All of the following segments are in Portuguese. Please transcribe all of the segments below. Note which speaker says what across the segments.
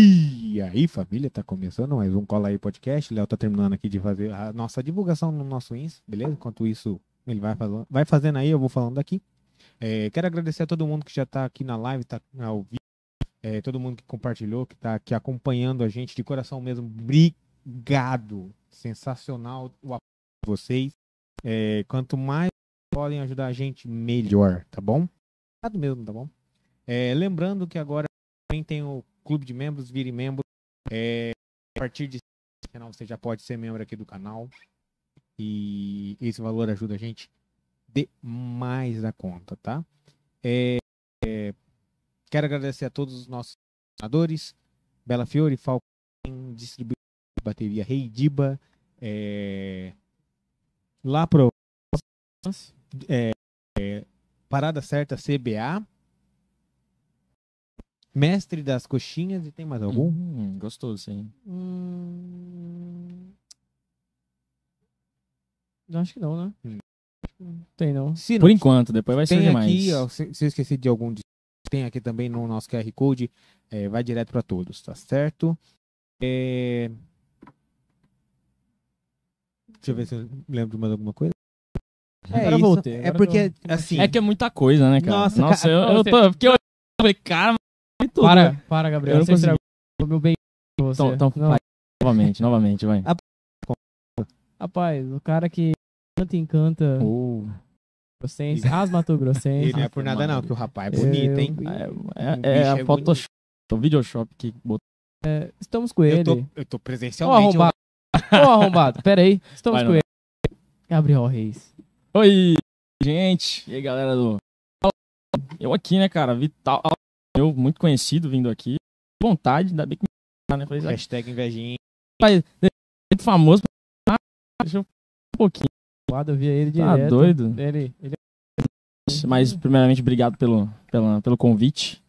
Speaker 1: E aí, família, tá começando mais um Cola aí Podcast. Léo tá terminando aqui de fazer a nossa divulgação no nosso Insta, beleza? Enquanto isso, ele vai, falando, vai fazendo aí, eu vou falando daqui. É, quero agradecer a todo mundo que já tá aqui na live, tá ao vivo. É, todo mundo que compartilhou, que tá aqui acompanhando a gente de coração mesmo. Obrigado! Sensacional o apoio de vocês. É, quanto mais podem ajudar a gente, melhor, tá bom? Obrigado mesmo, tá bom? É, lembrando que agora também tem o clube de membros, vire membro. É, a partir de esse canal você já pode ser membro aqui do canal. E esse valor ajuda a gente demais da conta, tá? É, é, quero agradecer a todos os nossos patrocinadores. Bela Fiore, Falcon, Distribuidor de Bateria Rei Diba. É, lá pro é, é, Parada Certa CBA. Mestre das Coxinhas e tem mais algum?
Speaker 2: Hum, gostoso, hein?
Speaker 3: Hum... Eu Acho que não, né? Tem não.
Speaker 1: Se não
Speaker 2: Hum. Por enquanto, depois vai
Speaker 1: tem
Speaker 2: surgir
Speaker 1: aqui,
Speaker 2: mais.
Speaker 1: ó, se, se eu esqueci de algum, de- tem aqui também no nosso QR Code, é, vai direto para todos, tá certo? É... Deixa eu ver se eu lembro de mais alguma coisa. É
Speaker 3: Agora
Speaker 1: isso.
Speaker 3: voltei,
Speaker 1: É
Speaker 3: agora
Speaker 1: porque,
Speaker 3: tô- tô
Speaker 1: assim,
Speaker 2: É que é muita coisa, né, cara?
Speaker 1: Nossa,
Speaker 2: Nossa,
Speaker 1: cara,
Speaker 2: eu, eu
Speaker 3: você-
Speaker 2: tô. Porque eu eu falei, cara, mano, tudo.
Speaker 3: Para,
Speaker 2: né?
Speaker 3: para, Gabriel.
Speaker 2: Eu não
Speaker 3: Você
Speaker 2: consigo.
Speaker 3: estragou meu bem com você.
Speaker 2: Então, então
Speaker 3: Não,
Speaker 2: vai. Novamente, novamente, vai.
Speaker 3: Rapaz, o cara que canta e encanta
Speaker 2: Oh.
Speaker 3: grossense, as Mato Grossense.
Speaker 1: ele não é por nada não, que o rapaz é
Speaker 3: Eu-
Speaker 1: bonito, hein?
Speaker 2: É, é, é
Speaker 1: bicho é
Speaker 2: a Photoshop, o Videoshop que botou.
Speaker 3: é, estamos com
Speaker 1: Eu
Speaker 3: ele.
Speaker 1: tô,
Speaker 3: Ô
Speaker 1: eu tô presencialmente...
Speaker 3: arrombado. Ô arrombado, pera aí. Estamos
Speaker 2: Vai,
Speaker 3: com
Speaker 2: não.
Speaker 3: ele. Gabriel Reis.
Speaker 2: Oi, gente. E aí, galera do. Eu aqui, né, cara? Vital. Eu, muito conhecido vindo aqui. Vontade, ainda bem que me. chamaram, Né? Falei,
Speaker 1: Hashtag invejinha.
Speaker 2: rapaz, de- muito famoso. Ah, Deixa eu. Um pouquinho.
Speaker 3: O lado eu via ele
Speaker 2: Tá
Speaker 3: direto.
Speaker 2: doido?
Speaker 3: Ele, ele é
Speaker 2: Mas, primeiramente, obrigado pelo, pela, pelo convite.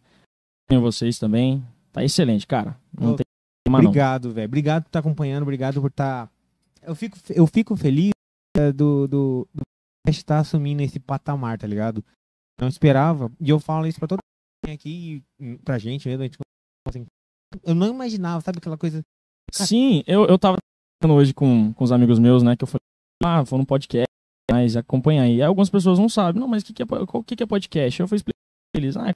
Speaker 2: Tenho vocês também. Tá excelente, cara. Não
Speaker 1: Ô,
Speaker 2: tem problema, não.
Speaker 1: Obrigado, velho. Obrigado por estar acompanhando, obrigado por estar. Eu, fico, fe- eu fico feliz é, do, do, do podcast estar assumindo esse patamar, tá ligado? Não esperava. E eu falo isso pra todo mundo aqui, e, hum, pra gente mesmo. A gente, assim, eu não imaginava, sabe aquela coisa.
Speaker 2: Sim, eu, eu tava falando hoje com, com os amigos meus, né? Que eu falei, ah, vou no podcast, mas acompanha aí. Aí algumas pessoas não sabem, não, mas o que, que, é, po- qual- o que, que é podcast? Eu fui explicar pra eles, ah,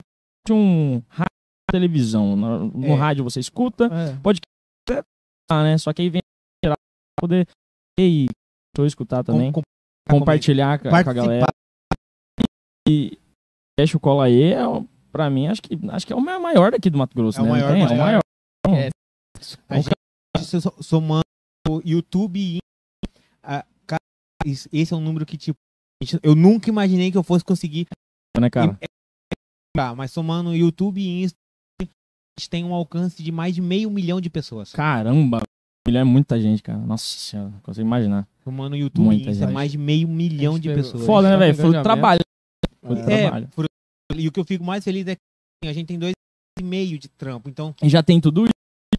Speaker 2: de um rádio televisão. No, no
Speaker 1: É.
Speaker 2: rádio você escuta,
Speaker 3: é,
Speaker 2: ah, né? Só que aí vem pra poder e deixa eu escutar também.
Speaker 1: com- com-
Speaker 2: compartilhar com, a- com a
Speaker 1: Participar.
Speaker 2: galera. E fecha o cola aí, é, o- pra mim, acho que, acho que é o ma- maior daqui do Mato Grosso,
Speaker 1: É o
Speaker 2: né? Não
Speaker 1: maior,
Speaker 2: tem? É o
Speaker 1: maior.
Speaker 2: maior.
Speaker 1: A gente, se eu so- somando o YouTube e. a- cara, isso- esse é um número que, tipo. a gente- Eu nunca imaginei que eu fosse conseguir
Speaker 2: Né, cara?
Speaker 1: Tá, mas somando YouTube e Insta, a gente tem um alcance de mais de meio milhão de pessoas.
Speaker 2: Caramba, filho, é muita gente, cara. Nossa senhora, não consigo imaginar.
Speaker 1: Somando YouTube
Speaker 2: Muita
Speaker 1: e Insta,
Speaker 2: gente.
Speaker 1: mais de meio milhão de
Speaker 3: pegou-
Speaker 1: pessoas.
Speaker 2: Foda, né,
Speaker 3: tá
Speaker 2: velho?
Speaker 3: com
Speaker 2: Foi
Speaker 3: engajamento.
Speaker 2: trabalho. Foi
Speaker 3: é,
Speaker 1: É,
Speaker 2: trabalho.
Speaker 1: fru- e o que eu fico mais feliz é que assim, a gente tem dois e meio de trampo, então
Speaker 2: E já tem tudo isso.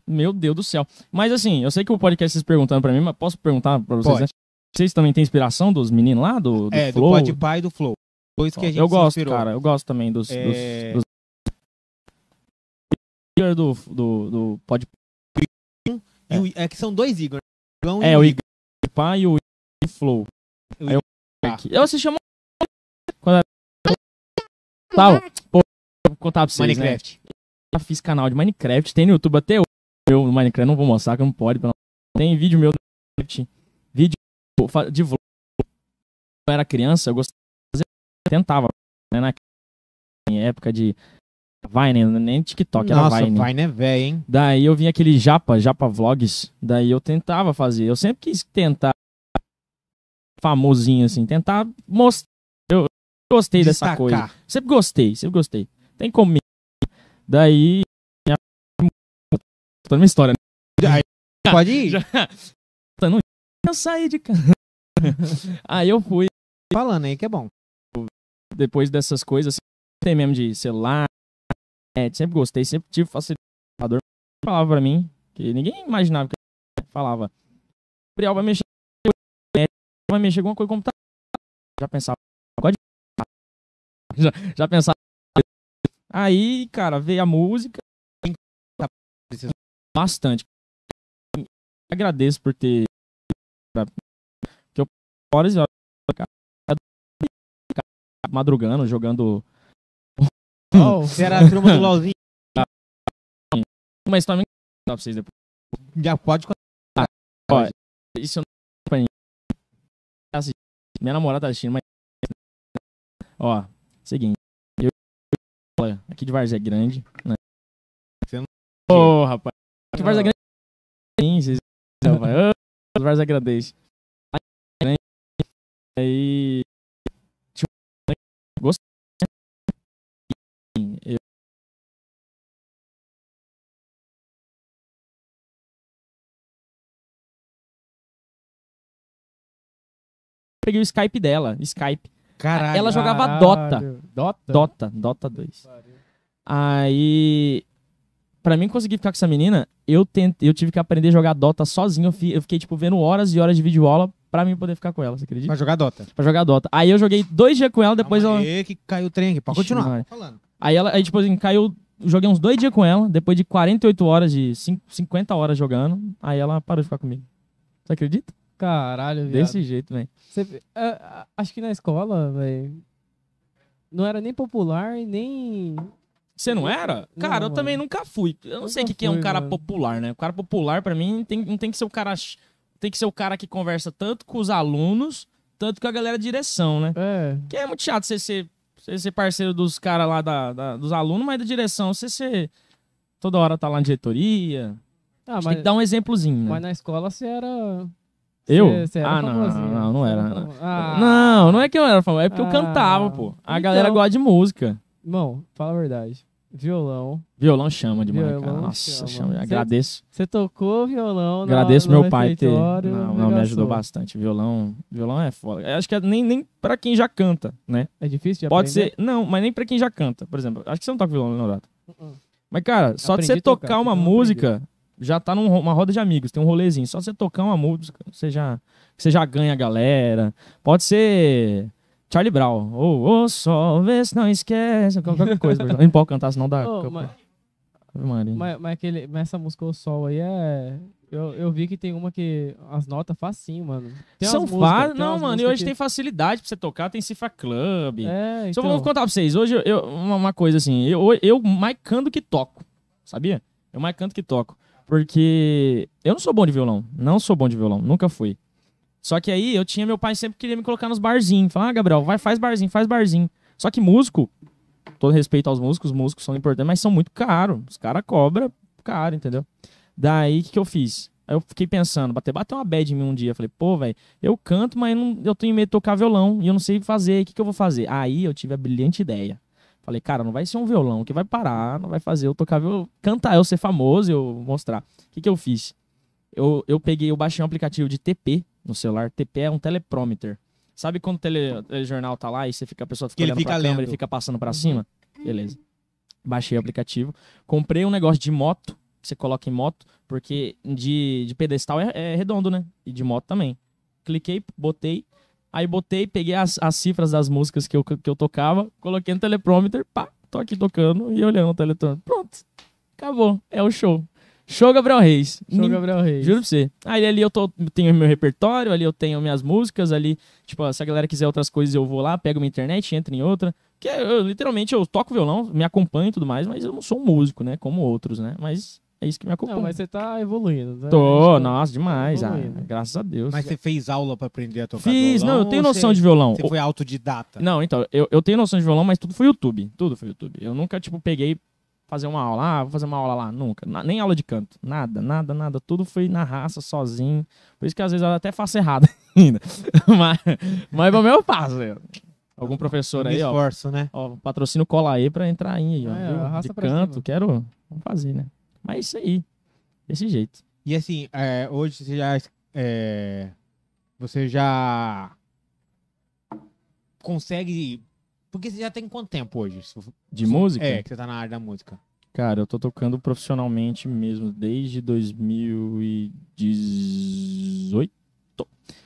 Speaker 2: Meu Deus do céu. Mas assim, eu sei que o podcast vocês perguntando pra mim, mas posso perguntar pra vocês,
Speaker 1: Pode.
Speaker 2: né? Vocês também têm inspiração dos meninos lá, do, do
Speaker 1: é,
Speaker 2: Flow?
Speaker 1: do Podpah e do Flow. Dois que a gente
Speaker 2: eu
Speaker 1: se
Speaker 2: gosto,
Speaker 1: inspirou.
Speaker 2: cara. Eu gosto também dos. dos-
Speaker 1: É.
Speaker 2: dos- do, do, do Pod
Speaker 1: E o- é que são dois Igor. né? Igão
Speaker 2: É, o
Speaker 1: e
Speaker 2: Igor Pá e o Igor Flow.
Speaker 1: O tá.
Speaker 2: Aí eu,
Speaker 1: Pá.
Speaker 2: eu assisti uma... Quando era... Tal. Pô, vou contar pra vocês, né?
Speaker 1: Minecraft.
Speaker 2: Já fiz canal de Minecraft, tem no YouTube até hoje. Eu no Minecraft não vou mostrar, que não pode. pelo amor de Deus. Tem vídeo meu do Minecraft. Vídeo pô, fa- de vlog. Quando eu era criança, eu gostava de fazer... Tentava, né? Na em época de... Vine, né, nem TikTok, era
Speaker 1: Nossa,
Speaker 2: é Vine.
Speaker 1: vai, né, velho, hein?
Speaker 2: Daí eu vim aquele Japa, Japa Vlogs. Daí eu tentava fazer. Eu sempre quis tentar. Famosinho, assim. Tentar mostrar. Eu gostei dessa coisa.
Speaker 1: Destacar.
Speaker 2: Sempre gostei, sempre gostei. Tem como. me- Daí. Minha... Toda minha história, né?
Speaker 1: Pode ir
Speaker 2: Já- Tá no- Eu saí de casa. Aí eu fui.
Speaker 1: falando aí que é bom.
Speaker 2: depois dessas coisas, assim, tem mesmo de celular, é, sempre gostei, sempre tive facilitador. Falava pra mim, que ninguém imaginava que eu falava. Gabriel vai mexer com internet, vai mexer com alguma coisa com computador. Já pensava, "Gosto de- já, já pensava. Aí, cara, veio a música.
Speaker 1: Preciso-
Speaker 2: bastante. Agradeço por ter. pra- Que eu horas e horas madrugando, jogando.
Speaker 3: Oh,
Speaker 1: Você era a turma do LOLzinho?
Speaker 2: Mas também dá pra vocês depois.
Speaker 1: Já pode
Speaker 2: Ó, isso eu não pra ninguém. Assim, Minha namorada tá assistindo, mas. Ó, seguinte. Eu. Olha, Aqui de Varzé Grande. Né?
Speaker 1: Você não-
Speaker 2: Ô, rapaz. Aqui de Varzé Grande. Sim, vocês. rapaz. Ô, Varzé Grande. Aí, Grande. Aí. Tipo, né, Gostei. né? E, Eu. Peguei o Skype dela, Skype.
Speaker 1: Caralho.
Speaker 2: Ela jogava
Speaker 3: Caralho. Dota?
Speaker 2: Dota, Dota 2. Aí, pra mim conseguir ficar com essa menina, eu tentei, eu tive que aprender a jogar Dota sozinho. Eu, fi- eu fiquei, tipo, vendo horas e horas de videoaula pra mim poder ficar com ela, você acredita?
Speaker 1: Pra jogar Dota.
Speaker 2: Pra jogar Dota. Aí eu joguei dois dias com ela, depois
Speaker 1: Calma
Speaker 2: ela.
Speaker 1: aí que caiu o trem aqui. Pode
Speaker 2: Ixi,
Speaker 1: continuar.
Speaker 2: Maria.
Speaker 1: Falando.
Speaker 2: Aí ela, aí, tipo assim, caiu. Joguei uns dois dias com ela, depois de 48 horas, de cin- 50 horas jogando, aí ela parou de ficar comigo. Você acredita?
Speaker 3: Caralho, viado.
Speaker 2: Desse jeito, velho.
Speaker 3: Você- é, a- a- acho que na escola, velho, não era nem popular e nem...
Speaker 2: Você não era?
Speaker 3: Não,
Speaker 2: Cara, eu
Speaker 3: mano.
Speaker 2: também nunca fui. Eu não sei o
Speaker 3: Nunca
Speaker 2: que, que é um
Speaker 3: fui,
Speaker 2: cara
Speaker 3: mano.
Speaker 2: popular, né? O cara popular, pra mim, tem- não tem que ser o cara. ch- Tem que ser o cara que conversa tanto com os alunos, tanto com a galera de direção, né?
Speaker 3: É,
Speaker 2: Que é muito chato você ser, você ser parceiro dos caras lá, da, da- dos alunos, mas da direção, você ser. Toda hora tá lá na diretoria.
Speaker 3: ah,
Speaker 2: A gente tem
Speaker 3: mas,
Speaker 2: que dar um exemplozinho. Né?
Speaker 3: mas na escola você era...
Speaker 2: Eu?
Speaker 3: você- você era
Speaker 2: ah, não,
Speaker 3: famosinho.
Speaker 2: não, não
Speaker 3: Você
Speaker 2: era.
Speaker 3: famo-
Speaker 2: Não.
Speaker 3: Ah,
Speaker 2: Não, não é que eu era famoso, é porque eu
Speaker 3: Ah.
Speaker 2: cantava, pô. A galera
Speaker 3: Então.
Speaker 2: gosta de música.
Speaker 3: Irmão, fala a verdade. Violão.
Speaker 2: Violão chama demais, cara.
Speaker 3: Violão
Speaker 2: Nossa,
Speaker 3: chama.
Speaker 2: chama.
Speaker 3: Você-
Speaker 2: Agradeço.
Speaker 3: Você tocou violão na-
Speaker 2: Agradeço
Speaker 3: no
Speaker 2: meu pai ter. Não,
Speaker 3: refeitório, é um
Speaker 2: não, me ajudou
Speaker 3: arregaçou.
Speaker 2: bastante. Violão, violão é foda. Eu acho que é nem, nem pra quem já canta, né?
Speaker 3: É difícil de
Speaker 2: Pode
Speaker 3: aprender?
Speaker 2: ser. Não, mas nem pra quem já canta. Por exemplo, acho que você não toca violão, Leonardo.
Speaker 3: Uh-uh.
Speaker 2: Mas, cara, só de
Speaker 3: Aprendi
Speaker 2: você
Speaker 3: a tocar, então
Speaker 2: tocar, uma
Speaker 3: eu não
Speaker 2: música, já tá numa roda de amigos, tem um rolezinho. Só de você tocar uma música, você já, você já ganha a galera. Pode ser. Charlie Brown, ou o sol, vê se não esquece, qualquer coisa. por exemplo. Não pode cantar, senão dá.
Speaker 3: Ô, mas,
Speaker 2: Ave Maria.
Speaker 3: mas, mas aquele, mas essa música O Sol aí é... Eu, eu vi que tem uma que... As notas facinho, mano. Tem
Speaker 2: São
Speaker 3: umas músicas-
Speaker 2: fáceis.
Speaker 3: tem
Speaker 2: Não,
Speaker 3: umas
Speaker 2: mano, e
Speaker 3: músicas
Speaker 2: hoje
Speaker 3: que-
Speaker 2: tem facilidade pra você tocar, tem Cifra Club.
Speaker 3: É,
Speaker 2: Só
Speaker 3: então...
Speaker 2: vou contar pra vocês. Hoje, eu- eu, uma, uma coisa assim, eu, eu mais canto que toco, sabia? Eu mais canto que toco. Porque eu não sou bom de violão. Não sou bom de violão, nunca fui. Só que aí eu tinha meu pai sempre queria me colocar nos barzinhos. Falar, ah, Gabriel, vai, faz barzinho, faz barzinho. Só que músico, todo respeito aos músicos, músicos são importantes, mas são muito caros. Os caras cobram caro, entendeu? Daí, o que, que eu fiz? Aí eu fiquei pensando, bateu, bateu uma bad em mim um dia. Falei, pô, velho, eu canto, mas não, eu tenho medo de tocar violão e eu não sei fazer. O que, que eu vou fazer? Aí eu tive a brilhante ideia. Falei, cara, não vai ser um violão que vai parar, não vai fazer eu tocar violão. Cantar, eu ser famoso, eu mostrar. O que, que eu fiz? Eu, eu peguei, eu baixei um aplicativo de TP no celular. TP é um teleprompter. Sabe quando o tele- telejornal tá lá e você fica, a pessoa fica
Speaker 1: Que ele
Speaker 2: olhando
Speaker 1: fica
Speaker 2: pra câmera
Speaker 1: lendo.
Speaker 2: e fica passando pra cima? Beleza. Baixei o aplicativo. Comprei um negócio de moto, que você coloca em moto, porque de, de pedestal é, é redondo, né? E de moto também. Cliquei, botei. Aí botei, peguei as, as cifras das músicas que eu, que eu tocava, coloquei no teleprompter, pá, tô aqui tocando e olhando o teleprompter. Pronto. Acabou. É o show. Show Gabriel Reis.
Speaker 3: Show
Speaker 2: Nin-
Speaker 3: Gabriel Reis.
Speaker 2: Juro pra você. Aí ali eu tô, tenho meu repertório, ali eu tenho minhas músicas, ali, tipo, ó, se a galera quiser outras coisas, eu vou lá, pego minha internet, entro em outra. Que é, eu, literalmente, eu toco violão, me acompanho e tudo mais, mas eu não sou um músico, né? Como outros, né? Mas é isso que me acompanha.
Speaker 3: Não, mas você tá evoluindo. Né?
Speaker 2: Tô,
Speaker 1: Então,
Speaker 3: Acho que-
Speaker 2: nossa, demais. Ah,
Speaker 3: evoluindo.
Speaker 2: graças a Deus.
Speaker 1: né? Mas você fez aula pra aprender a tocar
Speaker 2: Fiz,
Speaker 1: violão?
Speaker 2: não, eu tenho
Speaker 1: ou
Speaker 2: noção
Speaker 1: você-
Speaker 2: de violão.
Speaker 1: Você foi autodidata.
Speaker 2: Não, então, eu, eu tenho noção de violão, mas tudo foi YouTube. Tudo foi YouTube. Eu nunca, tipo, peguei fazer uma aula, ah, vou fazer uma aula lá, nunca. Na- nem aula de canto. Nada, nada, nada. Tudo foi na raça, sozinho. Por isso que às vezes eu até faço errado ainda. mas, mas é pelo menos eu faço. eu. Algum professor
Speaker 1: Me
Speaker 2: aí, ó.
Speaker 1: esforço, né?
Speaker 2: Ó, patrocínio cola aí pra entrar aí, ó.
Speaker 3: É,
Speaker 2: viu?
Speaker 3: arrasta
Speaker 2: de
Speaker 3: pra
Speaker 2: canto,
Speaker 3: cima.
Speaker 2: quero. Vamos fazer, né? Mas é isso aí. Desse jeito.
Speaker 1: E assim, é, hoje você já. é, você já. Consegue. Porque você já tem quanto tempo hoje? Se for-
Speaker 2: De música?
Speaker 1: É, que você tá na área da música.
Speaker 2: Cara, eu tô tocando profissionalmente mesmo desde 2018.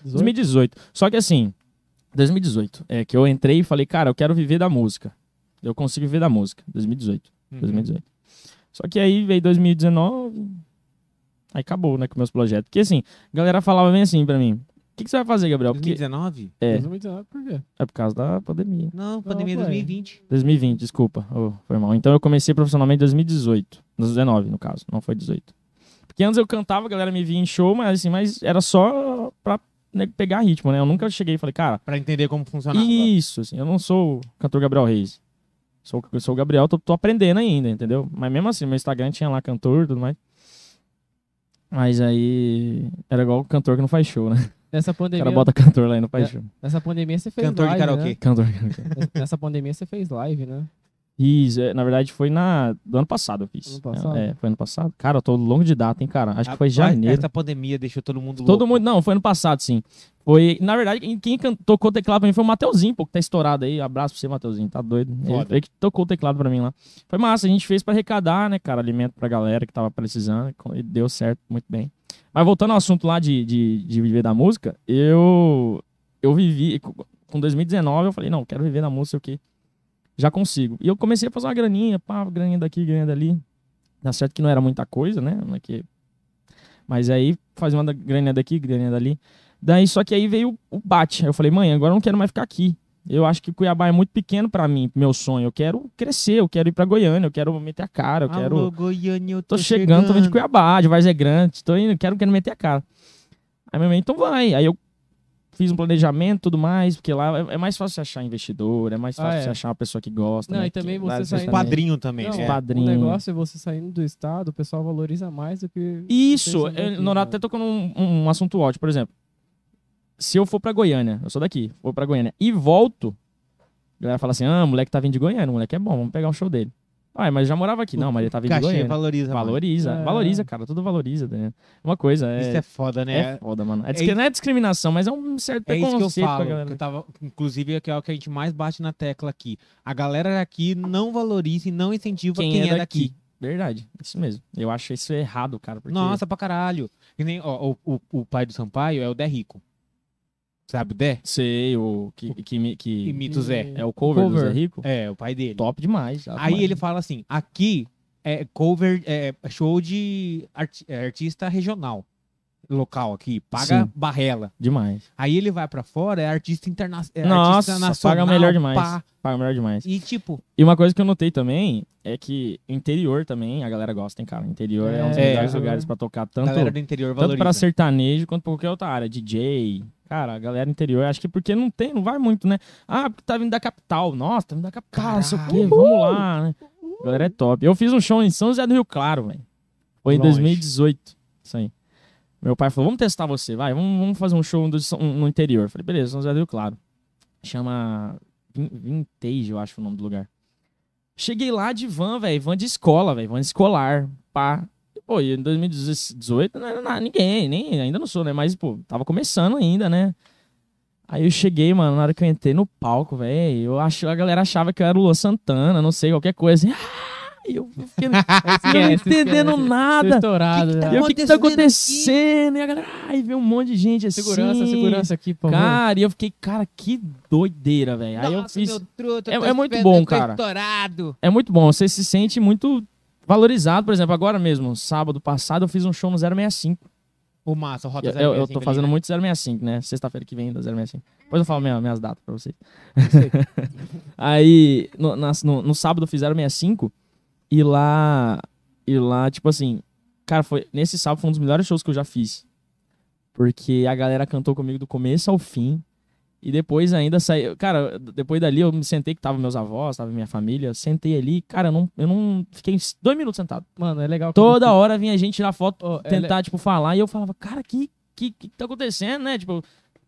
Speaker 3: 18?
Speaker 2: 2018. Só que assim, 2018, é que eu
Speaker 1: Uhum.
Speaker 2: Uhum. entrei e falei, cara, eu quero viver da música. Eu consigo viver da música. 2018. 2018. Só que aí veio 2019, aí acabou, né, com meus projetos. Porque assim, a galera falava bem assim pra mim, o que, que você vai fazer, Gabriel? Porque
Speaker 1: 2019?
Speaker 2: É.
Speaker 3: 2019, por quê?
Speaker 2: é por causa da pandemia.
Speaker 1: Não, pandemia é
Speaker 3: foi.
Speaker 1: 2020.
Speaker 2: 2020, desculpa, Ô, foi mal. Então eu comecei profissionalmente em 2018, nos 19 no caso, não foi 18. Porque antes eu cantava, a galera me via em show, mas assim, mas era só pra né, pegar ritmo, né? Eu nunca cheguei e falei, cara,
Speaker 1: Pra entender como funcionava.
Speaker 2: Isso, assim, eu não sou o cantor Gabriel Reis. Sou, eu sou o Gabriel, tô, tô aprendendo ainda, entendeu? Mas mesmo assim, meu Instagram tinha lá cantor e tudo mais. Mas aí era igual o cantor que não faz show, né?
Speaker 3: Nessa
Speaker 2: O
Speaker 3: pandemia,
Speaker 2: cara bota cantor lá e não faz
Speaker 3: É.
Speaker 2: show.
Speaker 3: nessa pandemia você fez
Speaker 1: Cantor de
Speaker 3: live,
Speaker 1: karaokê.
Speaker 3: né?
Speaker 2: Cantor.
Speaker 3: Nessa- Nessa pandemia você fez live, né?
Speaker 2: Isso, é, na verdade foi na, do ano passado eu fiz.
Speaker 3: Ano passado?
Speaker 2: É, foi ano passado. Cara, eu tô longo de data, hein, cara? Acho que foi
Speaker 1: Rapaz,
Speaker 2: janeiro.
Speaker 1: Essa é pandemia deixou todo mundo louco.
Speaker 2: Todo mundo, não, foi ano passado, sim. Foi, na verdade, quem- quem can- tocou o teclado pra mim foi o Mateuzinho, pô, que tá estourado aí. Abraço pra você, Mateuzinho, tá doido. Ele,
Speaker 1: Foda.
Speaker 2: ele que tocou o teclado pra mim lá. Foi massa, a gente fez pra arrecadar, né, cara, alimento pra galera que tava precisando. E deu certo, muito bem. Mas voltando ao assunto lá de, de, de viver da música, eu, eu vivi, com 2019 eu falei, não, quero viver da música, sei o quê. Já consigo. E eu comecei a fazer uma graninha, pá, graninha daqui, graninha dali. Dá certo que não era muita coisa, né? Não é que- Mas aí fazia uma da- graninha daqui, graninha dali. Daí, só que aí veio o bate. Aí eu falei, mãe, agora eu não quero mais ficar aqui. Eu acho que Cuiabá é muito pequeno pra mim, pro meu sonho. Eu quero crescer, eu quero ir pra Goiânia, eu quero meter a cara,
Speaker 1: Ah,
Speaker 2: eu quero.
Speaker 1: Alô, Goiânia, eu
Speaker 2: Tô chegando, tô vindo de Cuiabá, de Várzea Grande, tô indo, quero, quero meter a cara. Aí minha mãe, então vai. Aí eu fiz um planejamento e tudo mais, porque lá é- é mais fácil você achar investidor, é mais
Speaker 3: Ah,
Speaker 2: fácil
Speaker 3: é.
Speaker 2: você achar uma pessoa que gosta.
Speaker 3: Não,
Speaker 2: né,
Speaker 3: e também
Speaker 2: que-
Speaker 3: você
Speaker 2: Vários
Speaker 3: saindo-
Speaker 1: Os
Speaker 2: restaurantes.
Speaker 1: padrinhos também,
Speaker 3: Não,
Speaker 1: né?
Speaker 2: Os padrinhos.
Speaker 3: O negócio é você saindo do estado, o pessoal valoriza mais do que.
Speaker 2: Isso,
Speaker 3: Vocês são
Speaker 2: eu-
Speaker 3: daqui,
Speaker 2: Nonato
Speaker 3: né?
Speaker 2: até tocou num um assunto ótimo, por exemplo. Se eu for pra Goiânia, eu sou daqui, vou pra Goiânia e volto, a galera fala assim: ah, o moleque tá vindo de Goiânia, o moleque é bom, vamos pegar um show dele. Ah, mas já morava aqui. Não, mas ele tá vindo de
Speaker 1: Cachê
Speaker 2: Goiânia.
Speaker 1: valoriza, mano.
Speaker 2: Valoriza,
Speaker 3: É.
Speaker 2: valoriza, cara, tudo valoriza, Daniel. Uma coisa é.
Speaker 1: Isso é foda,
Speaker 2: É
Speaker 1: né?
Speaker 2: foda, mano. É
Speaker 1: É
Speaker 2: discri-
Speaker 1: isso-
Speaker 2: Não é discriminação, mas é um certo
Speaker 1: É isso
Speaker 2: preconceito
Speaker 1: que eu
Speaker 2: com a
Speaker 1: falo. que
Speaker 2: galera. né?
Speaker 1: eu tava, inclusive, é que é o que a gente mais bate na tecla aqui. A galera daqui não valoriza e não
Speaker 2: Tipo,
Speaker 1: incentiva quem, é daqui.
Speaker 2: Verdade, isso mesmo. Eu acho isso errado, cara. Porque...
Speaker 1: Nossa, pra caralho. Que nem, ó, o, o, o pai do Sampaio é o Dé Rico. Sabe o Dé?
Speaker 2: Sei, o que, que, me- que-
Speaker 1: Imita o Zé.
Speaker 2: é o cover, do
Speaker 3: Cover.
Speaker 2: Zé Rico.
Speaker 1: É, o pai dele.
Speaker 2: Top demais. top
Speaker 1: Aí
Speaker 2: demais.
Speaker 1: ele fala assim: aqui é cover, é show de arti- é, artista regional, local aqui, paga
Speaker 2: Sim.
Speaker 1: barrela.
Speaker 2: Demais.
Speaker 1: Aí ele vai pra fora, é artista, interna é
Speaker 2: Nossa,
Speaker 1: artista nacional.
Speaker 2: paga melhor demais.
Speaker 1: pá.
Speaker 2: Paga melhor demais.
Speaker 1: E tipo,
Speaker 2: E uma coisa que eu notei também é que interior também a galera gosta, hein, cara. Interior é, um dos
Speaker 1: É.
Speaker 2: melhores
Speaker 1: É.
Speaker 2: lugares pra tocar
Speaker 1: a
Speaker 2: tanto,
Speaker 1: galera do interior
Speaker 2: tanto
Speaker 1: valoriza.
Speaker 2: pra sertanejo quanto pra qualquer outra área. DJ. Cara, a galera interior, acho que porque não tem, não vai muito, né? Ah, porque tá vindo da capital. Nossa, tá vindo da capital, não sei o quê,
Speaker 1: Caralho.
Speaker 2: vamos lá, né? Galera é top. Eu fiz um show em São José do Rio Claro, velho. Foi em
Speaker 1: Longe.
Speaker 2: 2018. Isso aí. Meu pai falou: vamos testar você, vai, vamos, vamos fazer um show do- um- no interior. Eu falei, beleza, São José do Rio Claro. Chama Vin- Vintage, eu acho o nome do lugar. Cheguei lá de van, velho, van de escola, velho, van escolar, pá. Pô, e em 2018 não era nada, ninguém, nem, ainda não sou, né? Mas, pô, tava começando ainda, né? Aí eu cheguei, mano, na hora que eu entrei no palco, velho, eu acho, a galera achava que eu era o Luan Santana, não sei, qualquer coisa. Assim, ah! E eu fiquei Ah, não
Speaker 3: Esquece,
Speaker 2: entendendo
Speaker 3: esquece. Tô
Speaker 2: nada.
Speaker 3: estourado. né?
Speaker 1: Que que tá
Speaker 3: já.
Speaker 2: E eu, o que, que tá
Speaker 1: acontecendo
Speaker 2: acontecendo? E a galera, ai, veio um monte de gente assim.
Speaker 3: Segurança, segurança aqui, por favor.
Speaker 2: Cara, e eu fiquei, cara, que doideira, velho. Aí eu
Speaker 1: Nossa,
Speaker 2: fiz.
Speaker 1: meu truto,
Speaker 2: É-
Speaker 1: tô
Speaker 2: é muito
Speaker 1: esperando,
Speaker 2: bom,
Speaker 1: eu tô
Speaker 2: cara.
Speaker 1: Estourado.
Speaker 2: É muito bom, você se sente muito valorizado. Por exemplo, agora mesmo, sábado passado, eu fiz um show no 065.
Speaker 1: O massa, o Rota
Speaker 2: Eu,
Speaker 1: 065
Speaker 2: eu, eu tô
Speaker 1: ali,
Speaker 2: fazendo
Speaker 1: né?
Speaker 2: muito 065, né? Sexta-feira que vem da 065. Depois eu falo minha- minhas datas pra vocês. Aí, no, na- no, no sábado eu fiz 065 e lá. E lá, tipo assim, cara, foi, nesse sábado foi um dos melhores shows que eu já fiz. Porque a galera cantou comigo do começo ao fim. E depois ainda saiu. Cara, depois dali eu me sentei que tava meus avós, tava minha família. Sentei ali, cara, eu não, eu não. Fiquei uns dois minutos sentado.
Speaker 3: Mano, é legal.
Speaker 2: Toda hora vinha gente tirar foto,
Speaker 3: Ó, é
Speaker 2: tentar, tipo, falar. E eu falava, cara, que, que, que tá acontecendo, né? Tipo,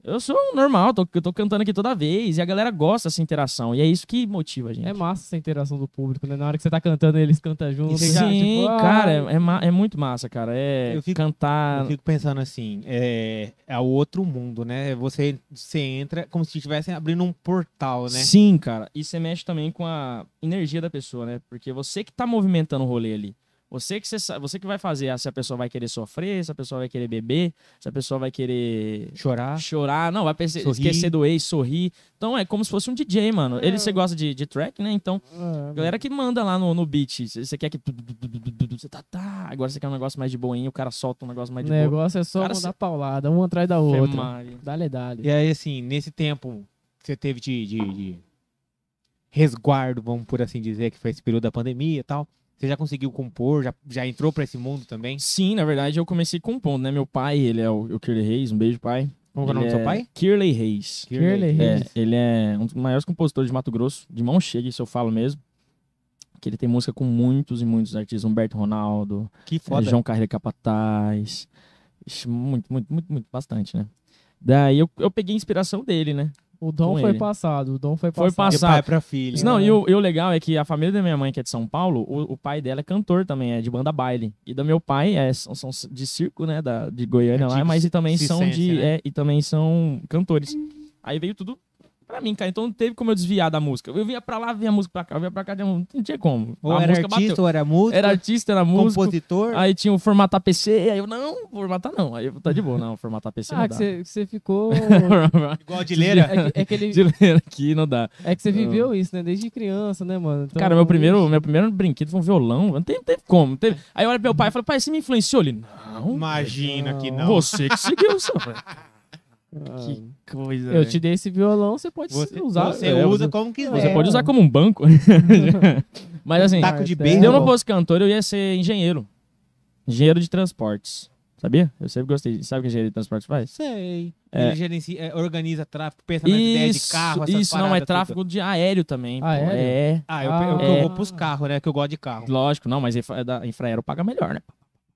Speaker 2: eu sou um normal, tô, eu tô cantando aqui toda vez. E a galera gosta dessa interação. E é isso que motiva a gente.
Speaker 3: É massa essa interação do público, né? Na hora que você tá cantando, eles cantam junto.
Speaker 1: Sim,
Speaker 3: já,
Speaker 2: Sim,
Speaker 3: tipo, ah,
Speaker 2: cara, é, é ma- é muito massa, cara. É
Speaker 1: Eu fico-
Speaker 2: cantar.
Speaker 1: Eu fico pensando assim, é, é o outro mundo, né? Você, você entra como se estivessem abrindo um portal, né?
Speaker 2: Sim, cara. E você mexe também com a energia da pessoa, né? Porque você que tá movimentando o rolê ali. Você que, você, sa- você que vai fazer ah, se a pessoa vai querer sofrer, se a pessoa vai querer beber, se a pessoa vai querer
Speaker 1: Chorar.
Speaker 2: chorar, não, vai perce-
Speaker 1: Sorrir.
Speaker 2: esquecer do ex, sorrir. Então é como se fosse um DJ, mano.
Speaker 1: É.
Speaker 2: Ele você gosta de, de track, né? Então,
Speaker 3: É,
Speaker 2: galera que manda lá no, no beat, você você quer que. Você tá, tá. Agora você quer um negócio mais de boinha, o cara solta um negócio mais
Speaker 3: o
Speaker 2: de boa.
Speaker 3: negócio é só
Speaker 2: Cara,
Speaker 3: mandar
Speaker 2: cê- é
Speaker 3: paulada, um atrás da
Speaker 2: Ave
Speaker 3: outra.
Speaker 2: Maria.
Speaker 3: Dale, dale.
Speaker 1: E aí, assim, nesse tempo que você teve de, de- de resguardo, vamos por assim dizer, que foi esse período da pandemia e tal, você já conseguiu compor, já, já entrou pra esse mundo também?
Speaker 2: Sim, na verdade eu comecei compondo, né? Meu pai, ele é o, o Kirley Reis, um beijo, pai.
Speaker 1: Como que é o nome do
Speaker 2: Ele
Speaker 1: seu pai?
Speaker 2: Kirley Reis.
Speaker 3: Kirley
Speaker 2: É,
Speaker 3: Reis.
Speaker 2: ele é um dos maiores compositores de Mato Grosso, de mão cheia, isso eu falo mesmo. Que ele tem música com muitos e muitos artistas, Humberto Ronaldo,
Speaker 1: Que
Speaker 2: eh,
Speaker 1: foda.
Speaker 2: João Carreira Capataz, Ixi, muito, muito, muito, muito, bastante, né? Daí eu, eu peguei a inspiração dele, né?
Speaker 3: O Dom
Speaker 2: com
Speaker 3: foi
Speaker 2: ele.
Speaker 3: passado, o Dom foi
Speaker 2: Foi
Speaker 3: passado.
Speaker 1: de
Speaker 2: passado.
Speaker 1: pai pra filho.
Speaker 2: Não, e o, e o legal é que a família da minha mãe, que é de São Paulo, o, o pai dela é cantor também, é de banda baile. E do meu pai, é, são, são de circo, né, da, de Goiânia
Speaker 1: É
Speaker 2: lá,
Speaker 1: tipo
Speaker 2: mas e também
Speaker 1: circense,
Speaker 2: são de...
Speaker 1: né?
Speaker 2: é, e também são cantores. Aí veio tudo pra mim, cara. Então não teve como eu desviar da música. Eu vinha pra lá, vinha a música pra cá, eu vinha pra cá, não tinha como.
Speaker 1: Ou
Speaker 2: a
Speaker 1: era
Speaker 2: música
Speaker 1: artista, ou era músico,
Speaker 2: bateu. Era artista, era músico. Ah,
Speaker 1: compositor.
Speaker 2: Aí tinha o formatar PC, aí eu, não, formatar não. Aí eu, tá de boa, não, formatar PC não
Speaker 3: Ah, que
Speaker 2: dá.
Speaker 3: você- que você ficou.
Speaker 1: Igual a Dileira.
Speaker 3: É que- é que ele-
Speaker 2: De ler aqui não dá.
Speaker 3: É que você viveu isso, né? Desde criança, né, mano? Então,
Speaker 2: Cara, meu primeiro, meu primeiro brinquedo foi um violão. Não teve, teve como. não Teve... Aí eu olho pro meu pai e falo, pai, você me influenciou? Ele, não.
Speaker 1: Imagina que não.
Speaker 2: Você que seguiu, seu pai.
Speaker 3: Ah,
Speaker 2: Que coisa.
Speaker 1: né?
Speaker 3: eu te dei esse violão, você pode
Speaker 1: Você,
Speaker 3: usar.
Speaker 1: você
Speaker 2: é,
Speaker 1: usa
Speaker 2: você-
Speaker 1: como quiser.
Speaker 2: Você
Speaker 3: É.
Speaker 2: pode usar como um banco. Mas assim,
Speaker 1: Taco de
Speaker 3: Martelo.
Speaker 1: beisebol.
Speaker 2: se eu não fosse cantor, eu ia ser engenheiro. Engenheiro de transportes. Sabia? Eu sempre gostei. Sabe o que engenheiro de transportes faz?
Speaker 1: Sei.
Speaker 2: É.
Speaker 1: Ele gerencia, é, organiza tráfico, pensa nas ideias de
Speaker 2: Isso,
Speaker 1: carro, essas
Speaker 2: isso não, é
Speaker 1: paradas
Speaker 2: tráfego de aéreo também. pô.
Speaker 3: Aéreo?
Speaker 2: É.
Speaker 1: tudo. Ah, eu, eu, eu
Speaker 2: Ah.
Speaker 1: vou pros carros, né? Que eu gosto de carro.
Speaker 2: Lógico, não, mas infra- é da Infraero paga melhor, né?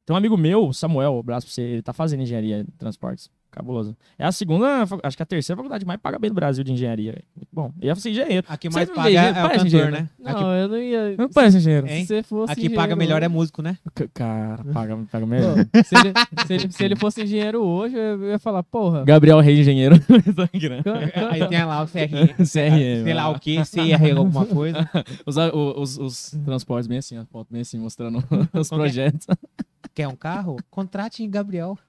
Speaker 2: Tem um amigo meu, Samuel, abraço pra você, ele tá fazendo engenharia de transportes. Cabuloso. É a segunda, facu- acho que a terceira faculdade mais paga bem do Brasil de engenharia. velho. Muito bom. E ia ser engenheiro.
Speaker 1: A que
Speaker 2: Você
Speaker 1: mais
Speaker 2: não
Speaker 1: paga
Speaker 2: vê,
Speaker 1: é,
Speaker 2: gente,
Speaker 1: o
Speaker 2: parece
Speaker 1: cantor,
Speaker 2: engenheiro,
Speaker 1: né? A
Speaker 3: Não,
Speaker 1: que-
Speaker 3: eu não ia.
Speaker 2: Não parece engenheiro.
Speaker 1: É.
Speaker 3: Se você fosse.
Speaker 1: A que paga
Speaker 3: engenheiro
Speaker 1: melhor é
Speaker 3: hoje-
Speaker 1: músico, né?
Speaker 2: C- Cara, paga, paga
Speaker 3: Pô,
Speaker 1: tá-
Speaker 2: melhor.
Speaker 3: se, ele, se, ele, se ele fosse engenheiro hoje, eu ia falar, porra.
Speaker 2: Gabriel Rei Engenheiro.
Speaker 3: can- can-
Speaker 1: Aí tem lá o
Speaker 2: É,
Speaker 1: CRM.
Speaker 2: CRM.
Speaker 1: sei lá o que, CR alguma coisa.
Speaker 2: Os, a- o- os, os transportes bem assim, a foto bem assim, mostrando os
Speaker 1: Como que é?
Speaker 2: projetos.
Speaker 1: Quer um carro? Contrate em Gabriel.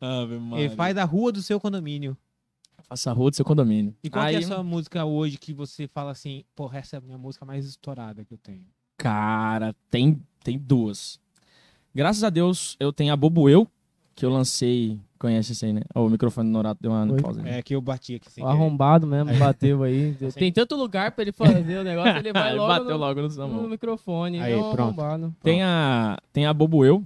Speaker 2: Ave
Speaker 1: Ele
Speaker 2: Maria.
Speaker 1: faz a rua do seu condomínio.
Speaker 2: Faça a rua do seu condomínio.
Speaker 1: E qual que é
Speaker 2: Aí-
Speaker 1: a sua música hoje que você fala assim, porra, essa é a minha música mais estourada que eu tenho?
Speaker 2: Cara, tem, tem duas. Graças a Deus, eu tenho a Bobo Eu, que eu lancei. Conhece isso aí, né? Ó, o microfone do Norato deu uma
Speaker 3: Oi.
Speaker 2: pausa. né?
Speaker 1: É que eu bati aqui sem
Speaker 3: O
Speaker 1: querer.
Speaker 3: arrombado mesmo, bateu aí. Tem tanto lugar pra ele fazer o negócio, ele vai
Speaker 2: Ele
Speaker 3: logo
Speaker 2: bateu
Speaker 3: no,
Speaker 2: logo no Samuel.
Speaker 3: no microfone.
Speaker 1: Aí,
Speaker 3: é um
Speaker 1: pronto.
Speaker 3: arrombado.
Speaker 2: Tem a, tem a Bobo Eu,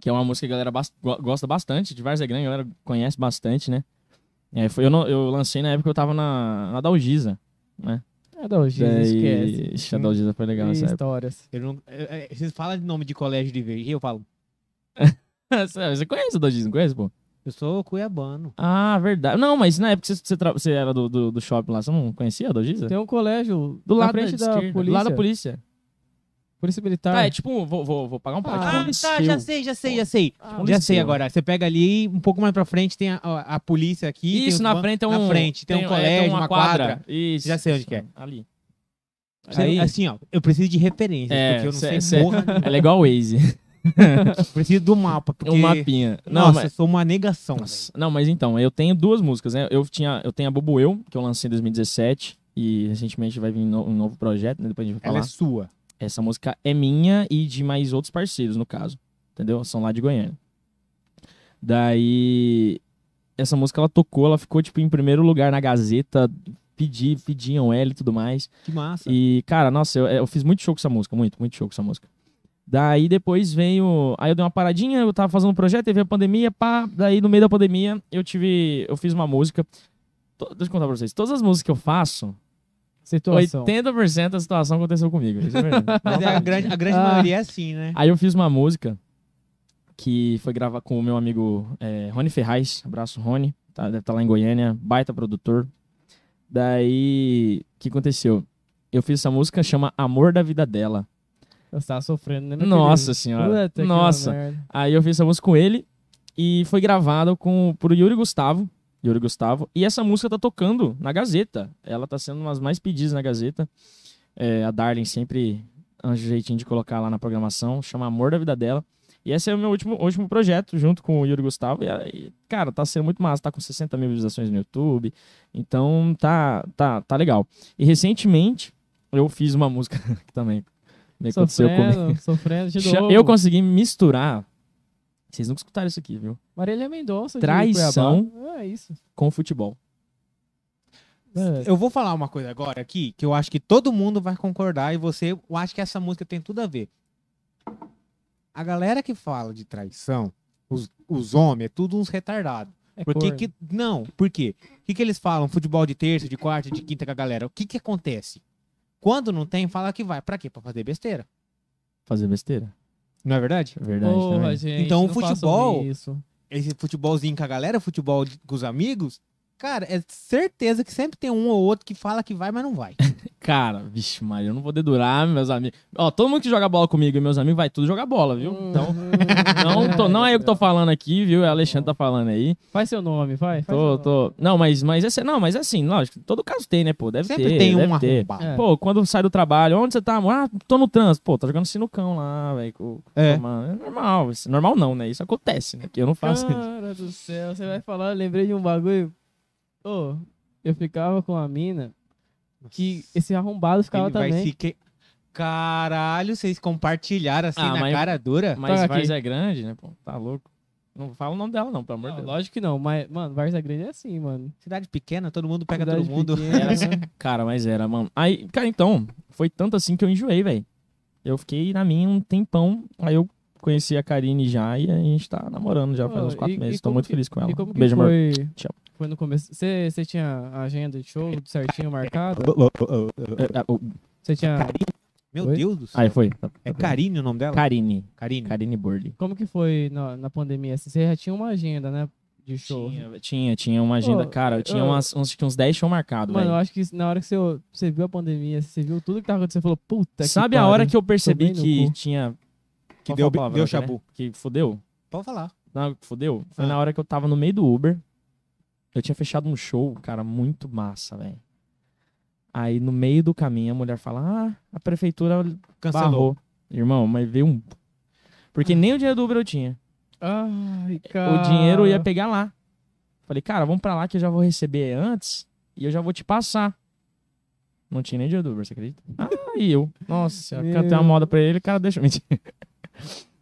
Speaker 2: que é uma música que a galera bas- go- gosta bastante, de Varza Grande, a galera conhece bastante, né? É, foi, eu, não- eu lancei na época que eu tava na, na Dalgisa.
Speaker 3: É da Ogina, esquece.
Speaker 2: Daí- Ixi, a Dalgisa foi legal
Speaker 3: E
Speaker 2: nessa época.
Speaker 3: histórias.
Speaker 1: Eu não- é, é, Vocês falam de nome de colégio de vez. E eu falo,
Speaker 2: Você você conhece a Dalgisa, não conhece, pô?
Speaker 1: eu sou cuiabano.
Speaker 2: Ah, verdade. Não, mas na época que você, você, tra- você era do, do, do shopping lá, você não conhecia a Dalgisa?
Speaker 3: Tem um colégio
Speaker 2: Do
Speaker 3: na
Speaker 2: lado
Speaker 3: frente da,
Speaker 2: esquerda,
Speaker 3: polícia.
Speaker 2: Do lado da polícia.
Speaker 3: polícia militar.
Speaker 2: Tá, é tipo, um- vou, vou, vou pagar um pau.
Speaker 3: Ah,
Speaker 2: tipo, um
Speaker 1: tá,
Speaker 2: liceu.
Speaker 1: já sei, já sei, já sei.
Speaker 3: Ah,
Speaker 1: já
Speaker 2: liceu.
Speaker 1: sei agora. Você pega ali, um pouco mais pra frente tem a, a- a polícia aqui. tem
Speaker 2: Isso,
Speaker 1: os
Speaker 2: na
Speaker 1: ban-
Speaker 2: frente é um...
Speaker 1: Na frente, tem, um
Speaker 2: é,
Speaker 1: colégio, uma, quadra.
Speaker 2: Isso.
Speaker 1: Já sei onde que é.
Speaker 2: Ali.
Speaker 1: Você-
Speaker 2: Aí-
Speaker 1: assim, ó, eu preciso de referências,
Speaker 2: É,
Speaker 1: porque eu não
Speaker 2: cê-
Speaker 1: sei
Speaker 2: cê-
Speaker 1: porra nenhuma.
Speaker 2: Ela é igual o Waze.
Speaker 1: Eu preciso do mapa, porque...
Speaker 2: Um mapinha. Não,
Speaker 1: Nossa, eu
Speaker 2: mas...
Speaker 1: sou uma negação,
Speaker 2: Nossa, Tá Não, mas então, eu tenho duas músicas, né? Eu, tinha, eu tenho a Bobo Eu, que eu lancei em 2017. E recentemente vai vir um no- um novo projeto, né? Depois a gente vai
Speaker 1: velho. Ela
Speaker 2: falar.
Speaker 1: é sua.
Speaker 2: Essa música é minha e de mais outros parceiros, no caso. Entendeu? São lá de Goiânia. Daí. Essa música ela tocou, ela ficou, tipo, em primeiro lugar na Gazeta. Pedi, pediam ela e tudo mais.
Speaker 1: Que massa.
Speaker 2: E, cara, nossa, eu, eu fiz muito show com essa música, muito, muito show com essa música. Daí depois veio. Aí eu dei uma paradinha, eu tava fazendo um projeto, teve a pandemia, pá. Daí no meio da pandemia eu tive. Eu fiz uma música. To- Deixa eu contar pra vocês. Todas as músicas que eu faço,
Speaker 3: Situação.
Speaker 2: 80% da situação aconteceu comigo. Isso é verdade.
Speaker 1: Mas é a grande, a grande
Speaker 3: Ah.
Speaker 1: maioria é assim, né?
Speaker 2: Aí eu fiz uma música que foi gravar com o meu amigo é, Rony Ferraz. Abraço, Rony. Tá, deve estar lá em Goiânia, baita produtor. Daí, o que aconteceu? Eu fiz essa música, chama Amor da Vida Dela.
Speaker 3: Você tava sofrendo, né? meu
Speaker 2: Nossa
Speaker 3: querido?
Speaker 2: senhora.
Speaker 3: Puta que
Speaker 2: Nossa.
Speaker 3: merda.
Speaker 2: Aí eu fiz essa música com ele e foi gravado com, por Yuri Gustavo. Yuri Gustavo. E essa música tá tocando na Gazeta. Ela tá sendo uma das mais pedidas na Gazeta. É, a Darling sempre um jeitinho de colocar lá na programação, chama Amor da Vida Dela. E esse é o meu último, último projeto, junto com o Yuri Gustavo. E, e, cara, tá sendo muito massa, tá com 60 mil visualizações no YouTube. Então tá, tá, tá legal. E recentemente eu fiz uma música que também meio que aconteceu comigo.
Speaker 3: Sofrendo, sofrendo de
Speaker 2: Cha-
Speaker 3: novo.
Speaker 2: Eu consegui misturar. Vocês nunca escutaram isso aqui, viu?
Speaker 3: Marília Mendonça. de
Speaker 2: Traição.
Speaker 3: Cuiabá. É isso.
Speaker 2: Com futebol.
Speaker 3: É.
Speaker 1: Eu vou falar uma coisa agora aqui que eu acho que todo mundo vai concordar e você, eu acho que essa música tem tudo a ver. A galera que fala de traição, os, os homens, é tudo uns retardados.
Speaker 3: É
Speaker 1: Porque
Speaker 3: corno.
Speaker 1: que, não, por quê? O que, que eles falam? Futebol de terça, de quarta, de quinta com a galera. O que, que acontece? Quando não tem, fala que vai. Pra quê? Pra fazer besteira.
Speaker 2: Fazer besteira.
Speaker 1: Não é verdade?
Speaker 2: É verdade. também.
Speaker 3: Porra, gente,
Speaker 1: Então, o
Speaker 3: não façam
Speaker 1: futebol-
Speaker 3: Isso.
Speaker 1: Esse futebolzinho com a galera, futebol de- com os amigos, cara, é certeza que sempre tem um ou outro que fala que vai, mas não vai.
Speaker 2: Cara, vixe, Maria, eu não vou dedurar meus amigos. Ó, todo mundo que joga bola comigo e meus amigos vai tudo jogar bola, viu?
Speaker 3: Hum.
Speaker 2: Então, não, tô- não é eu que tô falando aqui, viu? É o Alexandre tá falando aí.
Speaker 3: Faz seu nome, vai. faz
Speaker 2: Tô,
Speaker 3: seu
Speaker 2: tô. Não, mas, mas, esse, não, mas assim, lógico, todo caso tem, né, pô? Deve
Speaker 1: sempre
Speaker 2: ter,
Speaker 1: tem
Speaker 2: deve
Speaker 1: um
Speaker 2: ter.
Speaker 1: arrombado.
Speaker 3: É.
Speaker 2: Pô, quando sai do trabalho, onde você tá? amor? Ah, tô no trânsito. Pô, tá jogando sinucão lá, velho. com- com
Speaker 1: É.
Speaker 2: a mano. É normal. isso- Normal não, né? Isso acontece, né? Que eu não faço
Speaker 1: É.
Speaker 2: isso.
Speaker 3: Cara do céu, você vai falar, eu lembrei de um bagulho. Ô, eu ficava com a mina que esse arrombado ficava
Speaker 1: Ele vai
Speaker 3: também.
Speaker 1: se que- Caralho, vocês compartilharam assim
Speaker 2: Ah,
Speaker 1: na
Speaker 2: mas-
Speaker 1: cara dura?
Speaker 2: Mas
Speaker 3: Toca Então, aqui.
Speaker 2: Vars é grande, né, pô? Tá louco. Não fala o nome dela, não, pelo amor de
Speaker 3: Não,
Speaker 2: Deus.
Speaker 3: lógico que não, mas, mano, Varsa Grande é assim, mano.
Speaker 1: Cidade pequena, todo mundo pega
Speaker 3: Cidade
Speaker 1: todo mundo.
Speaker 3: pequena, né?
Speaker 2: Era assim. Cara, mas era, mano. Aí, cara, então, foi tanto assim que eu enjoei, velho. Eu fiquei na minha um tempão. Aí eu conheci a Karine já e a gente tá namorando já faz
Speaker 3: Pô,
Speaker 2: uns quatro
Speaker 3: e-
Speaker 2: meses.
Speaker 3: e
Speaker 2: Tô
Speaker 3: como
Speaker 2: muito
Speaker 3: que-
Speaker 2: feliz com ela.
Speaker 3: E como que
Speaker 2: Beijo, amor.
Speaker 3: foi?
Speaker 2: Tchau.
Speaker 3: Foi no começo. Você você tinha a agenda de show certinho marcada?
Speaker 2: É, é, o-
Speaker 3: Você tinha.
Speaker 1: Meu
Speaker 3: Oi?
Speaker 1: Deus do céu.
Speaker 2: Aí foi.
Speaker 1: É Karine o nome dela?
Speaker 2: Karine.
Speaker 1: Karine.
Speaker 2: Karine Burley.
Speaker 3: Como que foi na, na pandemia? assim? Você já tinha uma agenda, né? De show.
Speaker 2: Tinha, tinha, tinha uma agenda.
Speaker 3: Ô,
Speaker 2: cara, eu tinha
Speaker 3: ô.
Speaker 2: umas- uns, tinha uns 10 shows marcados,
Speaker 3: Mano, eu
Speaker 2: velho.
Speaker 3: acho que na hora que você, você viu a pandemia, você viu tudo que tava acontecendo, você falou, puta
Speaker 2: Sabe
Speaker 3: que
Speaker 2: a
Speaker 3: pariu.
Speaker 2: hora que eu percebi
Speaker 3: bem no
Speaker 2: que
Speaker 3: cu.
Speaker 2: tinha.
Speaker 1: Que
Speaker 2: Pode
Speaker 1: deu,
Speaker 2: falar palavrão
Speaker 1: deu
Speaker 2: aqui, né?
Speaker 1: chabu.
Speaker 2: Que fodeu?
Speaker 1: Pode falar.
Speaker 2: Não, fodeu? Foi
Speaker 1: Ah.
Speaker 2: na hora que eu tava no meio do Uber. Eu tinha fechado um show, cara, muito massa, velho. Aí no meio do caminho a mulher fala: Ah, a prefeitura
Speaker 1: Cancelou.
Speaker 2: barrou. Irmão, mas veio um. Porque nem o dinheiro do Uber eu tinha.
Speaker 3: Ai,
Speaker 2: O
Speaker 1: Ah.
Speaker 3: cara.
Speaker 2: dinheiro eu ia pegar lá. Falei, cara, vamos pra lá que eu já vou receber antes e eu já vou te passar. Não tinha nem dinheiro do Uber, você acredita? Ah, e eu. Nossa senhora,
Speaker 3: Meu.
Speaker 2: cantei uma moda pra ele, cara, deixa eu mentir.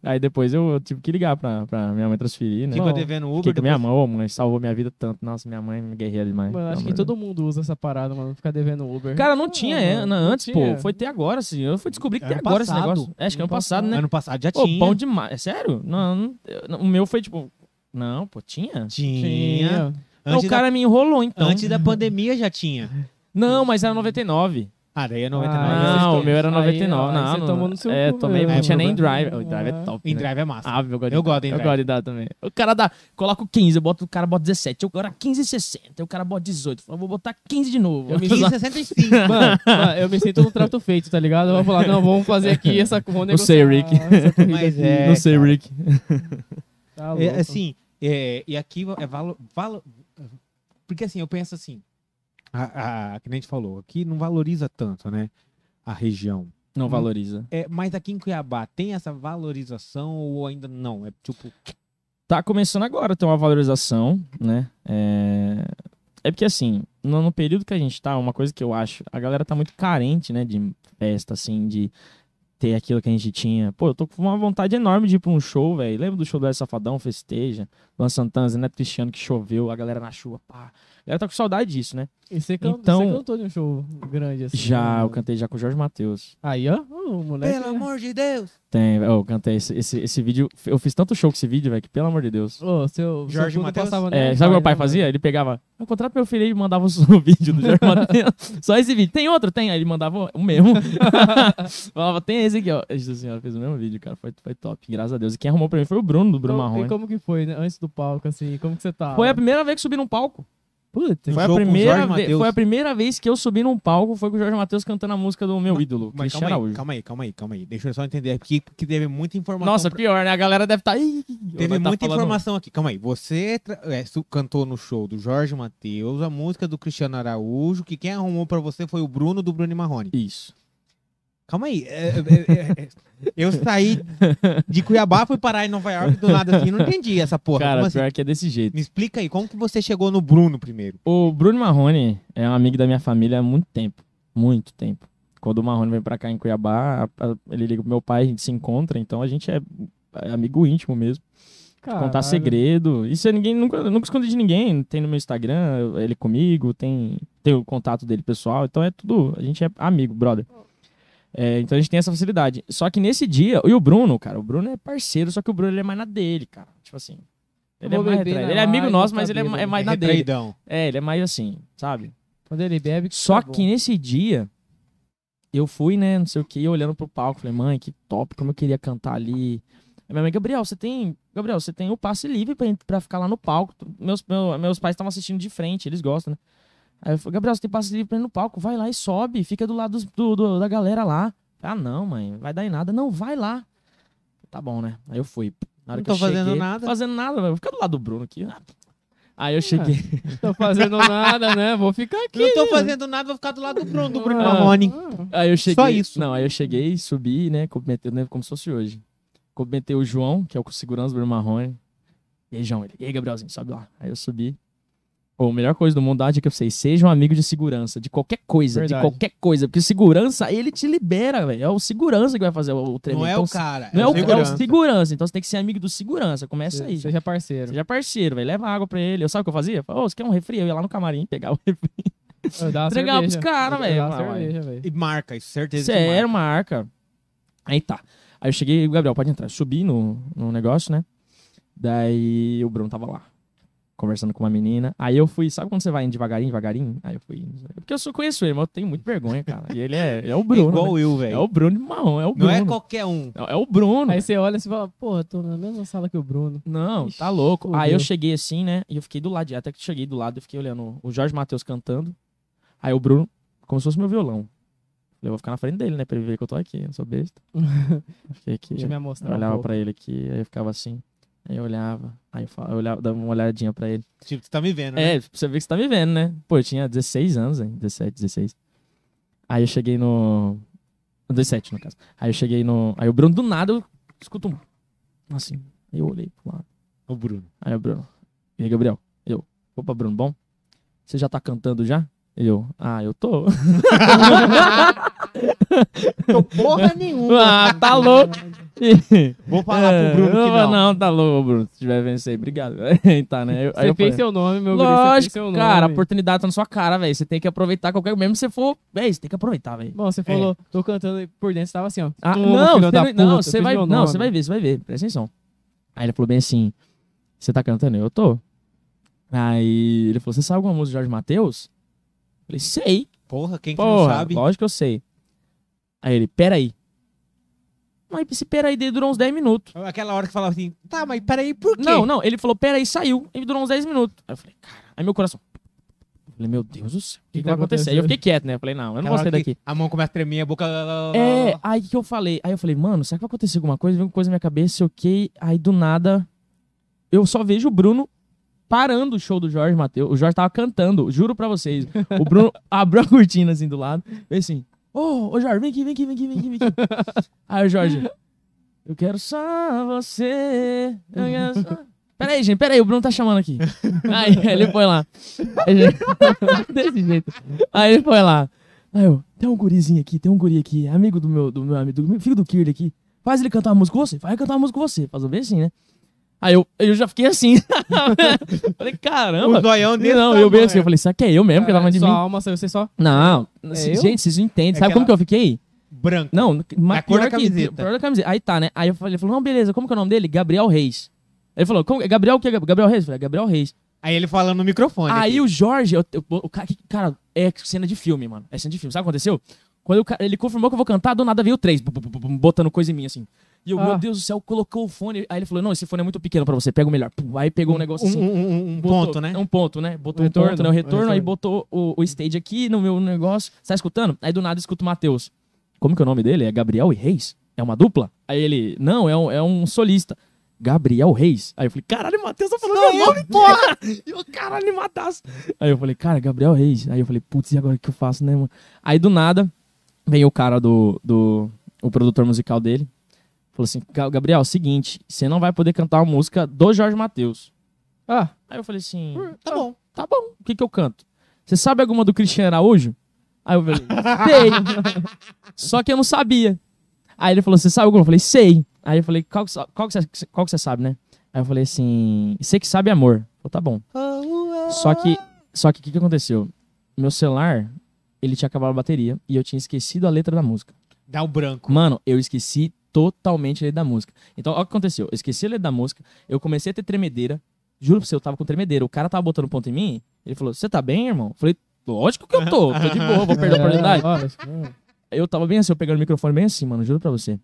Speaker 2: Aí depois eu, eu tive que ligar pra, pra minha mãe transferir, né?
Speaker 1: Ficou
Speaker 3: Não.
Speaker 1: devendo Uber.
Speaker 2: Fiquei com minha
Speaker 1: depois-
Speaker 2: mãe, ô mãe, salvou minha vida tanto. Nossa, minha mãe me guerreira demais.
Speaker 3: Mano,
Speaker 2: pelo
Speaker 3: acho que
Speaker 2: amor de
Speaker 3: todo mundo usa essa parada, mano. Ficar devendo Uber.
Speaker 2: Deus. Cara, não tinha é,
Speaker 3: mano,
Speaker 2: na-
Speaker 3: não
Speaker 2: antes,
Speaker 3: tinha.
Speaker 2: pô. Foi até agora, assim. Eu fui descobrir que
Speaker 1: Ano
Speaker 2: até agora esse
Speaker 1: passado.
Speaker 2: negócio. É, Acho que ano
Speaker 3: Ano
Speaker 2: passado, né?
Speaker 1: Ano passado já
Speaker 2: Pô,
Speaker 1: tinha.
Speaker 2: bom demais. É sério? Não, não- eu- não, o meu foi tipo. Não, pô, tinha?
Speaker 1: Tinha.
Speaker 3: Tinha.
Speaker 2: Não,
Speaker 1: Antes,
Speaker 2: o cara me enrolou,
Speaker 1: da,
Speaker 2: então.
Speaker 1: antes da pandemia já tinha.
Speaker 2: Não, mas era 99.
Speaker 1: Ah, daí é
Speaker 3: Ah,
Speaker 1: 99.
Speaker 2: não,
Speaker 3: mas
Speaker 2: o meu era
Speaker 3: aí,
Speaker 2: 99.
Speaker 3: ó,
Speaker 2: não,
Speaker 3: aí você
Speaker 2: não,
Speaker 3: tomou no seu
Speaker 2: É,
Speaker 3: cu,
Speaker 2: tomei,
Speaker 3: meu.
Speaker 2: não tinha nem
Speaker 3: Ah,
Speaker 2: drive. O drive é top.
Speaker 1: em
Speaker 2: né?
Speaker 1: drive é massa.
Speaker 2: Ah, eu gosto de
Speaker 1: Eu gosto de
Speaker 2: Eu
Speaker 1: drive.
Speaker 2: gosto de dar também. O cara dá, coloca o 15, eu boto, o cara bota 17, eu agora 15,60, o cara bota 18, eu falo, vou botar 15 de novo.
Speaker 3: Eu me
Speaker 1: 15,65.
Speaker 3: Mano, mano, eu me sinto no trato feito, tá ligado? Eu vou falar, não, vamos fazer aqui essa corrida.
Speaker 2: Eu sei, Rick.
Speaker 1: Mas é,
Speaker 2: Não sei,
Speaker 1: cara.
Speaker 2: Rick.
Speaker 3: Tá
Speaker 1: É,
Speaker 3: louco.
Speaker 1: assim, é, e aqui é valo, valo- Porque assim, eu penso assim. A, a, que nem a gente falou, aqui não valoriza tanto, né? A região.
Speaker 2: Não valoriza.
Speaker 1: É, mas aqui em Cuiabá tem essa valorização ou ainda não? É tipo.
Speaker 2: Tá começando agora a ter uma valorização, né? É, é porque assim, no, no período que a gente tá, uma coisa que eu acho, a galera tá muito carente, né? De festa, assim, de ter aquilo que a gente tinha. Pô, eu tô com uma vontade enorme de ir pra um show, velho. Lembra do show do El Safadão, Festeja, Luan Santana, Zé Neto Cristiano, que choveu, a galera na chuva, pá. A galera tá com saudade disso, né?
Speaker 3: E você, can-
Speaker 2: Então-
Speaker 3: você cantou de um show grande assim?
Speaker 2: Já, eu
Speaker 3: mano?
Speaker 2: cantei já com o Jorge Matheus.
Speaker 3: Aí, ó, o moleque.
Speaker 1: Pelo amor de Deus!
Speaker 2: Tem, velho. eu cantei esse, esse, esse vídeo. Eu fiz tanto show com esse vídeo, velho, que pelo amor de Deus.
Speaker 3: é- Ô, seu, seu
Speaker 1: Jorge
Speaker 3: Guto
Speaker 1: Mateus?
Speaker 3: passava no
Speaker 2: É,
Speaker 3: Wi-Fi,
Speaker 2: sabe o que meu pai
Speaker 3: né, mano?
Speaker 2: fazia? Ele pegava, eu contrato meu filho e mandava o vídeo do Jorge Mateus. Só esse vídeo. Tem outro? Tem. Aí ele mandava o mesmo. Falava, tem esse aqui, ó. Jesus senhora fez o mesmo vídeo, cara. Foi, foi top, graças a Deus. E quem arrumou pra mim foi o Bruno, do Bruno
Speaker 3: Como-
Speaker 2: Marrone.
Speaker 3: E como que foi, né? Antes do palco, assim, como que você tava?
Speaker 2: Foi a primeira vez que subi num palco.
Speaker 3: Puta,
Speaker 1: Foi
Speaker 2: Foi a,
Speaker 1: Jogo com o
Speaker 2: primeira
Speaker 1: Jorge
Speaker 2: ve-
Speaker 1: Mateus.
Speaker 2: foi a primeira vez que eu subi num palco foi com o Jorge Matheus cantando a música do meu ídolo,
Speaker 1: Mas
Speaker 2: Cristiano
Speaker 1: calma aí,
Speaker 2: Araújo.
Speaker 1: calma aí, calma aí, calma aí. Deixa eu só entender aqui, porque teve muita informação.
Speaker 2: Nossa,
Speaker 1: pra-
Speaker 2: pior, né? A galera deve estar.
Speaker 1: teve
Speaker 2: tá
Speaker 1: muita informação aqui. Calma aí. Você tra- é, su- cantou no show do Jorge Matheus, a música do Cristiano Araújo, que quem arrumou pra você foi o Bruno do Bruno e Marrone.
Speaker 2: Isso.
Speaker 1: Calma aí. é, é, é, é, Eu saí de Cuiabá, fui parar em Nova York do lado assim. Não entendi essa porra.
Speaker 2: Cara,
Speaker 1: Como assim?
Speaker 2: pior que é desse jeito.
Speaker 1: Me explica aí, como que você chegou no Bruno primeiro?
Speaker 2: O Bruno Marrone é um amigo da minha família há muito tempo. Muito tempo. Quando o Marrone vem pra cá em Cuiabá, a- a- ele liga pro meu pai, a gente se encontra, então a gente é é amigo íntimo mesmo.
Speaker 3: Caralho.
Speaker 2: Contar segredo. Isso é ninguém nunca, eu nunca escondi de ninguém. Tem no meu Instagram, eu- ele comigo, tem, tem o contato dele pessoal. Então é tudo. A gente é amigo, brother. É, então a gente tem essa facilidade. Só que nesse dia, e o Bruno, cara, o Bruno é parceiro, só que o Bruno ele é mais na dele, cara. Tipo assim. Ele é,
Speaker 3: Vou
Speaker 2: mais
Speaker 3: beber
Speaker 2: retraído.
Speaker 3: na
Speaker 2: ele é amigo
Speaker 3: live,
Speaker 2: nosso,
Speaker 3: tá
Speaker 2: mas ele é, ma- é
Speaker 3: bêbado.
Speaker 2: mais na dele.
Speaker 1: Retraidão.
Speaker 2: É, ele é mais assim, sabe?
Speaker 1: Tá
Speaker 3: Quando ele bebe, que
Speaker 2: Só
Speaker 3: tá
Speaker 2: que
Speaker 3: bom.
Speaker 2: nesse dia, eu fui, né, não sei o que, olhando pro palco, falei, mãe, que top, como eu queria cantar ali. Aí minha mãe, Gabriel, você tem. Gabriel, você tem o passe livre pra, pra ficar lá no palco. Tu- Meus, meu- meus pais estavam assistindo de frente, eles gostam, né? Aí eu falei, Gabriel, você tem passe livre pra ir no palco, vai lá e sobe, fica do lado dos- do, do- da galera lá. Ah, não, mãe, vai dar em nada. Não, vai lá. Tá bom, né? Aí eu fui. Na hora
Speaker 1: Não
Speaker 2: que eu
Speaker 1: tô fazendo
Speaker 2: cheguei-
Speaker 1: nada.
Speaker 2: Tô fazendo nada, velho. Fica do lado do Bruno aqui. Ah. Aí eu cheguei.
Speaker 3: Tô fazendo nada, né? Vou ficar aqui.
Speaker 1: Não tô fazendo nada, vou ficar do lado do Bruno, do Bruno
Speaker 2: Ah.
Speaker 1: Marrone.
Speaker 2: Aí eu cheguei.
Speaker 1: Só isso.
Speaker 2: Não, aí eu cheguei, subi, né? Cumprimentei, eu lembro como se fosse hoje. Cumprimentei o João, que é o segurança do Marrone. E aí, João, ele, e aí, Gabrielzinho, sobe lá. Aí eu subi. Pô, a melhor coisa do mundo, a dica pra vocês, seja um amigo de segurança, de qualquer coisa,
Speaker 3: Verdade.
Speaker 2: de qualquer coisa. Porque segurança, ele te libera, velho. É o segurança que vai fazer o, o treino.
Speaker 1: Não é
Speaker 2: Então,
Speaker 1: o cara.
Speaker 2: Não é o, é o
Speaker 1: segurança.
Speaker 2: segurança. Então você tem que ser amigo do segurança. Começa aí.
Speaker 3: Seja parceiro.
Speaker 2: Seja parceiro, velho. Leva água pra ele. Eu sabe o que eu fazia? Eu falava, ô, você quer um refri? Eu ia lá no camarim pegar o refri.
Speaker 3: Eu dava
Speaker 2: Entregava
Speaker 3: cerveja.
Speaker 2: pros caras,
Speaker 3: Eu
Speaker 2: velho.
Speaker 3: dava
Speaker 2: Ah,
Speaker 3: cerveja, velho.
Speaker 1: E marca, isso, certeza. que marca.
Speaker 2: Sério, uma arca. Aí tá. Aí eu cheguei, Gabriel, pode entrar. Eu Subi no, no negócio, né? Daí o Bruno tava lá, conversando com uma menina. Aí eu fui, sabe quando você vai indo devagarinho, devagarinho? Aí eu fui. indo. né? Porque eu só conheço ele, mas eu tenho muita vergonha, cara. E ele é, é o
Speaker 1: É
Speaker 2: Bruno.
Speaker 1: igual
Speaker 2: né?
Speaker 1: eu,
Speaker 2: É
Speaker 1: velho.
Speaker 2: o Bruno de marrom, é o
Speaker 1: Não
Speaker 2: Bruno.
Speaker 1: é qualquer um.
Speaker 2: Não, é o Bruno.
Speaker 3: Aí você olha e você fala, porra, tô na mesma sala que o Bruno.
Speaker 2: Não, tá
Speaker 3: Ixi,
Speaker 2: louco. Aí eu
Speaker 3: fudeu.
Speaker 2: cheguei assim, né? E eu fiquei do lado. e Até que cheguei do lado, eu fiquei olhando o Jorge Matheus cantando. Aí o Bruno, como se fosse meu violão. Eu vou ficar na frente dele, né? Pra ele ver que eu tô aqui. Eu não sou besta. Fiquei aqui.
Speaker 3: Deixa eu me
Speaker 2: Eu
Speaker 3: amostrar. um
Speaker 2: olhava
Speaker 3: pouco.
Speaker 2: pra ele aqui, aí eu ficava assim. Aí eu olhava, aí eu, falava, eu olhava, dava uma olhadinha pra ele.
Speaker 1: Tipo, você tá me vendo, né?
Speaker 2: É, pra você ver que você tá me vendo, né? Pô, eu tinha 16 anos, hein? 17, 16. Aí eu cheguei no. 17, no caso. Aí eu cheguei no. Aí o Bruno, do nada, eu escuto um. Assim. Aí eu olhei pro lado.
Speaker 1: O Bruno.
Speaker 2: Aí o Bruno. E aí, Gabriel? Eu. Opa, Bruno, bom? Você já tá cantando já? Eu. Ah, eu tô.
Speaker 1: Tô porra nenhuma.
Speaker 2: ah, tá louco.
Speaker 1: Vou falar pro Bruno
Speaker 2: É,
Speaker 1: que não.
Speaker 2: tá louco, Bruno. Se tiver vendo isso aí, obrigado. tá, né? Eu-
Speaker 3: Você
Speaker 2: aí eu
Speaker 3: fez
Speaker 2: falei,
Speaker 3: seu nome, meu guri, você fez
Speaker 2: Lógico,
Speaker 3: seu nome.
Speaker 2: cara, a oportunidade tá na sua cara, velho. Você tem que aproveitar qualquer. Mesmo se você for. Véi, você tem que aproveitar, velho.
Speaker 3: Bom, você falou, tô cantando e por dentro, você tava assim, ó.
Speaker 2: É. Ah,
Speaker 3: Toma,
Speaker 2: não,
Speaker 3: filho
Speaker 2: você
Speaker 3: da
Speaker 2: tem- não,
Speaker 3: puta,
Speaker 2: você
Speaker 3: fez
Speaker 2: vai,
Speaker 3: meu
Speaker 2: não,
Speaker 3: nome.
Speaker 2: você vai ver, você vai ver, presta atenção. Aí ele falou bem assim: Você tá cantando? Eu tô. Aí ele falou: Você sabe alguma música do Jorge Matheus? Eu falei: Sei.
Speaker 1: Porra, quem que não
Speaker 2: Porra,
Speaker 1: sabe?
Speaker 2: lógico que eu sei. Aí ele: Peraí. Mas esse peraí dele durou uns 10 minutos.
Speaker 1: Aquela hora que falava assim, tá, mas peraí, por quê?
Speaker 2: Não, não, ele falou, peraí, saiu. E durou uns 10 minutos. Aí eu falei, cara. Aí meu coração. Eu falei, meu Deus do céu, o que, que
Speaker 3: tá
Speaker 2: vai acontecer? Aí eu
Speaker 3: acontecendo?
Speaker 2: fiquei quieto, né? Eu falei, não, eu não
Speaker 1: Aquela
Speaker 2: vou sair
Speaker 1: hora que
Speaker 2: daqui.
Speaker 1: A mão começa a tremer, a boca.
Speaker 2: É, aí o que eu falei? Aí eu falei, mano, será que vai acontecer alguma coisa? Vem alguma coisa na minha cabeça, sei o quê. Aí do nada, eu só vejo o Bruno parando o show do Jorge Matheus. O Jorge tava cantando, juro pra vocês. O Bruno abriu a cortina assim do lado, fez assim: Ô, ô Jorge, vem aqui, vem aqui, vem aqui, vem aqui, vem aqui. Aí o Jorge, eu quero só você. Eu quero só. Peraí, gente, peraí, o Bruno tá chamando aqui. Aí ele foi lá. Aí, gente, Desse jeito. Aí ele foi lá. Aí eu, tem um gurizinho aqui, tem um guri aqui, amigo do meu, do meu amigo, do meu filho do Kirley aqui. Faz ele cantar uma música com você? Faz ele cantar uma música com você. Faz um bem assim, né? Aí eu, eu já fiquei assim. falei,
Speaker 1: O
Speaker 2: caramba.
Speaker 1: zoião dele.
Speaker 2: Não, eu bem assim,
Speaker 1: né?
Speaker 2: eu falei, será que é eu mesmo que tava de
Speaker 3: Sua
Speaker 2: mim?
Speaker 3: alma saiu, você só...
Speaker 2: Não,
Speaker 3: É eu?
Speaker 2: gente, vocês não entendem.
Speaker 1: É
Speaker 2: Sabe como
Speaker 1: aquela-
Speaker 2: que eu fiquei?
Speaker 1: Branco.
Speaker 2: Não, mas
Speaker 1: a cor
Speaker 2: pior
Speaker 1: da
Speaker 2: que-
Speaker 1: camiseta.
Speaker 2: pior da camiseta. Aí tá, né? Aí eu falei, ele falou, não, beleza, como que é o nome dele? Gabriel Reis. Ele falou, como, é Gabriel o que? Gabriel Reis? Eu falei, é Gabriel Reis.
Speaker 1: Aí ele falando no microfone.
Speaker 2: Aí
Speaker 1: aqui.
Speaker 2: o Jorge, eu- eu- o cara, que- cara, é cena de filme, mano. É cena de filme. Sabe o que aconteceu? Quando o cara- ele confirmou que eu vou cantar, do nada veio três, bu- bu- bu- bu- botando coisa em mim, assim. E eu,
Speaker 3: Ah.
Speaker 2: meu Deus do céu, colocou o fone. Aí ele falou, não, esse fone é muito pequeno pra você, pega o melhor. Pum, aí pegou um negócio assim.
Speaker 1: Um, um- um- um
Speaker 2: botou-
Speaker 1: ponto, né?
Speaker 2: Um ponto, né? Botou
Speaker 3: O
Speaker 2: um ponto,
Speaker 3: retorno,
Speaker 2: né? O
Speaker 3: o
Speaker 2: retorno, aí
Speaker 3: retorno.
Speaker 2: botou o, o stage aqui no meu negócio. Você tá escutando? Aí do nada eu escuto o Matheus. Como que é o nome dele? É Gabriel e Reis? É uma dupla? Aí ele, não, é um, é um solista. Gabriel Reis. Aí eu falei, caralho, Matheus tá falando meu nome, porra! E eu, caralho, ele matasse. Aí eu falei, cara, Gabriel Reis. Aí eu falei, putz, e agora o que eu faço, né, mano? Aí do nada, Veio o cara do, do o produtor musical dele. Falou assim: "Ga- Gabriel, seguinte, você não vai poder cantar uma música do Jorge Matheus.
Speaker 3: Ah,
Speaker 2: Aí eu falei assim:
Speaker 1: Tá bom.
Speaker 2: tá bom, o que, que eu canto? Você sabe alguma do Cristiano Araújo? Aí eu falei, sei. Só que eu não sabia. Aí ele falou, você sabe alguma? Eu falei, sei. Aí eu falei, qual que, sa- qual que você qual que você sabe, né? Aí eu falei assim, você que sabe amor. Eu falei, tá bom. Só que, só que o que, que aconteceu? Meu celular, ele tinha acabado a bateria e eu tinha esquecido a letra da música.
Speaker 1: Dá o branco.
Speaker 2: Mano, eu esqueci totalmente a letra da música. Então, olha o que aconteceu. Eu esqueci a letra da música, eu comecei a ter tremedeira. Juro pra você, eu tava com tremedeira. O cara tava botando ponto em mim, ele falou, você tá bem, irmão? Eu falei, lógico que eu tô, tô de boa, vou perder a oportunidade. Eu tava bem assim, eu pegando o microfone bem assim, mano, juro pra você.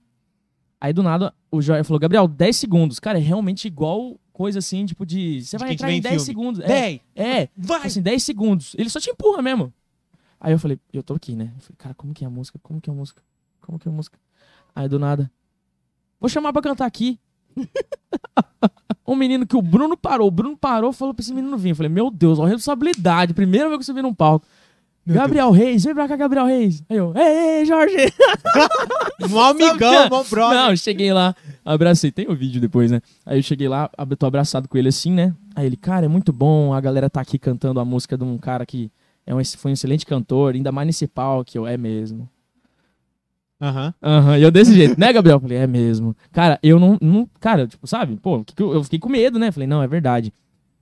Speaker 2: Aí, do nada, o Jorge falou, Gabriel, 10 segundos. Cara, é realmente igual coisa assim, tipo de... Você
Speaker 1: De
Speaker 2: vai
Speaker 1: quem te
Speaker 2: entrar
Speaker 1: vê
Speaker 2: em
Speaker 1: em
Speaker 2: 10
Speaker 1: filme.
Speaker 2: segundos. É,
Speaker 1: Dei,
Speaker 2: é,
Speaker 1: vai!
Speaker 2: assim, 10 segundos. Ele só te empurra mesmo. Aí eu falei, eu tô aqui, né? Eu falei, cara, como que é a música? Como que é a música? Como que é a música? Aí do nada, vou chamar pra cantar aqui. um menino que o Bruno parou. O Bruno parou e falou pra esse menino vir. Eu falei, meu Deus, olha a responsabilidade. Primeira vez que você vem num palco.
Speaker 1: Meu
Speaker 2: Gabriel Reis, vem pra cá, Gabriel Reis. Aí eu, ei, ei, Jorge.
Speaker 1: Mó amigão,
Speaker 2: Sabe? é?
Speaker 1: mó brother.
Speaker 2: Não, eu cheguei lá, abracei. Tem o vídeo depois, né? Aí eu cheguei lá, ab- tô abraçado com ele assim, né? Aí ele, cara, é muito bom. A galera tá aqui cantando a música de um cara que é um, ex- foi um excelente cantor, ainda mais nesse palco. Eu, é mesmo.
Speaker 1: Aham.
Speaker 2: Aham, e eu desse jeito, né, Gabriel? Eu Falei, é mesmo. Cara, eu não. não cara, tipo, sabe? Pô, que que eu eu fiquei com medo, né? Falei, não, é verdade.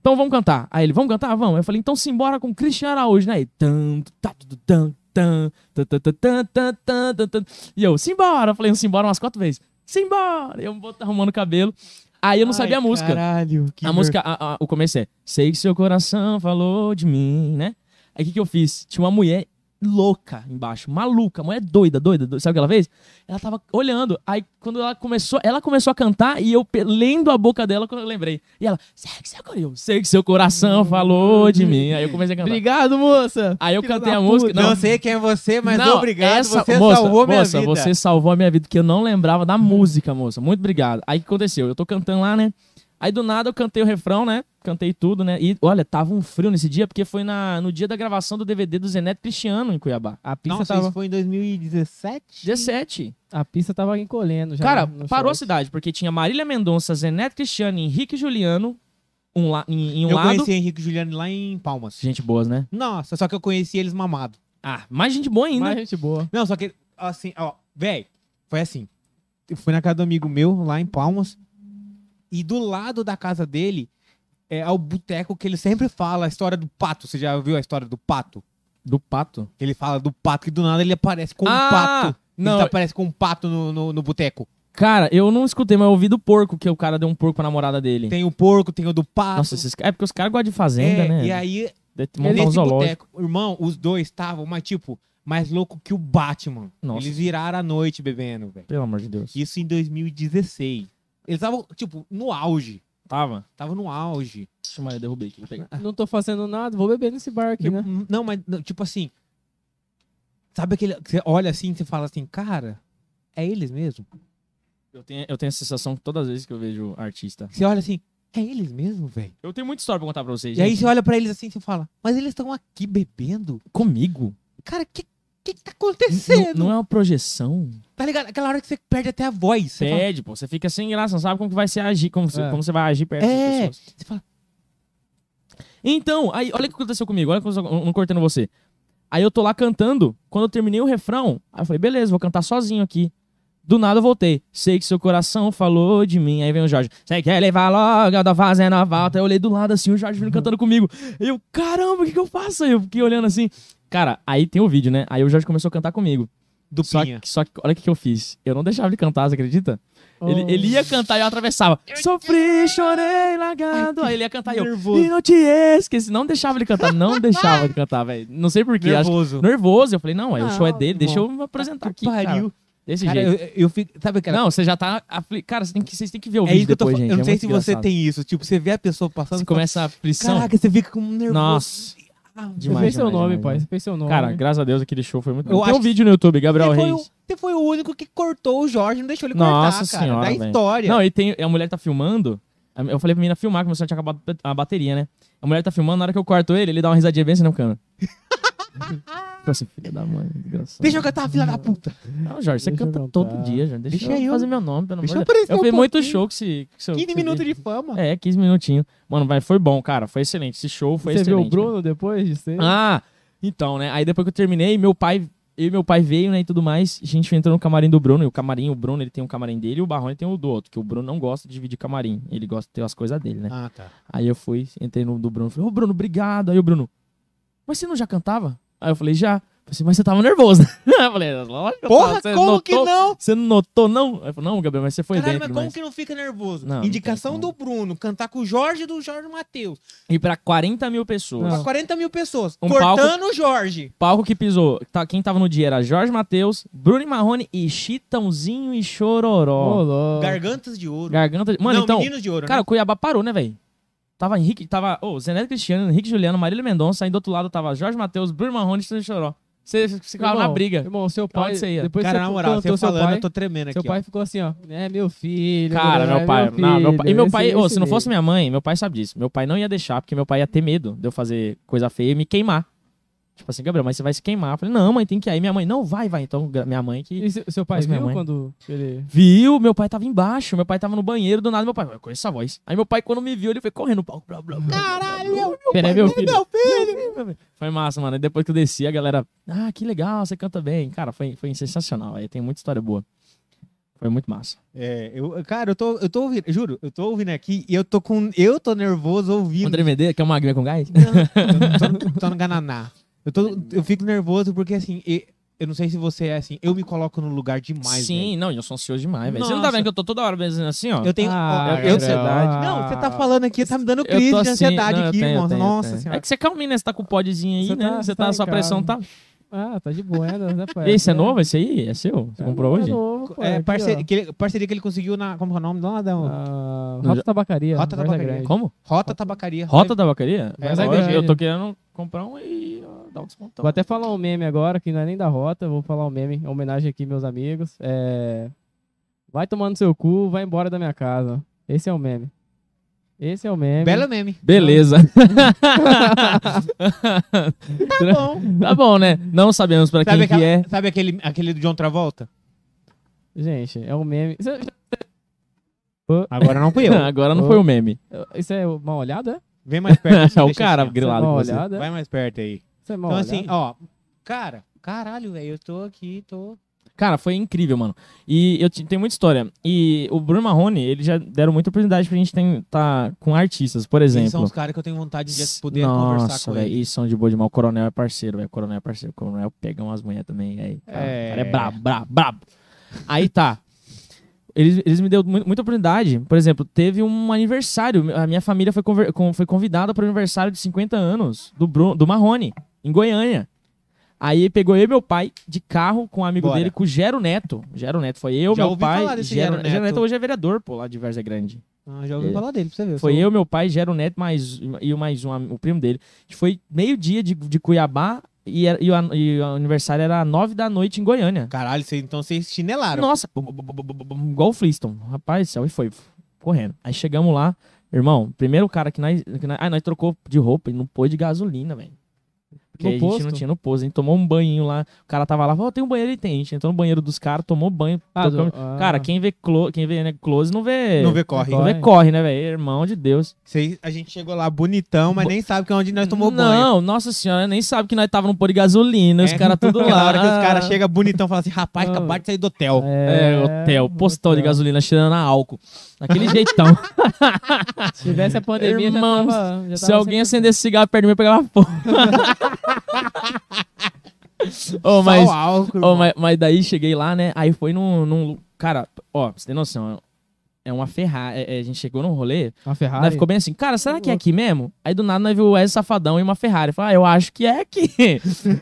Speaker 2: Então vamos cantar. Aí ele, vamos cantar? Vamos. Aí Eu falei, então simbora com o Cristiano Araújo, né? E tan, tá, tudo, tan, tan, tan, tan, tan, tan, tan, tan, tan, tan. E eu, simbora. Eu falei, um simbora umas quatro vezes. Simbora. Eu bot- arrumando o cabelo. Aí eu não sabia a música.
Speaker 1: Caralho, que
Speaker 2: a música, a- a- o começo é, sei que seu coração falou de mim, né? Aí o que, que eu fiz? Tinha uma mulher louca embaixo, maluca, mulher doida, doida, doida. Sabe o que ela fez? Ela tava olhando. Aí quando ela começou, ela começou a cantar e eu pe- lendo a boca dela quando eu lembrei. E ela, sei que seu, eu sei que seu coração falou de mim. Aí eu comecei a cantar.
Speaker 3: Obrigado, moça.
Speaker 2: Aí eu
Speaker 3: Filha
Speaker 2: cantei
Speaker 3: da
Speaker 2: a música.
Speaker 3: puta.
Speaker 1: Não, sei quem é você, mas
Speaker 2: Não,
Speaker 1: obrigado.
Speaker 2: essa-
Speaker 1: você
Speaker 2: moça,
Speaker 1: salvou minha
Speaker 2: moça,
Speaker 1: vida.
Speaker 2: Você salvou a minha vida, porque eu não lembrava da música, moça. Muito obrigado. Aí o que aconteceu? Eu tô cantando lá, né? Aí do nada eu cantei o refrão, né? Cantei tudo, né? E olha, tava um frio nesse dia, porque foi na, no dia da gravação do DVD do Zeneto Cristiano em Cuiabá.
Speaker 3: A pista,
Speaker 1: Nossa,
Speaker 3: tava,
Speaker 1: isso foi em 2017?
Speaker 2: 17.
Speaker 3: a pista tava encolhendo já.
Speaker 2: Cara,
Speaker 3: no- no
Speaker 2: parou assim a
Speaker 3: short.
Speaker 2: cidade, porque tinha Marília Mendonça, Zeneto Cristiano, Henrique Juliano um la, em, em um
Speaker 1: eu
Speaker 2: lado.
Speaker 1: conheci Henrique e Juliano lá em Palmas.
Speaker 2: Gente boas, né?
Speaker 1: Nossa, só que eu conheci eles mamado.
Speaker 2: Ah, mais gente boa ainda.
Speaker 3: Mais gente boa.
Speaker 1: Não, só que, assim, ó, véi, foi assim. Eu fui na casa do amigo meu, lá em Palmas, e do lado da casa dele é o boteco que ele sempre fala a história do pato. Você já viu a história do pato?
Speaker 2: Do Pato.
Speaker 1: Ele fala do pato que do nada ele aparece com
Speaker 2: Ah,
Speaker 1: um pato.
Speaker 2: não.
Speaker 1: Ele aparece com um pato no, no, no boteco.
Speaker 2: Cara, eu não escutei, mas eu ouvi do porco, que o cara deu um porco pra namorada dele.
Speaker 1: Tem o porco, tem o do pato.
Speaker 2: Nossa, esses... é porque os caras gostam de fazenda,
Speaker 1: é,
Speaker 2: né?
Speaker 1: E aí,
Speaker 2: Deve montar um
Speaker 1: nesse
Speaker 2: zoológico.
Speaker 1: boteco, irmão, os dois estavam, mas tipo, mais louco que o Batman.
Speaker 2: Nossa.
Speaker 1: Eles viraram a noite bebendo, velho.
Speaker 2: Pelo amor de Deus.
Speaker 1: Isso em 2016. Eles estavam, tipo, no auge.
Speaker 2: Tava.
Speaker 1: Tava no auge.
Speaker 2: Deixa eu derrubei aqui. Vou pegar.
Speaker 3: Não tô fazendo nada, vou beber nesse bar aqui,
Speaker 1: Eu-
Speaker 3: né?
Speaker 1: Não, mas, não, tipo assim. Sabe aquele. que Você olha assim e você fala assim, cara, é eles mesmo?
Speaker 2: Eu tenho, eu tenho a sensação que todas as vezes que eu vejo artista.
Speaker 1: Você olha assim, é eles mesmo, velho?
Speaker 2: Eu tenho muita história pra contar pra vocês.
Speaker 1: E aí
Speaker 2: gente.
Speaker 1: você olha pra eles assim e você fala, mas eles estão aqui bebendo?
Speaker 2: Comigo?
Speaker 1: Cara, o que, que que tá
Speaker 2: N-
Speaker 1: acontecendo?
Speaker 2: Não é uma projeção?
Speaker 1: Tá ligado? Aquela hora que você perde até a voz. Você fala,
Speaker 2: Pede, pô. Você fica sem graça, não sabe como que vai se agir, como, você-
Speaker 3: É.
Speaker 2: como você vai agir perto
Speaker 1: É.
Speaker 2: das pessoas.
Speaker 1: você fala,
Speaker 2: Então, aí, olha o que aconteceu comigo. Olha como eu não cortando você. Aí eu tô lá cantando. Quando eu terminei o refrão, aí eu falei, beleza, vou cantar sozinho aqui. Do nada eu voltei. Sei que seu coração falou de mim. Aí vem o Jorge. Sei que levar logo, eu tô fazendo a volta. Eu olhei do lado assim, o Jorge vindo cantando comigo. Eu, caramba, o que, que eu faço? Aí Eu fiquei olhando assim. Cara, aí tem o vídeo, né? Aí o Jorge começou a cantar comigo. Só
Speaker 1: dupinha.
Speaker 2: que, só que olha o que, que eu fiz. Eu não deixava ele cantar, você acredita? Ele,
Speaker 3: Oh.
Speaker 2: ele ia cantar e eu atravessava. Sofri, chorei, lagado. Aí ele ia cantar e eu.
Speaker 1: nervoso.
Speaker 2: E não te esqueci. Não deixava ele cantar, não deixava ele cantar, velho. Não sei porquê. Acho
Speaker 1: Nervoso.
Speaker 2: nervoso. Eu falei, não, ué, o
Speaker 1: Ah,
Speaker 2: show é dele,
Speaker 1: irmão.
Speaker 2: deixa eu me apresentar aqui. cara.
Speaker 1: Pariu.
Speaker 2: Desse
Speaker 1: Cara,
Speaker 2: jeito.
Speaker 1: eu, eu fico. Sabe aquela
Speaker 2: Não, você já tá. afli- Cara, você tem que, vocês têm que ver o
Speaker 1: É
Speaker 2: vídeo
Speaker 1: isso que eu tô
Speaker 2: depois,
Speaker 1: falando.
Speaker 2: gente.
Speaker 1: Eu não
Speaker 2: é
Speaker 1: sei
Speaker 2: muito
Speaker 1: se você
Speaker 2: engraçado.
Speaker 1: tem isso. Tipo, você vê a pessoa passando
Speaker 2: Você
Speaker 1: e fala,
Speaker 2: começa a aflição.
Speaker 1: Caraca, você fica com um nervoso.
Speaker 2: Nossa.
Speaker 1: Ah,
Speaker 3: Você
Speaker 2: demais.
Speaker 3: fez seu
Speaker 2: demais,
Speaker 3: nome,
Speaker 2: demais,
Speaker 3: pai.
Speaker 2: demais.
Speaker 3: Você fez seu nome.
Speaker 2: Cara, graças a Deus aquele show foi muito
Speaker 1: Eu
Speaker 2: bom. Tem um
Speaker 1: acho-
Speaker 2: vídeo no YouTube, Gabriel
Speaker 1: você, foi, um o-
Speaker 2: Reis.
Speaker 1: você foi o único que cortou o Jorge, não deixou ele
Speaker 2: Nossa
Speaker 1: cortar, cara.
Speaker 2: senhora,
Speaker 1: da
Speaker 2: velho.
Speaker 1: história.
Speaker 2: Não, e tem. A mulher tá filmando. Eu falei pra menina filmar, que meu celular tinha acabado a bateria, né? A mulher tá filmando, na hora que eu corto ele, ele dá uma risadinha bem assim, não, cara. Tipo assim, filha da mãe, desgraçado.
Speaker 1: Deixa eu cantar, filha da puta.
Speaker 2: Não, Jorge, você
Speaker 3: Deixa eu
Speaker 2: canta
Speaker 3: cantar.
Speaker 2: todo dia, Jorge. Deixa,
Speaker 1: Deixa
Speaker 2: eu
Speaker 1: eu.
Speaker 2: fazer meu nome, pelo amor de
Speaker 1: Deixa eu
Speaker 2: Deus.
Speaker 1: aparecer
Speaker 2: Eu
Speaker 1: um
Speaker 2: fiz muito
Speaker 1: pouquinho.
Speaker 2: show que se... Que se
Speaker 1: 15 minutos de fama.
Speaker 2: É, 15 minutinhos. Mano, vai, foi bom, cara. Foi excelente. Esse show foi
Speaker 3: Você viu
Speaker 2: excelente.
Speaker 3: o Bruno depois de ser?
Speaker 2: velho. Ah, então, né? Aí depois que eu terminei, meu pai... Eu e meu pai veio, né, e tudo mais. A gente entrou no camarim do Bruno. E o camarim, o Bruno, ele tem um camarim dele e o Barrone tem o do outro. Que o Bruno não gosta de dividir camarim. Ele gosta de ter as coisas dele, né?
Speaker 1: Ah, tá.
Speaker 2: Aí eu fui, entrei no do Bruno, falei, ô Bruno, obrigado. Aí o Bruno, mas você não já cantava? Aí eu falei, já. Falei assim, mas você tava nervoso, né? eu falei, lógico. que eu
Speaker 1: Porra,
Speaker 2: tava, você
Speaker 1: como
Speaker 2: notou,
Speaker 1: que não?
Speaker 2: Você não notou, não? Aí eu falei, não, Gabriel, mas você foi
Speaker 1: Caralho, mas
Speaker 2: dentro.
Speaker 1: como
Speaker 2: mas-
Speaker 1: que não fica nervoso?
Speaker 2: Não, não
Speaker 1: Indicação
Speaker 2: tem
Speaker 1: do
Speaker 2: como.
Speaker 1: Bruno, cantar com o Jorge do Jorge Matheus.
Speaker 2: E pra 40 mil pessoas.
Speaker 1: Pra
Speaker 3: Não.
Speaker 1: 40 mil pessoas.
Speaker 2: Um
Speaker 1: cortando o Jorge.
Speaker 2: Palco que pisou, tá, quem tava no dia era Jorge Matheus, Bruno e Marrone e Chitãozinho e Chororó.
Speaker 3: Olô.
Speaker 1: Gargantas de ouro.
Speaker 2: Garganta. de- Mano,
Speaker 1: não,
Speaker 2: então.
Speaker 1: meninos de ouro.
Speaker 2: Cara,
Speaker 1: né?
Speaker 2: o Cuiabá parou, né, velho? Tava Henrique, tava. Ô, Zeneto Cristiano, Henrique Juliano, Marília Mendonça, aí do outro lado tava Jorge Matheus, Bruno e Marrone e Chitãozinho e Chororó. Você ficava na
Speaker 3: Irmão,
Speaker 2: briga.
Speaker 3: Irmão, seu
Speaker 2: Pra
Speaker 3: pai.
Speaker 2: onde você ia?
Speaker 3: Depois
Speaker 1: Cara,
Speaker 3: você
Speaker 1: na moral,
Speaker 3: cantou
Speaker 1: você
Speaker 3: seu
Speaker 1: falando,
Speaker 3: pai,
Speaker 1: eu tô tremendo
Speaker 3: Seu
Speaker 1: aqui. ó.
Speaker 3: pai ficou assim, ó. É meu filho.
Speaker 2: Cara, meu
Speaker 3: é
Speaker 2: pai, não, meu pai- E meu
Speaker 3: filho,
Speaker 2: pai,
Speaker 3: esse- é
Speaker 2: ô,
Speaker 3: esse
Speaker 2: se não
Speaker 3: mesmo.
Speaker 2: fosse minha mãe, meu pai sabe disso. Meu pai não ia deixar, porque meu pai ia ter medo de eu fazer coisa feia e me queimar. Tipo assim, Gabriel, mas você vai se queimar. Eu falei, não, mãe, tem que ir. Aí minha mãe, não, vai, vai. Então, gra- minha mãe que.
Speaker 3: E se- seu pai
Speaker 2: fosse minha
Speaker 3: viu
Speaker 2: mãe.
Speaker 3: quando ele.
Speaker 2: Viu, meu pai tava embaixo, meu pai tava no banheiro, do nada meu pai, eu conheço essa voz. Aí meu pai, quando me viu, ele foi correndo no palco. Blá, blá, blá,
Speaker 1: Caralho, meu,
Speaker 2: Peraí,
Speaker 1: é meu
Speaker 2: meu filho.
Speaker 1: filho.
Speaker 2: Foi massa, mano. E depois que eu desci, a galera, ah, que legal, você canta bem. Cara, foi, foi sensacional. Aí tem muita história boa. Foi muito massa.
Speaker 1: É, eu, cara, eu tô, eu tô ouvindo, juro, eu tô ouvindo aqui e eu tô com. Eu tô nervoso
Speaker 2: Um
Speaker 1: ouvindo.
Speaker 2: tremedeira, quer uma aguinha com gás?
Speaker 1: Não, tô, no- tô no Gananá. Eu, tô, eu fico nervoso porque assim, e- eu, não sei se você é assim, eu me coloco no lugar demais.
Speaker 2: Sim,
Speaker 1: velho.
Speaker 2: não, eu sou ansioso demais, velho. Você não tá
Speaker 1: Nossa.
Speaker 2: vendo que eu tô toda hora pensando assim, ó?
Speaker 1: Eu tenho.
Speaker 3: Ah,
Speaker 1: ó, eu,
Speaker 2: Gabriel, ah.
Speaker 1: não, você tá falando aqui, tá me dando
Speaker 2: Eu tô
Speaker 1: crise de
Speaker 2: assim,
Speaker 1: ansiedade
Speaker 2: não, eu
Speaker 1: aqui,
Speaker 2: tenho, eu
Speaker 1: irmão.
Speaker 2: tenho, eu
Speaker 1: Nossa
Speaker 2: tenho. É
Speaker 1: senhora.
Speaker 2: que você é calminha, né? Você tá com o podzinho aí,
Speaker 3: Você
Speaker 2: né?
Speaker 3: tá-
Speaker 2: você
Speaker 3: tá
Speaker 2: tá,
Speaker 3: em
Speaker 2: sua pressão tá.
Speaker 3: casa. Ah, tá de buenas, né, pai?
Speaker 2: Ei, esse é novo esse aí? É seu? Você
Speaker 3: É
Speaker 2: comprou
Speaker 3: novo,
Speaker 2: hoje?
Speaker 3: É, novo, pô,
Speaker 1: É,
Speaker 3: aqui,
Speaker 1: parceria,
Speaker 3: ó.
Speaker 1: que ele, parceria que ele conseguiu na. Como que é o nome lá? Da,
Speaker 3: Ah,
Speaker 2: um- Não, já-
Speaker 3: Rota Tabacaria.
Speaker 1: Rota
Speaker 3: Varza
Speaker 1: Tabacaria.
Speaker 3: Grande.
Speaker 2: Como?
Speaker 1: Rota Tabacaria.
Speaker 2: Rota da Bacaria?
Speaker 1: É,
Speaker 2: Mas
Speaker 1: vai
Speaker 2: agora
Speaker 3: ganhar.
Speaker 2: eu tô querendo comprar um e ó, dar um descontão.
Speaker 3: Vou até falar um meme agora, que não é nem da Rota. Vou falar um meme, em homenagem aqui, meus amigos. É... Vai tomar no seu cu, vai embora da minha casa. Esse é o meme. Esse é o meme.
Speaker 1: Belo meme.
Speaker 2: Beleza.
Speaker 1: Tá bom.
Speaker 2: tá bom, né? Não sabemos pra
Speaker 1: Sabe,
Speaker 2: quem que é.
Speaker 1: aquela- sabe aquele, aquele do John Travolta?
Speaker 3: Gente, é um meme. Isso é,
Speaker 1: Agora não fui eu.
Speaker 2: Agora não foi o meme.
Speaker 3: isso é mal olhado, é?
Speaker 1: Vem mais perto. assim,
Speaker 2: É o
Speaker 1: deixa
Speaker 2: cara
Speaker 1: assim, ó.
Speaker 2: grilado
Speaker 3: Isso é
Speaker 2: com
Speaker 3: mal
Speaker 2: você.
Speaker 3: olhado, é?
Speaker 1: Vai mais perto aí.
Speaker 3: Isso é mal
Speaker 1: Então,
Speaker 3: olhado.
Speaker 1: assim, ó. Cara, caralho, velho. Eu tô aqui, tô.
Speaker 2: Cara, foi incrível, mano. E eu ti- tenho muita história. E o Bruno Marrone, eles já deram muita oportunidade pra gente ter, tá com artistas, por
Speaker 1: Eles são
Speaker 2: exemplo.
Speaker 1: os caras que eu tenho vontade de poder
Speaker 2: Nossa,
Speaker 1: conversar com
Speaker 2: velho,
Speaker 1: eles.
Speaker 2: eles são de boa demais. O coronel é parceiro, velho. O coronel é parceiro. O coronel pega umas manhãs também. Aí, cara,
Speaker 1: É.
Speaker 2: é... cara é brabo, brabo, brabo. Aí tá. Eles, eles me deu mu- muita oportunidade. Por exemplo, teve um aniversário. A minha família foi, conver- com- foi convidada para o aniversário de 50 anos do, Bruno, do Marrone, em Goiânia. Aí pegou eu e meu pai de carro com um amigo
Speaker 1: Bora.
Speaker 2: dele, com o Gero Neto. Gero Neto foi eu,
Speaker 1: Já
Speaker 2: meu
Speaker 1: ouvi
Speaker 2: pai.
Speaker 1: falar desse
Speaker 2: Gero,
Speaker 1: Gero Neto.
Speaker 2: Gero Neto hoje é vereador, pô, lá de Verza Grande.
Speaker 1: Ah, já ouvi
Speaker 2: É.
Speaker 1: falar dele, pra você ver.
Speaker 2: Foi
Speaker 1: sou-
Speaker 2: eu, meu pai, Gero Neto mais, e o mais um, am- o primo dele. A gente foi meio-dia de, de Cuiabá e, era- e o, an- e o aniversário era nove da noite em Goiânia.
Speaker 1: Caralho, cê- então vocês chinelaram.
Speaker 2: Nossa, bum, bum, bum, bum, bum, bum, igual o Flintstone. Rapaz, do céu, e foi f- correndo. Aí chegamos lá, irmão, primeiro cara que nós. Que nós ah, nós trocou de roupa e não pôs de gasolina, velho. Porque
Speaker 3: No
Speaker 2: a gente não
Speaker 3: posto?
Speaker 2: tinha no posto, a gente tomou um banhinho lá. O cara tava lá, falou, tem um banheiro e tem. A gente entrou no banheiro dos caras, tomou banho.
Speaker 3: Ah, do-
Speaker 2: trocamos-
Speaker 3: ah.
Speaker 2: Cara, quem vê, clo, quem vê né, close não é, vê.
Speaker 1: Não vê corre.
Speaker 2: não vê
Speaker 3: corre.
Speaker 2: corre, né, velho? Irmão de Deus.
Speaker 1: Cês- a gente chegou lá bonitão, mas nem sabe que é onde nós tomou banho.
Speaker 2: Não, nossa senhora, nem sabe que nós tava num pôr de gasolina, os
Speaker 1: É.
Speaker 2: caras tudo lá. Ah.
Speaker 1: Na hora que os caras chegam bonitão, falam assim, rapaz,
Speaker 3: Não.
Speaker 1: acabaram de sair do hotel.
Speaker 2: É, hotel, postão de
Speaker 3: hotel.
Speaker 2: gasolina cheirando a álcool. Daquele jeitão.
Speaker 3: Se tivesse a pandemia,
Speaker 2: Irmãos,
Speaker 3: já tava, já
Speaker 2: Se
Speaker 3: tava
Speaker 2: alguém
Speaker 3: sempre-
Speaker 2: acendesse cigarro perto de mim, eu pegava fogo. Ô, mas,
Speaker 1: Só o álcool.
Speaker 2: ô,
Speaker 1: irmão.
Speaker 2: mas, mas daí cheguei lá, né? Aí foi num. num lu- cara, ó, pra você tem noção, é uma Ferrari. é- é, a gente chegou num rolê,
Speaker 3: Uma
Speaker 2: Daí
Speaker 3: Ferrari.
Speaker 2: ficou bem assim, cara, será que é aqui mesmo? Aí do nada nós viu o Wesley Safadão e uma Ferrari. Falei, ah, eu acho que é aqui.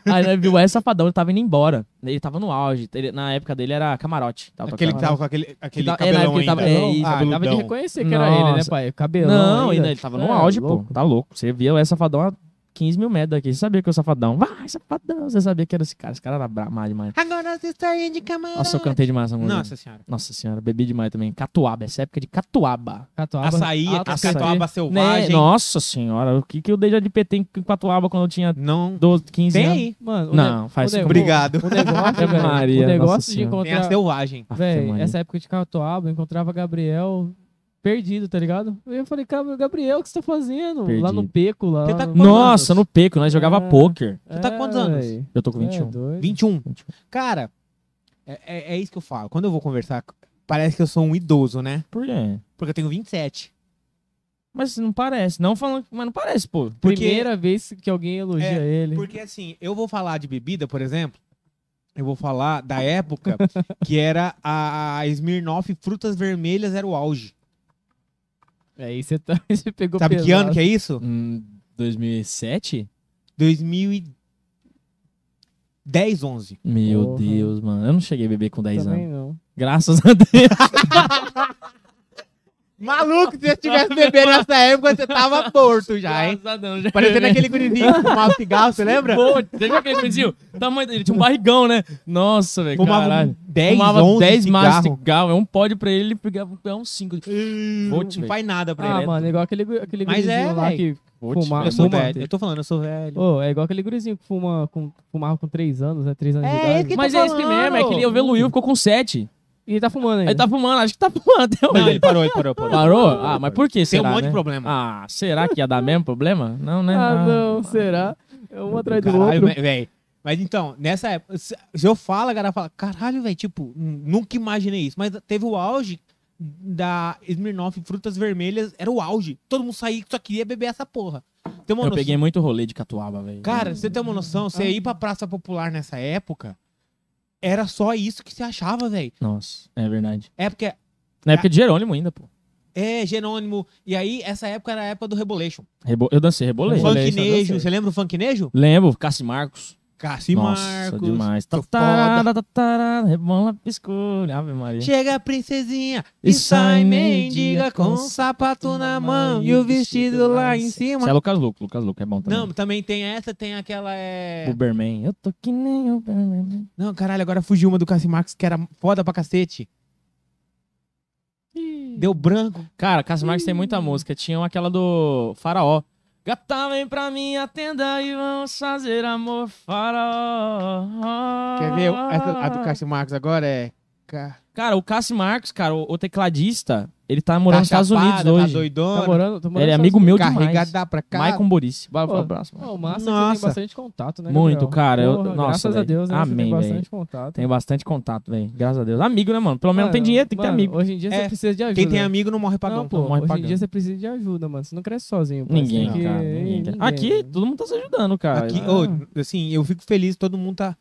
Speaker 2: Aí nós viu o Wesley Safadão, ele tava indo embora. Ele tava no auge. Ele- na época dele era camarote. Tava
Speaker 1: Aquele que
Speaker 2: tocando.
Speaker 1: tava com aquele, aquele
Speaker 2: Ele tava- é, na
Speaker 1: cabelão
Speaker 2: época ele
Speaker 1: ainda.
Speaker 2: tava- é, isso,
Speaker 1: ah,
Speaker 3: Dava de
Speaker 1: cabeludão.
Speaker 3: reconhecer que era ele, né,
Speaker 2: Nossa.
Speaker 3: pai? Cabelão
Speaker 2: Não,
Speaker 3: ainda.
Speaker 2: ainda, ele tava no
Speaker 3: É,
Speaker 2: auge,
Speaker 3: louco.
Speaker 2: pô. Tá louco. Você via o Wesley Safadão há 15 mil metros daqui. Você sabia que eu safadão. Vai, safadão. Você sabia que era esse cara. Esse cara era bra- mais demais.
Speaker 1: Agora você está aí de camarada.
Speaker 2: Nossa, né? eu cantei demais essa música.
Speaker 1: Nossa senhora.
Speaker 2: Nossa senhora, bebi demais também. Catuaba, essa época de catuaba.
Speaker 3: Catuaba.
Speaker 1: Açaí,
Speaker 3: Alto
Speaker 1: aquela
Speaker 2: açaí.
Speaker 1: catuaba
Speaker 2: Né?
Speaker 1: selvagem.
Speaker 2: Nossa senhora, o que, que eu dei já de PT em catuaba quando eu tinha
Speaker 1: Não
Speaker 2: 12, 15 anos?
Speaker 1: tem.
Speaker 3: Mano, o ne-
Speaker 2: Não, faz
Speaker 3: né? o
Speaker 2: isso.
Speaker 3: negócio-
Speaker 1: Obrigado.
Speaker 3: O negócio,
Speaker 2: Ave
Speaker 3: velho,
Speaker 2: Maria,
Speaker 3: o
Speaker 2: Nossa
Speaker 3: negócio de
Speaker 2: Senhora.
Speaker 1: Tem a
Speaker 3: encontrar.
Speaker 1: selvagem.
Speaker 2: Ave
Speaker 3: Véi,
Speaker 2: Maria.
Speaker 3: essa época de Catuaba, eu encontrava Gabriel perdido, tá ligado? E eu falei, cara, Gabriel, o que você tá fazendo? Lá no
Speaker 2: Perdido.
Speaker 3: Peco, lá.
Speaker 1: Você tá com-
Speaker 2: Nossa,
Speaker 1: anos?
Speaker 2: no peco, nós jogava
Speaker 3: É.
Speaker 2: pôquer.
Speaker 1: Você tá com quantos anos?
Speaker 3: véi.
Speaker 2: Eu tô com
Speaker 3: É
Speaker 2: 21.
Speaker 3: doido.
Speaker 1: 21.
Speaker 2: 21.
Speaker 1: Cara, é, é- é isso que eu falo. Quando eu vou conversar, parece que eu sou um idoso, né?
Speaker 2: Por quê?
Speaker 1: Porque eu tenho 27.
Speaker 2: Mas não parece. Não falando. Mas não parece, pô.
Speaker 1: Porque,
Speaker 3: Primeira vez que alguém elogia
Speaker 1: É,
Speaker 3: ele.
Speaker 1: porque assim, eu vou falar de bebida, por exemplo. Eu vou falar da época que era a, a Smirnoff Frutas Vermelhas era o auge.
Speaker 3: Aí você tá, você pegou
Speaker 1: Sabe que ano que é isso?
Speaker 2: Hum, 2007?
Speaker 1: 2010, 11.
Speaker 2: Meu
Speaker 3: Porra.
Speaker 2: Deus, mano. Eu não cheguei a beber com 10
Speaker 3: Também
Speaker 2: anos.
Speaker 3: não.
Speaker 2: Graças a Deus.
Speaker 1: Maluco, se eu tivesse bebendo nessa época, você tava morto já, hein?
Speaker 2: Graças a Deus. já
Speaker 1: Parecendo
Speaker 2: bebi.
Speaker 1: aquele gurizinho que fumava cigarro, você lembra?
Speaker 2: Pô, você viu aquele coisinho? Tamanho dele, tinha um barrigão, né? Nossa, velho,
Speaker 1: Fumava
Speaker 2: caralho.
Speaker 1: 10,
Speaker 2: Fumava
Speaker 1: 11
Speaker 2: 10 maços de
Speaker 1: cigarro.
Speaker 2: um cigarro. É um pódio pra ele, ele pegava pegava um uns 5. Vou te
Speaker 1: Não
Speaker 2: ver.
Speaker 1: faz nada pra
Speaker 3: Ah,
Speaker 1: ele.
Speaker 3: mano, é igual aquele, gu- aquele
Speaker 1: Mas
Speaker 3: gurizinho
Speaker 1: é,
Speaker 3: lá
Speaker 1: véi.
Speaker 3: que. fumar-
Speaker 1: Eu sou
Speaker 3: Fuma-
Speaker 1: velho. Eu tô falando, eu sou velho.
Speaker 3: Ô, é igual aquele gurizinho que fuma, com, fumava com 3 anos, né? 3 anos
Speaker 1: É,
Speaker 3: de idade.
Speaker 1: esse que-
Speaker 2: Mas
Speaker 1: tá
Speaker 2: é isso que
Speaker 1: falando?
Speaker 2: mesmo, é que ele evoluiu, ficou com 7.
Speaker 3: E ele tá fumando ainda.
Speaker 2: Aí tá fumando, acho que tá fumando até
Speaker 1: Não, ele
Speaker 2: hoje.
Speaker 1: parou, ele parou, parou.
Speaker 2: Parou? Ah, mas por que
Speaker 1: Tem um
Speaker 2: será,
Speaker 1: monte
Speaker 2: né?
Speaker 1: de problema.
Speaker 2: Ah, será que ia dar mesmo problema? Não, né?
Speaker 3: Ah, não, será? É um atrás do
Speaker 1: Caralho,
Speaker 3: outro.
Speaker 1: ve- velho. Mas então, nessa época, se se eu falo, a galera fala, caralho, velho, tipo, n- nunca imaginei isso. Mas teve o auge da Smirnoff Frutas Vermelhas, era o auge. Todo mundo saía, só queria beber essa porra. Tem uma
Speaker 2: Eu
Speaker 1: noção?
Speaker 2: peguei muito rolê de catuaba, velho.
Speaker 1: assim- Cara, você tem uma noção, você ir pra Praça Popular nessa época, era só isso que você achava, velho.
Speaker 2: Nossa, é verdade.
Speaker 1: É porque
Speaker 2: Na época de Jerônimo ainda, pô.
Speaker 1: é Jerônimo, e aí essa época era a época do Rebolation.
Speaker 2: Rebo- Eu dancei rebolei.
Speaker 3: Rebolation, Funk- eu
Speaker 1: Funknejo,
Speaker 3: sei.
Speaker 1: você lembra o Funknejo?
Speaker 2: Lembro, Cassi Marcos.
Speaker 1: Cassi
Speaker 2: Nossa,
Speaker 1: Marcos.
Speaker 2: demais.
Speaker 1: tô
Speaker 2: Tatará, tatará, rebola, piscou. Ave Maria.
Speaker 1: Chega, princesinha,
Speaker 2: E
Speaker 1: e
Speaker 2: sai,
Speaker 1: sai mendiga com
Speaker 2: mendiga,
Speaker 1: o sapato na mão e o vestido lá em cima.
Speaker 2: Você é Lucas Luco, Lucas Luco, é bom também.
Speaker 1: Não, também tem essa, tem aquela. É...
Speaker 2: Uberman. Eu tô que nem Uberman.
Speaker 1: Não, caralho, agora fugiu uma do Cassi Marcos que era foda pra cacete. Deu branco.
Speaker 2: Cara, Cassi Marques tem
Speaker 1: Hum.
Speaker 2: muita música. Tinha aquela do Faraó. Gata, vem pra minha tenda e vamos fazer amor, faraó.
Speaker 1: Quer ver? Essa- a do Cassi Marcos agora é. Ca-
Speaker 2: Cara, o Cassi Marcos, cara, o, o tecladista, ele tá morando nos
Speaker 1: tá
Speaker 2: Estados Unidos
Speaker 1: chapada,
Speaker 2: hoje.
Speaker 1: Tá doidona.
Speaker 3: Tá morando, tá morando
Speaker 2: Ele é
Speaker 3: nos
Speaker 2: amigo
Speaker 3: Estados
Speaker 2: meu demais.
Speaker 1: Carregada pra cá.
Speaker 2: Maicon Borice. Ba-
Speaker 3: Pô,
Speaker 2: Abraço, mano.
Speaker 3: Unidos. Ô, massa que você
Speaker 1: Nossa.
Speaker 3: tem bastante contato, né?
Speaker 2: Muito,
Speaker 3: Gabriel?
Speaker 2: cara, eu-
Speaker 3: Porra,
Speaker 2: nossa,
Speaker 3: graças a
Speaker 2: velho.
Speaker 3: Deus, né? você
Speaker 2: Amém,
Speaker 3: tem bastante
Speaker 2: velho.
Speaker 3: contato.
Speaker 2: Tem bastante contato, velho. Graças a Deus. Amigo, né, mano? Pelo menos
Speaker 3: Mano,
Speaker 2: tem dinheiro, tem que ter
Speaker 3: mano,
Speaker 2: amigo.
Speaker 3: Hoje em dia
Speaker 1: É,
Speaker 3: você precisa de ajuda.
Speaker 1: Quem tem amigo não morre
Speaker 3: né? Não,
Speaker 1: pagão.
Speaker 3: pô,
Speaker 2: Não morre
Speaker 3: hoje em
Speaker 2: pagando.
Speaker 3: dia você precisa de ajuda, mano. Você não cresce sozinho. pô. Você
Speaker 2: Ninguém,
Speaker 3: tem que-
Speaker 2: cara. ninguém quer. Aqui, todo mundo tá se ajudando, cara.
Speaker 1: Aqui,
Speaker 2: Ah,
Speaker 1: ô, assim, eu fico feliz, todo mundo tá.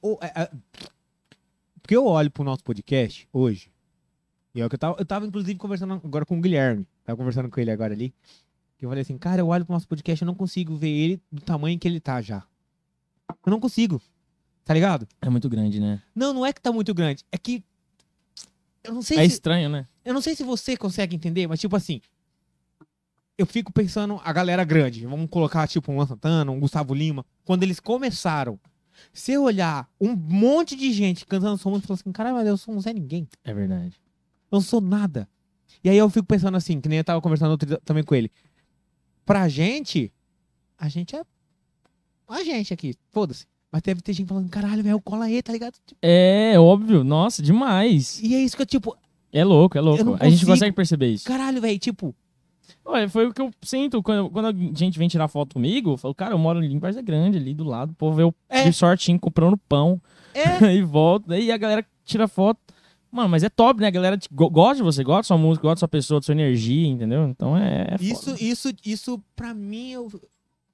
Speaker 1: Ô, é, é, porque eu olho pro nosso podcast hoje, e é o que eu tava. Eu tava, inclusive, conversando agora com o Guilherme. Tava conversando com ele agora ali. Que eu falei assim, cara, eu olho pro nosso podcast, eu não consigo ver ele do tamanho que ele tá já. Eu não consigo. Tá ligado?
Speaker 2: É muito grande, né?
Speaker 1: Não, não é que tá muito grande. É que. Eu não sei
Speaker 2: É
Speaker 1: se.
Speaker 2: estranho, né?
Speaker 1: Eu não sei se você consegue entender, mas tipo assim. Eu fico pensando a galera grande. Vamos colocar tipo um Luan Santana, um Gustavo Lima. Quando eles começaram, se eu olhar um monte de gente cantando sua música, eu falo assim: caralho, mas eu sou um Zé Ninguém.
Speaker 2: É verdade.
Speaker 1: Eu não sou nada. E aí eu fico pensando assim, que nem eu tava conversando outro dia também com ele. Pra gente, a gente é. A gente aqui, foda-se. Mas deve ter gente falando: caralho, velho, cola aí, tá ligado?
Speaker 2: É, óbvio. Nossa, demais.
Speaker 1: E é isso que eu, tipo,
Speaker 2: É louco, é
Speaker 1: Eu
Speaker 2: louco.
Speaker 1: não
Speaker 2: A gente
Speaker 1: consigo.
Speaker 2: consegue perceber isso.
Speaker 1: caralho, velho, tipo,
Speaker 2: Olha, foi o que eu sinto quando, quando a gente vem tirar foto comigo. Eu falo, cara, eu moro ali em Varza Grande, ali do lado. O povo vê eu
Speaker 1: É.
Speaker 2: de sortinho comprando pão.
Speaker 1: É.
Speaker 2: e volta. E a galera tira foto. Mano, mas é top, né? A galera te- go- gosta de você, gosta da sua música, gosta da sua pessoa, da sua energia, entendeu? Então é, é
Speaker 1: Isso,
Speaker 2: foda.
Speaker 1: isso, isso pra mim eu...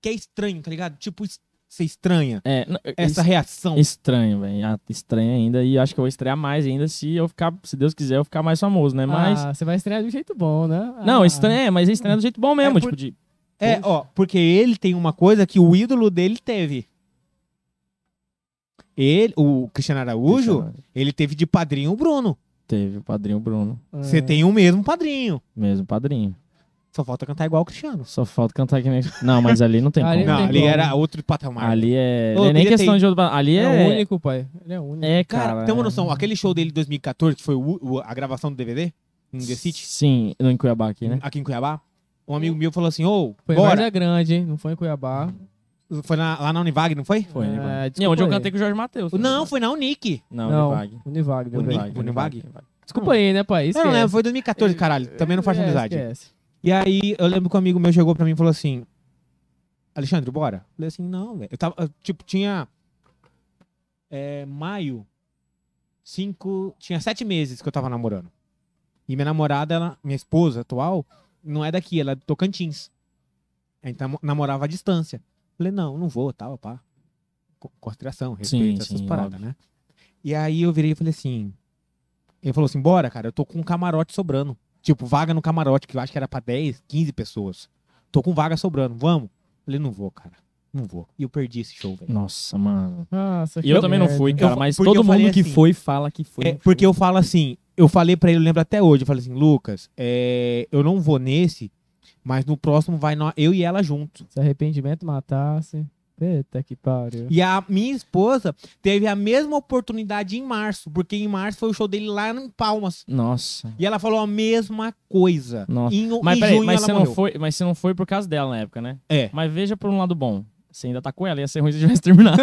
Speaker 1: que é estranho, tá ligado? Tipo, es- você estranha
Speaker 2: É, n-
Speaker 1: essa reação.
Speaker 2: Estranho, velho. Ah, Estranho ainda. E acho que eu vou estrear mais ainda se eu ficar, se Deus quiser, eu ficar mais famoso, né? Mas.
Speaker 3: Ah, você vai estrear de um jeito bom, né?
Speaker 2: Não,
Speaker 3: Ah,
Speaker 2: estranho, é, mas é estranho do jeito bom mesmo.
Speaker 1: É por-
Speaker 2: Tipo, de.
Speaker 1: É, ó, porque ele tem uma coisa que o ídolo dele teve. Ele, o Cristiano Araújo, ele teve de padrinho o Bruno.
Speaker 2: Teve o padrinho Bruno.
Speaker 3: é.
Speaker 1: Você tem o mesmo padrinho.
Speaker 2: Mesmo padrinho.
Speaker 1: Só falta cantar igual o Cristiano.
Speaker 2: Só falta cantar que nem. Não, mas ali não tem
Speaker 3: Ali
Speaker 2: como.
Speaker 3: não
Speaker 1: Não,
Speaker 3: tem
Speaker 1: ali
Speaker 3: como.
Speaker 1: era outro patamar.
Speaker 2: Ali é.
Speaker 1: Ô,
Speaker 2: não é nem
Speaker 1: queria
Speaker 2: questão
Speaker 1: ter-
Speaker 2: de outro. ba- Ali
Speaker 3: Ele é o
Speaker 2: é.
Speaker 3: único, pai. Ele é o único.
Speaker 2: É,
Speaker 1: Cara,
Speaker 2: cara.
Speaker 1: tem uma
Speaker 2: é-
Speaker 1: noção, aquele show dele de 2014, que foi o- o- a gravação do DVD, em The City,
Speaker 2: Sim, no em Cuiabá aqui, né?
Speaker 1: aqui em Cuiabá, um amigo meu falou assim, ô,
Speaker 3: Foi em
Speaker 1: bora.
Speaker 3: Várzea Grande, hein? Não foi em Cuiabá.
Speaker 1: Foi na- lá na Univag, não foi?
Speaker 2: Foi, né?
Speaker 3: É,
Speaker 2: E
Speaker 3: desculpa
Speaker 2: onde eu
Speaker 3: aí.
Speaker 2: cantei com o Jorge Matheus.
Speaker 1: Não, foi na Unic.
Speaker 2: Não,
Speaker 3: Não,
Speaker 2: Univag.
Speaker 3: Univag, meu
Speaker 1: Uni-
Speaker 3: bem.
Speaker 1: Univag.
Speaker 3: Desculpa aí, né, pai?
Speaker 1: Eu não lembro,
Speaker 3: Esquece.
Speaker 1: foi 2014, caralho. Também não faz
Speaker 3: É,
Speaker 1: amizade.
Speaker 3: esquece.
Speaker 1: E aí, eu lembro que um amigo meu chegou pra mim e falou assim: Alexandre, bora? Eu falei assim: não, velho. Eu tava, eu, tipo, tinha. É, maio. Cinco. Tinha sete meses que eu tava namorando. E minha namorada, ela, minha esposa atual, não é daqui, ela é do Tocantins. A gente namo- namorava à distância. Eu falei: não, não vou, tal, pá. Co- Consideração, respeito, essas
Speaker 2: sim,
Speaker 1: paradas, né? E aí eu virei e falei assim. Ele falou assim: bora, cara, eu tô com um camarote sobrando. Tipo, vaga no camarote, que eu acho que era pra 10, 15 pessoas. Tô com vaga sobrando, vamos? Eu falei, não vou, cara. Não vou. E eu perdi esse show, velho.
Speaker 2: Nossa, mano.
Speaker 3: Nossa,
Speaker 2: E eu também não fui, cara,
Speaker 1: Eu fa-
Speaker 2: mas
Speaker 1: porque
Speaker 2: todo
Speaker 1: eu falei
Speaker 2: mundo que
Speaker 1: assim-
Speaker 2: foi fala que foi.
Speaker 1: É, porque eu falo assim, eu falei pra ele, eu lembro até hoje, eu falei assim, Lucas, é, eu não vou nesse, mas no próximo vai nó- eu e ela junto.
Speaker 3: Se arrependimento matasse. Eita que pariu.
Speaker 1: E a minha esposa teve a mesma oportunidade em março, porque em março foi o show dele lá em Palmas.
Speaker 2: Nossa.
Speaker 1: E ela falou a mesma coisa.
Speaker 2: Nossa.
Speaker 1: Em,
Speaker 2: Mas
Speaker 1: em
Speaker 2: peraí,
Speaker 1: junho
Speaker 2: mas
Speaker 1: ela
Speaker 2: você, não
Speaker 1: morreu.
Speaker 2: foi, mas você não foi por causa dela na época, né?
Speaker 1: É.
Speaker 2: Mas veja por um lado bom. Você ainda tá com ela, ia ser ruim se tivesse terminado.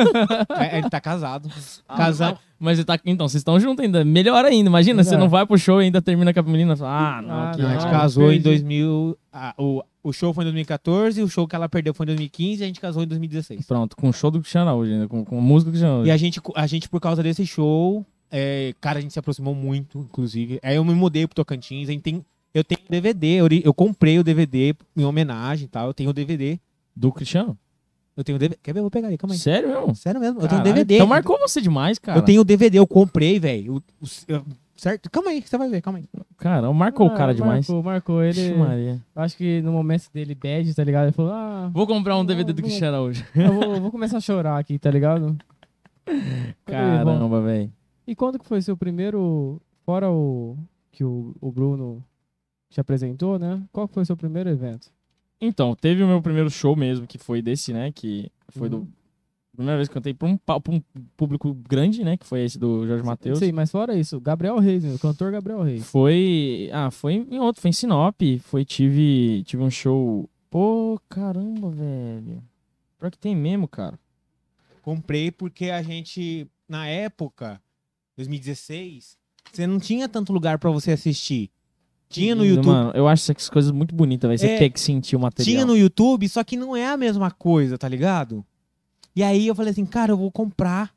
Speaker 1: É, ele tá casado. Casal.
Speaker 2: Ah, Mas você tá. Então, vocês estão juntos ainda. Melhor ainda. Imagina, você
Speaker 3: É.
Speaker 2: não vai pro show e ainda termina com a menina. fala, Ah, não,
Speaker 3: Ah,
Speaker 2: que
Speaker 1: Não, a gente
Speaker 3: Não,
Speaker 1: casou em
Speaker 3: perdi.
Speaker 1: 2000. ah, o, o show foi em 2014, o show que ela perdeu foi em 2015 e a gente casou em 2016.
Speaker 2: Pronto, com o show do Cristiano Araújo, ainda, com, com a música do Cristiano
Speaker 1: E
Speaker 2: Araújo.
Speaker 1: a gente, a gente por causa desse show, é, cara, a gente se aproximou muito, inclusive. Aí eu me mudei pro Tocantins, a gente tem, eu tenho um DVD, eu, ori- eu comprei o DVD em homenagem e tal, eu tenho o DVD.
Speaker 2: Do Cristiano?
Speaker 1: Eu tenho o DVD. Quer ver? Eu vou pegar ali, calma aí.
Speaker 2: Sério mesmo?
Speaker 1: Sério mesmo, eu tenho um o
Speaker 3: um
Speaker 2: Caralho,
Speaker 1: DVD.
Speaker 2: Então marcou você demais, cara.
Speaker 1: Eu tenho o DVD, eu comprei, velho. o- o- eu- Certo? Calma aí, você vai ver, calma aí.
Speaker 2: Caramba, marcou o
Speaker 3: Ah,
Speaker 2: cara demais.
Speaker 3: Marcou, marcou. Ele.
Speaker 2: Vixe Maria.
Speaker 3: Acho que no momento dele bad, tá ligado? Ele falou: Ah,
Speaker 2: Vou comprar um
Speaker 3: Não,
Speaker 2: DVD do
Speaker 3: não.
Speaker 2: Cristiano Araújo.
Speaker 3: eu vou, vou começar a chorar aqui, tá ligado? Caramba.
Speaker 2: Caramba, velho.
Speaker 3: E quando que foi seu primeiro. Fora o. Que o, o Bruno te apresentou, né? Qual que foi seu primeiro evento?
Speaker 2: Então, teve o meu primeiro show mesmo, que foi desse, né? Que foi
Speaker 3: Uhum.
Speaker 2: do. Primeira vez que eu cantei pra um, pa- pra um público grande, né? Que foi esse do Jorge Matheus.
Speaker 3: Sim, mas fora isso, Gabriel Reis, meu, cantor Gabriel Reis.
Speaker 2: Foi. Ah, foi em outro, foi em Sinop. Foi, tive. Tive um show. Pô, caramba, velho. Pior que tem mesmo, cara.
Speaker 1: Comprei porque a gente, na época, 2016, você não tinha tanto lugar pra você assistir. Tinha no YouTube.
Speaker 2: Uhum, Mano, eu acho essas coisas muito bonitas, velho. Você
Speaker 1: É,
Speaker 2: quer que sentir o material.
Speaker 1: tinha no YouTube, só que não é a mesma coisa, tá ligado? E aí eu falei assim, cara, eu vou comprar,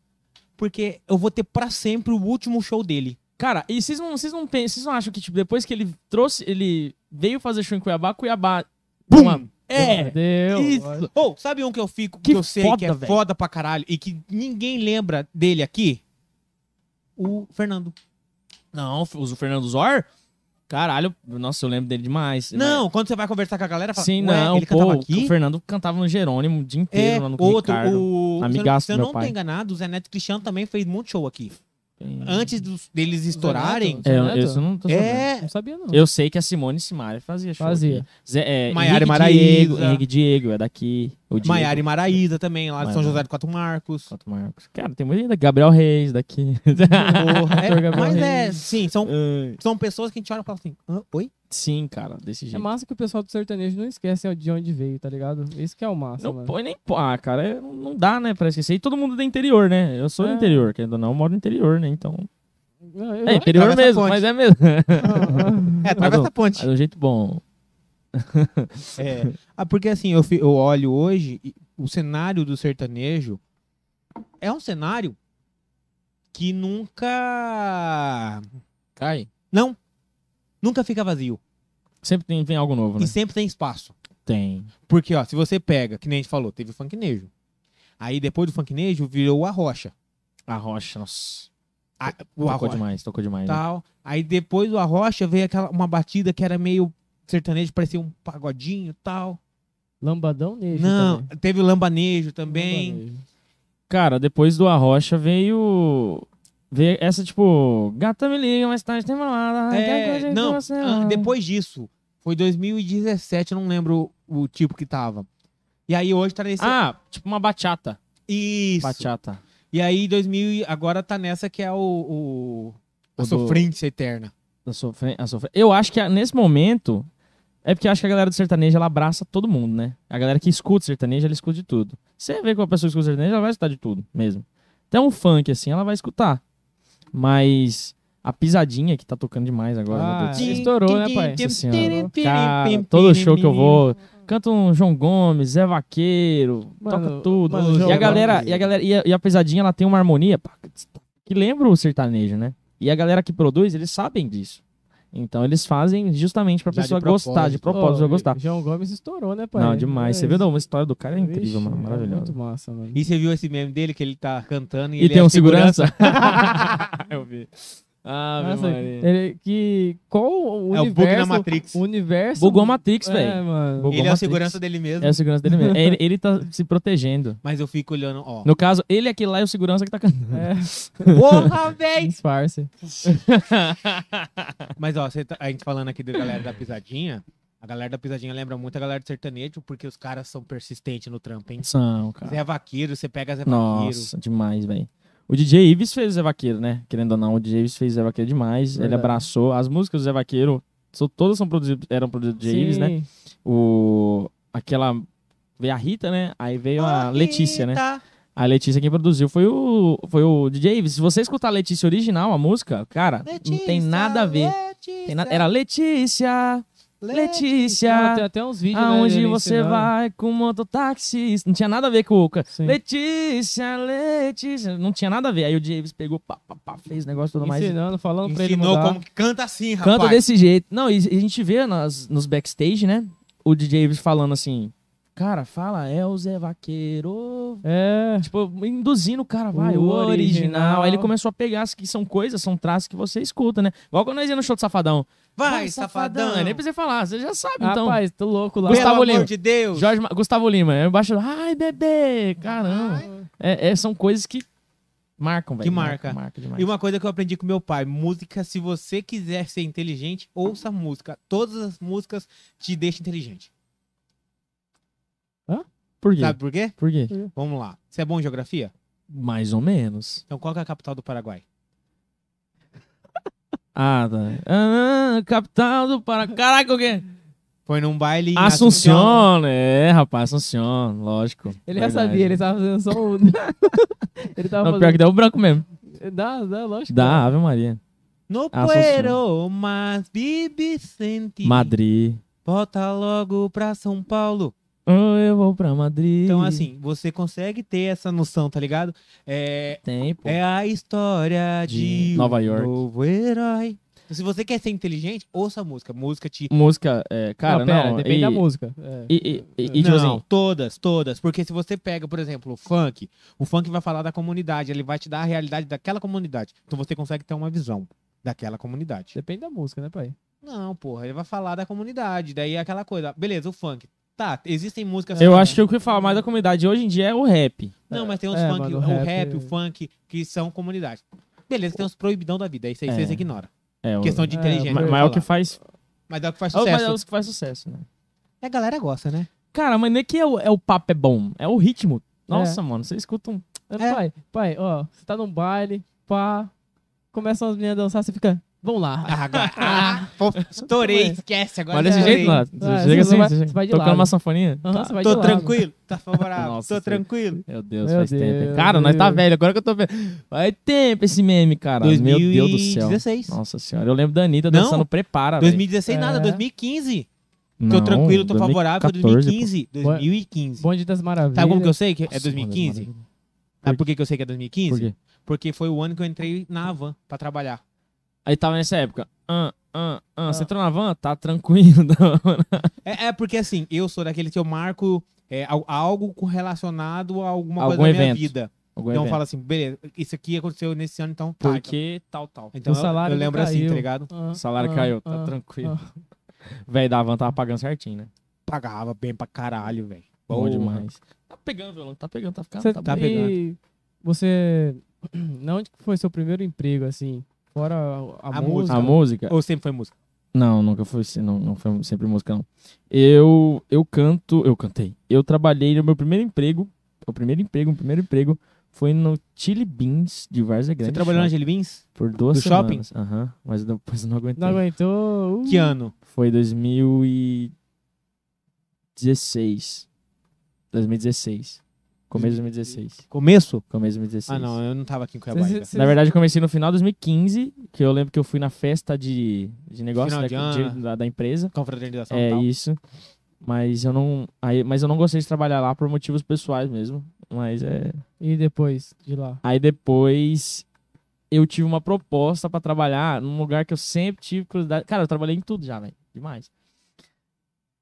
Speaker 1: porque eu vou ter pra sempre o último show dele.
Speaker 2: Cara, e vocês não, vocês não pensam, vocês não acham que, tipo, depois que ele trouxe, ele veio fazer show em Cuiabá, Cuiabá.
Speaker 1: Bum!
Speaker 2: Uma-
Speaker 1: É!
Speaker 3: Deu.
Speaker 1: Isso! Ou, sabe um que eu fico, que,
Speaker 2: Que
Speaker 1: eu sei que é
Speaker 2: foda, velho.
Speaker 1: foda pra caralho e que ninguém lembra dele aqui? O Fernando.
Speaker 2: Não, o Fernando Zor? Caralho, nossa, eu lembro dele demais.
Speaker 1: Não, quando você vai conversar com a galera, fala,
Speaker 2: Sim,
Speaker 1: "Ué,
Speaker 2: não,
Speaker 1: ele
Speaker 2: pô,
Speaker 1: cantava
Speaker 2: o
Speaker 1: aqui?
Speaker 2: Fernando cantava no Jerônimo o dia inteiro
Speaker 1: É,
Speaker 2: lá no
Speaker 1: outro,
Speaker 2: Ricardo.
Speaker 1: o...
Speaker 2: Amigaço
Speaker 1: se eu
Speaker 2: do meu
Speaker 1: não
Speaker 2: pai.
Speaker 1: tô enganado, o Zé Neto Cristiano também fez muito show aqui.
Speaker 2: Tem-
Speaker 1: Antes dos- deles estourarem,
Speaker 2: É, eu,
Speaker 3: Neto?
Speaker 2: isso eu não tô sabendo.
Speaker 1: é...
Speaker 3: Não sabia, não.
Speaker 2: Eu sei que a Simone Simaria fazia show.
Speaker 3: Fazia.
Speaker 2: aqui. Zé, é,
Speaker 1: Maiara
Speaker 2: Henrique
Speaker 1: Maraíza.
Speaker 2: Diego, Henrique Diego, é daqui. O Diego,
Speaker 1: Maiara e Maraíza também, lá de São
Speaker 2: Maiara.
Speaker 1: José do Quatro Marcos.
Speaker 2: Santo Marcos. Cara, tem muita gente daqui. Gabriel Reis daqui.
Speaker 1: Porra, é,
Speaker 3: Doutor Gabriel
Speaker 1: mas é,
Speaker 3: Reis.
Speaker 1: sim, são,
Speaker 2: Ai.
Speaker 1: são pessoas que a gente olha e fala assim, "Hã? oi?
Speaker 2: Ah, Sim, cara, desse
Speaker 3: É
Speaker 2: jeito.
Speaker 3: massa que o pessoal do sertanejo não esquece de onde veio, tá ligado? Isso que é o massa,
Speaker 2: Não
Speaker 3: mano.
Speaker 2: põe nem pô. Ah, cara, é- não- não dá, né, pra esquecer. E todo mundo é do interior, né? Eu sou do
Speaker 3: É.
Speaker 2: interior, querendo ou não, eu moro no interior, né? Então.
Speaker 3: Não, eu-
Speaker 2: É, interior
Speaker 1: atravessa a
Speaker 2: mesmo,
Speaker 1: ponte.
Speaker 2: mas é mesmo.
Speaker 1: É, através da ponte.
Speaker 2: É do jeito bom.
Speaker 1: É, ah, porque assim, eu, fi- eu olho hoje, e o cenário do sertanejo é um cenário que nunca...
Speaker 2: Cai.
Speaker 1: Não, nunca fica vazio.
Speaker 2: Sempre tem, vem algo novo, né?
Speaker 1: E sempre tem espaço.
Speaker 2: Tem.
Speaker 1: Porque, ó, se você pega, que nem a gente falou, teve o funknejo. Aí depois do funknejo, virou o Arrocha.
Speaker 2: A rocha, nossa.
Speaker 1: A, o
Speaker 2: tocou
Speaker 1: Arrocha. Tá,
Speaker 2: demais, tocou demais. né?
Speaker 1: tal. Aí depois do Arrocha veio aquela, uma batida que era meio sertanejo, parecia um pagodinho e tal.
Speaker 3: Lambadão nejo.
Speaker 1: Não,
Speaker 3: também.
Speaker 1: teve o lambanejo também.
Speaker 3: Lambanejo.
Speaker 2: Cara, depois do Arrocha veio. Veio essa, tipo. Gata me liga, mais tarde tem balada.
Speaker 1: É,
Speaker 2: quer coisa com
Speaker 1: não,
Speaker 2: você,
Speaker 1: ah,
Speaker 2: mano."
Speaker 1: depois disso, Foi 2017, eu não lembro o tipo que tava. E aí hoje tá nesse.
Speaker 2: Ah, tipo uma bachata.
Speaker 1: Isso.
Speaker 2: Bachata.
Speaker 1: E aí 2000 e- agora tá nessa que é o, o a
Speaker 2: O do-
Speaker 1: sofrência eterna.
Speaker 2: Da sofre- a sofre- Eu acho que ah, nesse momento. É porque eu acho que a galera do sertanejo ela abraça todo mundo, né? A galera que escuta sertanejo, ela escuta de tudo. Você vê que uma pessoa que escuta sertanejo, ela vai escutar de tudo mesmo. Até um funk, assim, ela vai escutar. Mas a pisadinha que tá tocando demais agora.
Speaker 3: Ah,
Speaker 2: meu Deus do céu.
Speaker 3: Sim, estourou, né, pai?
Speaker 2: Nossa senhora. Cara, todo show que eu vou, canta um João Gomes, Zé Vaqueiro,
Speaker 3: Mano,
Speaker 2: toca tudo.
Speaker 3: mano,
Speaker 2: e,
Speaker 3: João
Speaker 2: a galera,
Speaker 1: Gomes.
Speaker 2: e a galera, e a, e a pesadinha, ela tem uma harmonia pá, que lembra o sertanejo, né? E a galera que produz, eles sabem disso. Então eles fazem justamente pra
Speaker 1: Já de
Speaker 2: pessoa gostar, de
Speaker 1: propósito.
Speaker 2: propósito,
Speaker 3: Ô,
Speaker 2: já gostar.
Speaker 3: João Gomes estourou, né, pai?
Speaker 2: Não, demais. Você viu
Speaker 3: não?
Speaker 2: não, uma história do cara é incrível,
Speaker 3: Vixe,
Speaker 2: mano, maravilhosa.
Speaker 3: Muito massa, mano.
Speaker 1: E você viu esse meme dele que ele tá cantando e,
Speaker 2: E
Speaker 1: ele
Speaker 2: tem
Speaker 1: é
Speaker 2: um segurança? Eu vi. Ah, meu
Speaker 3: Nossa, ele- que, qual o
Speaker 1: É o bug na
Speaker 3: universo...
Speaker 1: Matrix.
Speaker 3: o universo...
Speaker 2: Bugou a Matrix,
Speaker 3: É,
Speaker 2: velho.
Speaker 3: mano.
Speaker 2: Bugou
Speaker 1: Ele é o
Speaker 2: Matrix.
Speaker 1: segurança dele mesmo.
Speaker 2: É o segurança dele mesmo. É, ele, ele tá se protegendo.
Speaker 1: Mas eu fico olhando, ó.
Speaker 2: No caso, ele é aquele lá e o segurança que tá cantando.
Speaker 3: É,
Speaker 1: Porra, véi!
Speaker 3: disfarce.
Speaker 1: Mas ó, você tá- a gente falando aqui da galera da pisadinha. A galera da pisadinha lembra muito a galera do sertanejo, porque os caras são persistentes no trampo, hein?
Speaker 2: São, cara.
Speaker 1: Zé Vaqueiro, você pega Zé Vaqueiro.
Speaker 2: Nossa, demais, velho. O DJ Ives fez o Zé Vaqueiro, né? Querendo ou não, o DJ Ives fez o Zé Vaqueiro demais. Ele
Speaker 3: Verdade.
Speaker 2: abraçou. As músicas do Zé Vaqueiro são- todas são produzidas, eram produzidas do DJ Ives, né?
Speaker 3: Sim.
Speaker 2: O, aquela. Veio a Rita, né? Aí veio a
Speaker 1: Ô,
Speaker 2: Letícia, né?
Speaker 1: Rita!
Speaker 2: A Letícia quem produziu foi o, foi o DJ Ives. Se você escutar a Letícia original, a música, cara, não tem
Speaker 1: Letícia,
Speaker 2: nada a ver.
Speaker 1: Letícia,
Speaker 2: Tem nada- Era Letícia,
Speaker 3: Ah,
Speaker 2: Letícia.
Speaker 3: tem até uns vídeos, né,
Speaker 2: Aonde
Speaker 3: dele
Speaker 2: você
Speaker 3: ensinando.
Speaker 2: vai com mototáxi? Isso Não tinha nada a ver com o. ca-
Speaker 3: Sim.
Speaker 2: Letícia, Letícia. Não tinha nada a ver. Aí o James pegou, pá, pá, pá, fez o negócio e tudo mais.
Speaker 3: Ensinando, falando pra ele
Speaker 1: Ensinou
Speaker 3: mudar.
Speaker 1: como que canta assim, rapaz.
Speaker 2: Canta desse jeito. Não, e e a gente vê nas, nos backstage, né? O DJ James falando assim. Cara, fala, é o Zé Vaqueiro.
Speaker 3: É,
Speaker 2: Tipo, induzindo o cara, vai,
Speaker 3: O
Speaker 2: o original.
Speaker 3: original.
Speaker 2: Aí ele começou a pegar as que são coisas, são traços que você escuta, né? Igual quando nós ia no show do Safadão.
Speaker 1: Vai, safadão.
Speaker 2: é, Nem precisa falar, você já sabe, então.
Speaker 3: rapaz, tô louco lá.
Speaker 1: Pelo
Speaker 2: Gustavo
Speaker 1: amor
Speaker 2: Lima.
Speaker 1: de Deus.
Speaker 2: Jorge Ma- Gustavo Lima, é embaixo. Ai, bebê! Caramba! É, é, são coisas que marcam, velho. né?
Speaker 1: Que marca.
Speaker 2: marca demais.
Speaker 1: E uma coisa que eu aprendi com meu pai, música, se você quiser ser inteligente, ouça música. Todas as músicas te deixam inteligente.
Speaker 2: Por quê?
Speaker 1: Sabe por quê?
Speaker 2: Por quê?
Speaker 1: Vamos lá. Você é bom em geografia?
Speaker 2: Mais ou menos.
Speaker 1: Então qual que é a capital do Paraguai?
Speaker 2: Ah, tá. Ah, capital do Paraná. Caraca, o quê?
Speaker 1: Foi num baile em
Speaker 2: Assunção, é, rapaz, Assunção, lógico.
Speaker 3: Ele já
Speaker 2: Verdade.
Speaker 3: sabia, ele tava fazendo só o... ele tava
Speaker 2: Não, pior que
Speaker 3: fazendo...
Speaker 2: deu um branco mesmo.
Speaker 3: Dá, dá, lógico.
Speaker 2: Da Ave Maria.
Speaker 1: No
Speaker 2: Assunção.
Speaker 1: puero, mas bibi sente.
Speaker 2: Madrid.
Speaker 1: Volta logo pra São Paulo.
Speaker 2: Oh, eu vou pra Madrid.
Speaker 1: Então, assim, você consegue ter essa noção, tá ligado? É,
Speaker 2: Tempo.
Speaker 1: é a história de,
Speaker 2: De Nova
Speaker 1: um
Speaker 2: York.
Speaker 1: novo herói. Então, se você quer ser inteligente, ouça a música. Música te.
Speaker 2: Música, é, cara,
Speaker 3: não, pera, depende
Speaker 2: e,
Speaker 3: da música. É.
Speaker 2: E, e, e, e, tipo
Speaker 1: não,
Speaker 2: assim,
Speaker 1: todas, todas. Porque se você pega, por exemplo, o funk, o funk vai falar da comunidade, ele vai te dar a realidade daquela comunidade. Então você consegue ter uma visão daquela comunidade.
Speaker 3: Depende da música, né, pai?
Speaker 1: Não, porra, ele vai falar da comunidade, daí é aquela coisa. Beleza, o funk. Tá, existem músicas.
Speaker 2: eu acho que o que fala mais da comunidade hoje em dia é o rap.
Speaker 1: Não, mas tem uns
Speaker 3: É,
Speaker 1: funk,
Speaker 3: mano,
Speaker 1: o
Speaker 3: o
Speaker 1: rap,
Speaker 3: rap-
Speaker 1: o funk, que são comunidade. Beleza, tem uns proibidão da vida, isso aí
Speaker 2: É.
Speaker 1: vocês ignoram.
Speaker 2: É, o,
Speaker 1: Questão de
Speaker 3: É,
Speaker 1: inteligência.
Speaker 2: ma-
Speaker 1: eu
Speaker 2: mas,
Speaker 1: vou
Speaker 2: é o que
Speaker 1: falar.
Speaker 2: faz.
Speaker 1: Mas é o que faz
Speaker 2: É o, mas
Speaker 1: sucesso.
Speaker 2: é o que faz sucesso, né?
Speaker 1: A galera gosta, né?
Speaker 2: Cara, mas nem que é o, é o papo é bom, é o ritmo. Nossa,
Speaker 3: É.
Speaker 2: mano, você escuta um.
Speaker 3: É,
Speaker 1: É.
Speaker 3: Pai, pai, ó, você tá num baile, pá, começam as meninas a dançar, você fica, vamos lá.
Speaker 1: Ah, agora- ah, pô, estourei, esquece agora.
Speaker 2: Mas desse
Speaker 3: é,
Speaker 2: jeito,
Speaker 1: estourei.
Speaker 2: não.
Speaker 3: Ah,
Speaker 2: Você chega
Speaker 3: você
Speaker 2: assim,
Speaker 3: vai-
Speaker 2: você
Speaker 3: você vai de
Speaker 2: chega, tocando
Speaker 3: lado.
Speaker 2: uma sanfoninha.
Speaker 3: Aham,
Speaker 2: Tá.
Speaker 3: você vai de
Speaker 1: Tô
Speaker 3: lado.
Speaker 1: tranquilo, tá favorável,
Speaker 2: Nossa,
Speaker 1: tô
Speaker 2: sim.
Speaker 1: tranquilo.
Speaker 2: Meu Deus,
Speaker 3: Meu
Speaker 2: faz tempo. hein?
Speaker 3: Deus,
Speaker 2: Cara,
Speaker 3: meu
Speaker 2: nós tá
Speaker 3: Deus.
Speaker 2: velho, agora que eu tô vendo. Faz tempo esse meme, cara. Meu Deus do céu.
Speaker 1: 2016.
Speaker 2: Nossa senhora, eu lembro da Anitta
Speaker 1: Não.
Speaker 2: dançando Prepara. velho.
Speaker 1: 2016 nada,
Speaker 3: É.
Speaker 1: 2015.
Speaker 2: Não,
Speaker 1: tô tranquilo, tô favorável,
Speaker 2: 2014,
Speaker 1: 2015. 2015.
Speaker 3: Bonde das Maravilhas.
Speaker 1: Sabe como que eu sei que é
Speaker 2: Nossa, mano,
Speaker 1: 2015?
Speaker 2: maravilha.
Speaker 1: Sabe por que que eu sei que é
Speaker 2: Por
Speaker 1: 2015?
Speaker 2: quê?
Speaker 1: Porque foi o ano que eu entrei na Havan pra trabalhar.
Speaker 2: Aí tava nessa época. Ah, ah, ah, você entrou na van? Tá tranquilo.
Speaker 1: É, é porque assim, eu sou daquele que eu marco é, al- algo com- relacionado a alguma
Speaker 2: Algum
Speaker 1: coisa da minha
Speaker 2: evento.
Speaker 1: vida.
Speaker 2: Algum
Speaker 1: então eu
Speaker 2: evento.
Speaker 1: falo assim, beleza, isso aqui aconteceu nesse ano, então tá. então-
Speaker 2: Porque tal, tal.
Speaker 1: Então
Speaker 3: O
Speaker 1: eu-
Speaker 3: salário
Speaker 1: eu,
Speaker 3: não
Speaker 1: lembro assim,
Speaker 3: caiu.
Speaker 1: tá ligado?
Speaker 3: Ah,
Speaker 2: O salário
Speaker 3: ah,
Speaker 2: caiu, tá
Speaker 3: ah.
Speaker 2: tranquilo. Velho, da van tava pagando certinho, né?
Speaker 1: Pagava bem pra caralho, velho.
Speaker 2: Bom
Speaker 1: Porra.
Speaker 2: demais. Tá pegando, violão, tá pegando, tá ficando.
Speaker 3: Você
Speaker 2: tá
Speaker 1: tá
Speaker 2: bom.
Speaker 1: pegando.
Speaker 3: E você, na onde que foi seu primeiro emprego, assim? Fora a,
Speaker 1: A
Speaker 3: música.
Speaker 1: música.
Speaker 2: A música?
Speaker 1: Ou sempre foi música?
Speaker 2: Não, nunca foi, se- não, não foi sempre música, não. Eu, eu canto, eu cantei. Eu trabalhei no meu primeiro emprego, o primeiro emprego, o primeiro emprego foi no Chili Beans de Várzea Grande.
Speaker 1: Você trabalhou na
Speaker 2: Shopping,
Speaker 1: Jelly Beans?
Speaker 2: por duas
Speaker 1: do shopping?
Speaker 2: semanas. Aham, mas depois eu não aguentei.
Speaker 3: Não aguentou. uh.
Speaker 1: Que ano?
Speaker 2: Foi 2016. 2016. Começo de 2016.
Speaker 1: Começo?
Speaker 2: Começo de 2016.
Speaker 1: Ah, não, eu não tava aqui em Cuiabá
Speaker 3: Cês-
Speaker 1: ainda.
Speaker 3: cês-
Speaker 2: Na verdade, eu comecei no final de 2015, que eu lembro que eu fui na festa de, de negócio
Speaker 1: Final
Speaker 2: da,
Speaker 1: de ano. né?
Speaker 2: de- da- da empresa.
Speaker 1: Confraternização e
Speaker 2: É
Speaker 1: tal.
Speaker 2: isso. Mas eu não. Aí, mas eu não gostei de trabalhar lá por motivos pessoais mesmo. Mas é.
Speaker 3: E depois de lá?
Speaker 2: Aí depois eu tive uma proposta pra trabalhar num lugar que eu sempre tive curiosidade. Cara, eu trabalhei em tudo já, velho. Demais.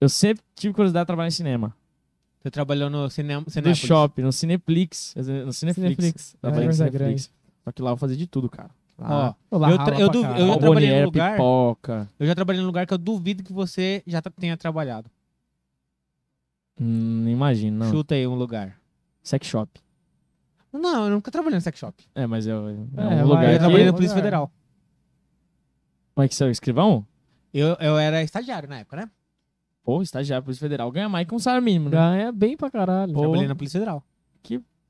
Speaker 2: Eu sempre tive curiosidade de trabalhar em cinema.
Speaker 1: Você trabalhou no cinema.
Speaker 2: No
Speaker 1: Cinépolis.
Speaker 2: shopping, no Cineplex. No Cineflix.
Speaker 3: Cineflix.
Speaker 1: Tá
Speaker 2: Trabalhei no
Speaker 3: Várzea
Speaker 2: Cineflix. Só que lá eu fazia de tudo, cara.
Speaker 1: Ó,
Speaker 2: Lá,
Speaker 3: Olá,
Speaker 1: Eu tra- eu duvi- eu já trabalhei num
Speaker 2: bomboniere,
Speaker 1: lugar-
Speaker 2: pipoca.
Speaker 1: eu já trabalhei num lugar que eu duvido que você já tra- tenha trabalhado.
Speaker 2: Hum, não imagino, não.
Speaker 1: Chuta aí um lugar.
Speaker 2: Sex shop.
Speaker 1: Não, eu nunca trabalhei no sex shop.
Speaker 2: É, mas eu, é
Speaker 3: vai,
Speaker 2: um lugar.
Speaker 1: Eu
Speaker 3: Aqui?
Speaker 1: já trabalhei
Speaker 2: Que...
Speaker 1: na Polícia
Speaker 3: Lugar.
Speaker 1: Federal.
Speaker 2: Como é que você é o escrivão?
Speaker 1: Eu, eu era estagiário na época, né?
Speaker 2: Pô, estagiário Polícia Federal. Ganha mais que um salário mínimo, né?
Speaker 3: Ganha bem pra caralho.
Speaker 2: Pô.
Speaker 1: Trabalhei na Polícia Federal.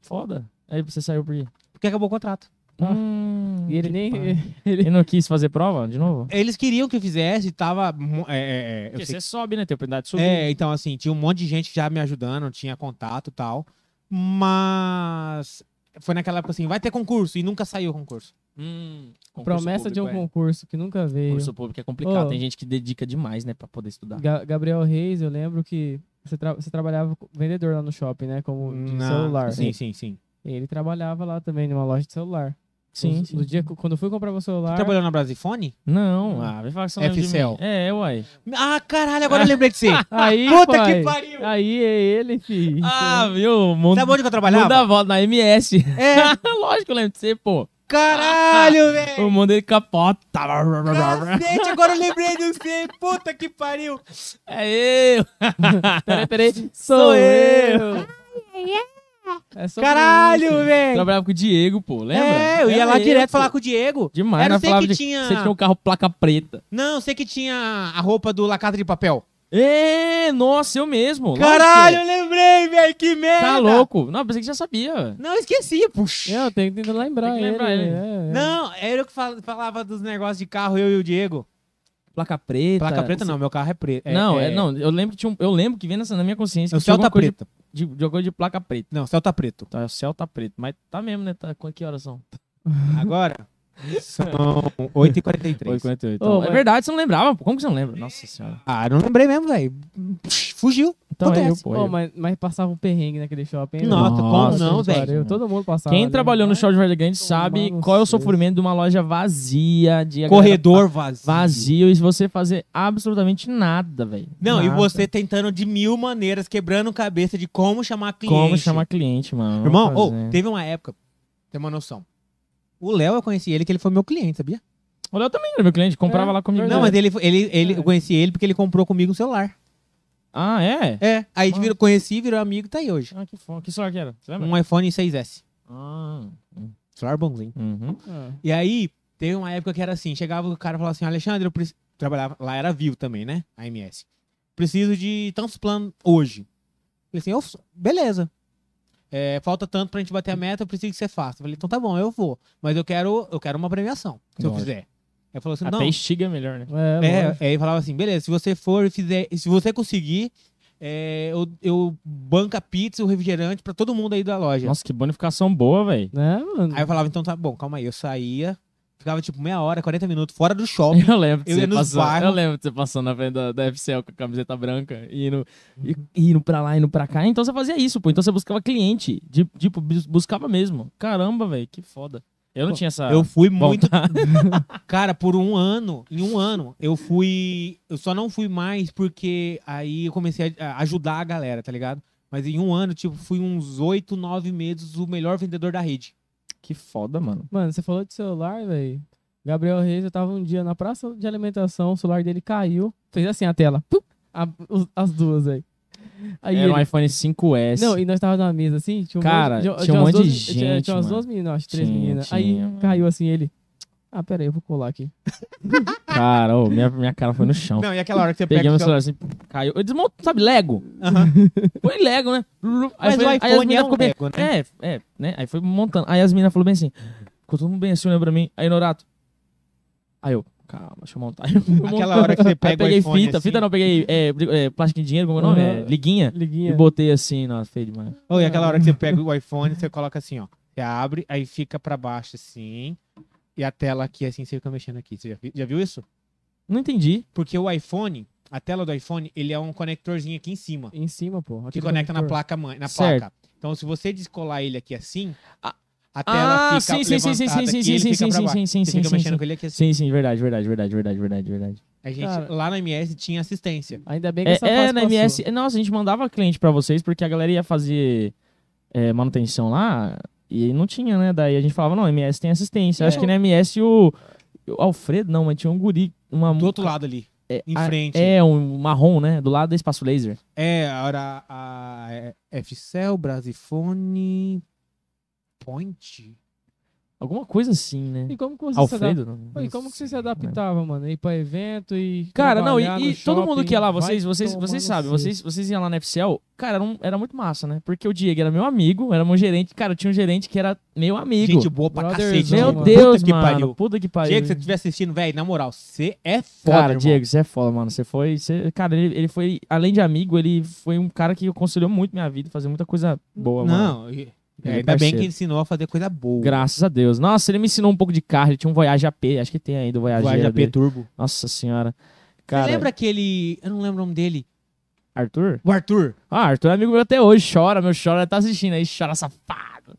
Speaker 2: Foda. Aí você saiu por aí.
Speaker 1: Porque acabou o contrato.
Speaker 3: Ah.
Speaker 2: Hum,
Speaker 3: E ele
Speaker 2: que
Speaker 3: nem.
Speaker 2: pá. Ele não quis fazer prova de novo?
Speaker 1: Eles queriam que eu fizesse, tava. mu- É, é, é, eu
Speaker 2: Porque
Speaker 1: sei
Speaker 2: você sobe, né? Tem oportunidade de subir.
Speaker 1: É, então assim, tinha um monte de gente já me ajudando, tinha contato e tal. Mas foi naquela época assim, vai ter concurso e nunca saiu o concurso.
Speaker 2: Hum, concurso
Speaker 3: Promessa de um
Speaker 2: público, é.
Speaker 3: concurso que nunca veio.
Speaker 2: Concurso público é complicado.
Speaker 3: Ô.
Speaker 2: Tem gente que dedica demais, né? Pra poder estudar.
Speaker 3: Ga- Gabriel Reis, eu lembro que você, tra- você trabalhava com- vendedor lá no shopping, né? Como de
Speaker 1: Na-
Speaker 3: celular.
Speaker 1: Sim, sim, sim.
Speaker 3: Ele trabalhava lá também, numa loja de celular.
Speaker 2: Sim,
Speaker 3: No-
Speaker 2: sim.
Speaker 3: No dia, que- quando eu fui comprar meu
Speaker 2: tá
Speaker 3: celular.
Speaker 1: Trabalhou na Brasifone?
Speaker 2: Não, ah, vai falar que você não lembra de
Speaker 1: FCL.
Speaker 2: mim. É, uai.
Speaker 1: Ah, caralho, agora eu lembrei de você.
Speaker 3: Aí,
Speaker 1: Ah, Puta
Speaker 3: pai,
Speaker 1: que pariu!
Speaker 3: Aí é ele, filho.
Speaker 2: Ah, viu? Mundo,
Speaker 1: Sabe onde que eu
Speaker 2: mundo da
Speaker 1: trabalhava?
Speaker 2: volta na MS.
Speaker 1: É,
Speaker 2: Lógico que eu lembro de você, pô.
Speaker 1: caralho, velho!
Speaker 2: O mundo ele capota.
Speaker 1: Cacete, agora eu lembrei de você! Puta que pariu!
Speaker 2: É eu.
Speaker 3: Peraí, peraí. Sou eu. É sobre
Speaker 1: Caralho,
Speaker 3: isso.
Speaker 1: velho!
Speaker 2: Trabalhava com o Diego, pô, um lembra?
Speaker 1: É, eu ia
Speaker 2: Era
Speaker 1: lá direto
Speaker 2: pô.
Speaker 1: falar com o Diego.
Speaker 2: Demais,
Speaker 1: Era
Speaker 2: nós
Speaker 1: você
Speaker 2: falava
Speaker 1: que
Speaker 2: de-
Speaker 1: tinha-
Speaker 2: Você tinha um carro placa preta.
Speaker 1: Não, sei que tinha a roupa do La Casa de Papel.
Speaker 2: É, nossa, eu mesmo. lógico que-
Speaker 1: Caralho, eu lembrei, velho, que merda!
Speaker 2: Tá louco. Não, pensei que já sabia.
Speaker 1: Não, esqueci, puxa.
Speaker 3: É, Eu tenho que tentar lembrar
Speaker 2: Tem que lembrar
Speaker 3: ele.
Speaker 2: ele.
Speaker 3: é, é.
Speaker 1: Não, era eu que fal- falava dos negócios de carro, eu e o Diego.
Speaker 2: Placa preta.
Speaker 1: Placa preta não, meu carro é preto.
Speaker 2: Então, não, é, não, eu lembro que tinha um, eu lembro que vem nessa, na minha consciência
Speaker 1: O
Speaker 2: que tinha
Speaker 1: céu tá
Speaker 2: alguma coisa
Speaker 1: preto.
Speaker 2: de, de, de alguma coisa de placa preta.
Speaker 1: Não, o céu tá preto.
Speaker 2: Tá, o céu tá preto, mas tá mesmo, né? Tá, qu- que horas são?
Speaker 1: Agora são 8h43.
Speaker 2: 8h48.
Speaker 3: Ô,
Speaker 2: é
Speaker 3: mas-
Speaker 2: verdade, você não lembrava? pô. Como que você não lembra? Nossa senhora.
Speaker 1: Ah, não lembrei mesmo, velho. Psh, Fugiu.
Speaker 2: Então é eu,
Speaker 1: Acontece.
Speaker 2: pô.
Speaker 3: Pô,
Speaker 2: eu.
Speaker 3: mas, mas passava um perrengue naquele shopping. hein,
Speaker 1: Nossa,
Speaker 3: velho?
Speaker 1: como
Speaker 2: não,
Speaker 3: que pariu,
Speaker 2: velho?
Speaker 3: Todo mundo
Speaker 1: Tá,
Speaker 3: passava.
Speaker 2: Quem
Speaker 3: né?
Speaker 2: trabalhou no
Speaker 3: Mas-
Speaker 2: show de Verde Grande
Speaker 3: tomar
Speaker 2: sabe
Speaker 3: no
Speaker 2: qual é o
Speaker 3: seu.
Speaker 2: sofrimento de uma loja vazia, de a galera
Speaker 1: Corredor vazio.
Speaker 2: va- tá vazio e você fazer absolutamente nada, velho.
Speaker 1: Não, e
Speaker 2: Nada.
Speaker 1: você tentando de mil maneiras, quebrando cabeça de como chamar cliente.
Speaker 2: Como chamar cliente, mano?
Speaker 1: Irmão,
Speaker 2: Vamos
Speaker 1: ô,
Speaker 2: fazer.
Speaker 1: teve uma época, tem uma noção. O Léo, eu conheci ele, que ele foi meu cliente, sabia?
Speaker 2: O Léo também era meu cliente, comprava
Speaker 3: É,
Speaker 2: lá comigo.
Speaker 1: Não, mas ele, ele, ele,
Speaker 2: É.
Speaker 1: eu conheci ele porque ele comprou comigo um celular.
Speaker 2: Ah, Ah, é?
Speaker 1: É, aí
Speaker 2: Mano.
Speaker 1: virou, conheci, virou amigo e tá aí hoje.
Speaker 2: Ah, que foda. Que celular que era? Você lembra?
Speaker 1: Um iPhone 6S.
Speaker 2: Ah,
Speaker 1: Celular bonzinho.
Speaker 2: uhum.
Speaker 3: Ah.
Speaker 1: E aí, teve uma época que era assim: chegava o cara e falava assim, Alexandre, eu preciso. Trabalhava, lá era vivo também, né? A MS. Preciso de tantos planos hoje. Falei assim, eu, f- beleza. É, falta tanto pra gente bater
Speaker 2: Hum.
Speaker 1: a meta, eu preciso que você faça. Falei, então tá bom, eu vou. Mas eu quero, eu quero uma premiação, se eu
Speaker 2: Lógico.
Speaker 1: fizer. Aí falou assim,
Speaker 2: Até
Speaker 1: não.
Speaker 2: estiga é melhor, né?
Speaker 3: É,
Speaker 1: É,
Speaker 3: lógico.
Speaker 1: aí ele falava assim, beleza, se você for e fizer, se você conseguir, é, eu, eu banco a pizza e o refrigerante pra todo mundo aí da loja.
Speaker 2: Nossa, que bonificação boa, velho.
Speaker 3: Né, mano?
Speaker 1: Aí eu falava, então tá bom, calma aí, eu saía, ficava tipo meia hora, 40 minutos fora do shopping.
Speaker 2: Eu lembro de
Speaker 1: Eu ia
Speaker 2: você
Speaker 1: nos
Speaker 2: passando.
Speaker 1: bairros.
Speaker 2: Eu lembro de você passando na frente da, da FCL com a camiseta branca e indo, e- e indo pra lá, indo pra cá. Então você fazia isso, pô. Então você buscava cliente. de- Tipo, bus- buscava mesmo. Caramba, velho, que foda. Eu não
Speaker 3: Pô,
Speaker 2: tinha essa.
Speaker 1: Eu fui muito.
Speaker 2: vontade.
Speaker 1: Cara, por um ano, em um ano, eu fui. Eu só não fui mais porque aí eu comecei a a ajudar a galera, tá ligado? Mas em um ano, tipo, fui uns oito, nove meses o melhor vendedor da rede.
Speaker 2: Que foda, mano.
Speaker 3: Mano, você falou de celular, velho. Gabriel Reis, eu tava um dia na praça de alimentação, o celular dele caiu. Fez assim a tela. Pum! A- os- as duas, aí. Aí
Speaker 2: Era um
Speaker 3: ele-
Speaker 2: iPhone 5S.
Speaker 3: Não, e nós tava na mesa, assim, tinha um
Speaker 2: Cara,
Speaker 3: monte,
Speaker 2: tinha um
Speaker 3: umas
Speaker 2: monte de
Speaker 3: doze- Tinha,
Speaker 2: gente,
Speaker 3: tinha umas
Speaker 2: mano.
Speaker 3: duas meninas, acho, três
Speaker 2: Tinha,
Speaker 3: meninas.
Speaker 2: tinha,
Speaker 3: aí
Speaker 2: mano.
Speaker 3: caiu assim ele. Ah, pera aí, eu vou colar aqui.
Speaker 2: Cara, ô, minha, minha cara foi no chão.
Speaker 1: Não, e aquela hora que você
Speaker 2: Peguei
Speaker 1: pega.
Speaker 2: meu
Speaker 1: o
Speaker 2: celular assim, caiu. Eu desmonto, sabe, Lego? Foi Lego, né?
Speaker 1: Mas
Speaker 2: foi-
Speaker 1: o
Speaker 2: as
Speaker 1: iPhone
Speaker 2: meninas
Speaker 1: é um
Speaker 2: ficou bem-
Speaker 1: Lego, né?
Speaker 2: É, é, né? Aí foi montando. Aí as meninas falaram bem assim, ficou todo mundo bem assim, olhando pra mim. Aí, Norato. Aí eu, calma, deixa eu montar. Aí eu fui
Speaker 1: Aquela
Speaker 2: montando.
Speaker 1: hora que você
Speaker 2: Aí
Speaker 1: pega o
Speaker 2: peguei
Speaker 1: iPhone
Speaker 2: fita,
Speaker 1: assim.
Speaker 2: fita não, peguei é, bri- é, plástico de dinheiro, como é o nome? É,
Speaker 3: Aham.
Speaker 2: liguinha. E
Speaker 3: Liguinha.
Speaker 2: botei assim, nossa, feio demais.
Speaker 1: Ou e aquela hora que você pega o iPhone, você coloca assim, ó. Você abre, aí fica pra baixo assim. E a tela aqui assim, você fica mexendo aqui. Você já vi- já viu isso?
Speaker 2: Não entendi.
Speaker 1: Porque o iPhone, a tela do iPhone, ele é um conectorzinho aqui em cima.
Speaker 3: Em cima, pô.
Speaker 1: Que
Speaker 3: aquele
Speaker 1: conecta na
Speaker 3: conector.
Speaker 1: placa mãe, na
Speaker 2: Certo.
Speaker 1: placa. Então, se você descolar ele aqui assim,
Speaker 2: Ah,
Speaker 1: a tela
Speaker 2: ah,
Speaker 1: fica
Speaker 2: sim, sim, sim, sim,
Speaker 1: levantada
Speaker 2: sim,
Speaker 1: aqui,
Speaker 2: sim,
Speaker 1: ele
Speaker 2: sim,
Speaker 1: fica
Speaker 2: sim,
Speaker 1: pra
Speaker 2: sim,
Speaker 1: baixo.
Speaker 2: sim, sim,
Speaker 1: Você fica
Speaker 2: sim,
Speaker 1: mexendo
Speaker 2: sim.
Speaker 1: com ele aqui assim.
Speaker 2: Sim, sim, verdade, verdade, verdade, verdade, verdade, verdade.
Speaker 1: A gente,
Speaker 3: Cara.
Speaker 1: lá na MS tinha assistência.
Speaker 3: Ainda bem que essa
Speaker 2: É, é
Speaker 3: fase
Speaker 2: na
Speaker 3: passou.
Speaker 2: MS. Nossa, a gente mandava cliente pra vocês, porque a galera ia fazer é, manutenção lá e não tinha, né? Daí a gente falava, não, MS tem assistência.
Speaker 3: É.
Speaker 2: Acho que na MS o, o Alfredo, não, mas tinha um guri, uma
Speaker 1: Do outro lado ali, em
Speaker 2: a-
Speaker 1: frente.
Speaker 2: É, um marrom, né? Do lado do espaço laser.
Speaker 1: É, era a é, FCel, Brasifone, Point.
Speaker 2: Alguma coisa assim, né?
Speaker 3: E como que você
Speaker 2: Alfredo,
Speaker 3: se
Speaker 2: não.
Speaker 3: adaptava? E como que você se adaptava, mano? Ir pra evento e.
Speaker 2: Cara, não, e,
Speaker 3: trabalhar
Speaker 2: e
Speaker 3: no
Speaker 2: todo mundo que ia lá,
Speaker 3: shopping,
Speaker 2: vocês,
Speaker 3: vai
Speaker 2: vocês,
Speaker 3: tomar no
Speaker 2: vocês sabem,
Speaker 3: cu.
Speaker 2: vocês, vocês iam lá na FCL, cara, era, um- era muito massa, né? Porque o Diego era meu amigo, era meu gerente, cara, eu tinha um gerente que era meu amigo.
Speaker 1: Gente boa pra
Speaker 3: Brothers,
Speaker 1: cacete.
Speaker 2: meu
Speaker 1: Diego.
Speaker 3: mano.
Speaker 2: Deus,
Speaker 1: Puta que
Speaker 2: mano,
Speaker 1: pariu.
Speaker 2: puta que pariu.
Speaker 1: Diego, se você estiver assistindo, velho, na moral, você é foda,
Speaker 2: Cara,
Speaker 1: irmão.
Speaker 2: Diego, você é foda, mano. Você foi. Você, cara, ele, ele foi, além de amigo, ele foi um cara que aconselhou muito minha vida, fazer muita coisa boa, mano.
Speaker 1: Não, e- é, ainda bem que ele ensinou a fazer coisa boa.
Speaker 2: Graças a Deus. Nossa, ele me ensinou um pouco de carro. Ele tinha um Voyage AP, acho que tem ainda o Voyage,
Speaker 1: Guarda P
Speaker 2: dele.
Speaker 1: Turbo.
Speaker 2: Nossa senhora.
Speaker 1: Você
Speaker 2: Cara,
Speaker 1: lembra aquele. Eu não lembro o nome dele.
Speaker 2: Arthur?
Speaker 1: O Arthur.
Speaker 2: Ah, Arthur é amigo meu até hoje. Chora, meu chora, tá assistindo aí, chora safado.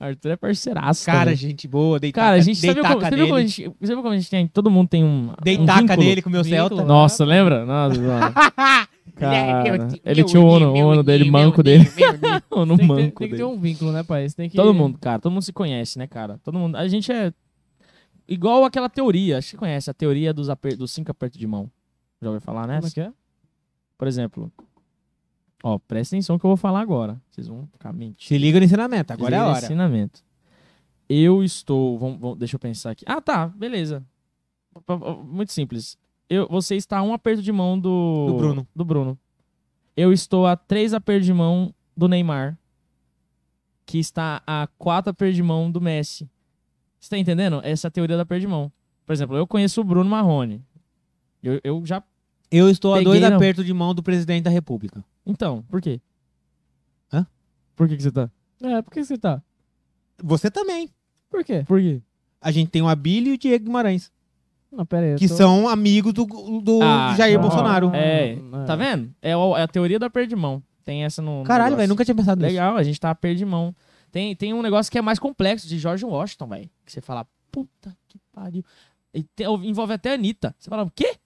Speaker 2: Arthur é parceiraço.
Speaker 1: Cara,
Speaker 2: também.
Speaker 1: gente boa, deitar
Speaker 2: cara, a gente
Speaker 1: dei
Speaker 2: sabe como,
Speaker 1: taca
Speaker 2: você viu como a
Speaker 1: nele.
Speaker 2: gente, você viu como a gente tem, todo mundo tem um
Speaker 1: Dei
Speaker 2: um
Speaker 1: taca
Speaker 2: vínculo.
Speaker 1: nele com o meu
Speaker 3: Vínculo.
Speaker 1: Celta. é
Speaker 2: Nossa, lembra? Nossa, mano. Cara,
Speaker 1: Né, Eu- eu-
Speaker 2: ele
Speaker 1: eu-
Speaker 2: tinha o Uno, o Uno dele, manco dele. no
Speaker 3: Tem que, ter,
Speaker 2: manco
Speaker 3: tem que ter
Speaker 2: dele.
Speaker 3: um vínculo, né, pai? Você tem que.
Speaker 2: Todo mundo, cara, todo mundo se conhece, né, cara? Todo mundo. A gente é igual aquela teoria, acho que conhece a teoria dos, aper- dos cinco apertos de mão. Já ouviu falar
Speaker 3: Como é
Speaker 2: nessa?
Speaker 3: que é?
Speaker 2: Por exemplo, ó, presta atenção que eu vou falar agora. Vocês vão ficar mentindo.
Speaker 1: Se liga no ensinamento, agora é a hora.
Speaker 2: Ensinamento. Eu estou. Vamos, vamos- deixa eu pensar aqui. Ah, tá, beleza. P- p- Muito simples. Eu, você está a um aperto de mão do.
Speaker 1: Do Bruno.
Speaker 2: Do Bruno. Eu estou a três apertos de mão do Neymar. Que está a quatro apertos de mão do Messi. Você tá entendendo? Essa é a teoria da aperto de mão. Por exemplo, eu conheço o Bruno Marrone. Eu, eu já.
Speaker 1: Eu estou a dois
Speaker 2: Peguei, não.
Speaker 1: apertos de mão do presidente da república.
Speaker 2: Então, por quê?
Speaker 1: Hã?
Speaker 2: Por que, que você tá?
Speaker 3: É, por que você tá?
Speaker 1: Você também.
Speaker 3: Por quê?
Speaker 2: Por quê?
Speaker 1: A gente tem o Abílio e o Diego Guimarães,
Speaker 3: Não, pera aí. eu
Speaker 1: que
Speaker 3: tô-
Speaker 1: são amigos do, do
Speaker 2: Ah,
Speaker 1: Jair
Speaker 2: não.
Speaker 1: Bolsonaro.
Speaker 2: É,
Speaker 3: Não,
Speaker 2: tá vendo? É o- é a teoria da perda de mão. Tem essa no. no
Speaker 1: Caralho, velho,
Speaker 2: um negócio.
Speaker 1: nunca tinha pensado nisso.
Speaker 2: Legal, a gente tá perda de mão. Tem, tem um negócio que é mais complexo, de George Washington, velho. Que você fala, puta que pariu. E te- envolve até a Anitta. Você fala, o quê?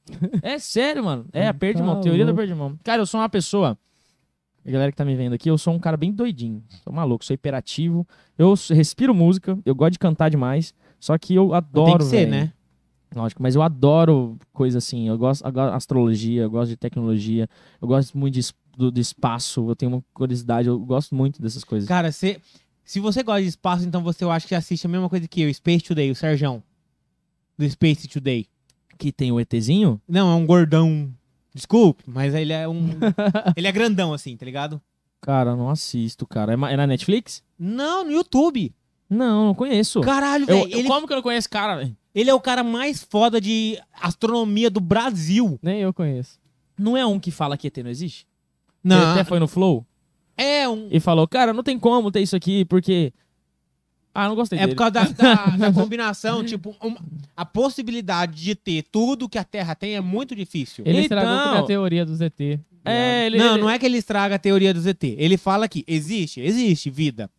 Speaker 2: é sério, mano. É a perda de mão,
Speaker 3: Tá
Speaker 2: teoria da
Speaker 3: louco.
Speaker 2: perda de mão. Cara, eu sou uma pessoa. A galera que tá me vendo aqui, eu sou um cara bem doidinho. Sou maluco, sou hiperativo. Eu s- respiro música, eu gosto de cantar demais. Só que eu adoro.
Speaker 1: Tem que ser,
Speaker 2: velho.
Speaker 1: né?
Speaker 2: Lógico, mas eu adoro coisa assim. Eu gosto de astrologia, eu gosto de tecnologia, eu gosto muito de, es- do, do espaço, eu tenho uma curiosidade, eu gosto muito dessas coisas.
Speaker 1: Cara, cê- se você gosta de espaço, então você eu acho que assiste a mesma coisa que eu, Space Today, o Serjão. Do Space Today.
Speaker 2: Que tem o ETzinho?
Speaker 1: Não, é um gordão. Desculpe, mas ele é um. ele é grandão, assim, tá ligado?
Speaker 2: Cara, eu não assisto, cara. É, ma- é na Netflix?
Speaker 1: Não, no YouTube.
Speaker 2: Não, não conheço.
Speaker 1: Caralho,
Speaker 2: Eu-
Speaker 1: velho.
Speaker 2: eu-
Speaker 1: Ele,
Speaker 2: Como que eu não conheço cara, velho?
Speaker 1: ele é o cara mais foda de astronomia do Brasil.
Speaker 3: Nem eu conheço.
Speaker 2: Não é um que fala que ET não existe? Ele
Speaker 1: Não.
Speaker 2: até foi no Flow
Speaker 1: É um.
Speaker 2: e falou, cara, não tem como ter isso aqui, porque... Ah, não gostei
Speaker 1: É por
Speaker 2: dele.
Speaker 1: causa da, da- da combinação, tipo, um- a possibilidade de ter tudo que a Terra tem é muito difícil.
Speaker 3: Ele
Speaker 2: Então-
Speaker 3: estragou toda a teoria do ZT.
Speaker 2: É, ele...
Speaker 1: não,
Speaker 2: ele-
Speaker 1: não é que ele estraga a teoria do ZT. Ele fala que existe, existe vida.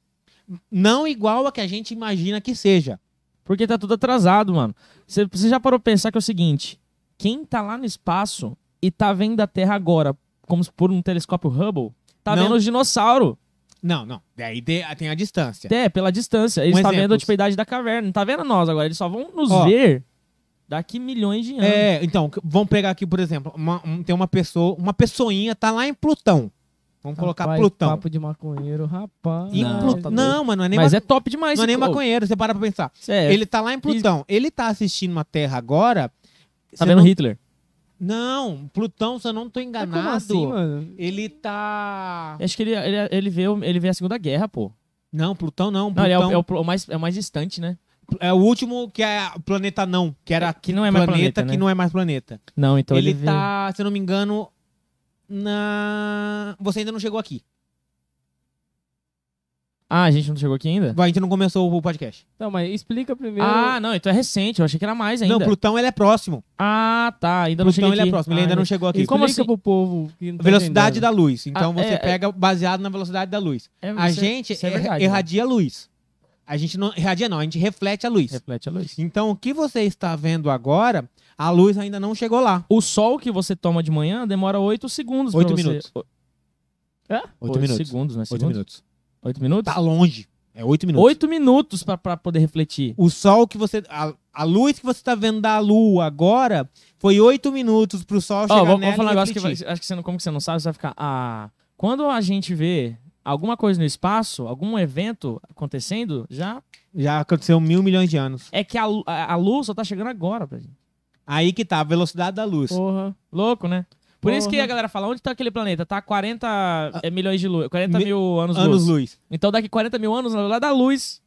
Speaker 1: Não igual a que a gente imagina que seja.
Speaker 2: Porque tá tudo atrasado, mano. Você você já parou pra pensar que é o seguinte: quem tá lá no espaço e tá vendo a Terra agora, como se por um telescópio Hubble, tá
Speaker 1: Não.
Speaker 2: vendo os dinossauros.
Speaker 1: Não, não. Daí de- tem a distância.
Speaker 2: Até pela distância. Eles
Speaker 1: É. Um
Speaker 2: tá vendo
Speaker 1: exemplo.
Speaker 2: a tipo, a idade da caverna. Não tá vendo nós agora. Eles só vão nos
Speaker 1: Ó.
Speaker 2: ver daqui milhões de anos.
Speaker 1: É, então, c- vamos pegar aqui, por exemplo, uma- um- tem uma pessoa, uma pessoinha tá lá em Plutão. Vamos colocar
Speaker 3: Rapaz,
Speaker 1: Plutão.
Speaker 3: Papo de maconheiro, rapaz. tá
Speaker 1: Em
Speaker 2: Não.
Speaker 1: Plu- Não, mano, não é nem,
Speaker 2: Mas
Speaker 1: ma-
Speaker 2: é top demais.
Speaker 1: não é nem
Speaker 2: pô.
Speaker 1: maconheiro. Você para pra pensar.
Speaker 2: Cê é,
Speaker 1: Ele tá lá em Plutão. Ele tá assistindo a Terra agora.
Speaker 2: tá
Speaker 1: Você
Speaker 2: vendo
Speaker 1: não...
Speaker 2: Hitler.
Speaker 1: não, Plutão, se eu não tô
Speaker 3: Mas
Speaker 1: enganado.
Speaker 3: como assim, mano?
Speaker 1: Ele tá.
Speaker 2: Acho que ele, ele, ele, vê, o- ele vê a Segunda Guerra, pô.
Speaker 1: Não, Plutão não.
Speaker 2: Não, ele é,
Speaker 1: Plutão
Speaker 2: o, é o- o mais, é o mais distante, né?
Speaker 1: é, o último que é o planeta não, que era
Speaker 2: Que não é mais planeta,
Speaker 1: que
Speaker 2: né?
Speaker 1: não é mais planeta.
Speaker 2: Não, então ele,
Speaker 1: ele
Speaker 2: vê-
Speaker 1: tá, se eu não me engano, na. Você ainda não chegou aqui.
Speaker 2: Ah, a gente não chegou aqui ainda?
Speaker 1: A gente não começou o podcast.
Speaker 3: Não, Então, mas explica primeiro.
Speaker 2: Ah, não, então é recente. Eu achei que era mais ainda.
Speaker 1: Não, Plutão ele é próximo.
Speaker 2: Ah, tá. Ainda não
Speaker 1: Plutão
Speaker 2: cheguei
Speaker 1: ele
Speaker 2: aqui.
Speaker 1: é próximo, ele ainda
Speaker 2: Ah,
Speaker 1: não chegou aqui.
Speaker 2: E como
Speaker 3: Explica
Speaker 2: assim?
Speaker 3: pro povo que não tá
Speaker 1: Velocidade
Speaker 3: entendendo.
Speaker 1: da luz. Então
Speaker 2: Ah,
Speaker 1: você
Speaker 2: é,
Speaker 1: pega baseado na velocidade da luz.
Speaker 2: É,
Speaker 1: A
Speaker 2: isso é-
Speaker 1: gente
Speaker 2: isso é
Speaker 1: er-
Speaker 2: verdade, né?
Speaker 1: irradia a luz. A gente não irradia não, a gente reflete a luz.
Speaker 2: Reflete a luz.
Speaker 1: Então o que você está vendo agora, a luz ainda não chegou lá.
Speaker 2: O sol que você toma de manhã demora 8 segundos
Speaker 1: Oito
Speaker 2: pra você...
Speaker 1: minutos.
Speaker 2: O-
Speaker 3: Hã?
Speaker 1: Oito
Speaker 2: oito
Speaker 1: minutos.
Speaker 2: segundos, né?
Speaker 1: Oito
Speaker 2: Segundos?
Speaker 1: minutos.
Speaker 2: Oito minutos?
Speaker 1: Tá longe. É oito minutos.
Speaker 2: Oito minutos pra, pra poder refletir.
Speaker 1: O sol que você. A, a luz que você tá vendo da lua agora foi oito minutos pro sol chegar
Speaker 2: Ó, vou, vou
Speaker 1: nela
Speaker 2: falar um
Speaker 1: e
Speaker 2: negócio que vai-
Speaker 1: refletir.
Speaker 2: acho que você não, como que você não sabe, você vai ficar. Ah, quando a gente vê alguma coisa no espaço, algum evento acontecendo, já
Speaker 1: Já aconteceu mil milhões de anos.
Speaker 2: é que a, lu- a- a luz só tá chegando agora pra gente.
Speaker 1: Aí que tá, a velocidade da luz.
Speaker 3: Porra.
Speaker 2: Louco, né? Por isso que
Speaker 3: Porra.
Speaker 2: a galera fala, onde tá aquele planeta? Tá 40 é, milhões de luz, 40
Speaker 1: Ah. mi-
Speaker 2: mil anos,
Speaker 1: anos
Speaker 2: luz.
Speaker 1: luz.
Speaker 2: Então daqui 40 mil anos, na velocidade da luz,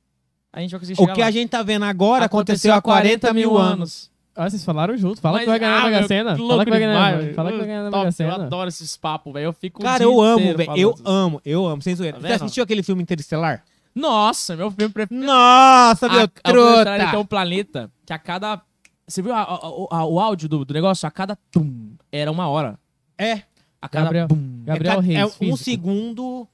Speaker 2: a gente vai conseguir
Speaker 1: O
Speaker 2: chegar
Speaker 1: que
Speaker 2: lá.
Speaker 1: a gente tá vendo agora aconteceu, há 40 mil anos.
Speaker 3: Ah, vocês falaram junto. Fala
Speaker 2: Mas-
Speaker 3: que vai ganhar
Speaker 2: ah,
Speaker 3: na Mega
Speaker 2: meu,
Speaker 3: Sena.
Speaker 2: que
Speaker 3: Fala que
Speaker 2: louco
Speaker 3: vai ganhar,
Speaker 2: demais.
Speaker 3: fala que vai ganhar na
Speaker 2: Top,
Speaker 3: Mega
Speaker 2: Eu
Speaker 3: Sena.
Speaker 2: adoro esses papos, velho. Eu fico o
Speaker 1: Cara,
Speaker 2: dia
Speaker 1: eu amo,
Speaker 2: inteiro
Speaker 1: velho. Eu
Speaker 2: falando.
Speaker 1: amo, eu amo. Sem zoeira.
Speaker 2: Tá
Speaker 1: Você
Speaker 2: vendo?
Speaker 1: assistiu aquele filme Interestelar?
Speaker 2: Nossa, meu filme preferido.
Speaker 1: Nossa, meu
Speaker 2: a, a planetária,
Speaker 1: truta!
Speaker 2: que é um planeta que a cada. Você viu a- a- a- o áudio do, do negócio? A cada tum era uma hora.
Speaker 1: É,
Speaker 2: A cada
Speaker 3: Gabriel.
Speaker 2: bum,
Speaker 3: Gabriel
Speaker 1: é,
Speaker 3: Reis,
Speaker 1: é um
Speaker 3: físico.
Speaker 1: segundo.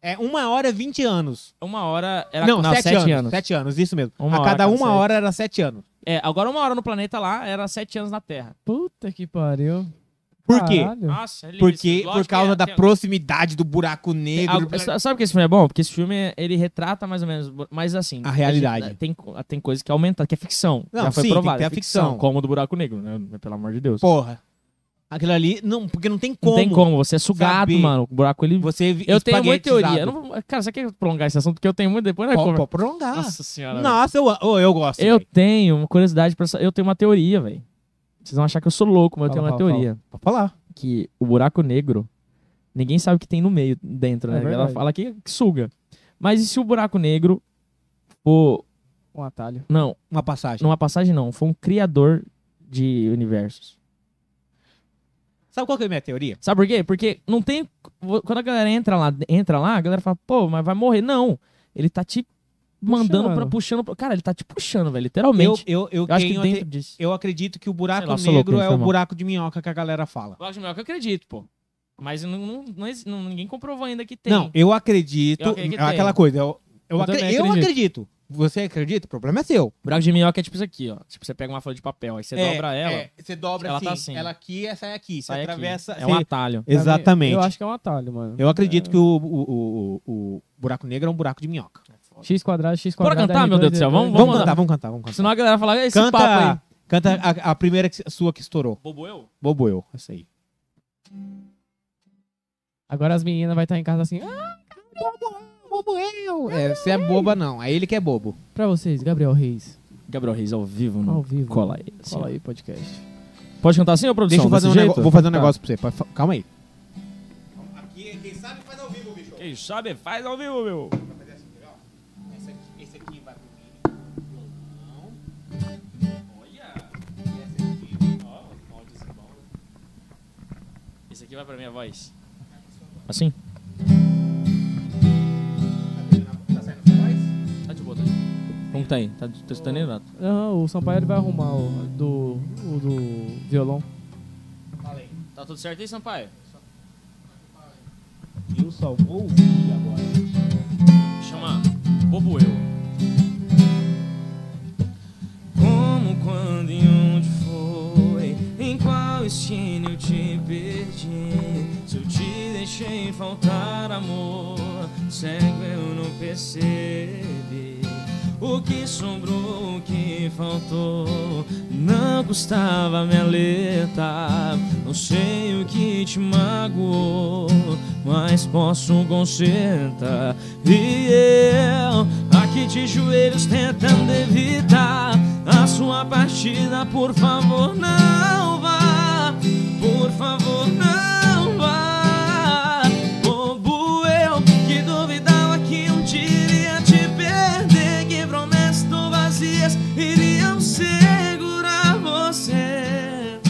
Speaker 1: É uma hora e 20 anos.
Speaker 2: uma hora era
Speaker 1: não, sete, anos, Sete anos, isso mesmo.
Speaker 2: Uma
Speaker 1: a
Speaker 2: hora,
Speaker 1: cada
Speaker 2: cada
Speaker 1: uma
Speaker 2: sete.
Speaker 1: hora era sete anos.
Speaker 2: É, agora uma hora no planeta lá era sete anos na Terra.
Speaker 3: Puta que pariu.
Speaker 1: Por quê?
Speaker 3: Caralho.
Speaker 2: Nossa, é lindo.
Speaker 1: Hum. Porque
Speaker 2: Lógico
Speaker 1: por
Speaker 2: que
Speaker 1: causa
Speaker 2: é,
Speaker 1: da
Speaker 2: tem-
Speaker 1: proximidade do buraco
Speaker 2: tem-
Speaker 1: negro. do
Speaker 2: ah,
Speaker 1: planeta.
Speaker 2: sa- Sabe que esse filme é bom? Porque esse filme, ele retrata mais ou menos, mas assim...
Speaker 1: A realidade.
Speaker 2: gente- Tem, co- ah, tem coisa que aumenta, que é ficção.
Speaker 1: Não,
Speaker 2: Já foi
Speaker 1: sim, tem
Speaker 2: provado,
Speaker 1: que ter
Speaker 2: é
Speaker 1: a
Speaker 2: ficção.
Speaker 1: ficção.
Speaker 2: Como o do buraco negro, né? Pelo amor de Deus.
Speaker 1: Porra. Aquilo ali, não, porque não tem como.
Speaker 2: Não tem como, você é sugado,
Speaker 1: saber.
Speaker 2: mano. O buraco, ele
Speaker 1: Você
Speaker 2: Eu tenho muita teoria. Eu
Speaker 1: espaguetizado.
Speaker 2: não vou- Cara, você quer prolongar esse assunto? Porque eu tenho muito depois, né?
Speaker 1: Pô, Ah,
Speaker 2: conver-
Speaker 1: pô, prolongar. Nossa,
Speaker 2: Nossa senhora. velho.
Speaker 1: eu, oh, eu gosto.
Speaker 2: eu
Speaker 1: velho.
Speaker 2: tenho uma curiosidade pra essa. Eu tenho uma teoria, velho. Vocês vão achar que eu sou louco, mas eu tenho
Speaker 3: Fala,
Speaker 2: uma
Speaker 3: fala,
Speaker 2: teoria.
Speaker 1: Pode falar.
Speaker 2: Que o buraco negro, ninguém sabe o que tem no meio, dentro,
Speaker 3: É
Speaker 2: né? Ela
Speaker 3: verdade.
Speaker 2: fala que que suga. Mas e se o buraco negro for.
Speaker 3: Um atalho.
Speaker 2: Não,
Speaker 1: Uma passagem.
Speaker 2: numa passagem não. Foi um criador de universos.
Speaker 1: Sabe qual que é a minha teoria?
Speaker 2: Sabe por quê? Porque não tem. Quando a galera entra lá, entra lá, a galera fala, pô, mas vai morrer. Não. Ele tá te mandando pra
Speaker 3: Puxando.
Speaker 2: puxando. pra- Cara, ele tá te puxando, velho,
Speaker 1: Eu,
Speaker 2: literalmente.
Speaker 1: eu, eu,
Speaker 2: Eu acho que
Speaker 1: tenho a te-
Speaker 2: dentro disso.
Speaker 1: eu acredito que o buraco
Speaker 2: Sei lá, sou louco, né?
Speaker 1: negro é
Speaker 2: foi
Speaker 1: o
Speaker 2: mal.
Speaker 1: buraco de minhoca que a galera fala.
Speaker 2: Eu acho melhor que eu acredito, pô. Mas não, não- não exi- não- ninguém comprovou ainda que tem.
Speaker 1: Não, eu acredito.
Speaker 2: Eu acredito que
Speaker 1: é aquela
Speaker 2: tem.
Speaker 1: coisa. Eu, eu,
Speaker 3: Eu
Speaker 1: acre-
Speaker 3: também
Speaker 1: eu acredito.
Speaker 3: acredito.
Speaker 1: Você acredita? O problema é seu.
Speaker 2: Buraco de minhoca é tipo isso aqui, ó. Tipo, você pega uma folha de papel, aí você
Speaker 1: É,
Speaker 2: dobra ela,
Speaker 1: é, você dobra
Speaker 2: ela
Speaker 1: assim,
Speaker 2: tá assim.
Speaker 1: Ela aqui e sai aqui. Você
Speaker 2: sai aqui.
Speaker 1: atravessa. assim.
Speaker 2: É um
Speaker 1: você-
Speaker 2: atalho.
Speaker 3: Pra mim,
Speaker 1: Exatamente.
Speaker 3: Eu acho que é um atalho, mano.
Speaker 1: Eu acredito que o, o, o, o buraco negro é um buraco de minhoca.
Speaker 3: X quadrado, X
Speaker 2: Bora
Speaker 3: quadrado.
Speaker 2: cantar,
Speaker 3: R2,
Speaker 2: meu Deus do céu,
Speaker 3: R2,
Speaker 2: vamos-
Speaker 3: R2.
Speaker 1: Vamos
Speaker 2: mandar.
Speaker 1: cantar, vamos cantar, vamos cantar.
Speaker 2: Senão a galera fala, "É esse papo aí.
Speaker 1: Canta, canta a, a primeira que- sua que estourou.
Speaker 2: Bobo eu?
Speaker 1: Bobo eu, essa aí.
Speaker 3: Agora as meninas vai estar em casa assim. Ah,
Speaker 1: Bobo eu! É, você é boba não, é ele que é bobo.
Speaker 3: pra vocês, Gabriel Reis.
Speaker 2: Gabriel Reis ao vivo, no
Speaker 3: Ao vivo.
Speaker 2: Cola aí. assim,
Speaker 3: Fala aí, podcast.
Speaker 2: ó. Pode cantar assim, ô produção?
Speaker 1: Deixa eu fazer um
Speaker 2: Desse
Speaker 1: negócio,
Speaker 2: jeito?
Speaker 1: vou fazer um
Speaker 2: Tá.
Speaker 1: negócio pra você. pode fa- Calma aí. Aqui, quem sabe faz ao vivo, bicho.
Speaker 2: Quem sabe faz ao vivo, meu.
Speaker 1: Esse aqui, esse aqui vai pro mini.
Speaker 2: Esse aqui vai pra minha voz. Assim?
Speaker 1: Tá saindo voz?
Speaker 2: Tá de boa, tá de boa. Como que tá aí? Tá testando aí, Nato?
Speaker 3: Aham, o Sampaio ele vai arrumar o do, o do violão.
Speaker 1: Fala aí.
Speaker 2: Tá tudo certo aí, Sampaio?
Speaker 1: Eu só vou ouvir agora.
Speaker 2: Chama Bobo Eu. Como, quando e onde foi? Em qual destino eu te perdi? Se eu te deixei faltar amor, cego eu não percebi. O que sobrou, o que faltou, não custava me alertar. Não sei o que te magoou, mas posso consertar. E eu, aqui de joelhos, tentando evitar a sua partida. Por favor, não vá, por favor, não vá. Bobo eu que duvidava que um dia iria te perder, que promessas tão vazias iriam segurar você.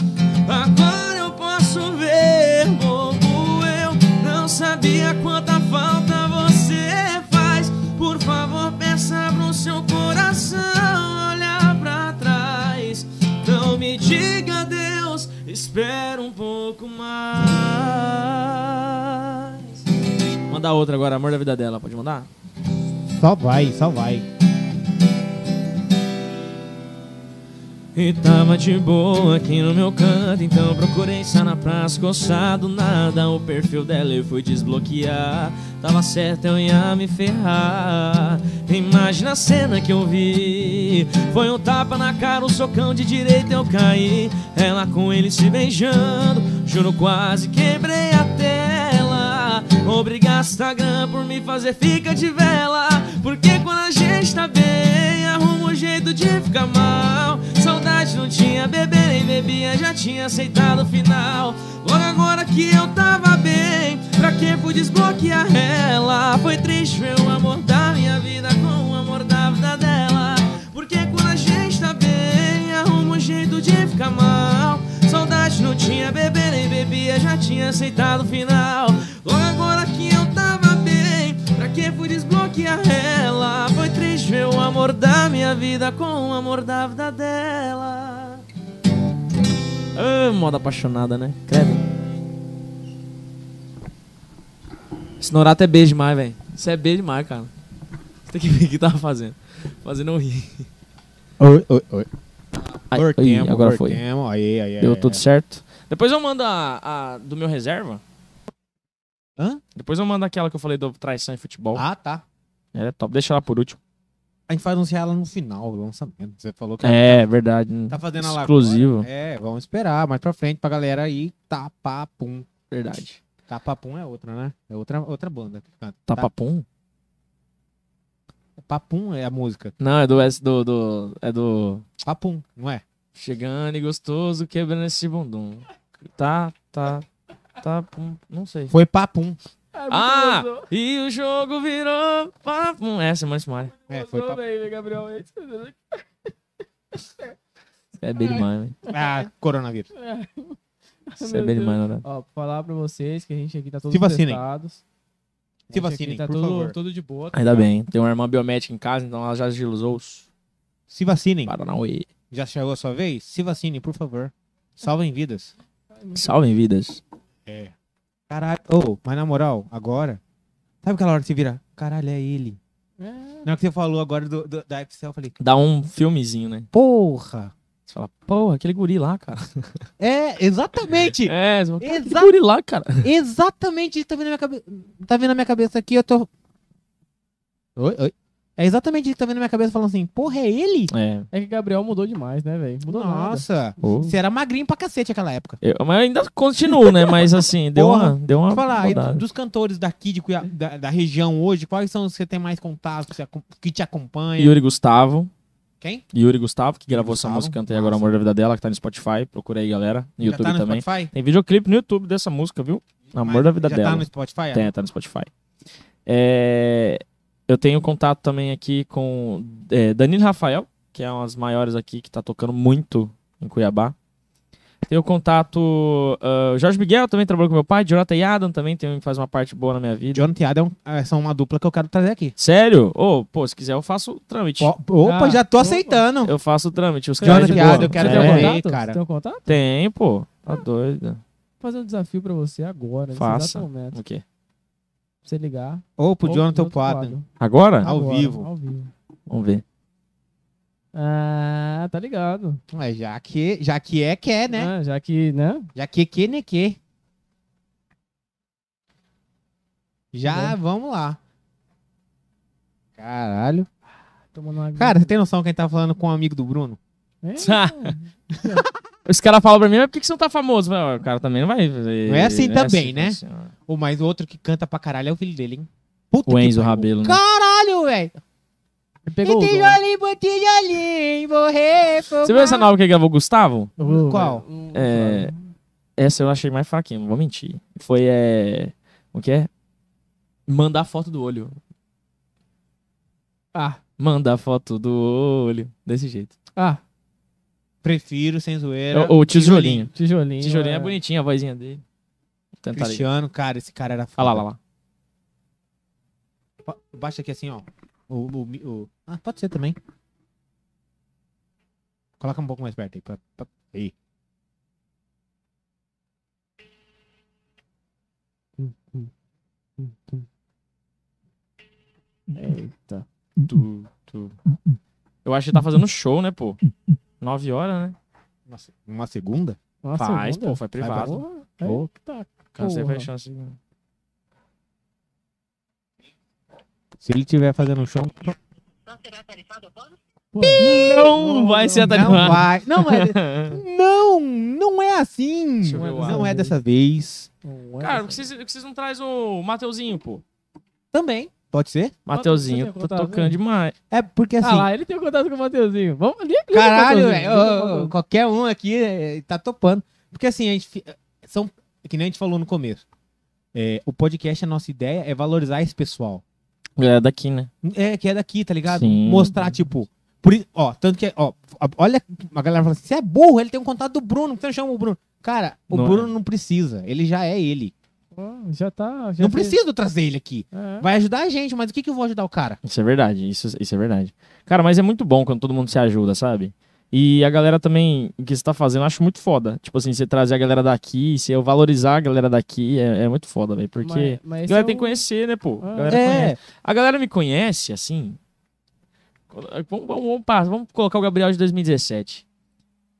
Speaker 2: Agora eu posso ver, bobo eu não sabia quanta falta você faz. Por favor, peça pro seu coração olhar pra trás. Não me diga Deus, espera um pouco mais.
Speaker 4: Mandar outra agora, amor da vida dela, pode mandar?
Speaker 1: Só vai, só vai.
Speaker 2: E tava de boa aqui no meu canto Então procurei estar na praça, coçado nada O perfil dela eu fui desbloquear Tava certo, eu ia me ferrar Imagina a cena que eu vi Foi um tapa na cara, um socão de direita eu caí Ela com ele se beijando Juro quase quebrei a tela Obrigado Instagram por me fazer fica de vela Porque quando a gente tá bem Arruma um jeito de ficar mal Saudade não tinha, bebê nem bebia Já tinha aceitado o final Logo agora que eu tava bem Pra que fui desbloquear ela? Foi triste ver o amor da minha vida Com o amor da vida dela Porque quando a gente tá bem Arruma um jeito de ficar mal Saudade não tinha, bebê nem bebia Já tinha aceitado o final Logo agora que eu tava bem Pra que fui desbloquear ela? Foi triste ver o amor da minha vida Com o amor da vida dela
Speaker 4: Ah, moda apaixonada, né? Creve. Esse Norato é B demais, velho. Isso é B demais, cara. Você tem que ver o que tava fazendo. Fazendo eu rir.
Speaker 1: Oi, oi, oi.
Speaker 4: Ai,
Speaker 1: Workemo,
Speaker 4: oi, agora foi.
Speaker 1: workemo, Aí, aí, aí.
Speaker 4: Deu
Speaker 1: aí.
Speaker 4: tudo certo. É. Depois eu mando a, a do meu reserva.
Speaker 1: Hã?
Speaker 4: Depois eu mando aquela que eu falei do traição em futebol.
Speaker 1: Ah, tá.
Speaker 4: Ela é top. Deixa ela por último.
Speaker 1: A gente vai anunciar ela no final do lançamento. Você falou que
Speaker 4: É, verdade. né?
Speaker 1: tá fazendo ela
Speaker 4: exclusivo.
Speaker 1: agora. É, vamos esperar mais pra frente pra galera aí. Tapapum.
Speaker 4: Verdade.
Speaker 1: Tapapum é outra, né? É outra, outra banda que canta.
Speaker 4: Tá papum?
Speaker 1: Ta- Papum é a música.
Speaker 4: Não, é do, S- do, do. É do.
Speaker 1: Papum, não é?
Speaker 4: Chegando e gostoso, quebrando esse bundum. Tá, tá, tá, pum, não sei.
Speaker 1: Foi papum.
Speaker 4: Ah! E o jogo virou papum. É, Simone Simone.
Speaker 1: É, foi papum.
Speaker 3: Gabriel.
Speaker 4: É bem demais, velho.
Speaker 1: Ah, coronavírus.
Speaker 4: Isso é bem demais, né?
Speaker 3: Ó, falar pra vocês que a gente aqui tá todos
Speaker 1: Se vacinem.
Speaker 3: testados. A
Speaker 1: Se
Speaker 3: gente aqui
Speaker 1: vacinem,
Speaker 3: tá
Speaker 1: por
Speaker 3: tudo,
Speaker 1: favor.
Speaker 3: tudo de boa. tá
Speaker 4: Ainda
Speaker 3: ligado?
Speaker 4: bem. Tem uma irmã biomédica em casa, então ela já agilizou os
Speaker 1: Se vacinem.
Speaker 4: Paranauê.
Speaker 1: Já chegou a sua vez? Se vacinem, por favor. Salvem vidas.
Speaker 4: Salvem vidas.
Speaker 1: É. Caralho. Ô, mas na moral, agora. Sabe aquela hora que você vira? Caralho, é ele.
Speaker 3: É,
Speaker 1: Na hora que você falou agora do, do- da Excel, eu falei,
Speaker 4: Dá um filmezinho, né?
Speaker 1: porra!
Speaker 4: Você fala, porra, aquele guri lá, cara.
Speaker 1: É, exatamente!
Speaker 4: É, você fala, "Cara, aquele
Speaker 1: Exa-
Speaker 4: guri lá, cara.
Speaker 1: Exatamente isso tá vindo na minha cabeça. Tá vindo na minha cabeça aqui, eu tô. Oi, oi. É exatamente isso que tá vindo na minha cabeça falando assim, porra, é ele?
Speaker 4: É.
Speaker 3: é que Gabriel mudou demais, né, velho? Mudou nada.
Speaker 1: Nossa!
Speaker 4: Ô.
Speaker 1: Você era magrinho pra cacete naquela época.
Speaker 4: Eu, mas eu ainda continuo, né? Mas assim, deu uma.
Speaker 1: Porra.
Speaker 4: Deu uma
Speaker 1: Deixa eu falar, aí,
Speaker 4: mudada.
Speaker 1: dos cantores daqui de Cuiab- da, da região hoje, quais são os que você tem mais contato, que você acom- que te acompanha?
Speaker 4: Yuri Gustavo.
Speaker 1: Quem? tá
Speaker 4: Yuri Gustavo, que gravou
Speaker 1: Gustavo.
Speaker 4: essa música Cantei Agora o
Speaker 1: Massa.
Speaker 4: Amor da Vida dela, que tá no Spotify. Procura aí, galera. No
Speaker 1: Já
Speaker 4: YouTube
Speaker 1: tá no
Speaker 4: também.
Speaker 1: Spotify?
Speaker 4: Tem videoclipe no YouTube dessa música, viu? Amor
Speaker 1: Mas
Speaker 4: da Vida
Speaker 1: já
Speaker 4: dela.
Speaker 1: tá no Spotify?
Speaker 4: Tem, tá no Spotify. É, Eu tenho contato também aqui com é, Danilo Rafael, que é uma das maiores aqui, que tá tocando muito em Cuiabá. Tenho contato. ah, Jorge Miguel também trabalhou com meu pai. Jonathan e Adam também tem, um faz uma parte boa na minha vida.
Speaker 1: Jonathan e Adam é um- é, são uma dupla que eu quero trazer aqui.
Speaker 4: Sério? Ô, pô, se quiser eu faço o trâmite.
Speaker 1: Ó, Opa,
Speaker 3: Ah,
Speaker 1: já tô
Speaker 3: opa.
Speaker 1: aceitando.
Speaker 4: Eu faço o trâmite. Os caras
Speaker 1: Jonathan
Speaker 4: de
Speaker 1: e
Speaker 4: boa.
Speaker 1: Adam, eu quero
Speaker 3: Você
Speaker 4: é,
Speaker 3: tem um
Speaker 1: ver.
Speaker 3: contato?
Speaker 1: cara.
Speaker 3: Você tem um contato?
Speaker 4: Tem, pô. Tá doido.
Speaker 3: Vou fazer um desafio pra você agora, nesse
Speaker 4: Faça.
Speaker 3: exato momento. Pra
Speaker 4: O quê?
Speaker 3: você ligar.
Speaker 1: Ou pro
Speaker 3: Ou
Speaker 1: Jonathan ou
Speaker 3: outro
Speaker 1: pro Adam.
Speaker 3: quadro.
Speaker 4: Agora?
Speaker 1: Ao vivo.
Speaker 3: Ao vivo.
Speaker 4: Vamos ver.
Speaker 3: Ah, tá ligado.
Speaker 1: Ué, já que, já que é, quer, né?
Speaker 3: Ah, já que, né?
Speaker 1: Já que, que, né, que.
Speaker 2: Tá
Speaker 1: Já, vamos lá. Caralho.
Speaker 3: tomando uma...
Speaker 1: Cara, você tem noção quem tá falando com um amigo do Bruno?
Speaker 3: É,
Speaker 2: Tá. Os caras falam pra mim, mas por que que você não tá famoso? Eu falo, "Ah, O cara também não vai. Não
Speaker 1: é assim também, né?
Speaker 2: assim, ó."
Speaker 1: Ou mais o outro que canta pra caralho é o filho dele, hein? Puta
Speaker 2: o
Speaker 1: que
Speaker 2: Enzo
Speaker 1: pariu.
Speaker 2: Rabelo. Né?
Speaker 1: Caralho, velho.
Speaker 3: ele pegou o
Speaker 1: tem
Speaker 3: dom.
Speaker 1: jolim, botinho jolim, morrer.
Speaker 2: Você viu essa nova que ele gravou, Gustavo?
Speaker 3: Ô,
Speaker 1: Qual?
Speaker 3: velho, hum,
Speaker 2: É, essa eu achei mais fraquinha, não vou mentir. Foi, é... O que é? Mandar foto do olho.
Speaker 3: Ah,
Speaker 2: Mandar foto do olho. Desse jeito.
Speaker 3: ah,
Speaker 1: Prefiro, sem zoeira.
Speaker 2: É O, o tijolinho.
Speaker 3: tijolinho.
Speaker 2: Tijolinho é bonitinho, a vozinha dele. Tentaria.
Speaker 1: Cristiano, cara, esse cara era
Speaker 2: Tá Olha
Speaker 1: foda.
Speaker 2: lá, lá, lá.
Speaker 1: Ba- Baixa aqui assim, ó. O, o- o- Ah, pode ser também. Coloca um pouco mais perto aí. pra- pra- aí.
Speaker 3: Eita.
Speaker 2: Tu, tu. Eu acho que tá fazendo show, né, pô? Nove horas, né?
Speaker 1: Uma, se- uma segunda?
Speaker 3: Nossa,
Speaker 2: faz,
Speaker 3: segunda?
Speaker 2: pô, foi privado.
Speaker 3: Porra,
Speaker 1: Vai,
Speaker 3: aí que tá.
Speaker 2: Cansei
Speaker 3: porra.
Speaker 2: foi chance.
Speaker 1: Se ele tiver fazendo um show.
Speaker 3: Pô, é.
Speaker 2: Não vai
Speaker 1: Não
Speaker 2: ser atarifado.
Speaker 1: vai. Não é. não, não é assim.
Speaker 2: Deixa eu ver o
Speaker 1: Não
Speaker 3: ar.
Speaker 1: é dessa vez.
Speaker 3: não é
Speaker 2: Cara, por que
Speaker 3: essa-
Speaker 2: vocês, por que vocês não trazem o Mateuzinho, pô?
Speaker 1: Também. Pode ser?
Speaker 2: Mateuzinho
Speaker 3: você
Speaker 2: tá
Speaker 3: tem contato,
Speaker 2: tocando
Speaker 3: né?
Speaker 2: demais.
Speaker 1: É porque assim.
Speaker 3: Ah lá, ele tem contato com o Mateuzinho. Vamos ali.
Speaker 2: tá
Speaker 1: Caralho, velho. ô, ô, ô, Qualquer um aqui eh, tá topando. Porque assim, a gente. fi- São, que nem a gente falou no começo. É, o podcast, a nossa ideia é valorizar esse pessoal.
Speaker 2: É daqui, né?
Speaker 1: É, que é daqui, tá ligado?
Speaker 2: Sim.
Speaker 1: Mostrar, tipo. Por, i- ó, tanto que. Ó, a- olha, a galera fala assim: você é burro, ele tem um contato do Bruno, por que você não chama o Bruno? Cara, o
Speaker 2: Não é.
Speaker 1: Bruno não precisa. Ele já é ele.
Speaker 3: Pô, Já tá. Já
Speaker 1: não
Speaker 3: fez-
Speaker 1: preciso trazer ele aqui.
Speaker 3: É.
Speaker 1: Vai ajudar a gente, mas o que, que eu vou ajudar o cara?
Speaker 2: Isso é verdade, isso, isso é verdade. Cara, mas é muito bom quando todo mundo se ajuda, sabe? E a galera também, o que você tá fazendo, eu acho muito foda. Tipo assim, você trazer a galera daqui, você valorizar a galera daqui, é, é muito foda, velho. Porque
Speaker 3: Mas, mas
Speaker 2: a
Speaker 3: esse
Speaker 2: galera
Speaker 3: é
Speaker 2: tem
Speaker 3: o-
Speaker 2: que conhecer, né, pô?
Speaker 3: Ah.
Speaker 2: A galera conhece.
Speaker 1: É,
Speaker 2: A galera me conhece, assim. quando- eh, Vamos, vamos, vamos, pa- vamos colocar o Gabriel de 2017.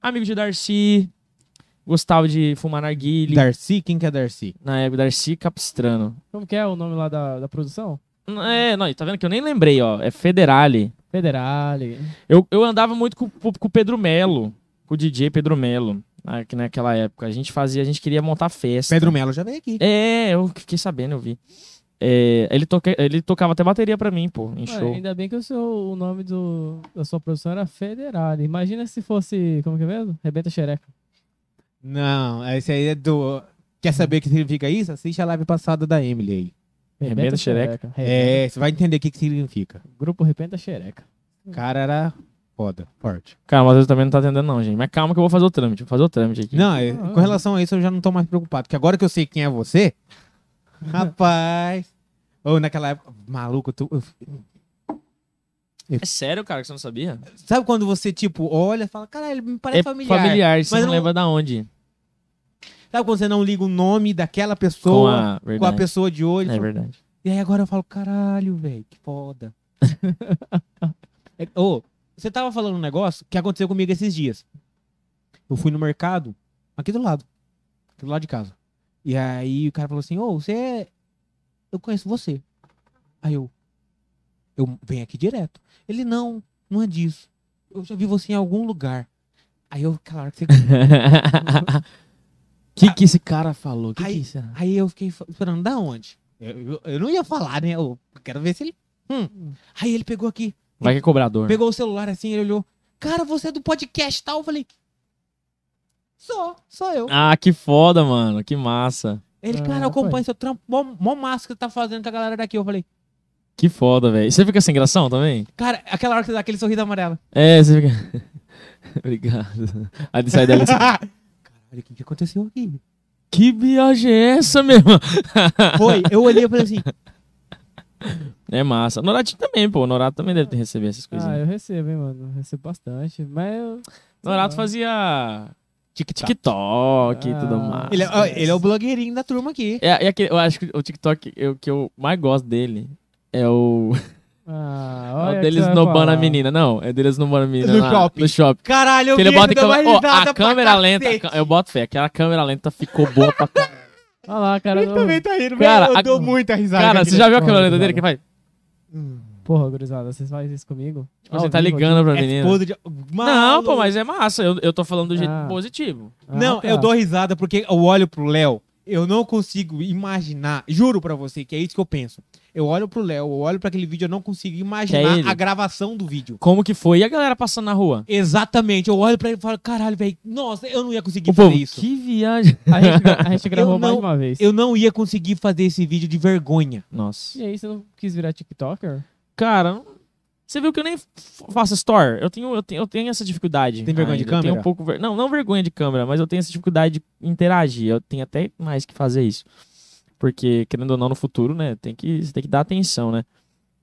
Speaker 2: Amigo de Darcy, gostava de fumar narguile.
Speaker 1: Darcy, quem que é Darcy?
Speaker 2: Na época, Darcy Capistrano.
Speaker 3: Como que é o nome lá da, da produção?
Speaker 2: Não, É, não, tá vendo que eu nem lembrei, ó. É Federale.
Speaker 3: Federale.
Speaker 2: Eu, eu andava muito com, com com o Pedro Melo, com o DJ Pedro Melo, na- naquela época. A gente fazia, a gente queria montar festa.
Speaker 1: Pedro Melo já veio aqui.
Speaker 2: É, eu fiquei sabendo, eu vi. É, ele, toca, ele tocava até bateria pra mim, pô, em
Speaker 3: Ué,
Speaker 2: show.
Speaker 3: ainda bem que o, seu, o nome do, da sua produção era Federale. Imagina se fosse. Como que é mesmo? Rebenta Xereca.
Speaker 1: Não, esse aí é do. Quer saber o que significa isso? Assiste a live passada da Emily aí.
Speaker 2: Rebenta Xereca.
Speaker 3: Rebenta-
Speaker 1: É, você vai entender o que, que significa.
Speaker 3: Grupo Rebenta Xereca.
Speaker 1: O cara era foda, forte.
Speaker 2: Cara, mas eu também não tá atendendo, não, gente. Mas calma que eu vou fazer o trâmite. Vou fazer o trâmite aqui.
Speaker 1: Não, é, com relação a isso eu já não tô mais preocupado, porque agora que eu sei quem é você. rapaz. Ou naquela época. Maluco, tu. eu-
Speaker 2: É sério, cara, que você não sabia?
Speaker 1: Sabe quando você, tipo, olha e fala, caralho, me parece
Speaker 2: é
Speaker 1: familiar.
Speaker 2: familiar, você
Speaker 1: mas
Speaker 2: não,
Speaker 1: não-
Speaker 2: lembra da onde.
Speaker 1: Sabe quando você não liga o nome daquela
Speaker 2: Com
Speaker 1: pessoa
Speaker 2: a,
Speaker 1: com a,
Speaker 2: verdade.
Speaker 1: pessoa de hoje?
Speaker 2: É verdade.
Speaker 1: E aí agora eu falo, caralho, velho, que foda. É, Ô, você tava falando um negócio que aconteceu comigo esses dias. Eu fui no mercado, aqui do lado, aqui do lado de casa. E aí o cara falou assim, ô, você é... Eu conheço você. Aí eu, eu venho aqui direto. Ele, não, não é disso. Eu já vi você em algum lugar. Aí eu, aquela hora que você
Speaker 2: que que esse cara falou? Que
Speaker 1: Ai.
Speaker 2: que isso?
Speaker 1: Aí eu fiquei fa- esperando, da onde? Eu, eu- eu não ia falar, né? Eu quero ver se ele. Hum. Aí ele pegou aqui,
Speaker 2: Vai que é cobrador.
Speaker 1: pegou o celular assim, ele olhou. Cara, você é do podcast tal? Eu falei. Sou, sou eu.
Speaker 2: Ah, que foda, mano. Que massa.
Speaker 1: Ele,
Speaker 3: Ah,
Speaker 1: cara, eu acompanho seu trampo, mó, mó massa que você tá fazendo com a galera daqui. Eu falei,
Speaker 2: Que foda, velho. Você fica sem gração também?
Speaker 1: cara, aquela hora que você dá aquele sorriso amarelo.
Speaker 2: É, você fica... Obrigado. Aí ele sai dela assim...
Speaker 1: Caralho, o que, que aconteceu aqui?
Speaker 2: Que viagem é essa, meu irmão?
Speaker 1: Foi, eu olhei e falei assim,
Speaker 2: É massa. Noratinho também, pô. Norato também deve ter recebido essas coisinhas.
Speaker 3: Ah, eu recebo, hein, mano. Eu recebo bastante. Mas eu.
Speaker 2: Norato
Speaker 1: né?
Speaker 3: sei lá.
Speaker 2: fazia
Speaker 1: tic-tac.
Speaker 2: TikTok e
Speaker 3: Ah.
Speaker 2: tudo mais.
Speaker 1: Ele, é- ó, ele é o blogueirinho da turma aqui.
Speaker 2: É, é aquele- eu acho que o TikTok eu, que eu mais gosto dele é o,
Speaker 3: Ah,
Speaker 2: é
Speaker 3: olha.
Speaker 2: o deles
Speaker 3: ban
Speaker 2: nobando a menina. Não, é deles nobando a menina.
Speaker 1: No
Speaker 2: lá,
Speaker 1: shopping.
Speaker 2: No shopping.
Speaker 1: Caralho, eu
Speaker 2: Que ele
Speaker 1: vi
Speaker 2: bota
Speaker 1: ele
Speaker 2: a
Speaker 1: dando
Speaker 2: câmera,
Speaker 1: uma
Speaker 2: Ó, a
Speaker 1: risada pra
Speaker 2: câmera lenta. a
Speaker 1: cacete.
Speaker 2: ca- Eu boto fé, aquela câmera lenta ficou boa pra caralho.
Speaker 3: Olha lá, cara.
Speaker 1: Ele
Speaker 3: do-
Speaker 1: também tá rindo,
Speaker 2: Cara,
Speaker 1: velho. Eu
Speaker 2: a-
Speaker 1: dou muita risada.
Speaker 2: Cara,
Speaker 1: com
Speaker 2: você
Speaker 1: aquele
Speaker 2: já Hum. viu a
Speaker 1: som,
Speaker 2: câmera lenta
Speaker 1: cara.
Speaker 2: dele que vai.
Speaker 3: Porra, gurizada, vocês fazem isso comigo?
Speaker 2: Tipo,
Speaker 3: Ao
Speaker 2: você tá
Speaker 3: vivo
Speaker 2: ligando pra
Speaker 1: É
Speaker 2: menina.
Speaker 1: esposa de-
Speaker 2: Não,
Speaker 1: Maluco.
Speaker 2: pô, mas é massa. Eu, eu tô falando do jeito
Speaker 3: Ah.
Speaker 2: positivo.
Speaker 3: aqui?
Speaker 1: não,
Speaker 3: Ah, tá.
Speaker 1: eu dou risada porque eu olho pro Léo, eu não consigo imaginar, juro pra você que é isso que eu penso. Eu olho pro Léo, eu olho pra aquele vídeo, eu não consigo imaginar
Speaker 2: ele.
Speaker 1: a gravação do vídeo.
Speaker 2: Como que foi? E a galera passando na rua?
Speaker 1: Exatamente, eu olho pra ele e falo, caralho, velho, nossa, eu não ia conseguir
Speaker 2: O
Speaker 1: fazer
Speaker 2: povo,
Speaker 1: isso.
Speaker 2: que viagem.
Speaker 3: A gente, gra- a gente gravou
Speaker 1: Eu
Speaker 3: mais
Speaker 1: não-
Speaker 3: de uma vez.
Speaker 1: Eu não ia conseguir fazer esse vídeo de vergonha.
Speaker 2: Nossa.
Speaker 3: E aí, você não quis virar TikToker?
Speaker 2: Cara, não- você viu que eu nem f- faço store? Eu tenho, eu tenho, eu tenho essa dificuldade.
Speaker 1: Tem vergonha de
Speaker 2: ainda. Eu tenho
Speaker 1: câmera?
Speaker 2: um pouco ver- Não, não vergonha de câmera, mas eu tenho essa dificuldade de interagir. Eu tenho até mais que fazer isso. Porque, querendo ou não, no futuro, né? Tem que, você tem que dar atenção, né?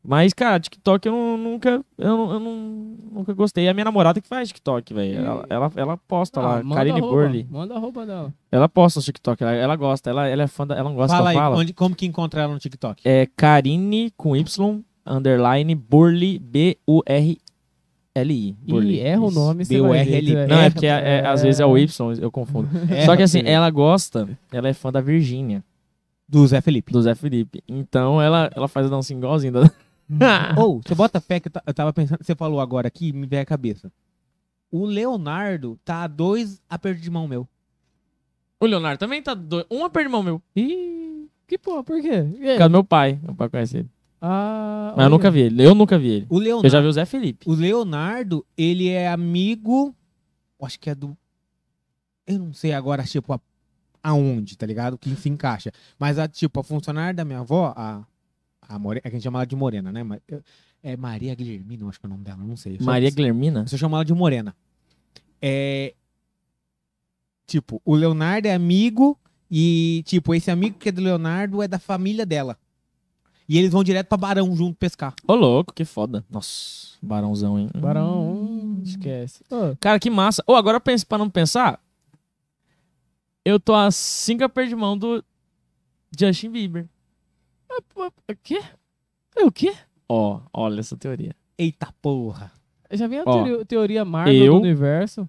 Speaker 2: Mas, cara, TikTok eu não- nunca. Eu, não- eu não- nunca gostei. É a minha namorada que faz TikTok, velho. Ela, ela, ela posta
Speaker 3: Ah,
Speaker 2: lá, Karine
Speaker 3: arroba,
Speaker 2: Burley.
Speaker 3: Manda a roupa dela.
Speaker 2: Ela posta os TikTok, ela, ela gosta, ela, ela é fã da, ela não gosta
Speaker 1: Fala
Speaker 2: que
Speaker 1: aí,
Speaker 2: eu falo.
Speaker 1: onde- como que encontra ela no TikTok?
Speaker 2: É Karine com Y, underline, Burli, B-U-R-L-I. Burli.
Speaker 3: Ih, erra o
Speaker 2: Isso.
Speaker 3: nome, você vai ver.
Speaker 1: B-U-R-L-I.
Speaker 3: tu
Speaker 2: Não, é
Speaker 3: erra, É,
Speaker 2: porque é- é-
Speaker 3: cara.
Speaker 2: às vezes é o Y, eu confundo.
Speaker 1: É
Speaker 2: Só que assim, ela gosta, ela é fã da Virgínia,
Speaker 1: Do Zé Felipe.
Speaker 2: do Zé Felipe. Então ela, ela faz a dancinha igualzinha. da-
Speaker 1: Ou, você bota fé que eu ta- eu tava pensando, você falou agora aqui, me veio a cabeça. O Leonardo tá a dois apertos de mão meu.
Speaker 2: O Leonardo também tá doido. Um aperto de mão meu,
Speaker 3: Ih, que porra, por quê?
Speaker 2: por causa do meu pai. Meu pai conhece ele.
Speaker 3: Ah,
Speaker 2: Mas eu nunca vi ele, eu nunca vi ele.
Speaker 1: O
Speaker 2: Eu
Speaker 1: Leonardo,
Speaker 2: já vi o Zé Felipe.
Speaker 1: o Leonardo, ele é amigo, eu acho que é do eu não sei agora, tipo, a- aonde, tá ligado? Que se encaixa. Mas a tipo, a funcionária da minha avó, a a, more, é que a gente chama ela de Morena, né? Ma- eu- É Maria Guilhermina, eu acho que é o nome dela, não sei. Eu só-
Speaker 2: Maria Guilhermina?
Speaker 1: Você chama ela de Morena. É. Tipo, o Leonardo é amigo e, tipo, esse amigo que é do Leonardo é da família dela. E eles vão direto pra Barão junto pescar.
Speaker 2: Ô, louco, que foda. Nossa, barãozão, hein?
Speaker 3: Barão, hum, esquece. Ô,
Speaker 2: Cara, que massa. Ou agora pensa pra não pensar. Eu tô a 5 a de mão do Justin Bieber.
Speaker 3: o quê? É O quê?
Speaker 2: Ó, olha essa teoria.
Speaker 1: Eita porra.
Speaker 3: Eu Já vi a
Speaker 2: Ó,
Speaker 3: teoria, teoria Marvel
Speaker 2: eu-
Speaker 3: do universo.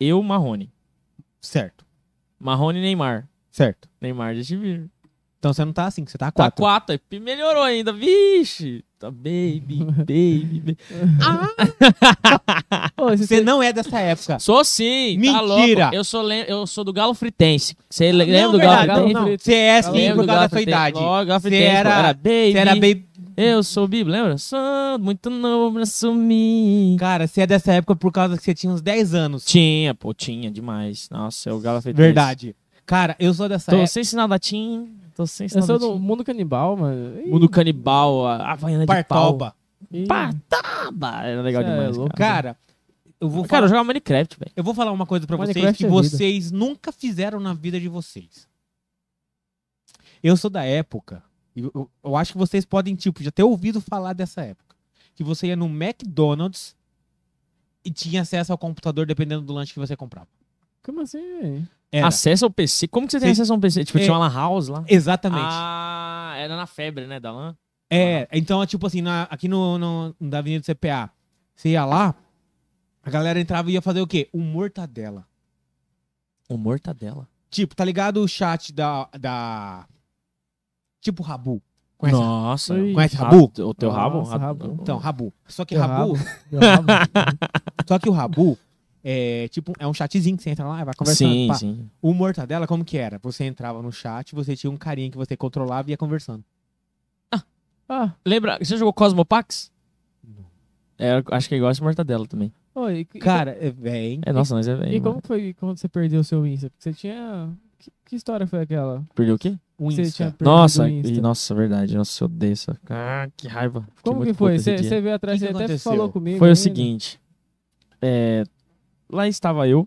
Speaker 2: Eu, Marrone.
Speaker 1: Certo,
Speaker 2: Marrone e Neymar.
Speaker 1: certo.
Speaker 2: Neymar e Justin Bieber.
Speaker 1: Então você não tá assim, você tá a
Speaker 2: Tá
Speaker 1: quatro.
Speaker 2: 4. Melhorou ainda. Vixe. Tá baby, baby, baby.
Speaker 3: Ô, esse
Speaker 1: Você não é dessa época.
Speaker 2: Sou sim. Tá
Speaker 1: Mentira. Ah,
Speaker 2: louco. Eu sou, le- eu sou do Galo Fritense. Você le- lembra
Speaker 1: não,
Speaker 2: do Galo
Speaker 1: verdade,
Speaker 3: Galo
Speaker 1: não,
Speaker 2: Fritense?
Speaker 1: não.
Speaker 3: Frito?
Speaker 1: Você é assim
Speaker 2: Lembra
Speaker 1: por
Speaker 2: do
Speaker 1: causa da sua
Speaker 2: Fritense?
Speaker 1: idade.
Speaker 2: Ó, Galo
Speaker 1: Você
Speaker 2: Fritense, pô,
Speaker 1: era-
Speaker 2: era baby.
Speaker 1: Você era bem...
Speaker 2: Eu sou Bibo, lembra? Sou muito novo pra sumir.
Speaker 1: Cara, você é dessa época por causa que você tinha uns 10 anos.
Speaker 2: Tinha, pô, tinha demais. Nossa, é eu galo feito.
Speaker 1: Verdade. é- Cara, eu sou dessa
Speaker 2: Tô
Speaker 1: época.
Speaker 2: sem sinal da TIM. Tô sem
Speaker 3: Eu
Speaker 2: sinal
Speaker 3: sou
Speaker 2: da
Speaker 3: do
Speaker 2: TIM.
Speaker 3: mundo canibal, mano. Ih,
Speaker 2: Mundo canibal, a Havaiana
Speaker 1: Partoba.
Speaker 3: ih.
Speaker 2: de pau. Partaba! Era legal
Speaker 3: Cê é
Speaker 2: demais,
Speaker 3: louco.
Speaker 2: cara.
Speaker 1: Cara, eu vou
Speaker 2: Cara, eu jogava Minecraft, velho.
Speaker 1: Eu vou falar uma coisa pra vocês
Speaker 3: Minecraft
Speaker 1: que
Speaker 3: é vida.
Speaker 1: vocês nunca fizeram na vida de vocês. Eu sou da época, e eu, eu- eu acho que vocês podem, tipo, já ter ouvido falar dessa época. Que você ia no McDonald's e tinha acesso ao computador dependendo do lanche que você comprava.
Speaker 3: Como assim, velho?
Speaker 1: Era.
Speaker 2: Acesso ao PC. Como que você tem
Speaker 1: Cê-
Speaker 2: acesso a um PC? Tipo,
Speaker 1: É.
Speaker 2: tinha uma lan house lá.
Speaker 1: Exatamente.
Speaker 2: Ah, era na febre, né, da lan?
Speaker 1: É, então, tipo assim, na- aqui no, no, na Avenida do CPA, você ia lá, a galera entrava e ia fazer o quê? Um mortadela.
Speaker 2: O Mortadela.
Speaker 1: Tipo, tá ligado o chat da. da... Tipo Rabu. Conhece,
Speaker 2: Nossa.
Speaker 3: Ih,
Speaker 1: conhece
Speaker 2: Ah,
Speaker 1: Rabu?
Speaker 2: O teu rabo?
Speaker 3: Nossa,
Speaker 2: Ah,
Speaker 3: rabo.
Speaker 1: Então, Rabu. Só que
Speaker 3: Teu
Speaker 1: Rabu,
Speaker 3: Meu rabo.
Speaker 1: só que o Rabu é tipo, é um chatzinho que você entra lá e vai conversando.
Speaker 2: Sim,
Speaker 1: pá.
Speaker 2: sim.
Speaker 1: O Mortadela, como que era? Você entrava no chat, você tinha um carinha que você controlava e ia conversando.
Speaker 3: ah,
Speaker 2: Lembra, você jogou Cosmopax?
Speaker 1: Não.
Speaker 2: É, eu acho que é igual esse Mortadela também.
Speaker 3: oi, e, então,
Speaker 1: Cara, é, vem.
Speaker 2: É, nossa, mas é
Speaker 3: e
Speaker 2: velho.
Speaker 3: como foi quando você perdeu o seu Insta? Porque você tinha... Que, que história foi aquela?
Speaker 2: Perdeu o quê?
Speaker 1: O
Speaker 3: Você tinha
Speaker 1: Insta.
Speaker 3: perdido
Speaker 2: Nossa,
Speaker 3: o Insta.
Speaker 2: e, nossa, verdade. Nossa, eu odeio essa. Ah, que raiva. Fiquei
Speaker 3: Como
Speaker 2: muito
Speaker 3: que foi?
Speaker 2: puto esse
Speaker 3: Você
Speaker 2: dia.
Speaker 3: você veio atrás,
Speaker 1: Que
Speaker 3: você
Speaker 1: que
Speaker 3: até
Speaker 1: aconteceu?
Speaker 3: falou comigo. né?
Speaker 2: Foi o
Speaker 3: ainda.
Speaker 2: seguinte. é, lá estava eu.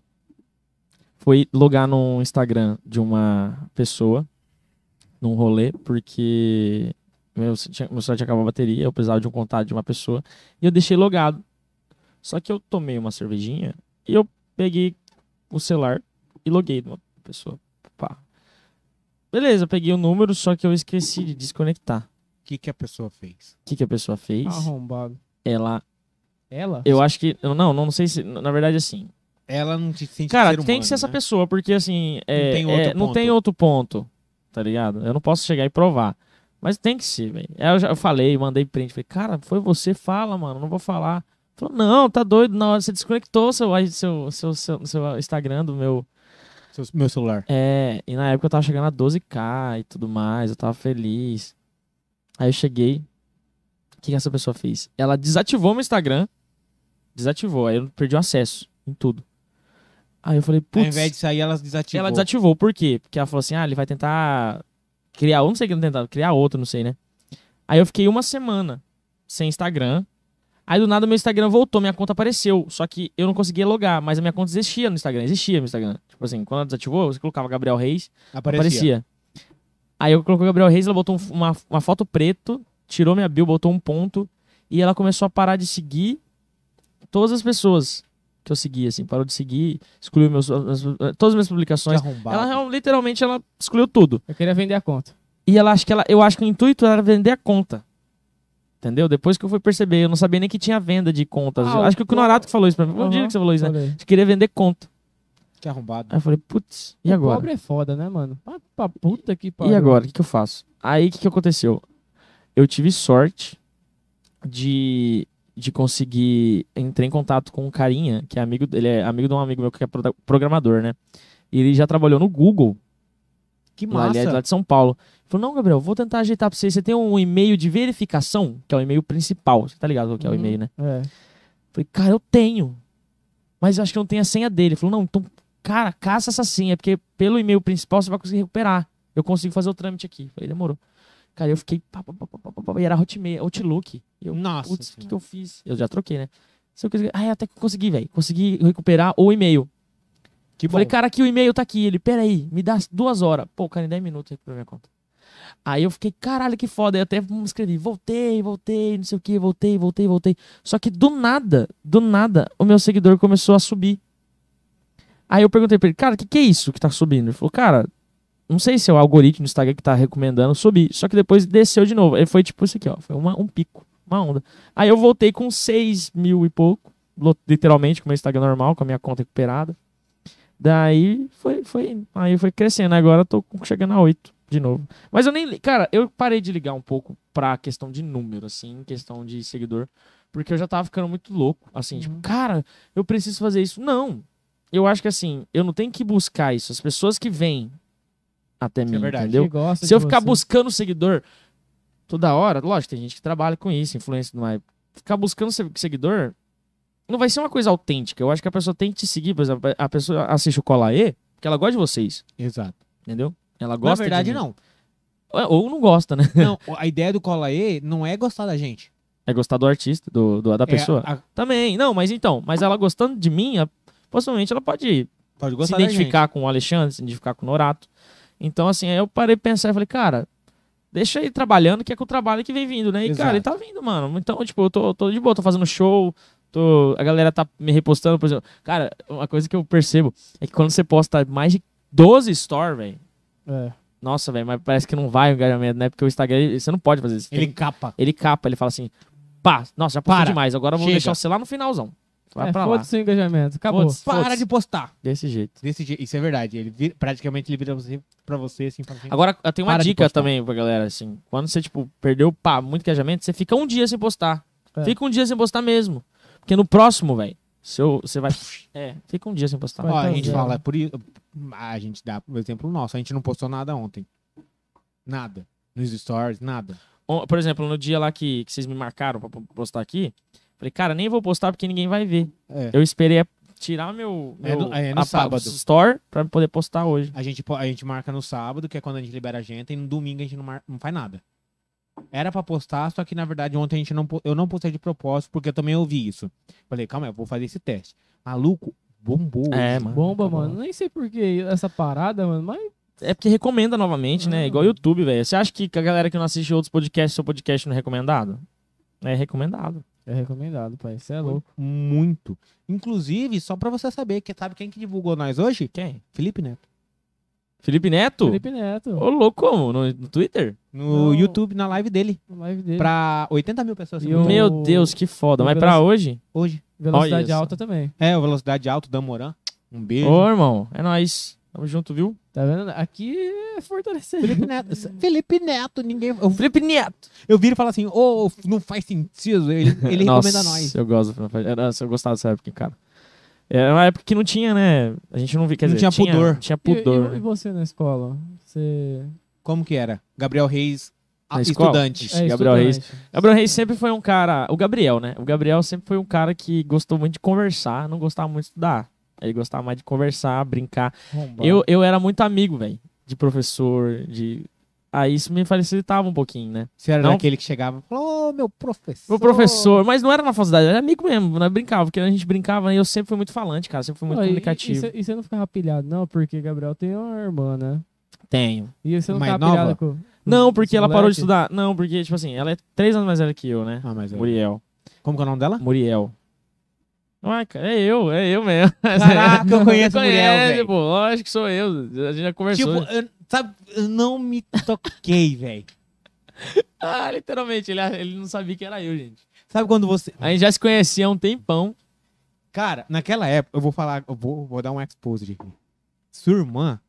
Speaker 2: Fui logar no Instagram de uma pessoa. Num rolê, porque meu, ce- tinha- meu celular tinha acabado a bateria. Eu precisava de um contato de uma pessoa. E eu deixei logado. Só que eu tomei uma cervejinha. E eu peguei o celular e loguei numa pessoa. Pá. Beleza, eu peguei o número, só que eu esqueci de desconectar.
Speaker 1: O que, que a pessoa fez?
Speaker 2: O que, que a pessoa fez?
Speaker 3: Arrombado.
Speaker 2: Ela.
Speaker 3: Ela?
Speaker 2: Eu acho que. eu Não, não sei se. Na verdade, assim.
Speaker 1: Ela não te sente
Speaker 2: Cara,
Speaker 1: ser
Speaker 2: tem
Speaker 1: humano,
Speaker 2: que ser essa
Speaker 1: né?
Speaker 2: pessoa, porque assim. É,
Speaker 1: tem outro
Speaker 2: é, não
Speaker 1: ponto.
Speaker 2: tem outro ponto. Tá ligado? Eu não posso chegar e provar. Mas tem que ser, velho. Aí Eu já eu falei, mandei print. Falei, cara, foi você, fala, mano, não vou falar. Falou, não, tá doido, na hora você desconectou seu, seu, seu, seu, seu Instagram do meu.
Speaker 1: Seu- Meu celular.
Speaker 2: É, e na época eu tava chegando a 12k e tudo mais, eu tava feliz. Aí eu cheguei. O que que essa pessoa fez? Ela desativou meu Instagram. Desativou, aí eu perdi o acesso em tudo. Aí eu falei,
Speaker 1: Ao
Speaker 2: putz.
Speaker 1: invés de sair, elas desativou.
Speaker 2: Ela desativou, por quê? Porque ela falou assim: ah, ele vai tentar criar um, não sei o que ele tentava, criar outro, não sei, né? Aí eu fiquei uma semana sem Instagram. Aí do nada meu Instagram voltou, minha conta apareceu. Só que eu não conseguia logar, mas a minha conta existia no Instagram, existia no Instagram. Tipo assim, quando ela desativou, você colocava Gabriel Reis,
Speaker 1: Aparecia.
Speaker 2: aparecia. Aí eu coloquei o Gabriel Reis, ela botou um- uma, uma foto preto, tirou minha bio, botou um ponto, e ela começou a parar de seguir todas as pessoas que eu seguia, assim, parou de seguir, excluiu meus, as- todas as minhas
Speaker 1: Que
Speaker 2: publicações.
Speaker 1: arrombado.
Speaker 2: Ela real- literalmente ela excluiu tudo.
Speaker 3: Eu queria vender a conta.
Speaker 2: E ela acho que ela, eu acho que o intuito era vender a conta. Entendeu? Depois que eu fui perceber, eu não sabia nem que tinha venda de contas.
Speaker 3: Ah, o-
Speaker 2: acho que o Conorato que falou isso pra mim. Foi um dia
Speaker 3: Aham,
Speaker 2: que você falou isso, né?
Speaker 3: falei.
Speaker 2: A gente queria vender conta.
Speaker 1: Que arrombado.
Speaker 2: Aí eu falei, putz, e
Speaker 3: O
Speaker 2: agora?
Speaker 3: Pobre é foda, né, mano? Pra, pra puta que pariu.
Speaker 2: E agora, o que, que eu faço? Aí, o que, que aconteceu? Eu tive sorte de, de conseguir... Entrei em contato com um carinha, que é amigo... Ele é amigo de um amigo meu que é proda- programador, né? E ele já trabalhou no Google.
Speaker 1: Que
Speaker 2: Lá,
Speaker 1: massa.
Speaker 2: ele é lá de São Paulo. Ele falou, não, Gabriel, vou tentar ajeitar pra você. Você tem um e-mail de verificação, que é o e-mail principal. Você tá ligado qual que é o
Speaker 3: Uhum.
Speaker 2: e-mail, né?
Speaker 3: É.
Speaker 2: Eu Falei, cara, eu tenho. Mas eu acho que eu não tenho a senha dele. Ele falou, não, então, cara, caça essa senha, porque pelo e-mail principal você vai conseguir recuperar. Eu consigo fazer o trâmite aqui. Eu Falei, demorou. Cara, eu fiquei. pá, pá, pá, pá, pá, pá, pá, e era Hotmail, Outlook. E eu,
Speaker 1: Nossa.
Speaker 2: putz, o que,
Speaker 1: senhora.
Speaker 2: que eu fiz? Eu já troquei, né? Se eu quiser- Ah, até que eu consegui, velho. Consegui recuperar o e-mail.
Speaker 1: Que
Speaker 2: Eu
Speaker 1: bom.
Speaker 2: Falei, cara, aqui o e-mail tá aqui. Ele, peraí, me dá duas horas. Pô, cara, em 10 minutos recuperou minha conta. Aí eu fiquei, caralho, que foda. Aí eu até escrevi, voltei, voltei, não sei o que, voltei, voltei, voltei. Só que do nada, do nada, o meu seguidor começou a subir. Aí eu perguntei pra ele, cara, o que, que é isso que tá subindo? Ele falou, cara, não sei se é o algoritmo do Instagram que tá recomendando subir. Só que depois desceu de novo. Aí foi tipo isso aqui, ó. Foi uma- um pico, uma onda. Aí eu voltei com 6 mil e pouco, lo- literalmente, com o meu Instagram normal, com a minha conta recuperada. Daí foi, foi indo. Aí foi crescendo. Agora eu tô com- chegando a 8 de novo. Mas eu nem. li- Cara, eu parei de ligar um pouco pra questão de número, assim, questão de seguidor. Porque eu já tava ficando muito louco. Assim, tipo, cara, eu preciso fazer isso. Não. Eu acho que assim, eu não tenho que buscar isso. As pessoas que vêm até mim,
Speaker 1: verdade.
Speaker 2: entendeu?
Speaker 3: Que gosta
Speaker 2: Se
Speaker 3: de
Speaker 2: eu ficar
Speaker 3: você.
Speaker 2: buscando seguidor toda hora, lógico, tem gente que trabalha com isso, influência e tudo mais. Ficar buscando se- seguidor não vai ser uma coisa autêntica. Eu acho que a pessoa tem que te seguir, por exemplo, a pessoa assiste o Colaê porque ela gosta de vocês,
Speaker 1: Exato.
Speaker 2: entendeu? Ela
Speaker 1: Na
Speaker 2: gosta
Speaker 1: verdade,
Speaker 2: de mim.
Speaker 1: não.
Speaker 2: Ou ou não gosta, né?
Speaker 1: Não, a ideia do cola E não é gostar da gente.
Speaker 2: É gostar do artista, do, do- da
Speaker 1: É
Speaker 2: pessoa.
Speaker 1: a-
Speaker 2: Também, não, mas então, mas ela gostando de mim, a- possivelmente ela pode
Speaker 1: pode gostar
Speaker 2: se
Speaker 1: da gente.
Speaker 2: identificar com o Alexandre, se identificar com o Norato. Então, assim, aí eu parei de pensar e falei, cara, deixa aí trabalhando, que é com o trabalho que vem vindo, né? E,
Speaker 1: Exato.
Speaker 2: cara, ele tá vindo, mano. Então, tipo, eu tô, tô de boa, tô fazendo show, tô, a galera tá me repostando, por exemplo. Cara, uma coisa que eu percebo é que quando você posta mais de 12 stories, velho,
Speaker 3: É.
Speaker 2: nossa, velho, mas parece que não vai o engajamento, né? Porque o Instagram, ele- você não pode fazer isso.
Speaker 1: Ele capa.
Speaker 2: ele capa, ele fala assim, pá, nossa, já
Speaker 1: Para.
Speaker 2: para demais, agora eu vou
Speaker 1: Chega.
Speaker 2: deixar você lá no finalzão. Vai
Speaker 3: é,
Speaker 2: pra lá.
Speaker 3: Foda-se o engajamento. Acabou.
Speaker 2: Foda-se.
Speaker 1: Para
Speaker 2: Foda-se.
Speaker 1: de postar.
Speaker 2: Desse jeito.
Speaker 1: Desse jeito. Isso é verdade. Ele vira- praticamente ele vira você, pra você assim. Pra assim.
Speaker 2: Agora, eu tenho uma
Speaker 1: Para de
Speaker 2: dica
Speaker 1: postar.
Speaker 2: também pra galera, assim. Quando você, tipo, perdeu pá, muito engajamento, você fica um dia sem postar.
Speaker 3: É.
Speaker 2: Fica um dia sem postar mesmo. Porque no próximo, velho, seu- você vai. É, fica um dia sem postar.
Speaker 3: Vai
Speaker 1: Ó, a
Speaker 3: tá
Speaker 1: gente
Speaker 3: zero.
Speaker 1: fala é por isso. A gente dá o exemplo nosso. A gente não postou nada ontem. Nada. Nos stories, nada.
Speaker 2: Ó, Por exemplo, no dia lá que, que vocês me marcaram pra po- postar aqui, falei, cara, nem vou postar porque ninguém vai ver.
Speaker 1: É.
Speaker 2: Eu esperei tirar meu,
Speaker 1: É
Speaker 2: meu
Speaker 1: no- é no
Speaker 2: a-
Speaker 1: sábado.
Speaker 2: store pra poder postar hoje.
Speaker 1: A gente, po- a gente marca no sábado, que é quando a gente libera a gente, e no domingo a gente não, mar- não faz nada. Era pra postar, só que na verdade ontem a gente não, po- eu não postei de propósito, porque eu também ouvi isso. Falei, calma aí, eu vou fazer esse teste. Maluco, bombou.
Speaker 2: É,
Speaker 1: hoje.
Speaker 2: mano.
Speaker 3: Bomba,
Speaker 2: Acabou.
Speaker 3: mano. Nem sei por que essa parada, mano. Mas
Speaker 2: É porque recomenda novamente, né?
Speaker 3: Ah.
Speaker 2: Igual o YouTube, velho. Você acha que a galera que não assiste outros podcasts, seu podcast não é recomendado? É recomendado.
Speaker 3: é recomendado, pai. Você é louco.
Speaker 1: Muito. Inclusive, só pra você saber, que sabe quem que divulgou nós hoje?
Speaker 2: Quem?
Speaker 1: Felipe Neto.
Speaker 2: Felipe Neto?
Speaker 3: Felipe Neto.
Speaker 2: Ô, louco, como? No, no Twitter?
Speaker 1: No
Speaker 3: Não.
Speaker 1: YouTube, na live dele.
Speaker 3: Live dele.
Speaker 1: Pra 80 mil pessoas
Speaker 3: E Eu- o-
Speaker 2: um Meu Deus, que foda.
Speaker 3: Eu
Speaker 2: Mas
Speaker 3: vou
Speaker 2: pra
Speaker 3: lançar-
Speaker 2: hoje?
Speaker 1: hoje.
Speaker 3: Velocidade
Speaker 2: Olha só.
Speaker 3: alta também.
Speaker 1: É, o Velocidade Alto da Moran. Um beijo.
Speaker 2: Ô, irmão, é nóis. Tamo junto, viu?
Speaker 3: Tá vendo? Aqui é fortalecer.
Speaker 1: Felipe Neto, Felipe Neto, ninguém. Eu,
Speaker 2: Felipe Neto!
Speaker 1: eu viro e falo assim, ô, não faz sentido. Ele, ele recomenda nós.
Speaker 2: Eu gosto, do Fernando Fazio. Era- eu gostava dessa época, cara. Era uma época que não tinha, né? A gente não via, quer
Speaker 1: Não
Speaker 2: dizer,
Speaker 1: tinha pudor.
Speaker 2: Tinha
Speaker 3: E,
Speaker 2: pudor. né?
Speaker 3: e- e você na escola? Você
Speaker 1: Como que era? Gabriel Reis,
Speaker 2: Na
Speaker 1: a-
Speaker 2: escola?
Speaker 1: estudante.
Speaker 2: É. Gabriel Reis. Gabriel Reis sempre foi um cara. O Gabriel, né? O Gabriel sempre foi um cara que gostou muito de conversar, não gostava muito de estudar. Ele gostava mais de conversar, brincar. Eu, eu era muito amigo, velho, de professor, de. Aí isso me facilitava um pouquininho, né?
Speaker 1: Você era
Speaker 2: Não.
Speaker 1: daquele que chegava e falou, ô, meu professor.
Speaker 2: O professor, mas não era na faculdade, era amigo mesmo, né? Brincava, porque a gente brincava né? e eu sempre fui muito falante, cara, sempre fui muito
Speaker 3: Ó, e-
Speaker 2: comunicativo.
Speaker 3: E, e, você- e você não ficava pilhado, não, porque Gabriel tem uma irmã, né?
Speaker 2: Tenho.
Speaker 3: E você não
Speaker 1: Mais
Speaker 3: ficava
Speaker 1: nova?
Speaker 3: pilhado com.
Speaker 2: Não, porque
Speaker 3: esse
Speaker 2: ela parou de
Speaker 3: moleque?
Speaker 2: estudar. Não, porque, tipo assim, ela é três anos mais velha que eu, né?
Speaker 1: Ah, mas eu-
Speaker 2: Muriel.
Speaker 1: Como que é o nome dela?
Speaker 2: Muriel. Ué, cara, é eu, é eu mesmo.
Speaker 1: Caraca, eu conheço
Speaker 2: Você
Speaker 1: Muriel,
Speaker 2: conhece,
Speaker 1: velho.
Speaker 2: pô, lógico que sou eu. A gente já
Speaker 1: Tipo,
Speaker 2: conversou.
Speaker 1: eu, sabe, eu não me toquei, velho.
Speaker 2: Ah, literalmente, ele, ele não sabia que era eu, gente.
Speaker 1: Sabe quando você.
Speaker 2: A gente já se conhecia há um tempão.
Speaker 1: Cara, naquela época, eu vou falar, eu vou, vou dar um exposed aqui. Sua irmã.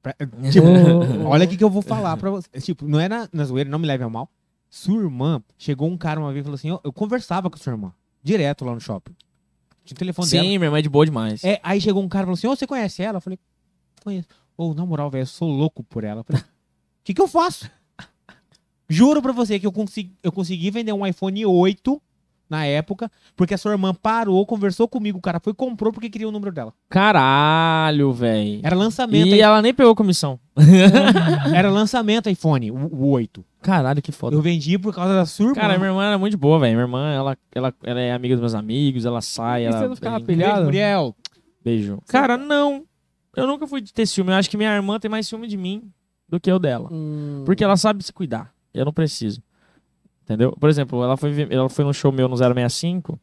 Speaker 1: pra- tipo,
Speaker 3: Ô, ô,
Speaker 1: olha o que que eu vou falar pra você. Tipo, não era na zoeira, não me leve a mal. Sua irmã, chegou um cara uma vez e falou assim: "Ó, eu conversava com sua irmã, direto lá no shopping. Tinha o telefone dela.
Speaker 2: Sim, minha irmã é de boa demais.
Speaker 1: É, aí chegou um cara e falou assim: Ô, você conhece ela? Eu falei: Conheço. Ô, na moral, velho, eu sou louco por ela. Eu falei: O que, que eu faço? Juro pra você que eu consegui, eu consegui vender um iPhone 8 na época, porque a sua irmã parou, conversou comigo, o cara foi e comprou porque queria o número dela.
Speaker 2: Caralho, velho.
Speaker 1: Era lançamento,
Speaker 2: E
Speaker 1: aí-
Speaker 2: ela nem pegou comissão.
Speaker 1: era lançamento iPhone, o, o 8.
Speaker 2: Caralho, que foda.
Speaker 1: Eu vendi por causa da sua irmã.
Speaker 2: Cara, minha irmã era muito boa, velho. Minha irmã, ela, ela, ela é amiga dos meus amigos, ela sai,
Speaker 3: E
Speaker 2: ela
Speaker 3: você não ficava
Speaker 2: brinca.
Speaker 1: Beijo,
Speaker 3: pilhado?
Speaker 1: Muriel.
Speaker 2: Beijo. Cara, não. Eu nunca fui de ter ciúme. Eu acho que minha irmã tem mais ciúme de mim do que eu dela.
Speaker 3: Hum.
Speaker 2: Porque ela sabe se cuidar. Eu não preciso. Entendeu? Por exemplo, ela foi, ver- ela foi num show meu no 065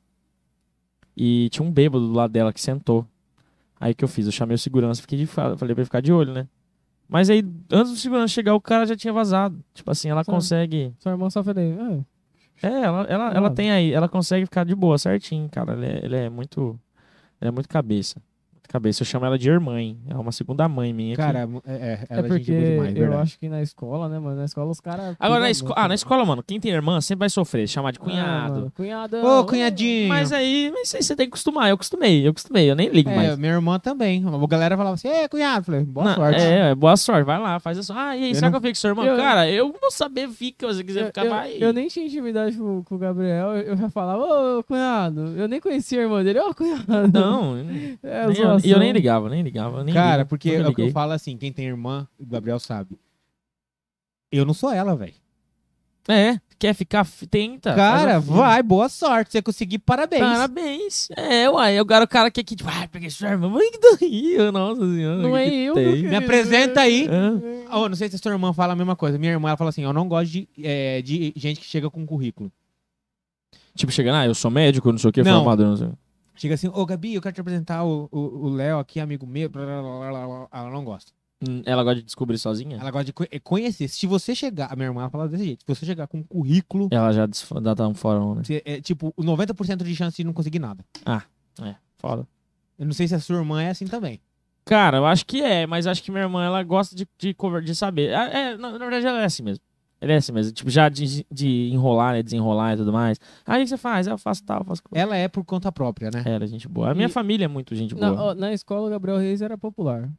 Speaker 2: e tinha um bêbado do lado dela que sentou. Aí o que eu fiz? Eu chamei o segurança, fiquei de fa- falei pra ele ficar de olho, né? Mas aí, antes do segurança chegar, o cara já tinha vazado. Tipo assim, ela
Speaker 3: Sim.
Speaker 2: consegue.
Speaker 3: Sua irmã só falei. ah,
Speaker 2: É, ela, ela, ela
Speaker 3: Claro.
Speaker 2: tem aí, ela consegue ficar de boa, certinho, cara. Ele é, ele é muito. Ele é muito cabeça. Muito cabeça. Eu chamo ela de irmã. hein? É uma segunda mãe minha. que-
Speaker 1: Cara, é, é,
Speaker 3: É
Speaker 1: ela é
Speaker 3: porque
Speaker 1: gente boa demais,
Speaker 3: eu
Speaker 1: verdade.
Speaker 3: acho que na escola, né, mano? Na escola os caras.
Speaker 2: Agora,
Speaker 3: pilham
Speaker 2: na,
Speaker 3: muito,
Speaker 2: esco... ah, na
Speaker 3: mano.
Speaker 2: escola, mano, quem tem irmã sempre vai sofrer, chamar de
Speaker 3: Ah,
Speaker 2: cunhado.
Speaker 3: mano, cunhado.
Speaker 1: Ô, cunhadinho.
Speaker 2: mas é aí, mas aí você tem que acostumar. Eu acostumei, eu acostumei, eu nem ligo
Speaker 1: É,
Speaker 2: mais.
Speaker 1: minha irmã também. A galera falava assim: Ê, cunhado. Eu falei: Boa
Speaker 2: Não,
Speaker 1: sorte.
Speaker 2: É, é, boa sorte, vai lá, faz isso. Ah, e aí,
Speaker 1: Eu
Speaker 2: será
Speaker 1: não-
Speaker 2: que eu fico com seu irmão?
Speaker 3: Eu-
Speaker 2: Cara, eu vou saber, fica, se você quiser
Speaker 3: Eu,
Speaker 2: ficar, vai.
Speaker 3: eu, eu nem tinha intimidade com, com o Gabriel, eu eu já falava, ô ô, cunhado, eu nem conhecia a irmã dele, ô cunhado.
Speaker 2: Não, nem-
Speaker 3: É,
Speaker 2: eu-
Speaker 3: zoação.
Speaker 2: e eu nem ligava, nem ligava, nem
Speaker 1: um Cara,
Speaker 2: ligo,
Speaker 1: porque é
Speaker 2: nunca
Speaker 1: o que eu
Speaker 2: liguei.
Speaker 1: falo assim, quem tem irmã, o Gabriel sabe. Eu não sou ela, velho.
Speaker 2: É, quer ficar, f- tenta.
Speaker 1: Cara,
Speaker 2: faz a-
Speaker 1: vai, boa sorte. Você conseguir, parabéns.
Speaker 2: Parabéns. É, uai, agora o cara que aqui, tipo, ah, peguei sua irmã, mas que daí? Eu, Nossa senhora.
Speaker 3: Não é
Speaker 2: que
Speaker 3: eu, É.
Speaker 2: tem.
Speaker 1: Me apresenta aí.
Speaker 2: Hã?
Speaker 1: Oh, não sei se a sua irmã fala a mesma coisa. Minha irmã, ela fala assim, eu não gosto de, é, de gente que chega com currículo.
Speaker 2: Tipo, chegando, ah, eu sou médico, não sei o que,
Speaker 1: Não.
Speaker 2: formado, não sei. o quê.
Speaker 1: Chega assim, ô Gabi, eu quero te apresentar o o- o Léo aqui, amigo meu. blá, blá, blá, blá, blá. Ela não gosta.
Speaker 2: Hum, Ela gosta de descobrir sozinha?
Speaker 1: Ela gosta de co- é, conhecer. Se você chegar, a minha irmã ela fala desse jeito, se você chegar com um currículo,
Speaker 2: Ela já desf- já tá um fórum, né?
Speaker 1: você, é tipo 90% de chance de não conseguir nada.
Speaker 2: É, Foda.
Speaker 1: Eu não sei se a sua irmã é assim também.
Speaker 2: Cara, eu acho que é, mas acho que minha irmã, ela gosta de, de, cover- de saber. Ah, É, na, na verdade, ela é assim mesmo. Ela é assim mesmo. Tipo, já de, de enrolar, né? Desenrolar e tudo mais. Aí o que você faz? "Ah, Eu faço tal, eu faço...
Speaker 1: Ela é por conta própria, né?
Speaker 2: Ela é gente boa. A minha
Speaker 3: E-
Speaker 2: família é muito gente boa.
Speaker 3: Na, ó, na escola, o Gabriel Reis era popular.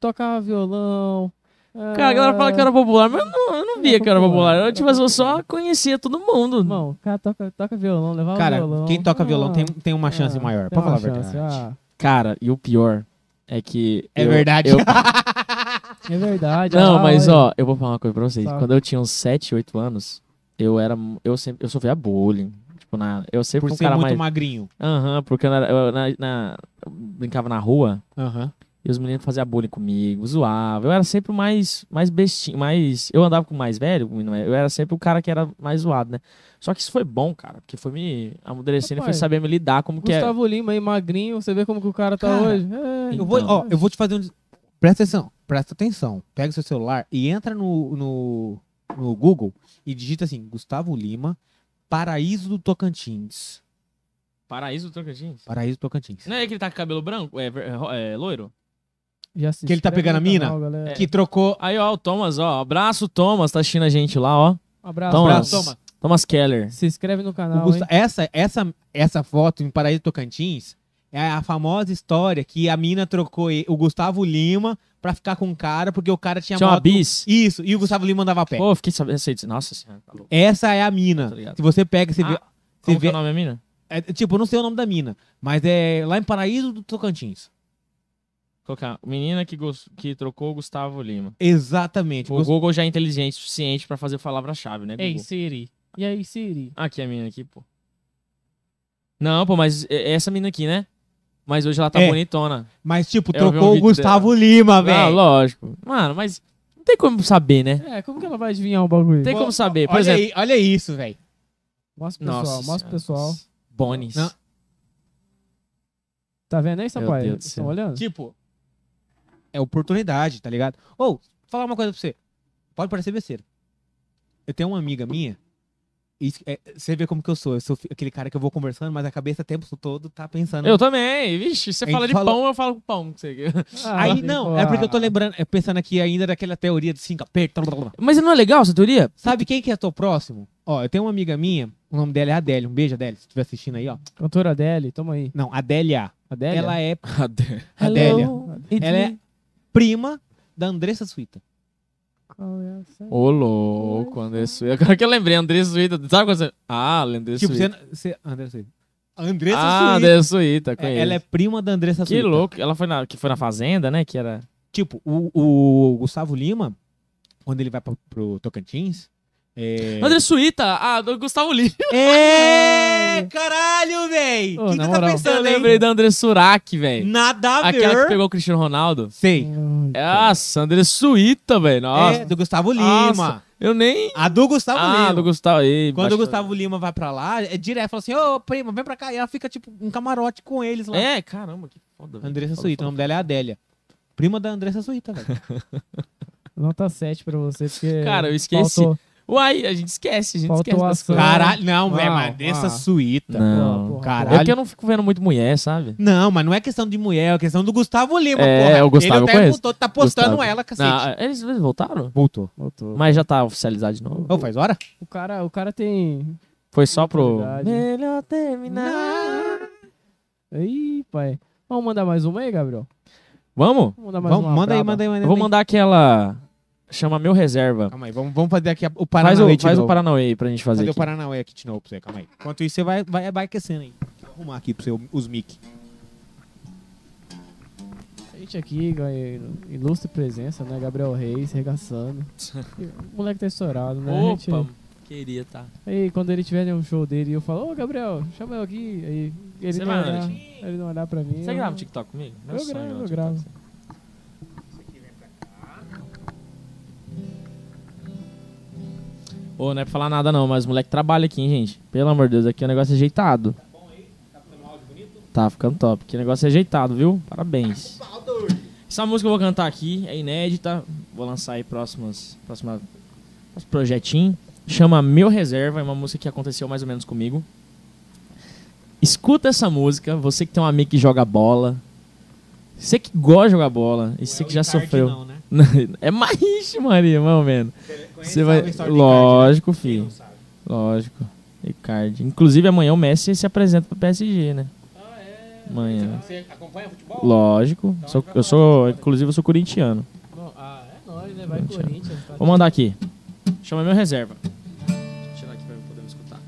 Speaker 3: Tocava violão.
Speaker 2: Cara, a galera fala que eu era popular, mas eu não, eu não via que eu era popular. Eu,
Speaker 3: Era
Speaker 2: tipo, eu só
Speaker 3: popular.
Speaker 2: conhecia todo mundo.
Speaker 3: Ah, Irmão, o cara toca, toca violão, levava
Speaker 1: Cara,
Speaker 3: violão.
Speaker 1: quem toca violão
Speaker 3: Ah,
Speaker 1: tem, tem uma chance
Speaker 3: ah,
Speaker 1: maior,
Speaker 3: tem
Speaker 1: pra
Speaker 3: uma
Speaker 1: falar a
Speaker 3: chance, ah.
Speaker 1: verdade.
Speaker 2: Cara, e o pior é que.
Speaker 1: É
Speaker 2: eu-
Speaker 1: verdade. tá
Speaker 2: eu-
Speaker 3: ah, É verdade.
Speaker 2: Não,
Speaker 3: ah,
Speaker 2: mas
Speaker 3: olha.
Speaker 2: ó, eu vou falar uma coisa pra vocês.
Speaker 3: Fala.
Speaker 2: Quando eu tinha uns 7, 8 anos, eu era. Eu sempre. Eu sofria bullying. Tipo, na, eu sempre
Speaker 1: Por
Speaker 2: fui um
Speaker 1: ser
Speaker 2: cara
Speaker 1: muito
Speaker 2: mais.
Speaker 1: magrinho.
Speaker 2: Aham, porque eu, era- eu na, na- eu brincava na rua
Speaker 1: Aham.
Speaker 2: e os meninos faziam bullying comigo, zoavam. Eu era sempre o mais, mais bestinho, mais. Eu andava com o mais velho, o menino- eu era sempre o cara que era mais zoado, né? Só que isso foi bom, cara, porque foi me amadurecendo e foi
Speaker 3: Rapaz,
Speaker 2: saber me lidar como que é.
Speaker 3: Gustavo Lima aí, magrinho, você vê como que o cara tá
Speaker 1: Cara,
Speaker 3: hoje? É,
Speaker 1: Eu, vou,
Speaker 2: Então.
Speaker 1: ó, eu vou te fazer um. des- Presta atenção, presta atenção. Pega o seu celular e entra no, no, no Google e digita assim: Gustavo Lima, Paraíso do Tocantins.
Speaker 2: Paraíso do Trocadinho?
Speaker 1: Paraíso do Tocantins.
Speaker 2: Não é que ele tá com cabelo branco? É, ver- é, ro- é, loiro?
Speaker 3: Já se
Speaker 1: Que ele tá
Speaker 3: inscreve
Speaker 1: pegando
Speaker 3: no
Speaker 1: a mina?
Speaker 3: canal,
Speaker 2: É.
Speaker 3: galera.
Speaker 1: Que trocou.
Speaker 2: Aí, ó, o Thomas, ó. Abraço, Thomas. Tá assistindo a gente lá, ó.
Speaker 3: Um abraço.
Speaker 2: Thomas.
Speaker 1: Abraço, Thomas.
Speaker 2: Thomas Keller.
Speaker 3: Se inscreve no
Speaker 1: O
Speaker 3: canal,
Speaker 1: Gusta-
Speaker 3: hein?
Speaker 1: essa, essa, essa foto em Paraíso Tocantins é a famosa história que a mina trocou e- o Gustavo Lima pra ficar com o cara, porque o cara tinha
Speaker 2: Tinha uma
Speaker 1: moto-
Speaker 2: bis.
Speaker 1: Isso, e o Gustavo Lima andava a pé.
Speaker 2: Pô, fiquei sabendo. essa- Nossa senhora, tá louco.
Speaker 1: Essa é a
Speaker 2: Tá
Speaker 1: mina.
Speaker 2: ligado.
Speaker 1: Se você pega, você
Speaker 2: Ah,
Speaker 1: vê. Você
Speaker 2: Como que
Speaker 1: vê
Speaker 2: é o nome da mina?
Speaker 1: é, tipo, eu não sei o nome da mina, mas é lá em Paraíso do Tocantins.
Speaker 2: Colocar. Menina que, gos- que trocou o Gustavo Lima.
Speaker 1: Exatamente.
Speaker 2: O
Speaker 1: Gus-
Speaker 2: Google já é inteligente o suficiente pra fazer palavra-chave, né, Google?
Speaker 3: Ei, Siri. E aí, Siri?
Speaker 2: Aqui a menina aqui, pô. Não, pô, mas é é essa menina aqui, né? Mas hoje ela tá
Speaker 1: É. Tá
Speaker 2: bonitona.
Speaker 1: Mas, tipo,
Speaker 2: Eu vi um
Speaker 1: trocou o
Speaker 2: vídeo
Speaker 1: Gustavo Lima,
Speaker 2: Ah,
Speaker 1: velho.
Speaker 2: lógico. Mano, mas não tem como saber, né?
Speaker 3: É, como que ela vai adivinhar o bagulho?
Speaker 2: Não tem
Speaker 1: Pô,
Speaker 2: como saber. Por
Speaker 1: Olha,
Speaker 2: exemplo,
Speaker 1: aí- olha isso, velho.
Speaker 3: Mostra pro pessoal, mostra pro
Speaker 2: senhora.
Speaker 3: pessoal.
Speaker 2: Bonis.
Speaker 1: Não.
Speaker 3: Tá vendo aí, Sampaio?
Speaker 2: Deus do
Speaker 3: Estão
Speaker 2: céu.
Speaker 3: olhando?
Speaker 1: Tipo, é oportunidade, tá ligado? Ou, vou falar uma coisa pra você. Pode parecer besteira. Eu tenho uma amiga minha. e é, você vê como que eu sou. Eu sou fi- aquele cara que eu vou conversando, mas a cabeça o tempo todo tá pensando.
Speaker 2: Eu também. Vixe, você
Speaker 1: A gente
Speaker 2: fala de
Speaker 1: falou-
Speaker 2: pão, eu falo com pão. não sei o quê.
Speaker 3: Ah,
Speaker 1: Aí
Speaker 3: tem que
Speaker 1: não,
Speaker 3: falar.
Speaker 1: é porque eu tô lembrando, é, pensando aqui ainda daquela teoria dos cinco apertos. blá, blá, blá.
Speaker 2: Mas não é legal essa teoria?
Speaker 1: Sabe quem que é teu próximo? Ó, eu tenho uma amiga minha, o nome dela é Adélia. Um beijo, Adélia, se estiver assistindo aí, ó.
Speaker 3: Cantora Adele, toma aí.
Speaker 1: Não, Adélia.
Speaker 3: Adele?
Speaker 1: Ela é
Speaker 2: Ah,
Speaker 1: Adélia.
Speaker 2: Adélia.
Speaker 1: Ela é- prima da Andressa Suíta.
Speaker 3: Qual é essa?
Speaker 2: Ô, louco, André Suíta. Agora que eu lembrei, André Suíta. Sabe quando você... Ah, André
Speaker 1: Tipo, você,
Speaker 2: Suíta.
Speaker 1: você Andressa Suíta. Andressa
Speaker 2: Ah,
Speaker 1: Suíta.
Speaker 2: André Suíta,
Speaker 1: É,
Speaker 2: conheço.
Speaker 1: Ela é prima da Andressa
Speaker 2: Que
Speaker 1: Suíta.
Speaker 2: louco. Ela foi na, que foi na Fazenda, né? Que era...
Speaker 1: Tipo, o, o Gustavo Lima, quando ele vai pra, pro Tocantins. É.
Speaker 2: André Suíta, ah, do Gustavo Lima.
Speaker 1: É! Caralho, véi!
Speaker 3: Ô,
Speaker 1: O que,
Speaker 3: na
Speaker 1: que você tá
Speaker 3: moral.
Speaker 2: Eu
Speaker 1: pensando
Speaker 2: lembrei
Speaker 1: aí?
Speaker 2: da André Surak, velho.
Speaker 1: Nada a
Speaker 2: Aquela que
Speaker 1: ver.
Speaker 2: pegou o Cristiano Ronaldo.
Speaker 1: Sei.
Speaker 2: é Nossa, André Suíta, velho. Nossa.
Speaker 1: É, do Gustavo Lima.
Speaker 2: Nossa. Eu nem.
Speaker 1: A do Gustavo
Speaker 2: ah,
Speaker 1: Lima.
Speaker 2: do Gustavo. Ei,
Speaker 1: Quando
Speaker 2: baixou-
Speaker 1: o Gustavo Lima vai pra lá, é direto, fala assim, ô prima, vem pra cá. E ela fica, tipo, um camarote com eles lá.
Speaker 2: É, caramba, que foda. velho.
Speaker 1: Andressa
Speaker 2: Foda,
Speaker 1: Suíta, o
Speaker 2: foda.
Speaker 1: nome dela é Adélia. Prima da Andressa Suíta, velho.
Speaker 3: Nota 7 tá pra você, porque.
Speaker 2: Cara, eu esqueci.
Speaker 3: Faltou...
Speaker 2: Uai, a gente esquece, a gente
Speaker 3: Faltou
Speaker 2: esquece das
Speaker 3: ação.
Speaker 2: coisas.
Speaker 1: Caralho, não,
Speaker 3: Não,
Speaker 1: velho, mas Andressa
Speaker 3: ah.
Speaker 1: Suíta.
Speaker 2: Não.
Speaker 3: Pô, pô,
Speaker 1: Caralho.
Speaker 2: É porque eu não fico vendo muito mulher, sabe?
Speaker 1: Não, mas não é questão de mulher, é questão do Gustavo Lima,
Speaker 2: É,
Speaker 1: porra.
Speaker 2: o Gustavo, eu
Speaker 1: Ele até
Speaker 2: conheço.
Speaker 1: voltou, tá postando
Speaker 2: Gustavo.
Speaker 1: ela, cacete.
Speaker 2: Não, eles, eles voltaram?
Speaker 1: Voltou.
Speaker 3: Voltou.
Speaker 2: Mas já tá oficializado de novo.
Speaker 1: Ô, faz hora?
Speaker 3: O cara, o cara tem.
Speaker 2: Foi só pro.
Speaker 3: Verdade.
Speaker 2: Melhor terminar.
Speaker 3: Ih, pai. Vamos mandar mais uma aí, Gabriel?
Speaker 2: Vamos?
Speaker 3: Vamos mandar mais
Speaker 1: Vamos,
Speaker 3: uma.
Speaker 1: manda aí,
Speaker 3: braba.
Speaker 1: manda aí, manda aí.
Speaker 2: Eu vou
Speaker 1: manda aí.
Speaker 2: mandar aquela. Chama Meu Reserva.
Speaker 1: Calma aí, vamos, vamos fazer aqui a- o
Speaker 2: Faz
Speaker 1: Paranauê
Speaker 2: o,
Speaker 1: de
Speaker 2: faz o
Speaker 1: novo.
Speaker 2: Paranauê aí pra gente fazer.
Speaker 1: Cadê o
Speaker 2: Aqui.
Speaker 1: Paranauê aqui de novo pra você? Calma aí. Enquanto isso, você vai, vai, vai aquecendo aí. Vou arrumar aqui pra você o- os mic.
Speaker 3: A gente aqui ganha ilustre presença, né? Gabriel Reis, regaçando. o moleque tá estourado, né? A gente-
Speaker 2: Opa, queria, tá.
Speaker 3: Aí quando ele tiver um show dele, eu falo, ô Gabriel, chama eu aqui. Aí ele
Speaker 2: Você
Speaker 3: não
Speaker 2: vai,
Speaker 3: olhar,
Speaker 2: né?
Speaker 3: ele não olhar pra mim.
Speaker 2: Você
Speaker 3: eu-
Speaker 2: grava o TikTok comigo? Meu
Speaker 3: Eu
Speaker 2: sonho
Speaker 3: gravo,
Speaker 2: gravar
Speaker 3: eu
Speaker 2: TikTok
Speaker 3: gravo.
Speaker 2: com você. Ô, não é pra falar nada não, mas o moleque trabalha aqui, hein, gente. Pelo amor de Deus, aqui o negócio é ajeitado. Tá ficando top. Que negócio é ajeitado, viu? Parabéns. Essa música eu vou cantar aqui, é inédita. Vou lançar aí próximas, próxima, próximo projetinho. Chama Meu Reserva, é uma música que aconteceu mais ou menos comigo. Escuta essa música, você que tem um amigo que joga bola. Você que gosta de jogar bola e você que já sofreu.
Speaker 1: Não, né?
Speaker 2: é mais, Ixi, Maria, mais ou menos. Você vai...
Speaker 1: Story né?
Speaker 2: Lógico, filho. Lógico. Ricardo. Inclusive, amanhã o Messi se apresenta pro PSG, né? Amanhã.
Speaker 1: Ah, é? Você acompanha futebol? Então, tá
Speaker 2: Lógico. Sou- eu sou, inclusive, eu sou corintiano.
Speaker 3: Bom, ah, é nóis, né? Vai
Speaker 2: Tchau.
Speaker 3: Corinthians. Tá
Speaker 2: Vou mandar aqui. Chama meu reserva. Vou tirar aqui pra eu poder escutar.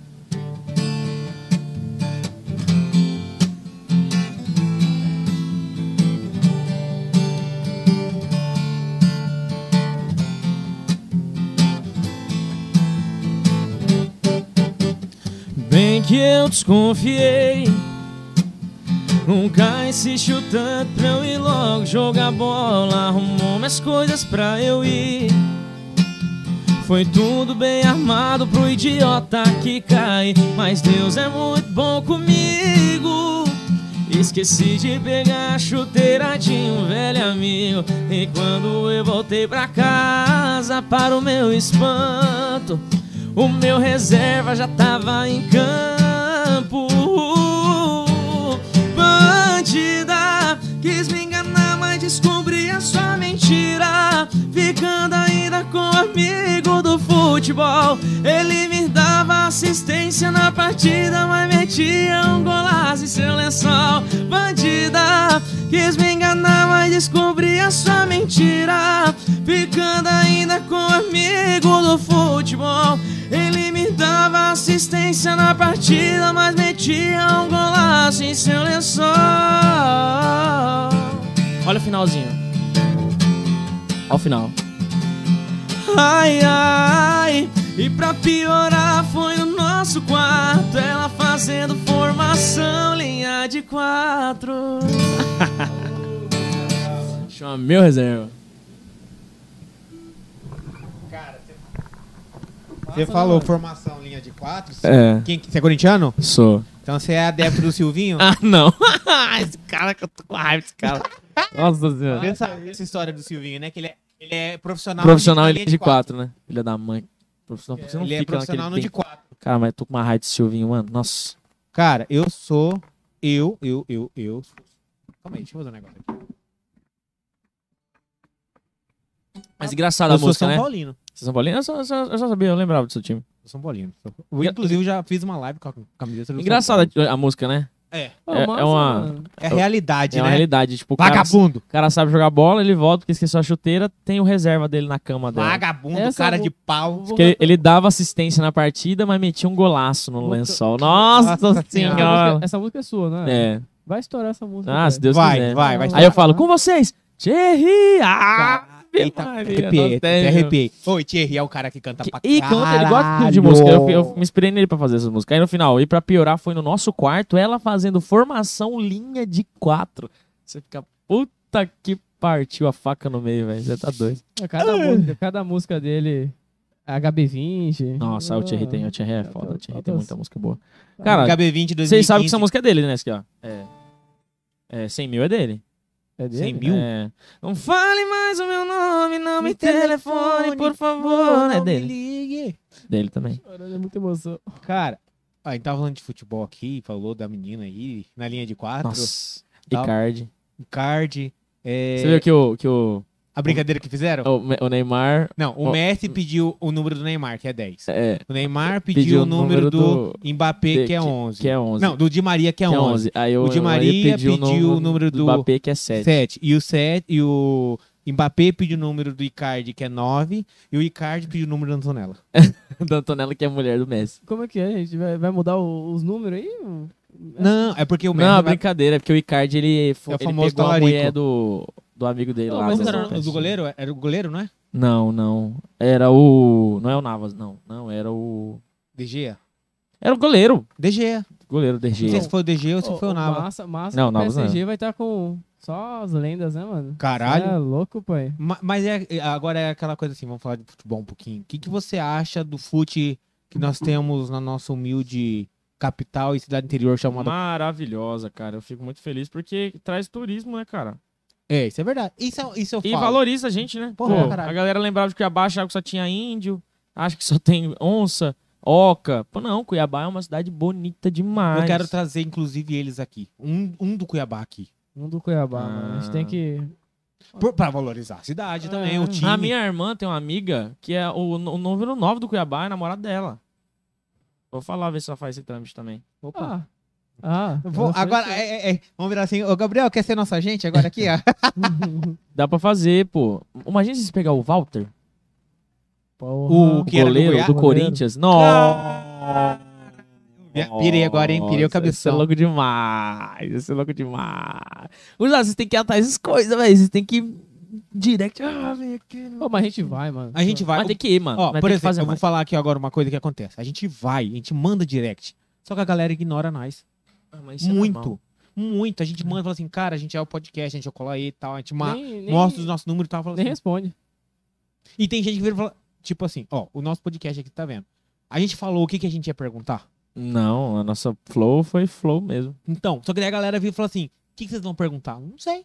Speaker 2: Bem que eu desconfiei. Nunca insistiu tanto pra eu ir logo jogar bola. Arrumou minhas coisas pra eu ir. Foi tudo bem armado pro idiota que cai. Mas Deus é muito bom comigo. Esqueci de pegar a chuteira de um velho amigo. E quando eu voltei pra casa, para o meu espanto, o meu reserva já tava em campo. Bandida, quis me enganar, mas descobri a
Speaker 5: Ficando ainda com um amigo do futebol Ele me dava assistência na partida Mas metia um golaço em seu lençol Bandida, quis me enganar Mas descobri a sua mentira Ficando ainda com um amigo do futebol Ele me dava assistência na partida Mas metia um golaço em seu lençol Olha o finalzinho
Speaker 2: Ao final.
Speaker 5: Ai, ai, e pra piorar foi o nosso quarto. Ela fazendo formação, linha de quatro.
Speaker 2: Chama meu reserva.
Speaker 1: Você falou formação linha de quatro.
Speaker 2: É.
Speaker 1: Quem, você é corintiano?
Speaker 2: Sou.
Speaker 1: Então você é adepto do Silvinho?
Speaker 2: Ah, não.
Speaker 5: Esse cara que eu tô com raiva desse cara.
Speaker 3: Nossa senhora.
Speaker 1: Você sabe essa história do Silvinho, né? Que ele é, ele é profissional.
Speaker 2: Profissional
Speaker 1: na
Speaker 2: ele de 4, né? Filha da mãe. Profissional, você não
Speaker 1: Ele é
Speaker 2: fica naquele
Speaker 1: profissional no de
Speaker 2: tempo.
Speaker 1: quatro.
Speaker 2: Cara, mas eu tô com uma raiva de Silvinho, mano. Nossa.
Speaker 1: Cara, eu sou. Eu, eu, eu, eu. Calma aí, deixa eu fazer um negócio aqui.
Speaker 2: Mas engraçada
Speaker 1: Eu
Speaker 2: a
Speaker 1: sou
Speaker 2: música,
Speaker 1: São
Speaker 2: né?
Speaker 1: Paulino.
Speaker 2: Vocês são paulinos? Eu, só- eu só sabia, eu lembrava do seu time.
Speaker 1: Eu sou São Paulino. Eu, inclusive, já fiz uma live com a camiseta do
Speaker 2: Engraçada a música, né?
Speaker 3: Pô,
Speaker 2: É- é
Speaker 3: massa,
Speaker 2: uma-
Speaker 3: mano.
Speaker 1: São Paulo. É realidade,
Speaker 2: É uma
Speaker 1: né?
Speaker 2: realidade. Tipo, o cara,
Speaker 1: Vagabundo.
Speaker 2: o cara sabe jogar bola, ele volta porque esqueceu a chuteira, tem o reserva dele na cama dela.
Speaker 1: Vagabundo,
Speaker 3: Essa
Speaker 1: cara
Speaker 3: eu
Speaker 1: de pau.
Speaker 2: Diz que ele, ele dava assistência na partida, mas metia um golaço no lençol. Nossa,
Speaker 1: Nossa
Speaker 3: Essa
Speaker 2: senhora!
Speaker 3: música, essa música é sua, né?
Speaker 2: É.
Speaker 3: Vai estourar essa música.
Speaker 2: Ah, se Deus
Speaker 1: vai,
Speaker 2: quiser.
Speaker 1: vai, vai.
Speaker 3: Aí
Speaker 2: Aí eu falo, com vocês, Thierry! Ah,
Speaker 1: Eita,
Speaker 2: Maria,
Speaker 1: arrepiei,
Speaker 2: não
Speaker 1: até
Speaker 2: tem,
Speaker 1: arrepiei. Oi, Thierry é o cara que canta pra
Speaker 2: E canta, ele gosta tudo de
Speaker 1: caralho.
Speaker 2: música. Eu, eu me inspirei nele pra fazer essas músicas. Aí no final, e pra piorar, foi no nosso quarto, ela fazendo formação linha de quatro. Você fica, puta que partiu a faca no meio, velho. Você tá doido.
Speaker 3: Cada música, cada música dele. HB20.
Speaker 2: Nossa, o Thierry tem, o Thierry é
Speaker 3: tá,
Speaker 2: foda, o Thierry
Speaker 3: tá,
Speaker 2: tem
Speaker 3: tá.
Speaker 2: muita música boa. Cara,
Speaker 1: HB20 2015.
Speaker 2: vocês sabem que essa música é dele, né? Esse aqui, ó. É. É, 100 mil é dele.
Speaker 3: É dele?
Speaker 2: 100 mil? É. Não fale mais o meu nome, não me telefone, por favor.
Speaker 1: Não
Speaker 2: É
Speaker 1: me
Speaker 2: dele.
Speaker 1: ligue.
Speaker 2: Dele também.
Speaker 3: Caralho, é muita emoção.
Speaker 1: Cara, a gente tava falando de futebol aqui, falou da menina aí, na linha de quatro.
Speaker 2: Nossa. E
Speaker 1: Tá.
Speaker 2: card.
Speaker 1: Card. é,
Speaker 2: Você viu que o, que o,
Speaker 1: A brincadeira que fizeram?
Speaker 2: É o Me- o Neymar
Speaker 1: Não, o
Speaker 2: Oh.
Speaker 1: Messi pediu o número do Neymar, que é 10.
Speaker 2: é,
Speaker 1: O Neymar pediu,
Speaker 2: Pediu
Speaker 1: o número,
Speaker 2: número
Speaker 1: do,
Speaker 2: de-
Speaker 1: Mbappé, que é 11.
Speaker 2: que é 11.
Speaker 1: Não, do Di Maria, que é
Speaker 2: que é
Speaker 1: 11.
Speaker 2: 11. Aí
Speaker 1: O Di
Speaker 2: aí
Speaker 1: Maria pediu o número do-
Speaker 2: Mbappé, que é 7.
Speaker 1: 7. E o 7, e o Mbappé pediu o número do Icardi, que é 9, e o Icardi pediu o número da Antonella.
Speaker 2: da Antonella, que é mulher do Messi.
Speaker 3: Como é que é, gente? Vai, vai mudar o- os números aí?
Speaker 1: Não, é porque o Messi
Speaker 2: não,
Speaker 1: vai...
Speaker 2: brincadeira, é porque o Icardi, ele, fo-
Speaker 1: É o
Speaker 2: ele
Speaker 1: famoso
Speaker 2: pegou
Speaker 1: talarico.
Speaker 2: a mulher do, do amigo dele
Speaker 3: Não,
Speaker 2: lá. do-
Speaker 3: mas
Speaker 1: Como era
Speaker 3: não,
Speaker 1: o do goleiro? Era o goleiro, não é?
Speaker 2: Não, não. Era o... Não é o Navas, não. Não, era o...
Speaker 1: De Gea.
Speaker 2: Era o goleiro.
Speaker 1: De Gea.
Speaker 2: Goleiro do
Speaker 1: Não sei
Speaker 2: DG.
Speaker 1: se foi o De Gea ou se
Speaker 3: Ô,
Speaker 1: foi o
Speaker 3: ô,
Speaker 1: Nava.
Speaker 3: Massa, massa
Speaker 2: Não,
Speaker 3: que o
Speaker 2: Navas não.
Speaker 3: PSG vai estar com só as lendas, né, mano?
Speaker 1: Caralho.
Speaker 3: Cê É louco, pai.
Speaker 1: Ma- Mas é, é- agora é aquela coisa assim, vamos falar de futebol um pouquinho. O que, que você acha do fute que nós temos na nossa humilde capital e cidade interior chamada...
Speaker 2: Maravilhosa, cara. Eu fico muito feliz porque traz turismo, né, cara?
Speaker 1: É, isso é verdade. Isso, é- isso eu
Speaker 2: E
Speaker 1: falo.
Speaker 2: valoriza a gente, né?
Speaker 1: Porra,
Speaker 2: Pô,
Speaker 1: caralho.
Speaker 2: a galera lembrava de Cuiabá, achava que só tinha índio, acha que só tem onça, oca. Pô, não, Cuiabá é uma cidade bonita demais.
Speaker 1: Eu quero trazer, inclusive, eles aqui. Um, um do Cuiabá aqui.
Speaker 3: Um do Cuiabá,
Speaker 2: Ah.
Speaker 3: mano. A gente tem que.
Speaker 1: Por, pra valorizar a cidade também,
Speaker 3: É.
Speaker 1: o time.
Speaker 2: A minha irmã tem uma amiga que é o, n- o número 9 do Cuiabá, é namorada dela. Vou falar, ver se ela faz esse trâmite também.
Speaker 1: Opa.
Speaker 3: Ah. Ah.
Speaker 1: Vou-
Speaker 3: eu sei
Speaker 1: agora,
Speaker 3: que-
Speaker 1: é, é, é, vamos virar assim. Ô, Gabriel, quer ser nossa gente agora aqui? ó? é.
Speaker 2: Dá pra fazer, pô. Imagina se você pegar o Walter,
Speaker 3: Porra.
Speaker 1: O que
Speaker 2: o
Speaker 1: era do
Speaker 2: goleiro
Speaker 1: Goiás?
Speaker 2: do, Corinthians. Nossa!
Speaker 1: Pirei agora, hein? Pirei o
Speaker 2: Nossa, Isso é
Speaker 1: cabeção.
Speaker 2: louco demais. Isso é louco demais. Usar, vocês têm que ir atrás dessas coisas, velho. Vocês têm que ir direct. Ah, vem aqui.
Speaker 3: Pô, mas a gente vai, mano.
Speaker 1: A gente vai.
Speaker 2: Mas tem que ir, mano.
Speaker 1: Ó, por
Speaker 2: Mas tem que
Speaker 1: exemplo,
Speaker 2: fazer
Speaker 1: eu vou
Speaker 2: mais.
Speaker 1: falar aqui agora uma coisa que acontece. A gente vai, a gente manda direct. Só que a galera ignora nós.
Speaker 2: Ah, mas isso é normal.
Speaker 1: Muito. Muito. A gente manda e fala assim, cara, a gente é o podcast, a gente é o colar aí e tal. A gente ma-
Speaker 3: Nem, nem,
Speaker 1: mostra os nossos números e tal. Fala
Speaker 3: nem
Speaker 1: assim,
Speaker 3: responde.
Speaker 1: E tem gente que vira e fala, tipo assim, ó, o nosso podcast aqui tá vendo. A gente falou o que, que a gente ia perguntar.
Speaker 2: Não, a nossa flow foi flow mesmo.
Speaker 1: Então, só que daí a galera vira e fala assim, o que, que vocês vão perguntar? Não sei.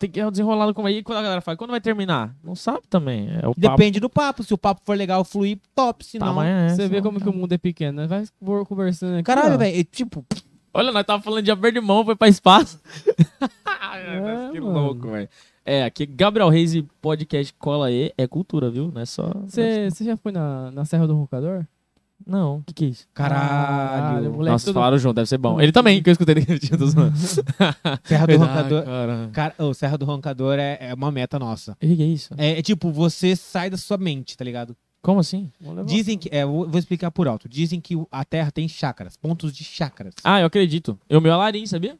Speaker 2: Tem que ir desenrolado como aí. Quando a galera fala, quando vai terminar? Não sabe também. É o papo.
Speaker 1: Depende do papo. Se o papo for legal, fluir, top. Se
Speaker 2: Tá,
Speaker 1: não...
Speaker 2: mas é,
Speaker 3: Você vê
Speaker 2: só-
Speaker 3: como que o mundo é pequeno, né? Vai por- conversando aqui. ó.
Speaker 1: Caralho, velho. é Tipo,
Speaker 2: Olha, nós tava falando de abrir de mão, foi pra espaço. É, que
Speaker 1: É,
Speaker 3: É, mano.
Speaker 2: louco, velho. É, aqui Gabriel Reis e podcast Cola E é cultura, viu? Não é só.
Speaker 3: Você você já foi na, na Serra do Roncador?
Speaker 2: Não, o que, que é isso?
Speaker 3: Caralho,
Speaker 1: Caralho.
Speaker 3: moleque
Speaker 2: Nossa,
Speaker 3: todo-
Speaker 2: falaram junto, deve ser bom. Ele também, que eu escutei daquele dia dos
Speaker 1: Serra do Roncador.
Speaker 2: Ah, Cara.
Speaker 1: Cara, o Serra do Roncador é, é uma meta nossa.
Speaker 2: O que, que é isso?
Speaker 1: É, é tipo, você sai da sua mente, tá ligado?
Speaker 2: Como assim?
Speaker 3: Vou levar-
Speaker 1: Dizem que. É, vou vou explicar por alto. Dizem que o- a Terra tem chakras, pontos de chakras.
Speaker 2: Ah, eu acredito. Eu meu é laringe, sabia?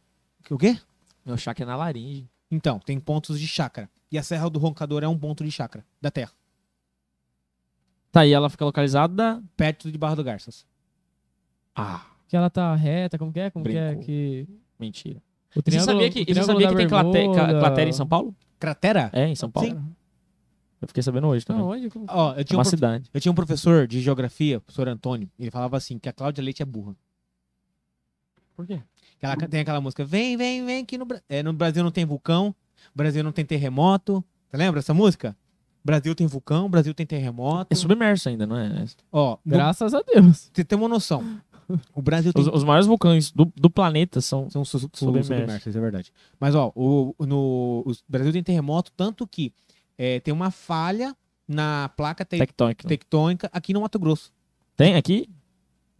Speaker 1: O quê?
Speaker 2: Meu chakra é na laringe.
Speaker 1: Então, tem pontos de chakra. E a Serra do Roncador é um ponto de chakra da Terra,
Speaker 2: Tá aí, ela fica localizada.
Speaker 1: perto de Barra do Garças.
Speaker 2: Ah,
Speaker 3: Que ela tá reta, como que é? Como que
Speaker 2: Brincou.
Speaker 3: é? Que...
Speaker 2: mentira.
Speaker 3: O
Speaker 2: Você
Speaker 3: triângulo-
Speaker 2: sabia
Speaker 3: o
Speaker 2: que, você
Speaker 3: triângulo
Speaker 2: sabia
Speaker 3: da
Speaker 2: que tem clate-
Speaker 3: bermuda-
Speaker 2: cla- cratera em São Paulo?
Speaker 1: Cratera?
Speaker 2: É, em São Paulo.
Speaker 1: Sim.
Speaker 2: Eu fiquei sabendo hoje também.
Speaker 3: Não, onde? Como-
Speaker 1: Ó, eu
Speaker 2: é
Speaker 1: tinha, um
Speaker 2: uma
Speaker 1: prof-
Speaker 2: cidade.
Speaker 1: eu tinha um professor de geografia, o professor Antônio, e ele falava assim: que a Cláudia Leite é burra.
Speaker 2: Por quê?
Speaker 1: Que ela tem aquela música, vem, vem, vem, que no, Bra- é, no Brasil não tem vulcão, Brasil não tem terremoto. Você lembra essa música? Brasil tem vulcão, Brasil tem terremoto.
Speaker 2: É submerso ainda, não é?
Speaker 1: Ó, no-
Speaker 3: Graças a Deus.
Speaker 1: você tem uma noção. O Brasil tem
Speaker 2: Os, os maiores vulcões do, do planeta são.
Speaker 1: São su- su-
Speaker 2: Submersos.
Speaker 1: submersos, é verdade. Mas, ó, o, no, o Brasil tem terremoto, tanto que é, tem uma falha na placa te-
Speaker 2: Tectônico.
Speaker 1: tectônica aqui no Mato Grosso.
Speaker 2: né? Tem aqui?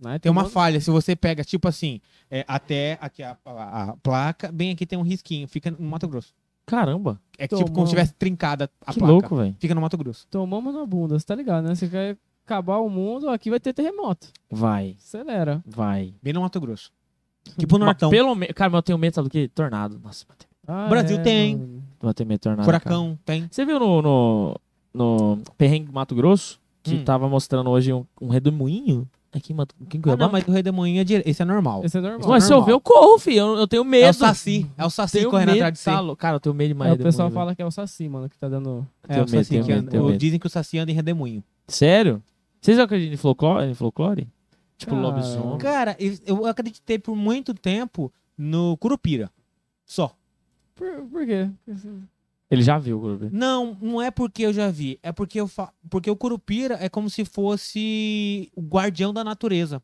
Speaker 3: Né,
Speaker 1: Tem
Speaker 2: Uhum.
Speaker 1: uma
Speaker 3: todo-
Speaker 1: falha, se você pega, tipo assim, é, até aqui a, a- a placa, bem aqui tem um risquinho, fica no Mato Grosso.
Speaker 2: Caramba.
Speaker 1: É
Speaker 3: Tô,
Speaker 1: tipo como
Speaker 3: mano.
Speaker 1: se tivesse trincada a
Speaker 2: um- que
Speaker 1: placa.
Speaker 2: louco, velho.
Speaker 1: Fica no Mato Grosso.
Speaker 3: Tomamos na bunda, você tá ligado, né? Você quer acabar o mundo, aqui vai ter terremoto.
Speaker 2: Vai,
Speaker 3: Acelera.
Speaker 2: vai.
Speaker 1: Bem no Mato Grosso. Tipo no
Speaker 2: Mas
Speaker 1: Nortão.
Speaker 2: pelo menos. Cara, mas eu tenho medo, sabe do que? Tornado. Nossa, eu tenho-
Speaker 3: Ah,
Speaker 1: Brasil tem.
Speaker 3: mano.
Speaker 2: eu tenho medo de tornado. cara. Ah,
Speaker 1: Furacão, tem.
Speaker 2: Você viu no, no, no Perrengue Mato Grosso? Que
Speaker 1: Hum.
Speaker 2: tava mostrando hoje um, um redemoinho aqui em Mato aqui em
Speaker 1: Ah, não,
Speaker 2: Cuiabá.
Speaker 1: mas o Redemoinho é dire... Esse é normal.
Speaker 3: Esse é normal.
Speaker 2: Mas se eu
Speaker 1: normal.
Speaker 2: ver, eu corro, filho. Eu, eu tenho medo.
Speaker 1: É o Saci. É o Saci
Speaker 2: tenho
Speaker 1: correndo
Speaker 2: medo,
Speaker 1: atrás de você.
Speaker 2: tá louco. Cara, eu tenho medo demais.
Speaker 3: Aí o
Speaker 2: de
Speaker 3: pessoal
Speaker 2: demônio,
Speaker 3: fala que é o Saci, mano, que tá dando.
Speaker 1: É,
Speaker 2: Tenho
Speaker 1: o
Speaker 2: medo,
Speaker 1: Saci
Speaker 2: tenho
Speaker 1: que
Speaker 2: medo,
Speaker 1: anda-
Speaker 2: tenho
Speaker 1: o-
Speaker 2: medo.
Speaker 1: Dizem que o Saci anda em Redemoinho.
Speaker 2: velho. Sério? Vocês acreditam em folclore? Em folclore? Tipo
Speaker 3: Cara,
Speaker 2: lobisomem.
Speaker 1: Cara, eu- eu acreditei por muito tempo no Curupira. Só.
Speaker 3: Por, por quê?
Speaker 2: Ele já viu, Gruber.
Speaker 1: Não, não é porque eu já vi. É porque, eu fa... porque o Curupira é como se fosse o guardião da natureza.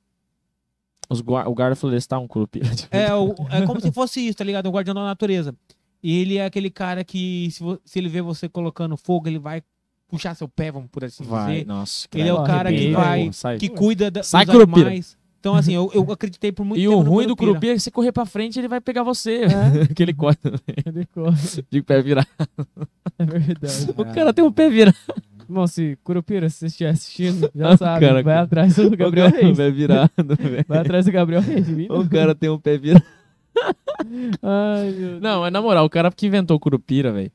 Speaker 2: Os guar- o guarda florestal é um curupira.
Speaker 1: É, o- é como se fosse isso, tá ligado? O guardião da natureza. E ele é aquele cara que, se, vo- se ele vê você colocando fogo, ele vai puxar seu pé, vamos por assim
Speaker 2: Vai,
Speaker 1: dizer.
Speaker 2: nossa.
Speaker 1: Ele é o
Speaker 2: credo.
Speaker 1: cara que
Speaker 2: Arrepia,
Speaker 1: vai-
Speaker 2: pô, sai.
Speaker 1: Que cuida da,
Speaker 2: Sai,
Speaker 1: dos
Speaker 2: Curupira.
Speaker 1: animais. Então, assim, eu, eu acreditei por muito
Speaker 2: E
Speaker 1: tempo
Speaker 2: o
Speaker 1: no
Speaker 2: ruim do curupira é que se correr pra frente, ele vai pegar você.
Speaker 1: É.
Speaker 2: que ele corre
Speaker 3: Ele corre.
Speaker 2: de pé virado.
Speaker 3: É verdade.
Speaker 2: O cara tem o pé virado.
Speaker 3: Irmão, se Curupira, se você estiver assistindo, já sabe.
Speaker 2: cara-
Speaker 3: vai atrás do Gabriel
Speaker 2: o cara tem o
Speaker 3: Reis.
Speaker 2: pé virado, velho.
Speaker 3: Vai atrás do Gabriel Reis. de mim, não.
Speaker 2: O cara tem o pé virado.
Speaker 3: Ai, meu Deus.
Speaker 2: Não, mas na moral, o cara que inventou o curupira, velho.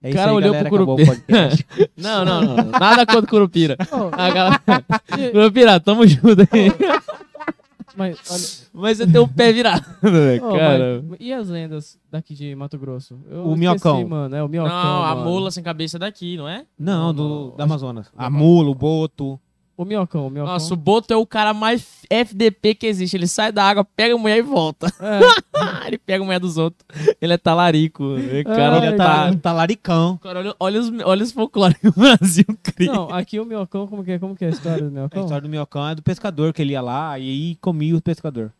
Speaker 1: É
Speaker 2: cara olhou
Speaker 1: galera,
Speaker 2: pro
Speaker 1: acabou o
Speaker 2: Curupira.
Speaker 1: podcast.
Speaker 2: Não, não, não. Nada contra o curupira.
Speaker 3: Ô,
Speaker 2: A galera- Curupira, tamo junto aí.
Speaker 3: mas, olha,
Speaker 2: Mas você tem o pé virado, velho.
Speaker 3: ô,
Speaker 2: cara.
Speaker 3: mas- e as lendas daqui de Mato Grosso? Eu
Speaker 1: O
Speaker 3: esqueci,
Speaker 1: minhocão.
Speaker 3: mano. É, o Minhocão.
Speaker 2: Não, a
Speaker 3: mano.
Speaker 2: mula sem cabeça é daqui, não é?
Speaker 1: Não, do, da Amazonas. A mula, o boto.
Speaker 3: O Minhocão, o Minhocão.
Speaker 2: Nossa, o Boto é o cara mais FDP que existe. Ele sai da água, pega a mulher e volta.
Speaker 3: Eh,
Speaker 2: ele pega a mulher dos outros. Ele é talarico. O cara
Speaker 3: Ai,
Speaker 2: ele tá.
Speaker 1: Tá, tá laricão.
Speaker 2: Cara, olha, olha os, olha os folclores que o Brasil cria.
Speaker 3: Não, aqui o Minhocão, como que é, como que é a história do
Speaker 1: A
Speaker 2: Então.
Speaker 3: Minhocão?
Speaker 1: história do minhocão é do pescador, que ele ia lá e aí comia o pescador.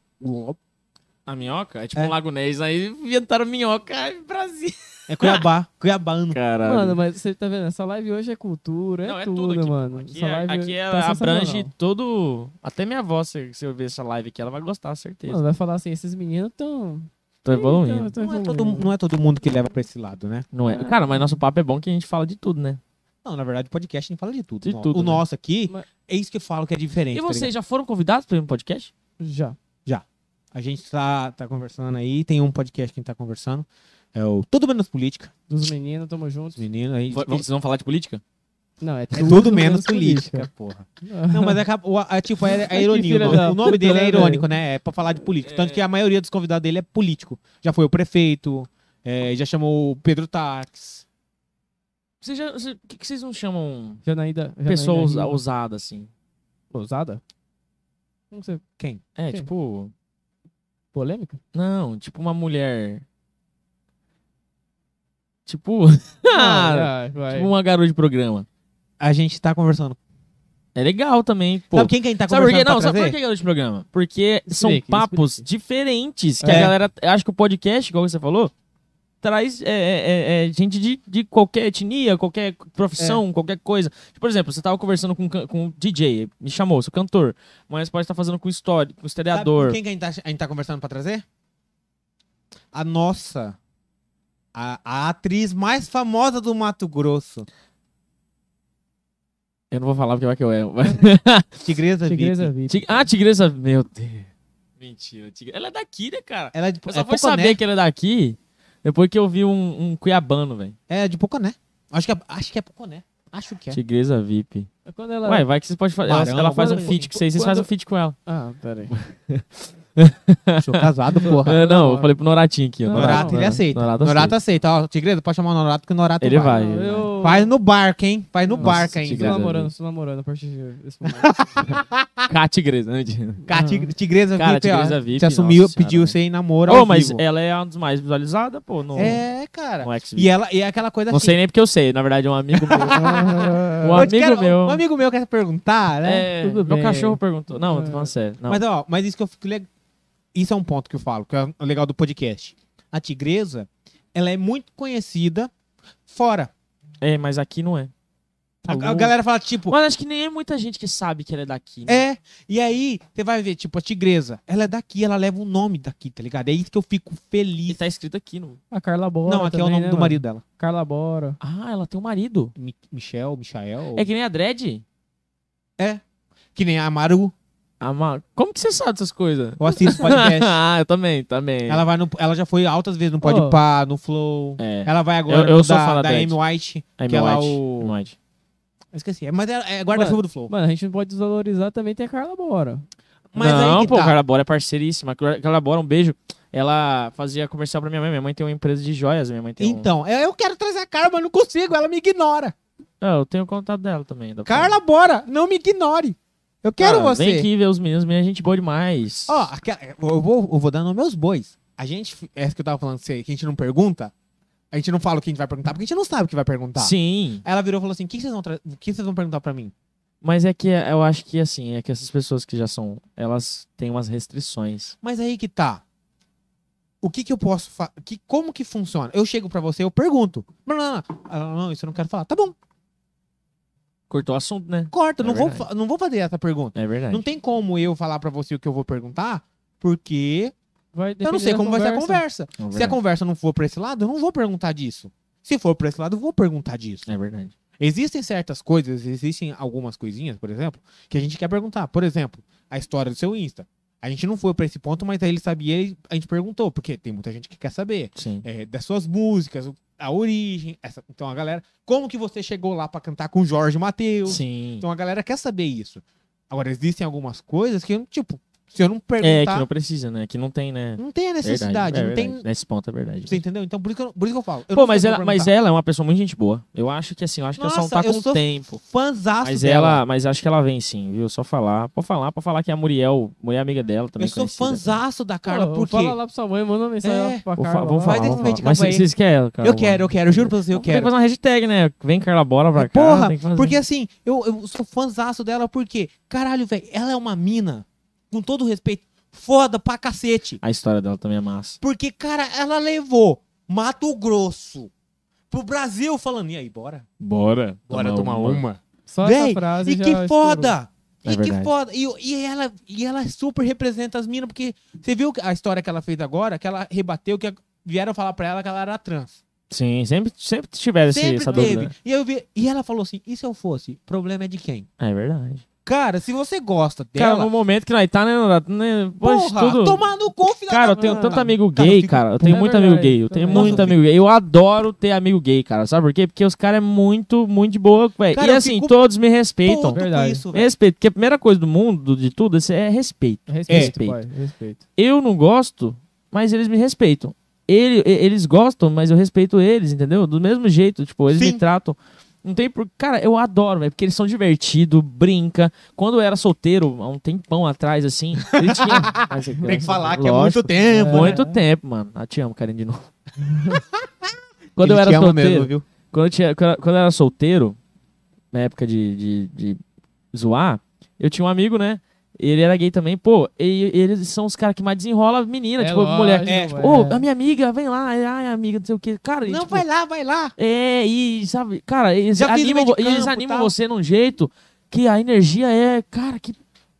Speaker 2: A minhoca é tipo
Speaker 1: É.
Speaker 2: um lagunês. Aí inventaram minhoca. Ai, Brasil.
Speaker 1: É Cuiabá,
Speaker 2: Tá
Speaker 1: é Cuiabano.
Speaker 2: Caralho.
Speaker 3: Mano, mas você tá vendo? Essa live hoje é cultura, é,
Speaker 2: Não, é
Speaker 3: tudo,
Speaker 2: tudo aqui,
Speaker 3: mano.
Speaker 2: Aqui,
Speaker 3: Essa
Speaker 2: é-
Speaker 3: live
Speaker 2: aqui ela
Speaker 3: tá
Speaker 2: abrange
Speaker 3: sensacional.
Speaker 2: todo. Até minha avó, se, se eu ver essa live aqui, ela vai gostar, certeza.
Speaker 3: Mano, vai falar assim, esses meninos tão...
Speaker 2: Tô evoluindo.
Speaker 3: tão- tão
Speaker 1: Não é, todo,
Speaker 3: evoluindo.
Speaker 1: não é todo mundo que leva pra esse lado, né?
Speaker 2: Não é. Cara, mas nosso papo é bom que a gente fala de tudo, né?
Speaker 1: Não, na verdade, o podcast a gente fala de tudo.
Speaker 2: De
Speaker 1: O-
Speaker 2: tudo,
Speaker 1: o
Speaker 2: né?
Speaker 1: nosso aqui,
Speaker 3: Mas-
Speaker 1: é isso que eu falo que é diferente.
Speaker 2: E
Speaker 1: tá ligado?
Speaker 2: vocês já foram convidados para um podcast?
Speaker 3: Já.
Speaker 1: a gente tá, tá conversando aí, tem um podcast que a gente tá conversando. É o Tudo Menos Política,
Speaker 3: Dos meninos, tamo junto.
Speaker 1: os meninos aí.
Speaker 2: V- Vocês vão falar de política?
Speaker 3: Não, é
Speaker 1: É
Speaker 3: tudo,
Speaker 1: tudo, menos, política, porra. Não, mas é, que a- o- a- tipo, é, é
Speaker 3: que
Speaker 1: ironia. O
Speaker 3: filha
Speaker 1: nome,
Speaker 3: da
Speaker 1: o nome
Speaker 3: puta,
Speaker 1: dele
Speaker 3: né,
Speaker 1: é irônico, né? É pra falar de política. Tanto que a maioria dos convidados dele é político. Já foi o prefeito, é, já chamou o Pedro Tax.
Speaker 2: Vocês já. cê- O que, que vocês não chamam
Speaker 3: Janaída... Janaída
Speaker 2: pessoa ousa-
Speaker 3: Riva.
Speaker 2: ousada, assim?
Speaker 3: Ousada? Como você...
Speaker 2: É,
Speaker 3: Sim.
Speaker 2: tipo.
Speaker 3: Polêmica?
Speaker 2: Não, tipo uma mulher. Tipo.
Speaker 3: Ah, ah, vai.
Speaker 2: tipo uma garota de programa.
Speaker 1: A gente tá conversando.
Speaker 2: É legal também, pô.
Speaker 1: Sabe quem que a gente tá
Speaker 2: Sabe
Speaker 1: conversando
Speaker 2: por quê? Não,
Speaker 1: pra
Speaker 2: sabe por
Speaker 1: trazer?
Speaker 2: que garota de programa? Porque são
Speaker 3: Explique,
Speaker 2: papos diferentes que
Speaker 1: É.
Speaker 2: a galera. Acho que o podcast, igual você falou,
Speaker 5: traz é, é, é, gente de, de qualquer etnia, qualquer
Speaker 1: É.
Speaker 5: profissão, qualquer coisa. Tipo, por exemplo, você tava conversando com, um can- com um DJ, me chamou, sou cantor, mas pode
Speaker 2: tá
Speaker 5: estar fazendo com histórico, com
Speaker 1: Sabe com
Speaker 5: historiador.
Speaker 1: quem que a gente, tá, a gente tá conversando pra trazer? A nossa. A, a atriz mais famosa do Mato Grosso.
Speaker 2: Eu não vou falar porque vai que eu erro.
Speaker 1: Tigresa Vick.
Speaker 3: Tigresa Vick.
Speaker 2: Ti- ah, Tigresa. Meu Deus. Mentira, Tigresa. Ela é daqui, né, cara?
Speaker 1: Ela é de,
Speaker 2: Eu
Speaker 1: é
Speaker 2: só
Speaker 1: Poconé.
Speaker 2: fui saber que ela é daqui depois que eu vi um, um cuiabano, velho.
Speaker 1: É de Poconé. Acho que é, acho que é Poconé. Acho que é.
Speaker 2: Tigresa VIP.
Speaker 3: Quando ela...
Speaker 2: Ué, vai que vocês podem fazer. Ela,
Speaker 1: Barão,
Speaker 2: ela faz um
Speaker 1: alguma
Speaker 2: feat com vocês, vocês fazem um
Speaker 3: Quando-
Speaker 2: feat com ela.
Speaker 3: Ah, peraí.
Speaker 1: Sou casado, porra.
Speaker 2: É, não, eu
Speaker 3: não.
Speaker 2: falei pro Noratinho aqui. ó.
Speaker 3: Não,
Speaker 1: Norato, ele
Speaker 2: Norato,
Speaker 1: aceita.
Speaker 2: Norato
Speaker 1: Norato, aceita. Ó, Tigresa, pode chamar o Norato que o Norato
Speaker 2: Ele
Speaker 1: vai.
Speaker 2: vai.
Speaker 3: Não, eu...
Speaker 1: Faz no barco, hein? Faz no
Speaker 2: Nossa,
Speaker 1: barco ainda.
Speaker 3: Estou
Speaker 2: Tigresa
Speaker 3: namorando,
Speaker 2: Vick.
Speaker 3: estou namorando a partir desse momento.
Speaker 1: é
Speaker 2: Cá, Tigresa. né, mentira.
Speaker 1: Cara, tig- Tigresa
Speaker 2: Cara,
Speaker 1: VIP, ó.
Speaker 2: Tigresa VIP,
Speaker 1: Te assumiu,
Speaker 2: nossa
Speaker 1: pediu
Speaker 2: senhora,
Speaker 1: você em namoro
Speaker 2: Ô,
Speaker 1: ao
Speaker 2: mas
Speaker 1: vivo.
Speaker 2: ela é um- uma dos mais visualizadas, pô, no,
Speaker 1: É, cara.
Speaker 2: no X
Speaker 1: E, ela, e é aquela coisa
Speaker 2: Não
Speaker 1: assim.
Speaker 2: sei nem porque eu sei. Na verdade, é um amigo meu. um
Speaker 1: Eu te
Speaker 2: amigo
Speaker 1: quero-
Speaker 2: meu.
Speaker 1: Um amigo meu quer perguntar, né? É.
Speaker 2: É,
Speaker 3: Tudo
Speaker 2: meu
Speaker 3: bem.
Speaker 2: cachorro perguntou. Não, eu tô falando sério. Não.
Speaker 1: Mas, ó, mas isso que eu fico. le- Isso é um ponto que eu falo, que é o legal do podcast. A Tigresa, ela é muito conhecida fora.
Speaker 2: É, mas aqui não é.
Speaker 1: A, a
Speaker 2: Alô?
Speaker 1: galera fala, tipo,
Speaker 2: Mas acho que nem é muita gente que sabe que ela é daqui. né?
Speaker 1: É, e aí você vai ver, tipo, a tigresa, ela é daqui, ela leva o nome daqui, tá ligado? É isso que eu fico
Speaker 2: E
Speaker 1: feliz.
Speaker 2: tá escrito aqui no.
Speaker 3: A Carla Bora
Speaker 1: Não, aqui é o
Speaker 3: também,
Speaker 1: nome
Speaker 3: né,
Speaker 1: do
Speaker 3: mano?
Speaker 1: marido dela.
Speaker 3: Carla Bora.
Speaker 2: Ah, ela tem um marido.
Speaker 1: Mi- Michel, Michael.
Speaker 2: É que nem a Dredd.
Speaker 1: que nem a Maru.
Speaker 2: A Ma- Como que você sabe dessas coisas?
Speaker 1: Eu assisto podcast.
Speaker 2: ah, eu também, também.
Speaker 1: ela, vai no, ela já foi altas vezes no Podpah, no Flow.
Speaker 2: É.
Speaker 1: Ela vai agora
Speaker 2: Eu- eu
Speaker 1: no
Speaker 2: sou fã
Speaker 1: da,
Speaker 2: da
Speaker 1: da
Speaker 2: Dredd.
Speaker 1: Amy White.
Speaker 2: Aí,
Speaker 1: que
Speaker 2: meu
Speaker 1: ela
Speaker 2: White,
Speaker 1: o-
Speaker 2: meu White.
Speaker 1: Eu esqueci, é, mas ela é guarda-chuva do Flow.
Speaker 3: Mano, a gente não pode desvalorizar também tem a Carla Bora.
Speaker 1: Mas
Speaker 2: não,
Speaker 1: aí que
Speaker 2: pô,
Speaker 1: tá.
Speaker 2: a Carla Bora é parceiríssima. A Carla Bora, um beijo. Ela fazia comercial pra minha mãe. Minha mãe tem uma empresa de joias. Minha mãe tem um-
Speaker 1: Então, eu, eu quero trazer a Carla, mas não consigo, ela me ignora.
Speaker 2: Ah, eu tenho contato dela também. dá pra-
Speaker 1: Carla, bora, não me ignore. Eu quero
Speaker 2: Ah,
Speaker 1: você.
Speaker 2: Vem aqui ver os meninos. Menina, gente boa demais.
Speaker 1: Ó, aquela- eu, vou, eu vou dando meus bois. A gente, essa que eu tava falando pra você, que a gente não pergunta, a gente não fala o que a gente vai perguntar, porque a gente não sabe o que vai perguntar.
Speaker 2: Sim.
Speaker 1: Aí Ela virou e falou assim: o que vocês vão, tra- o que vocês vão perguntar pra mim?
Speaker 2: Mas é que é, eu acho que assim, é que essas pessoas que já são, elas têm umas restrições.
Speaker 1: Mas aí que tá. O que que eu posso falar? Que, como que funciona? Eu chego pra você, eu pergunto. Não, não, não. Ela, não, isso eu não quero falar. Tá bom,
Speaker 2: Cortou o assunto, né?
Speaker 1: corta.
Speaker 2: É
Speaker 1: não, vou,
Speaker 2: verdade.
Speaker 1: fa- não vou fazer essa pergunta.
Speaker 2: É verdade.
Speaker 1: Não tem como eu falar pra você o que eu vou perguntar, porque
Speaker 3: Vai
Speaker 1: eu não
Speaker 3: depender
Speaker 1: sei
Speaker 3: da
Speaker 1: como vai ser a
Speaker 3: conversa.
Speaker 1: conversa.
Speaker 2: É
Speaker 1: Se a
Speaker 2: verdade.
Speaker 1: conversa não for pra esse lado, eu não vou perguntar disso. Se for pra esse lado, eu vou perguntar disso.
Speaker 2: É verdade.
Speaker 1: Existem certas coisas, existem algumas coisinhas, por exemplo, que a gente quer perguntar. Por exemplo, a história do seu Insta. A gente não foi pra esse ponto, mas aí ele sabia e a gente perguntou, porque tem muita gente que quer saber
Speaker 2: Sim.
Speaker 1: é, das suas músicas, o- a origem. essa- então a galera, como que você chegou lá pra cantar com o Jorge Mateus?
Speaker 2: Sim.
Speaker 1: Então a galera quer saber isso. Agora existem algumas coisas que eu, tipo, se eu não
Speaker 2: É,
Speaker 1: perguntar,
Speaker 2: que não
Speaker 1: não...
Speaker 2: precisa, né? Que não tem, né?
Speaker 1: tem a necessidade,
Speaker 2: Verdade, é
Speaker 1: não tem,
Speaker 2: verdade. Nesse ponto é verdade.
Speaker 1: você entendeu? Então por isso que eu, por isso que eu falo. eu
Speaker 2: Pô,
Speaker 1: não sei
Speaker 2: mas
Speaker 1: como
Speaker 2: ela, mas
Speaker 1: perguntar.
Speaker 2: ela é uma pessoa muito gente boa. Eu acho que assim, eu acho que ela só
Speaker 1: Nossa,
Speaker 2: não tá
Speaker 1: eu
Speaker 2: com
Speaker 1: sou
Speaker 2: tempo.
Speaker 1: Fanzaço
Speaker 2: Mas
Speaker 1: dela.
Speaker 2: ela, mas acho que ela vem sim, viu? Só falar. Pode falar, pode falar que é a Muriel, mulher amiga dela também
Speaker 1: Eu sou
Speaker 2: conhecida. né?
Speaker 1: fanzaço da Carla,
Speaker 3: Pô,
Speaker 1: por quê?
Speaker 3: Fala lá pra sua mãe, manda uma mensagem
Speaker 1: É.
Speaker 3: lá pra
Speaker 2: Vou fa-
Speaker 3: Carla.
Speaker 2: vamos
Speaker 3: lá.
Speaker 2: falar,
Speaker 1: Vai
Speaker 2: vamos
Speaker 1: defender
Speaker 2: falar. Mas
Speaker 1: campanha
Speaker 2: vocês,
Speaker 1: aí.
Speaker 2: vocês querem, cara?
Speaker 1: Eu quero, eu quero, eu juro pra você, eu
Speaker 2: Tem que
Speaker 1: quero.
Speaker 2: fazer uma hashtag, né? Vem Carla Bora pra cá.
Speaker 1: Porra,
Speaker 2: tem que fazer.
Speaker 1: porque assim, eu, eu sou fanzaço dela, porque, caralho, velho, ela é uma mina, com todo respeito, foda pra cacete.
Speaker 2: A história dela também é massa.
Speaker 1: Porque, cara, ela levou Mato Grosso pro Brasil falando, e aí, bora?
Speaker 2: Bora.
Speaker 3: Só
Speaker 1: Véi,
Speaker 3: essa frase
Speaker 1: E
Speaker 3: já
Speaker 1: que
Speaker 3: estourou.
Speaker 1: foda!
Speaker 2: É
Speaker 1: e que
Speaker 2: verdade.
Speaker 1: foda! E, e, ela, e ela super representa as minas, porque você viu a história que ela fez agora, que ela rebateu, que vieram falar pra ela que ela era trans.
Speaker 2: Sim, sempre, sempre tiveram esse-
Speaker 1: Sempre
Speaker 2: essa
Speaker 1: teve.
Speaker 2: dúvida. né?
Speaker 1: E, eu vi, e ela falou assim: e se eu fosse? Problema é de quem?
Speaker 2: É verdade.
Speaker 1: Cara, se você gosta
Speaker 2: Cara,
Speaker 1: dela.
Speaker 2: no momento que nós tá, né, Norato, né? Poxa,
Speaker 1: porra,
Speaker 2: tudo.
Speaker 1: tomar no cu, filha
Speaker 2: Cara, eu
Speaker 1: da-
Speaker 2: tenho tanto
Speaker 3: Tá
Speaker 1: Cara,
Speaker 2: amigo
Speaker 1: cara, eu
Speaker 2: gay,
Speaker 1: fico
Speaker 2: cara. Eu tenho
Speaker 3: É
Speaker 2: muito
Speaker 3: verdade,
Speaker 2: amigo gay. Eu
Speaker 3: também.
Speaker 2: tenho
Speaker 1: Nossa,
Speaker 2: muito
Speaker 1: eu
Speaker 2: amigo gay. Eu adoro ter amigo gay, cara. Sabe por quê? Porque os caras é muito, muito de boa, velho.
Speaker 1: Cara,
Speaker 2: E
Speaker 1: eu
Speaker 2: assim,
Speaker 1: fico
Speaker 2: todos me respeitam.
Speaker 1: puto com
Speaker 3: Verdade.
Speaker 1: isso, velho.
Speaker 2: Respeito, porque a primeira coisa do mundo, de tudo, esse é respeito.
Speaker 3: Respeito,
Speaker 2: É.
Speaker 3: pai. Respeito.
Speaker 2: Eu não gosto, mas eles me respeitam. Ele, e- eles gostam, mas eu respeito eles, entendeu? Do mesmo jeito, tipo, eles
Speaker 1: Sim.
Speaker 2: me tratam. Não tem por... Cara, eu adoro, velho, porque eles são divertidos, brinca. Quando eu era solteiro, há um tempão atrás, assim, ele tinha... Mas,
Speaker 1: Tem que falar
Speaker 3: né?
Speaker 1: que é
Speaker 2: lógico, né?
Speaker 1: muito tempo. né?
Speaker 3: É.
Speaker 2: muito tempo, mano. Ah, te amo, Karen, de novo. quando eu
Speaker 1: Ele
Speaker 2: era
Speaker 1: te ama
Speaker 2: solteiro,
Speaker 1: mesmo, viu?
Speaker 2: quando eu, tinha, quando eu- quando eu era solteiro, na época de, de, de zoar, eu tinha um amigo, né? Ele era gay também, pô, e, eles são os caras que mais desenrola menina,
Speaker 3: É
Speaker 2: tipo, mulher.
Speaker 3: lógico,
Speaker 1: é,
Speaker 3: velho.
Speaker 2: Ô, a minha amiga, vem lá, ai, amiga, não sei o que. Cara, e,
Speaker 1: Não,
Speaker 2: tipo,
Speaker 1: vai lá, vai lá.
Speaker 2: É, e sabe, cara, eles
Speaker 1: Já vi no
Speaker 2: animam,
Speaker 1: meio de
Speaker 2: vo- eles
Speaker 1: campo e
Speaker 2: animam
Speaker 1: tal.
Speaker 2: você num jeito que a energia é, cara, que.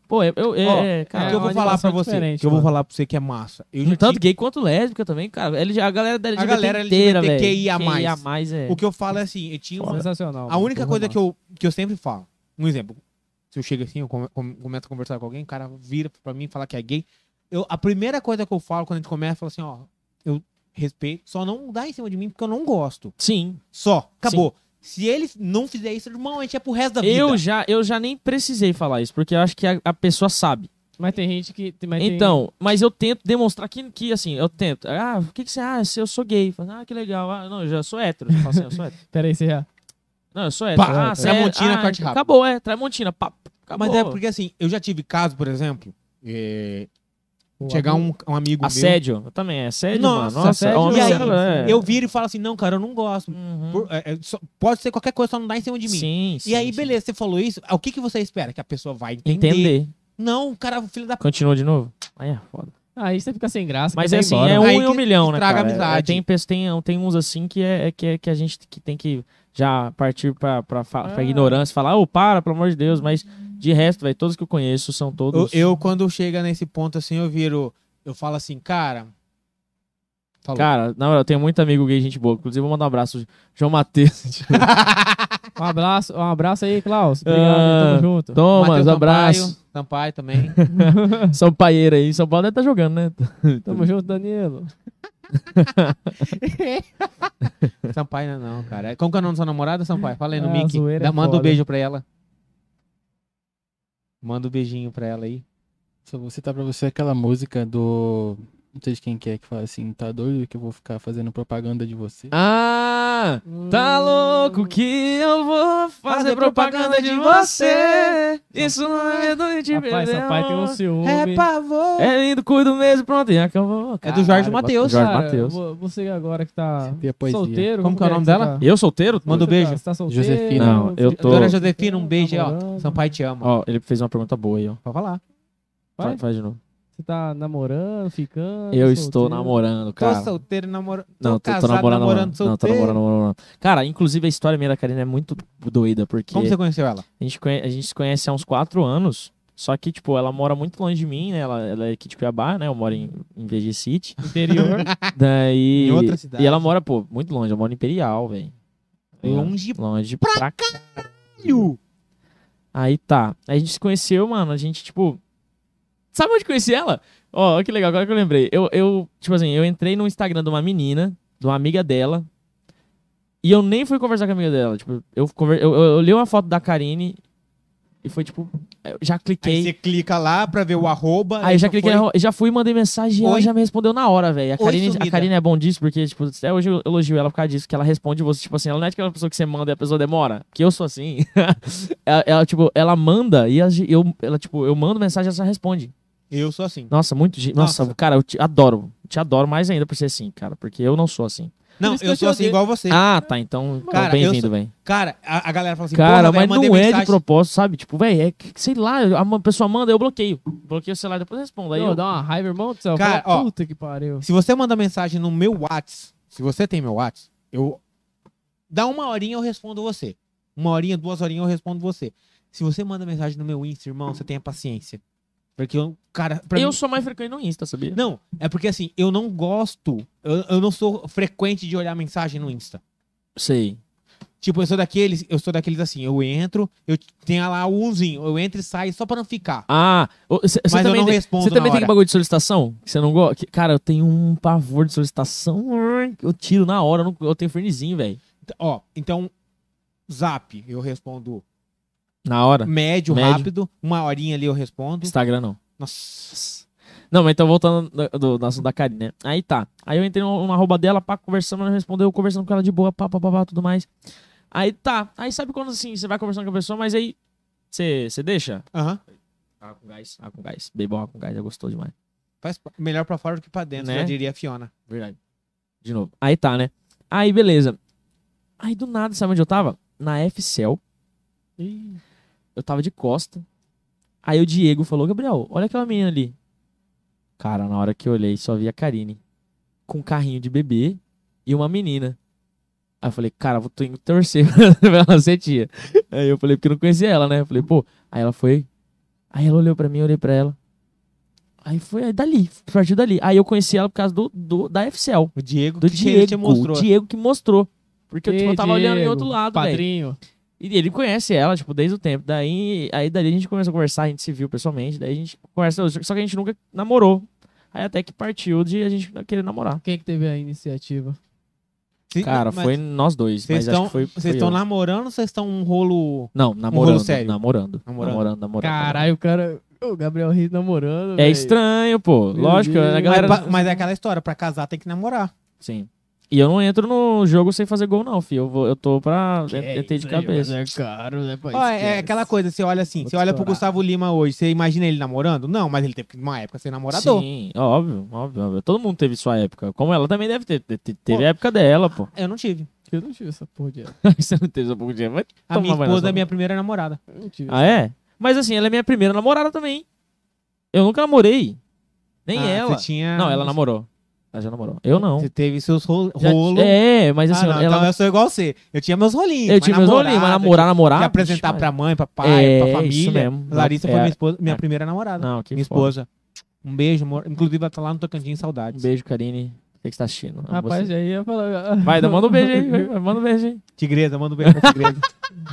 Speaker 2: Pô, é, eu, é,
Speaker 1: Ó,
Speaker 2: é, cara,
Speaker 1: o que eu
Speaker 3: uma
Speaker 1: vou falar pra
Speaker 3: animação
Speaker 1: você,
Speaker 3: diferente,
Speaker 1: que eu vou
Speaker 3: mano.
Speaker 1: falar pra você que é massa. Eu já
Speaker 2: tanto
Speaker 1: tive-
Speaker 2: gay quanto lésbica também, cara. LG A galera da LGBT
Speaker 1: galera
Speaker 2: inteira, velho.
Speaker 1: LGBTQIA+.
Speaker 2: QIA+, é.
Speaker 1: O que eu falo é assim, eu tinha uma,
Speaker 3: Sensacional.
Speaker 1: A única coisa que eu, que eu sempre falo, um exemplo, se eu chego assim, eu come- come- começo a conversar com alguém, o cara vira pra mim e fala que é gay. Eu, a primeira coisa que eu falo quando a gente começa, eu falo assim, ó, eu respeito, só não dá em cima de mim porque eu não gosto.
Speaker 2: Sim.
Speaker 1: Só, acabou. Se ele não fizer isso, irmão, a gente é pro resto da vida.
Speaker 2: Eu já, eu já nem precisei falar isso, porque eu acho que a, a pessoa sabe.
Speaker 3: Mas tem gente que. tem- Mas tem-
Speaker 2: Então, mas eu tento demonstrar que, que assim, eu tento. Ah, o que, que você. Ah, se eu sou gay. Fala, Ah, que legal. Ah, não, eu já sou hétero. Eu falo assim, eu sou hétero.
Speaker 3: Pera aí, você já.
Speaker 2: Não, eu sou hétero.
Speaker 1: Pá,
Speaker 2: ah, você é-
Speaker 1: Tramontina,
Speaker 2: ah,
Speaker 1: corte rápido.
Speaker 2: Acabou, é. Tramontina, papo. Acabou.
Speaker 1: Mas é porque assim, eu já tive caso, por exemplo, é,
Speaker 3: Pô,
Speaker 1: chegar um, um amigo
Speaker 2: Assédio. Eu também, é assédio,
Speaker 1: Nossa,
Speaker 2: mano. Nossa,
Speaker 3: assédio,
Speaker 2: homem,
Speaker 1: meu. E aí,
Speaker 2: é.
Speaker 1: eu viro e falo assim, não, cara, eu não gosto.
Speaker 2: Uhum.
Speaker 1: Por- é, é, só- pode ser qualquer coisa, só não dá em cima de mim.
Speaker 2: Sim, sim.
Speaker 1: E aí,
Speaker 2: sim.
Speaker 1: beleza, você falou isso, o que, que você espera? Que a pessoa vai entender.
Speaker 2: Entender.
Speaker 1: Não, cara, é um filho da p.
Speaker 2: Continua de novo? Aí é foda.
Speaker 3: Aí você fica sem graça.
Speaker 2: Mas
Speaker 3: quer
Speaker 2: é
Speaker 3: ir
Speaker 2: assim,
Speaker 3: embora.
Speaker 2: é um
Speaker 1: Aí
Speaker 2: em um
Speaker 1: que
Speaker 2: milhão, né,
Speaker 1: estraga
Speaker 2: cara?
Speaker 1: a amizade.
Speaker 2: É, Tem, pes- tem, tem uns assim que, é, é que, é que a gente que tem que já partir pra, pra, fa- pra
Speaker 3: Ah.
Speaker 2: ignorância, falar, ô, para, pelo amor de Deus, mas de resto, velho, todos que eu conheço são
Speaker 1: Eu,
Speaker 2: todos...
Speaker 1: eu, quando chega nesse ponto assim, eu viro. Eu falo assim, cara. Falou.
Speaker 2: Cara, na hora, eu tenho muito amigo gay, gente boa. Inclusive, vou mandar um abraço. João Matheus.
Speaker 3: Um abraço, um abraço aí, Klaus.
Speaker 2: Ah,
Speaker 3: Obrigado, tamo junto.
Speaker 2: Thomas,
Speaker 1: Mateus
Speaker 2: abraço.
Speaker 1: Sampaio, Sampaio também.
Speaker 2: São Paieira aí. São Paulo deve estar jogando, né?
Speaker 3: Tamo junto, Danilo.
Speaker 1: Sampaio não, é não, cara. Como que é o nome da sua namorada, Sampaio? Fala aí no
Speaker 3: Ah,
Speaker 1: Mickey.
Speaker 3: zoeira é
Speaker 1: Dá- manda um
Speaker 3: foda.
Speaker 1: beijo pra ela. Manda um beijinho pra ela aí.
Speaker 6: Só vou citar pra você aquela música do. Não sei de quem que é que fala assim, tá doido que eu vou ficar fazendo propaganda de você.
Speaker 2: Ah, tá louco que eu vou fazer propaganda de você. Isso não é doido de
Speaker 3: Rapaz,
Speaker 2: beber,
Speaker 3: Sampaio tem um
Speaker 2: amor.
Speaker 3: ciúme.
Speaker 1: pavor.
Speaker 2: É lindo, cuido mesmo, pronto. E acabou.
Speaker 1: É do Jorge Mateus.
Speaker 2: Jorge
Speaker 3: Cara,
Speaker 2: Mateus.
Speaker 3: vo- Você agora que tá
Speaker 6: Tem a poesia.
Speaker 3: solteiro.
Speaker 1: Como que é o nome
Speaker 3: você
Speaker 1: dela?
Speaker 3: tá?
Speaker 2: Eu solteiro?
Speaker 1: Manda um
Speaker 3: Você
Speaker 1: beijo.
Speaker 3: tá- Você tá solteiro? é
Speaker 6: Josefina.
Speaker 2: Não, eu tô-
Speaker 1: Dona Josefina, um beijo aí, ó.
Speaker 3: namorando?
Speaker 1: Sampaio te ama.
Speaker 2: Ó, ele fez uma pergunta boa aí, ó.
Speaker 1: Pode falar.
Speaker 2: Fa-
Speaker 3: Vai?
Speaker 2: Faz, de novo.
Speaker 3: Você tá namorando, ficando?
Speaker 2: Eu estou
Speaker 3: solteiro?
Speaker 2: namorando, cara.
Speaker 1: Tô solteiro, namorando.
Speaker 2: Não, tô, tô namorando, namorando. Não, tô namorando, namorando. namorando. Cara, inclusive a história minha da Karina é muito doida, porque
Speaker 1: Como você conheceu ela?
Speaker 2: a, gente conhe- a gente se conhece há uns quatro anos. Só que, tipo, ela mora muito longe de mim, né? Ela, ela é aqui de Cuiabá, né? Eu moro em, em VG City.
Speaker 3: Interior.
Speaker 2: Daí.
Speaker 1: Em outra cidade.
Speaker 2: E ela mora, pô, muito longe. Ela mora em Imperial, velho.
Speaker 1: Longe
Speaker 2: Longe pra, cá.
Speaker 1: Caralho!
Speaker 2: Aí tá. Aí a gente se conheceu, mano. A gente, tipo. Sabe onde eu conheci ela? Ó, ó que legal, agora que eu lembrei. Eu, eu, tipo assim, eu entrei no Instagram de uma menina, de uma amiga dela. E eu nem fui conversar com a amiga dela. Tipo, eu, conver... eu, eu, eu li uma foto da Karine e foi tipo. Eu já cliquei.
Speaker 1: Aí você clica lá pra ver o arroba.
Speaker 2: Aí eu já
Speaker 1: só
Speaker 2: cliquei,
Speaker 1: foi-
Speaker 2: na- já fui, mandei mensagem e ela
Speaker 1: Oi.
Speaker 2: já me respondeu na hora, velho. A
Speaker 1: Oi,
Speaker 2: Karine, a
Speaker 1: sumida.
Speaker 2: Karine é bom disso, porque, tipo, até hoje eu elogio ela por causa disso, que ela responde você, tipo assim, ela não é aquela pessoa que você manda e a pessoa demora, que eu sou assim. ela, ela, tipo, ela manda e a ge- eu, ela, tipo, eu mando mensagem e ela já responde.
Speaker 1: Eu sou assim.
Speaker 2: Nossa, muito. ge- Nossa,
Speaker 1: Nossa.
Speaker 2: cara, eu te adoro. Te adoro mais ainda por ser assim, cara, porque eu não sou assim.
Speaker 1: Não,
Speaker 3: isso que
Speaker 1: eu
Speaker 3: eu te
Speaker 1: sou assim
Speaker 3: odeio.
Speaker 1: igual você.
Speaker 2: Ah, tá, então, então
Speaker 1: Cara, eu
Speaker 2: bem-vindo,
Speaker 1: sou-
Speaker 2: velho.
Speaker 1: Cara, a, a galera fala assim,
Speaker 2: Cara,
Speaker 1: porra, velho,
Speaker 2: mas
Speaker 1: mandei
Speaker 2: não é de
Speaker 1: mensagem.
Speaker 2: propósito, sabe? Tipo, velho, é que, sei lá, a uma pessoa manda, eu bloqueio. Bloqueio o celular, depois eu respondo. Aí
Speaker 3: Não,
Speaker 2: eu...
Speaker 3: dá uma raiva, irmão do céu.
Speaker 1: Cara,
Speaker 3: Fala,
Speaker 1: ó.
Speaker 3: Puta que pariu.
Speaker 1: Se você manda mensagem no meu Whats, se você tem meu Whats, eu... Dá uma horinha, eu respondo você. Uma horinha, duas horinhas, eu respondo você. Se você manda mensagem no meu Insta, irmão, você tenha paciência. Porque eu, cara... Pra
Speaker 2: eu
Speaker 1: mim-
Speaker 2: sou mais frequente no Insta, sabia?
Speaker 1: Não, é porque assim, eu não gosto, eu, eu não sou frequente de olhar mensagem no Insta.
Speaker 2: Sei.
Speaker 1: Tipo, eu sou daqueles, eu sou daqueles assim, eu entro, eu tenho lá o umzinho, eu entro e saio só pra não ficar.
Speaker 2: Ah, você
Speaker 1: Mas eu
Speaker 2: também,
Speaker 1: não
Speaker 2: tem,
Speaker 1: respondo
Speaker 2: você
Speaker 1: na
Speaker 2: também tem
Speaker 1: hora.
Speaker 2: bagulho de solicitação? Que você não gosta? Que- Cara, eu tenho um pavor de solicitação. Eu tiro na hora, eu, não- eu tenho fernizinho, velho.
Speaker 1: T- Ó, então, zap, eu respondo
Speaker 2: Na
Speaker 1: Uhum.
Speaker 2: hora.
Speaker 1: médio,
Speaker 2: Médio.
Speaker 1: rápido, uma horinha ali eu respondo.
Speaker 2: Instagram não.
Speaker 1: Nossa.
Speaker 2: Não, mas então voltando do, do, do assunto da Karine, né? Aí tá. Aí eu entrei no- na arroba dela, pá, conversando, ela respondeu, eu conversando com ela de boa, pá, pá, pá, pá, tudo mais. Aí tá. Aí sabe quando assim, você vai conversando com a pessoa, mas aí você você deixa?
Speaker 1: Aham.
Speaker 2: Água com gás. Água com gás. Bebeu água com gás, já gostou demais.
Speaker 1: Faz p- melhor pra fora do que pra dentro,
Speaker 2: Né?
Speaker 1: já diria a Fiona.
Speaker 2: Verdade. De novo. Aí tá, né? Aí, beleza. Aí do nada, sabe onde eu tava? Na FCEL.
Speaker 3: Ih,
Speaker 2: Eu tava de costa. Aí o Diego falou, Gabriel, olha aquela menina ali. Cara, na hora que eu olhei, só vi a Karine com um carrinho de bebê e uma menina. Aí eu falei, cara, vou tô indo torcer pra ela ser tia. Aí eu falei, porque eu não conhecia ela, né? Eu falei, pô. Aí ela foi. Aí ela olhou pra mim, eu olhei pra ela. Aí foi aí dali, partiu dali. Aí eu conheci ela por causa do, do- da FCL.
Speaker 1: O Diego
Speaker 2: Do
Speaker 1: que
Speaker 2: Diego.
Speaker 1: te mostrou.
Speaker 2: O Diego que mostrou. Porque eu, tipo, eu tava
Speaker 3: Ei,
Speaker 2: olhando em
Speaker 3: Diego,
Speaker 2: outro lado, velho.
Speaker 3: Padrinho.
Speaker 2: E ele conhece ela, tipo, desde o tempo. Daí, aí dali a gente começou a conversar, a gente se viu pessoalmente, daí a gente conversa, só que a gente nunca namorou. Aí até que partiu de a gente querer namorar.
Speaker 3: Quem é que teve a iniciativa?
Speaker 1: Se-
Speaker 2: Cara,
Speaker 1: mas
Speaker 2: foi nós dois,
Speaker 1: Vocês
Speaker 2: mas acho
Speaker 1: estão
Speaker 2: que foi foi eu.
Speaker 1: namorando ou vocês estão um rolo.
Speaker 2: Não, namorando,
Speaker 1: rolo sério.
Speaker 2: namorando,
Speaker 1: Namorando.
Speaker 2: namorando, namorando, namorando.
Speaker 3: Caralho, o cara. O Gabriel Riz namorando.
Speaker 2: É
Speaker 3: velho.
Speaker 2: estranho, pô.
Speaker 3: Meu
Speaker 2: Lógico,
Speaker 3: Deus.
Speaker 2: a
Speaker 1: Mas,
Speaker 2: galera...
Speaker 1: pa- mas é aquela história, pra casar tem que namorar.
Speaker 2: Sim. E eu não entro no jogo sem fazer gol, não, filho. Eu, vou- eu tô pra...
Speaker 3: Que
Speaker 2: eu entrei de
Speaker 3: isso, mas
Speaker 2: cabeça.
Speaker 3: É caro, né, pai?
Speaker 1: Ó, é, é
Speaker 3: Esquece.
Speaker 1: aquela coisa, você olha assim,
Speaker 3: Vou
Speaker 1: você olha pro
Speaker 3: estourar.
Speaker 1: Gustavo Lima hoje, você imagina ele namorando? Não, mas ele teve que, uma época ser namorador.
Speaker 2: Sim, óbvio, óbvio, óbvio. Todo mundo teve sua época. Como ela também deve ter. te- te- Teve a época dela, pô.
Speaker 1: Eu não tive.
Speaker 3: Eu não tive essa porra de. Eu
Speaker 2: Você não teve sua pouco de vai
Speaker 1: A
Speaker 2: tomar
Speaker 1: minha
Speaker 2: banho
Speaker 1: esposa
Speaker 2: nessa
Speaker 1: é minha primeira namorada.
Speaker 3: não tive.
Speaker 2: Ah, é? Mas assim, ela é minha primeira namorada também. Eu nunca namorei. Nem
Speaker 1: Ah,
Speaker 2: ela.
Speaker 1: Você tinha...
Speaker 2: Não, ela namorou. Ela já namorou. Eu não.
Speaker 1: Você teve seus ro-
Speaker 2: Já-
Speaker 1: rolos.
Speaker 2: É, mas
Speaker 1: Ah,
Speaker 2: assim,
Speaker 1: não, assim,
Speaker 2: ela.
Speaker 1: então eu sou igual você. Eu tinha meus rolinhos.
Speaker 2: eu tive meus olhinhos, mas namorar, namorar.
Speaker 1: Que apresentar
Speaker 2: bicho,
Speaker 1: pra mãe, pra pai,
Speaker 2: É,
Speaker 1: pra
Speaker 2: isso
Speaker 1: família.
Speaker 2: mesmo.
Speaker 1: Larissa foi
Speaker 2: É,
Speaker 1: minha, esposa- minha
Speaker 2: é.
Speaker 1: primeira namorada.
Speaker 2: Não, que
Speaker 1: minha
Speaker 2: foda.
Speaker 1: esposa. Um beijo, amor. Inclusive, ela tá lá no Tocantins, saudades.
Speaker 2: Um beijo, Karine. O que que você tá assistindo? Amo
Speaker 3: Rapaz,
Speaker 2: você.
Speaker 3: já ia falar.
Speaker 2: Vai, dá- manda um beijo aí. vai, vai, Manda um beijo aí.
Speaker 1: Tigresa, manda um beijo pra Tigresa.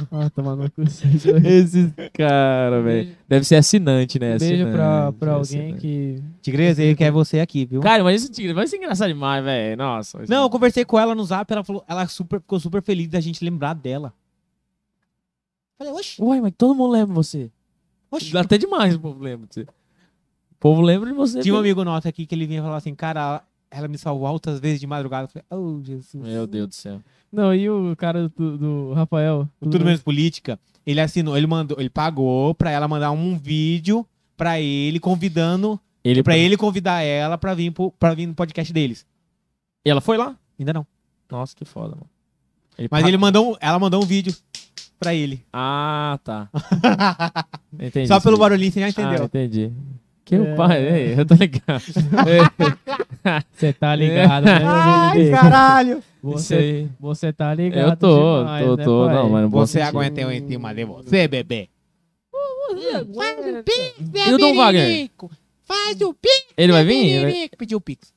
Speaker 3: Ah, tomar no cu.
Speaker 2: Esse cara, velho.
Speaker 3: Beijo,
Speaker 2: Deve ser assinante, né?
Speaker 3: beijo pra,
Speaker 2: Assinante,
Speaker 3: pra alguém
Speaker 2: assinante.
Speaker 3: que.
Speaker 1: Tigresa, ele quer você aqui, viu?
Speaker 2: Cara, mas esse tigre vai ser engraçado demais, velho. Nossa.
Speaker 1: Não, eu conversei com ela no zap, ela falou, ela super, ficou super feliz da gente lembrar dela. Falei, oxe,
Speaker 2: Uai, mas todo mundo lembra você.
Speaker 1: oxe.
Speaker 2: Até demais o povo lembra de você. O povo lembra de você.
Speaker 1: Tinha um
Speaker 2: pelo-
Speaker 1: amigo nosso aqui que ele vinha falar assim, cara, ela me salvou altas vezes de madrugada. Eu falei, oh, Jesus.
Speaker 2: Meu Deus do céu.
Speaker 3: Não, e o cara do, do Rafael?
Speaker 1: O
Speaker 2: Uhum.
Speaker 1: Tudo menos política. Ele assinou, ele mandou, ele pagou pra ela mandar um vídeo pra ele convidando,
Speaker 2: Ele
Speaker 1: pra ele convidar ela pra vir pro, para vir no podcast deles.
Speaker 2: E ela foi lá?
Speaker 1: Ainda não.
Speaker 2: Nossa, que foda, mano.
Speaker 1: Mas
Speaker 2: pa-
Speaker 1: ele mandou, um- ela mandou um vídeo pra ele.
Speaker 2: Ah, tá. Entendi.
Speaker 1: Só pelo
Speaker 2: barulho.
Speaker 1: barulhinho você já
Speaker 2: Ah,
Speaker 1: entendeu.
Speaker 2: entendi. Que o
Speaker 3: É.
Speaker 2: pai, é, eu tô ligado. É,
Speaker 3: Você tá ligado, né?
Speaker 2: Ah,
Speaker 1: Ai, caralho.
Speaker 2: Isso
Speaker 3: Você,
Speaker 2: aí.
Speaker 3: você tá ligado.
Speaker 2: Eu tô,
Speaker 3: demais,
Speaker 2: tô,
Speaker 3: né,
Speaker 2: tô.
Speaker 3: pai?
Speaker 2: Não, mano, bom
Speaker 1: Você
Speaker 2: sentido.
Speaker 1: aguenta eu em cima de você, bebê.
Speaker 2: E o Dom Wagner?
Speaker 1: Faz o pix,
Speaker 2: Ele vai vir? Ele vai-
Speaker 1: Pediu o pix.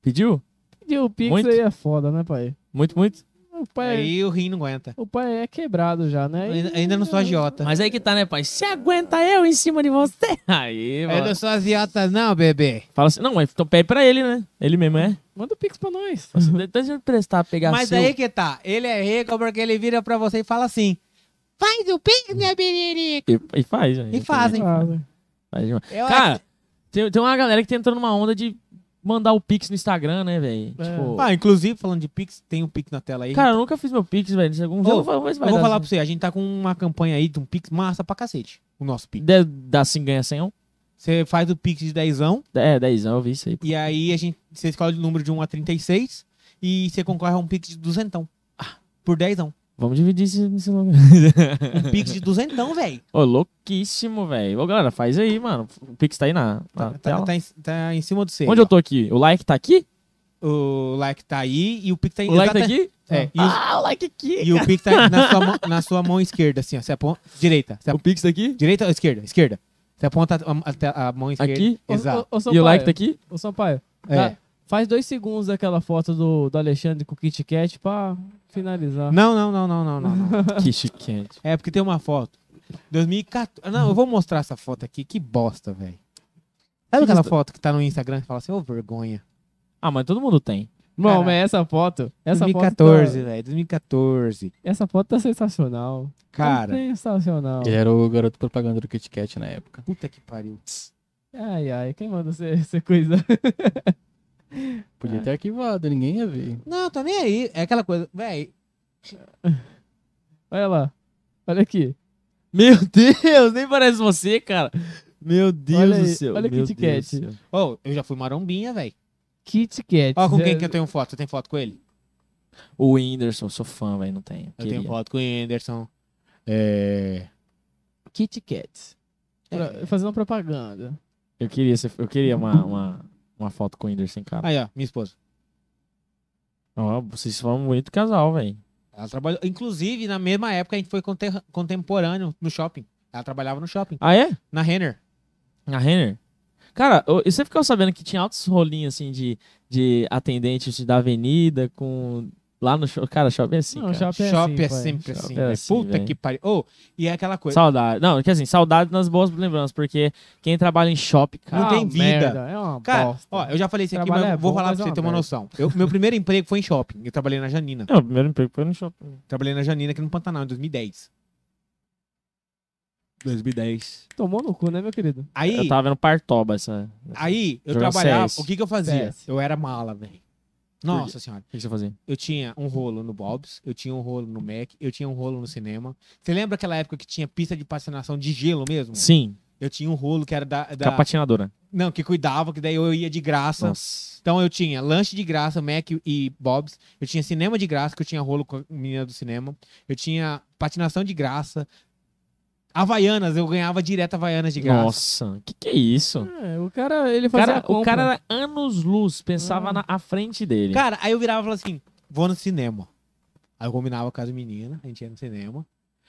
Speaker 2: Pediu?
Speaker 3: E o Pix
Speaker 2: Muito?
Speaker 3: aí é foda, né, pai?
Speaker 2: Muito, muito.
Speaker 3: O pai, é-
Speaker 1: Aí o rim não aguenta.
Speaker 3: o pai é quebrado já, né?
Speaker 1: Eu
Speaker 3: E-
Speaker 1: Ainda, ainda não sou agiota.
Speaker 2: Mas aí que tá, né, pai? Se aguenta eu em cima de você. Aí,
Speaker 1: Eu
Speaker 2: mano.
Speaker 1: não sou agiota não, bebê.
Speaker 2: Fala assim, não, mas então pede pra ele, né? Ele mesmo é.
Speaker 3: Manda o Pix pra nós.
Speaker 2: Você deixa eu prestar, pegar
Speaker 1: Mas
Speaker 2: seu.
Speaker 1: aí que tá. Ele é rico porque ele vira pra você e fala assim. Faz o pix, minha biririca.
Speaker 2: E, e faz, gente.
Speaker 1: E fazem.
Speaker 3: Ah, né?
Speaker 2: Faz demais.
Speaker 1: Eu
Speaker 2: Cara, tem, tem uma galera que tá entrando numa onda de mandar o Pix no Instagram, né, velho?
Speaker 3: É.
Speaker 2: Tipo.
Speaker 1: Ah, inclusive, falando de Pix, tem um Pix na tela aí.
Speaker 2: Cara, eu nunca fiz meu Pix, velho. Se algum
Speaker 1: Ô,
Speaker 2: dia eu vou, mas
Speaker 1: eu
Speaker 2: vai
Speaker 1: vou
Speaker 2: dar
Speaker 1: falar pra
Speaker 2: assim.
Speaker 1: você, a gente tá com uma campanha aí de um Pix massa pra cacete. O nosso Pix.
Speaker 2: Deve dar sim, assim, ganha 100. não?
Speaker 1: Você faz o Pix de dezão
Speaker 2: É, 10, eu vi isso aí.
Speaker 1: e aí a gente, você escolhe o número de 1 a 36 e você concorre a um Pix de duzentão. Ah, Por dezão.
Speaker 2: Vamos dividir esse, esse nome.
Speaker 1: Um Pix de duzentão, velho.
Speaker 2: Ô, louquíssimo, velho. Ô, galera, faz aí, mano. O Pix tá aí na, na
Speaker 1: Tá,
Speaker 2: tela.
Speaker 1: tá em, tá em cima do C.
Speaker 2: Onde eu tô aqui? O like tá aqui?
Speaker 1: O like tá aí e o Pix tá em
Speaker 2: O like tá
Speaker 1: exata-
Speaker 2: aqui?
Speaker 1: É, e, o,
Speaker 2: Ah, o like aqui.
Speaker 1: e o Pix tá na sua, mão, na sua mão esquerda, assim, ó. Você aponta, direita. Você
Speaker 2: O
Speaker 1: aponta,
Speaker 2: Pix tá aqui?
Speaker 1: direita ou esquerda? Esquerda. Você aponta a, a te- a mão esquerda.
Speaker 2: Aqui?
Speaker 3: Ô, tá.
Speaker 1: Exato.
Speaker 3: ô, ô,
Speaker 2: E o like
Speaker 3: Sampaio,
Speaker 2: tá aqui?
Speaker 3: Ô, Sampaio,
Speaker 1: É.
Speaker 3: dá- faz dois segundos daquela foto do, do Alexandre com o Kit Kat pra finalizar.
Speaker 1: Não, não, não, não, não, não, não.
Speaker 2: que chiquete.
Speaker 1: É porque tem uma foto. 2014. Não, eu vou mostrar essa foto aqui. Que bosta, velho. Sabe aquela foto que tá no Instagram que fala assim, ô vergonha?
Speaker 2: Ah, mas todo mundo tem.
Speaker 3: Não,
Speaker 1: Caralho.
Speaker 3: mas essa foto. Essa foto
Speaker 1: 2014,
Speaker 3: tá,
Speaker 1: velho. 2014.
Speaker 3: Essa foto tá sensacional. Tá
Speaker 1: Cara, É.
Speaker 3: Sensacional.
Speaker 6: Ele era o garoto propaganda do Kit Kat na época.
Speaker 1: puta que pariu.
Speaker 3: Ai, ai, quem manda você você coisa?
Speaker 6: Podia
Speaker 2: É.
Speaker 6: ter arquivado, ninguém ia ver.
Speaker 1: Não, tô nem aí. É aquela coisa, velho.
Speaker 3: Olha lá. Olha aqui.
Speaker 2: Meu Deus, nem parece você, cara. Meu Deus
Speaker 3: Olha
Speaker 2: do
Speaker 3: aí,
Speaker 2: céu.
Speaker 3: olha
Speaker 2: Meu
Speaker 3: Kit
Speaker 2: Deus
Speaker 3: Kat.
Speaker 2: do céu.
Speaker 1: Ô, eu já fui marombinha, velho.
Speaker 3: Kit Kat.
Speaker 1: Ó, com quem que eu
Speaker 3: eu
Speaker 1: tenho foto? Você tem foto com ele?
Speaker 2: O Whindersson, sou fã, velho, não tenho.
Speaker 1: Eu
Speaker 2: Queria.
Speaker 1: tenho foto com o Anderson. É.
Speaker 3: Kit Kat. Pra- Fazendo propaganda.
Speaker 2: Eu queria, ser- eu queria uma, uma, uma foto com o Whindersson, cara.
Speaker 1: Aí, ó, minha esposa.
Speaker 2: Ó, vocês foram um bonito casal, velho.
Speaker 1: Ela trabalhou. Inclusive, na mesma época, a gente foi conter- contemporâneo no shopping. Ela trabalhava no shopping.
Speaker 2: Ah, é?
Speaker 1: Na Renner.
Speaker 2: A Renner? Cara, ô, e você ficou sabendo que tinha altos rolinhos, assim, de, de atendentes da avenida com... Lá no shopping. Cara, shopping é assim,
Speaker 3: Não,
Speaker 2: cara.
Speaker 3: shopping é
Speaker 1: shopping
Speaker 3: assim,
Speaker 1: é
Speaker 3: pai.
Speaker 1: sempre
Speaker 2: Shopping
Speaker 1: assim.
Speaker 2: é
Speaker 1: velho.
Speaker 2: assim,
Speaker 1: Puta
Speaker 2: velho.
Speaker 1: que pariu. Ô, e é aquela coisa.
Speaker 2: Saudade. Não, quer assim, saudade nas boas lembranças, porque quem trabalha em shopping, cara...
Speaker 1: Não tem
Speaker 3: Ah,
Speaker 1: vida.
Speaker 3: merda, É uma
Speaker 1: Cara,
Speaker 3: bosta.
Speaker 1: ó, eu já falei isso aqui, mas
Speaker 3: Trabalho é
Speaker 1: vou
Speaker 3: bom,
Speaker 1: falar pra
Speaker 3: mas é
Speaker 1: você
Speaker 3: uma
Speaker 1: ter uma
Speaker 3: merda.
Speaker 1: noção. Eu- meu primeiro emprego foi em shopping. Eu trabalhei na Janina.
Speaker 2: Não, o primeiro emprego foi no shopping.
Speaker 1: Trabalhei na Janina aqui no Pantanal em 2010. 2010.
Speaker 3: Tomou no cu, né, meu querido?
Speaker 1: Aí,
Speaker 2: Eu tava vendo Partoba essa... né? essa-
Speaker 1: aí eu
Speaker 2: Jogando
Speaker 1: trabalhava.
Speaker 2: Assim, CS.
Speaker 1: O que que eu fazia?
Speaker 3: CS.
Speaker 1: Eu era mala, velho. Nossa senhora.
Speaker 2: O que que você fazia?
Speaker 1: Eu tinha um rolo no Bob's, eu tinha um rolo no Mac, eu tinha um rolo no cinema. Você lembra aquela época que tinha pista de patinação de gelo mesmo?
Speaker 2: Sim,
Speaker 1: Eu tinha um rolo que era da. da-
Speaker 2: capatinadora.
Speaker 1: Não, que cuidava, que daí eu ia de graça.
Speaker 2: Nossa.
Speaker 1: Então eu tinha lanche de graça, Mac e Bob's. Eu tinha cinema de graça, que eu tinha rolo com a menina do cinema. Eu tinha patinação de graça. Havaianas, eu ganhava direto Havaianas de graça.
Speaker 2: Nossa, que que é isso?
Speaker 3: É, o cara, ele
Speaker 2: O
Speaker 3: fazia
Speaker 2: cara,
Speaker 3: a
Speaker 2: o
Speaker 3: compra.
Speaker 2: cara era anos-luz, pensava na à frente dele.
Speaker 1: Cara, aí eu virava e falava assim: vou no cinema. Aí eu combinava com as meninas, a gente ia no cinema.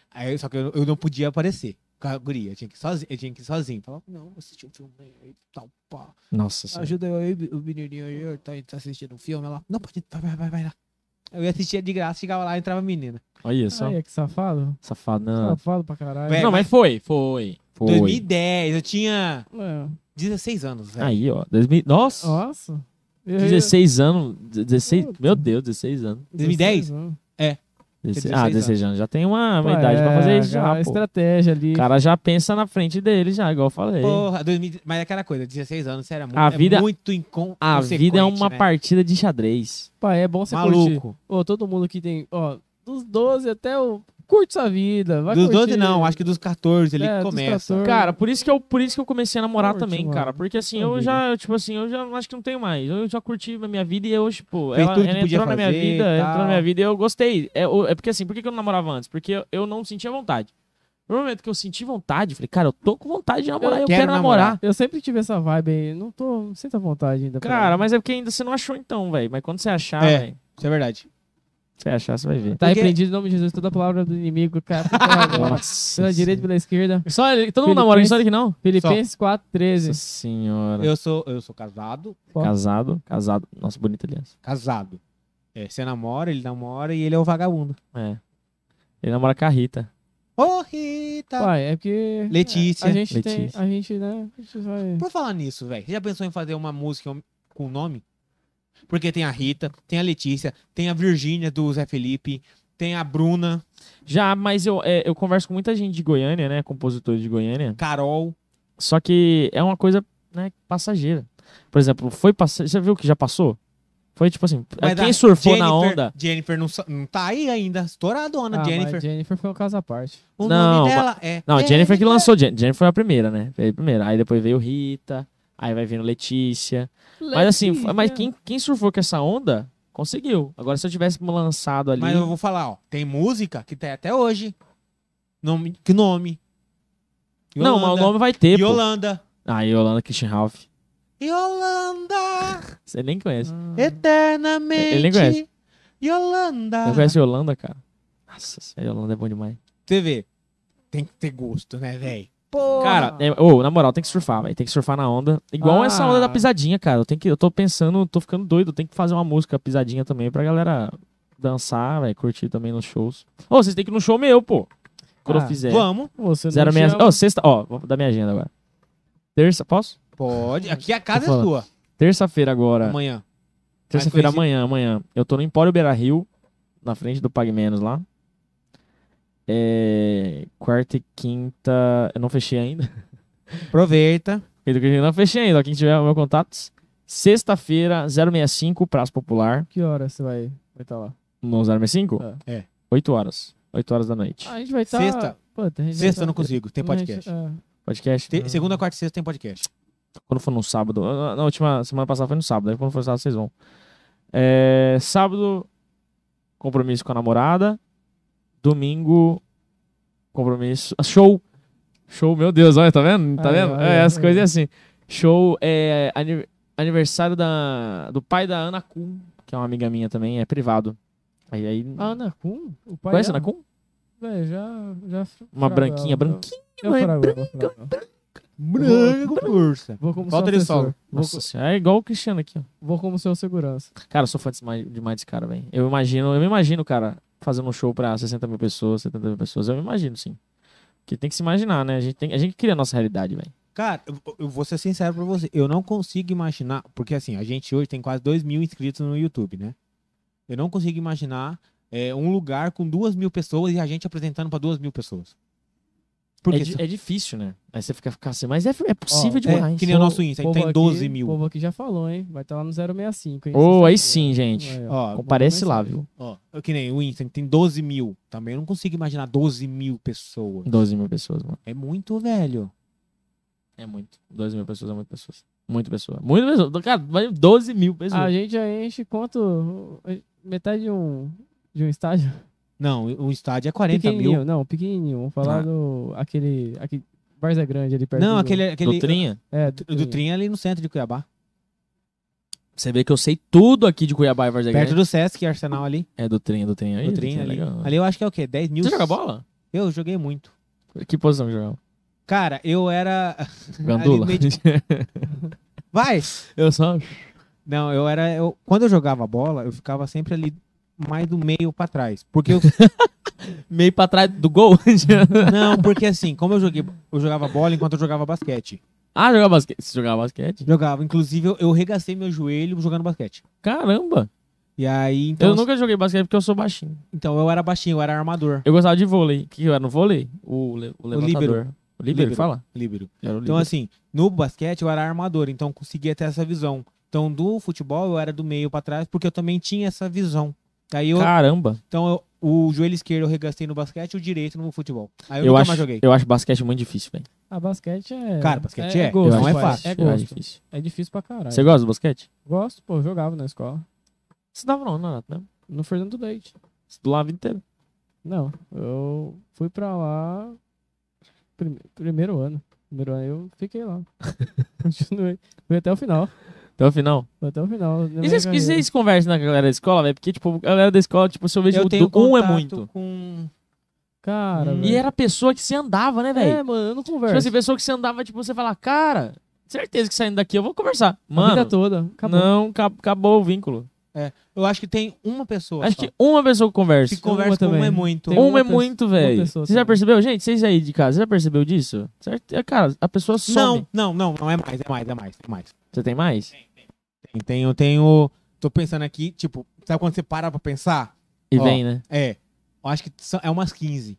Speaker 1: Aí, só que eu, eu não podia aparecer com a guria, eu tinha que ir sozinho. Eu tinha que ir sozinho. Falava, não, vou assistir um filme aí e tal, pá.
Speaker 2: Nossa senhora.
Speaker 1: Ajuda eu aí, o menininho aí, tá, tá assistindo um filme lá. Não, pode, vai, vai, vai, vai lá. Eu ia assistir de graça, chegava lá, entrava a menina.
Speaker 2: Olha só.
Speaker 3: Ai, é que safado.
Speaker 2: Safado, não. É,
Speaker 3: Safado pra caralho.
Speaker 1: Ah. Velho,
Speaker 2: não, mas foi, foi. Foi.
Speaker 1: 2010, eu tinha
Speaker 3: É.
Speaker 1: 16 anos, velho.
Speaker 2: Aí, ó. 2000... Nossa.
Speaker 3: Nossa. Eu-
Speaker 2: 16 anos. 16...
Speaker 3: Puta.
Speaker 2: Meu Deus, 16 anos.
Speaker 1: 2010?
Speaker 3: anos.
Speaker 2: 16...
Speaker 1: 16
Speaker 2: Ah,
Speaker 1: anos.
Speaker 2: 16 anos. Já tem uma, Então uma
Speaker 3: Pô,
Speaker 2: idade pra
Speaker 3: é,
Speaker 2: fazer isso
Speaker 3: cara,
Speaker 2: já, pô.
Speaker 3: estratégia ali.
Speaker 2: O cara já pensa na frente dele já, igual eu falei.
Speaker 1: Porra, 2000, mas é aquela coisa, 16 anos, você era muito,
Speaker 2: A vida-
Speaker 1: é muito incon,
Speaker 2: A vida é uma
Speaker 1: né?
Speaker 2: partida de xadrez.
Speaker 3: Pá, é bom você curtir.
Speaker 1: Maluco.
Speaker 3: Ô, todo mundo que tem, ó, dos 12 até o... Curte sua vida, vai
Speaker 1: Dos 12
Speaker 3: curtir.
Speaker 1: não, acho que dos 14 ele
Speaker 3: É, dos
Speaker 1: começa.
Speaker 3: 14.
Speaker 2: Cara, por isso que eu, por isso que eu comecei a namorar
Speaker 3: Curte,
Speaker 2: também,
Speaker 3: mano.
Speaker 2: cara. Porque assim, eu
Speaker 3: Maravilha.
Speaker 2: já, eu, tipo assim, eu já acho que não tenho mais. Eu já curti a minha vida e eu, tipo,
Speaker 1: Fez
Speaker 2: ela,
Speaker 1: tudo que
Speaker 2: ela
Speaker 1: podia
Speaker 2: entrou na minha
Speaker 1: fazer e
Speaker 2: vida,
Speaker 1: tal.
Speaker 2: entrou na minha vida e eu gostei. É, o- é porque assim, por que que eu não namorava antes? Porque eu, eu não sentia vontade. No momento que eu senti vontade, eu falei, cara, eu tô com vontade de namorar, eu,
Speaker 1: quero
Speaker 2: quero, namorar.
Speaker 1: namorar.
Speaker 3: Eu sempre tive essa vibe aí. Não tô. Não sinto à vontade ainda. pra-
Speaker 2: Cara, mas é porque ainda você não achou então, velho. Mas quando você achar,
Speaker 1: É.
Speaker 2: velho,
Speaker 1: Isso é verdade.
Speaker 2: você achar, você vai ver.
Speaker 3: Tá
Speaker 1: porque-
Speaker 3: repreendido em nome de Jesus toda a palavra do inimigo, cara. Puta merda.
Speaker 2: Nossa.
Speaker 3: pela direita, pela esquerda.
Speaker 2: Só ele, todo mundo namora,
Speaker 3: Filipenses-
Speaker 2: só ele que não?
Speaker 3: Filipenses
Speaker 2: Nossa
Speaker 3: 4,13.
Speaker 2: senhora.
Speaker 1: Eu sou, eu sou casado,
Speaker 2: Casado, casado. Nossa, bonita aliança.
Speaker 1: casado. É, você namora, ele namora e ele é o vagabundo.
Speaker 2: É. Ele namora com a Rita.
Speaker 1: Ô, Rita!
Speaker 3: Pai, é porque.
Speaker 1: Letícia.
Speaker 3: A gente
Speaker 2: Letícia.
Speaker 3: tem. A gente, né? A gente vai.
Speaker 1: Por falar nisso, velho, você já pensou em fazer uma música com nome? Porque tem a Rita, tem a Letícia, tem a Virgínia do Zé Felipe, tem a Bruna,
Speaker 2: Já, mas eu, é, eu converso com muita gente de Goiânia, né? Compositores de Goiânia.
Speaker 1: Carol.
Speaker 2: Só que é uma coisa, né, passageira. Por exemplo, foi passageira. Você viu que já passou? Foi tipo assim,
Speaker 1: Mas
Speaker 2: quem
Speaker 1: a
Speaker 2: surfou na
Speaker 1: Jennifer-
Speaker 2: onda.
Speaker 1: Jennifer não, sa- não tá aí ainda, estouradona,
Speaker 3: Ah,
Speaker 1: Jennifer.
Speaker 3: mas Jennifer foi um caso à parte.
Speaker 1: O
Speaker 2: Não,
Speaker 1: nome dela é...
Speaker 2: Não, Jennifer que lançou. Jen- Jennifer foi a primeira, né? Veio a primeira. Aí depois veio Rita. Aí vai vindo Letícia. Mas assim,
Speaker 3: Letícia.
Speaker 2: mas quem, quem surfou com essa onda, conseguiu. Agora, se eu tivesse lançado ali.
Speaker 1: Mas eu vou falar, ó, tem música que tem até hoje. Nome, que nome?
Speaker 2: Não, mas o
Speaker 1: Yolanda.
Speaker 2: nome vai ter. Pô.
Speaker 1: Yolanda.
Speaker 2: Ah, Yolanda Christian Ralph.
Speaker 1: Yolanda,
Speaker 2: Você nem conhece.
Speaker 3: Ah.
Speaker 1: eternamente.
Speaker 2: Ele nem conhece.
Speaker 1: Yolanda.
Speaker 2: Não conhece Yolanda, cara? Nossa, senhora, Yolanda é bom demais.
Speaker 1: Você vê, tem que ter gosto, né, velho? Pô,
Speaker 2: Cara, é, ô, na moral, tem que surfar, velho. Tem que surfar na onda. Igual
Speaker 3: Ah.
Speaker 2: essa onda da pisadinha, cara. Eu, tenho que, eu tô pensando, tô ficando doido. Eu tenho que fazer uma música pisadinha também pra galera dançar, velho. Curtir também nos shows. Ô, vocês têm que ir no show meu, pô. Quando eu
Speaker 3: Ah,
Speaker 2: fizer.
Speaker 1: vamos.
Speaker 3: Você não
Speaker 2: Zero meia...
Speaker 3: chama-
Speaker 2: Ô, sexta. Ó, vou dar minha agenda agora. Terça, posso?
Speaker 1: Pode. Aqui a casa é
Speaker 2: Tô falando.
Speaker 1: sua.
Speaker 2: Terça-feira agora.
Speaker 1: Amanhã.
Speaker 2: Terça-feira
Speaker 1: Mas
Speaker 2: amanhã, amanhã. Eu tô no Empório Beira Rio, na frente do Pag Menos lá. É. Quarta e quinta. Eu não fechei ainda.
Speaker 1: Aproveita.
Speaker 2: Eu não fechei ainda. ó, Quem tiver o meu contato. Sexta-feira, 065, Praça Popular.
Speaker 3: Que hora você vai estar lá?
Speaker 2: No 065?
Speaker 1: É. É.
Speaker 2: 8 horas. 8 horas da noite.
Speaker 3: Ah, a gente vai estar.
Speaker 1: Sexta. Sexta
Speaker 2: é
Speaker 1: eu não
Speaker 3: tá-
Speaker 1: consigo, tem podcast.
Speaker 3: é.
Speaker 2: Podcast.
Speaker 1: Te- Segunda, quarta e sexta tem podcast.
Speaker 2: Quando for no sábado. Na na última semana passada foi no sábado. Aí quando for no sábado, vocês vão. É, sábado, compromisso com a namorada. Domingo, compromisso. ah, Show. Show, meu Deus, olha, tá vendo? Tá
Speaker 3: Aí,
Speaker 2: vendo?
Speaker 3: ó,
Speaker 2: É,
Speaker 3: aí, ó,
Speaker 2: as
Speaker 3: aí.
Speaker 2: coisas é assim. Show é ani- aniversário da, do pai da Ana Kuhn, que é uma amiga minha também, é privado. Aí, aí
Speaker 3: A Ana Kuhn? Ah, O pai
Speaker 2: conhece a
Speaker 3: dela?
Speaker 2: Ana Kuhn?
Speaker 3: Véi, já, já
Speaker 2: Uma
Speaker 3: furava
Speaker 2: branquinha,
Speaker 3: ela.
Speaker 2: branquinha,
Speaker 3: Eu
Speaker 2: é
Speaker 3: furava ela,
Speaker 2: branca.
Speaker 3: furava ela.
Speaker 1: Branco, força.
Speaker 3: Vou como
Speaker 1: Falta
Speaker 3: seu
Speaker 1: de
Speaker 3: assessor.
Speaker 1: solo.
Speaker 3: Vou,
Speaker 2: Nossa senhora, é igual o Cristiano aqui, ó.
Speaker 3: vou como seu segurança.
Speaker 2: Cara, eu sou fã demais, demais desse cara, velho. Eu imagino, eu me imagino, cara, fazendo um show pra 60 mil pessoas, 70 mil pessoas. Eu me imagino, sim. Porque tem que se imaginar, né? A gente, tem, a gente cria a nossa realidade, velho.
Speaker 1: Cara, eu, eu vou ser sincero pra você. Eu não consigo imaginar. Porque assim, a gente hoje tem quase 2 mil inscritos no YouTube, né? Eu não consigo imaginar é, um lugar com 2 mil pessoas e a gente apresentando pra 2 mil pessoas.
Speaker 2: É,
Speaker 1: Porque
Speaker 2: di- é difícil, né? Aí você fica, fica assim, mas é, é possível
Speaker 1: é,
Speaker 2: demais.
Speaker 1: que nem o nosso Insta, aí
Speaker 3: Povo
Speaker 1: tem 12
Speaker 3: aqui,
Speaker 1: mil.
Speaker 3: O povo aqui já falou, hein? Vai estar lá no 065, hein?
Speaker 2: Ou aí
Speaker 3: Vocês
Speaker 2: sim, gente.
Speaker 1: é,
Speaker 3: sabem. Aí, ó.
Speaker 1: Ó,
Speaker 2: Comparece lá, viu?
Speaker 1: ó, que nem o Insta, tem 12 mil. Também eu não consigo imaginar 12 mil pessoas.
Speaker 2: 12 mil pessoas, mano.
Speaker 1: É muito, velho.
Speaker 2: É muito. 12 mil pessoas é muito pessoas. Muito pessoa. Muito pessoa. Cara, vai 12 mil
Speaker 3: A
Speaker 1: Ah,
Speaker 2: pessoas.
Speaker 3: gente já enche quanto? Metade de um, de um estádio?
Speaker 1: Não, o estádio é 40
Speaker 3: pequenininho,
Speaker 1: mil.
Speaker 3: não, pequenininho. Vamos falar
Speaker 2: Ah.
Speaker 3: do... Aquele... aquele Barça Grande ali perto
Speaker 1: Não,
Speaker 3: do- Tá
Speaker 1: aquele. aquele
Speaker 2: Doutrinha,
Speaker 3: É, do,
Speaker 1: do trem ali no centro de Cuiabá.
Speaker 2: você vê que eu sei tudo aqui de Cuiabá e Várzea
Speaker 1: Perto
Speaker 2: Grande.
Speaker 1: do Sesc, Arsenal ali.
Speaker 2: É Doutrinha, Doutrinha. Ih,
Speaker 1: Do trem
Speaker 2: Doutrinha é
Speaker 1: ali.
Speaker 2: legal.
Speaker 1: Ali eu acho que é o quê? 10 mil.
Speaker 2: Você joga bola?
Speaker 1: Eu joguei muito.
Speaker 2: Que posição que jogava?
Speaker 1: Cara, eu era. ah,
Speaker 2: Gandula.
Speaker 1: meio Vai!
Speaker 2: eu só...
Speaker 1: Não, eu era. eu- Quando eu jogava bola, eu ficava sempre ali mais do meio pra trás. Porque eu.
Speaker 2: Meio pra trás do gol.
Speaker 1: Não, porque assim, como eu joguei. Eu jogava bola enquanto eu jogava basquete.
Speaker 2: ah, jogava basquete. Você jogava basquete?
Speaker 1: Jogava. Inclusive, eu, eu regacei meu joelho jogando basquete.
Speaker 2: Caramba.
Speaker 1: E aí, então.
Speaker 2: eu nunca joguei basquete porque eu sou baixinho.
Speaker 1: Então eu era baixinho, eu era armador.
Speaker 2: Eu gostava de vôlei. O que eu era no vôlei? O, le... o levantador.
Speaker 1: líbero.
Speaker 2: O líbero,
Speaker 1: Líbero.
Speaker 2: fala?
Speaker 1: Líbero.
Speaker 2: Eu era o
Speaker 1: Então,
Speaker 2: líbero.
Speaker 1: assim, no basquete eu era armador, então eu conseguia ter essa visão. Então, do futebol eu era do meio pra trás, porque eu também tinha essa visão. Aí eu,
Speaker 2: Caramba.
Speaker 1: então eu- o joelho esquerdo eu regastei no basquete, o direito no futebol. Aí eu,
Speaker 2: Eu
Speaker 1: nunca
Speaker 2: acho,
Speaker 1: mais joguei.
Speaker 2: eu acho basquete muito difícil, velho.
Speaker 3: A basquete é...
Speaker 1: Cara, basquete é.
Speaker 3: gosto,
Speaker 1: Não é
Speaker 3: pai.
Speaker 1: fácil.
Speaker 3: É
Speaker 2: Eu acho
Speaker 3: gosto.
Speaker 2: difícil.
Speaker 3: É difícil pra caralho.
Speaker 2: Você gosta do basquete?
Speaker 3: Gosto, pô, eu jogava na escola.
Speaker 2: Você dava não, Nonato, né?
Speaker 3: No Fernando Leite.
Speaker 2: Você do lado inteiro.
Speaker 3: Não, eu fui pra lá prime- primeiro ano. Primeiro ano eu fiquei lá. Continuei. Fui até o final.
Speaker 2: Até o final.
Speaker 3: Fui até o final. da
Speaker 2: E
Speaker 3: minha
Speaker 2: vocês, e
Speaker 3: carreira.
Speaker 2: vocês conversam na galera da escola, velho? Porque, tipo, a galera da escola, tipo, se eu vejo
Speaker 1: Eu
Speaker 2: o
Speaker 1: tenho
Speaker 2: do, um é
Speaker 1: contato
Speaker 2: muito.
Speaker 1: com
Speaker 3: Cara,
Speaker 1: Hum.
Speaker 2: E
Speaker 3: velho.
Speaker 2: era a pessoa que você andava, né, velho?
Speaker 3: É, mano, eu não
Speaker 2: tipo
Speaker 3: converso.
Speaker 2: assim, pessoa que você andava, tipo, você fala, cara, certeza que saindo daqui eu vou conversar.
Speaker 3: a vida
Speaker 2: Mano,
Speaker 3: toda. Acabou.
Speaker 2: não, ca- acabou o vínculo.
Speaker 1: Eu acho que tem uma pessoa.
Speaker 2: Acho
Speaker 1: só.
Speaker 2: que uma pessoa que conversa.
Speaker 1: se conversa com
Speaker 3: também.
Speaker 1: uma é muito.
Speaker 3: Tem
Speaker 2: uma,
Speaker 3: uma
Speaker 2: é
Speaker 3: pessoa-
Speaker 2: muito, velho.
Speaker 3: pessoa
Speaker 2: Você já
Speaker 3: também.
Speaker 2: percebeu? Gente, vocês aí de casa, você já percebeu disso? Certo? É, Cara, a pessoa some.
Speaker 1: Não, não, não, não é mais, é mais, é mais, é mais.
Speaker 2: Você tem mais?
Speaker 1: Tem, tem, eu tenho. Tô pensando aqui, tipo, sabe quando você para pra pensar?
Speaker 2: E
Speaker 1: Ó.
Speaker 2: vem, né?
Speaker 1: É. Eu acho que são, é umas 15.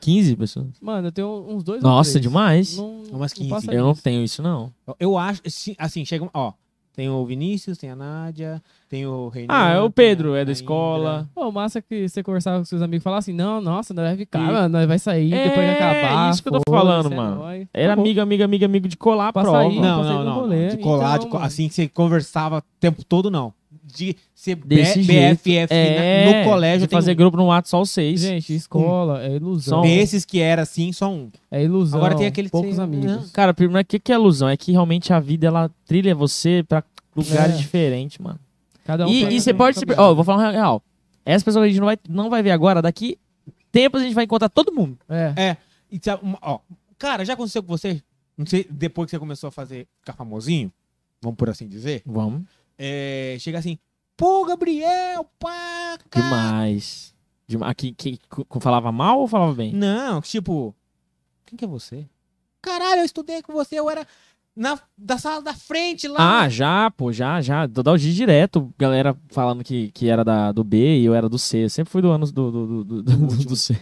Speaker 2: 15 pessoas.
Speaker 3: Mano, eu tenho uns dois ou
Speaker 2: Nossa,
Speaker 3: três.
Speaker 2: demais.
Speaker 3: Não,
Speaker 1: Umas 15.
Speaker 3: passa
Speaker 2: eu não
Speaker 3: disso.
Speaker 2: tenho isso, não.
Speaker 1: Eu- Eu acho, assim, assim, chega, ó, tem o Vinícius, tem a Nádia, tem o Reinan.
Speaker 2: Ah, é o
Speaker 1: tem a
Speaker 2: Pedro, é da
Speaker 1: Indra.
Speaker 2: escola.
Speaker 3: Pô, massa é que você conversava com seus amigos e falava assim, não, nossa, nós vai ficar,
Speaker 2: E-
Speaker 3: mano, nós vai sair, depois vai
Speaker 2: É,
Speaker 3: acabar.
Speaker 2: isso que eu tô
Speaker 3: foda-se,
Speaker 2: falando,
Speaker 3: é
Speaker 2: mano.
Speaker 3: nóis.
Speaker 2: Era
Speaker 3: Acabou.
Speaker 2: amigo, amigo, amigo, amigo de colar a
Speaker 3: Passa
Speaker 2: prova.
Speaker 3: aí.
Speaker 1: Não,
Speaker 3: passei
Speaker 1: não,
Speaker 3: no
Speaker 1: não.
Speaker 3: rolê,
Speaker 1: de colar,
Speaker 3: então,
Speaker 1: de co-
Speaker 3: mano.
Speaker 1: assim que você conversava o tempo todo, não. De ser B-
Speaker 2: Desse jeito.
Speaker 1: BFF
Speaker 2: É,
Speaker 1: na- né? no colégio.
Speaker 2: de fazer
Speaker 1: tem
Speaker 2: grupo no WhatsApp só os seis.
Speaker 3: Gente, escola é ilusão.
Speaker 1: um,
Speaker 2: São-
Speaker 1: desses que era assim, só um.
Speaker 3: É ilusão.
Speaker 1: Agora tem aquele que
Speaker 3: poucos
Speaker 1: você-
Speaker 3: amigos.
Speaker 2: Cara, primeiro, o que, que é ilusão? É que realmente a vida, ela trilha você pra lugares
Speaker 3: É.
Speaker 2: diferentes, mano.
Speaker 3: Cada um
Speaker 2: e
Speaker 3: tem
Speaker 2: e
Speaker 3: a
Speaker 2: você
Speaker 3: sua
Speaker 2: pode... se-
Speaker 3: cabeça.
Speaker 2: Ó, eu vou falar um real. Essa pessoa que a gente não vai, não vai ver agora, daqui tempos a gente vai encontrar todo mundo.
Speaker 3: É.
Speaker 1: E sabe, uma- ó, cara, já aconteceu com você? Não sei, depois que você começou a fazer, ficar famosinho, vamos por assim dizer,
Speaker 2: Vamos.
Speaker 1: é, chega assim, pô, Gabriel, pá, cara.
Speaker 2: Demais. Demais. Aqui, que, que- falava mal ou falava bem?
Speaker 1: Não, tipo, quem que é você? Caralho, eu estudei com você, eu era na, da sala da frente lá.
Speaker 2: Ah, já, pô, já, já. Dá o dia direto, galera falando que, que era da, do B e eu era do C. Eu sempre fui do ano do, do, do, do, do- do C.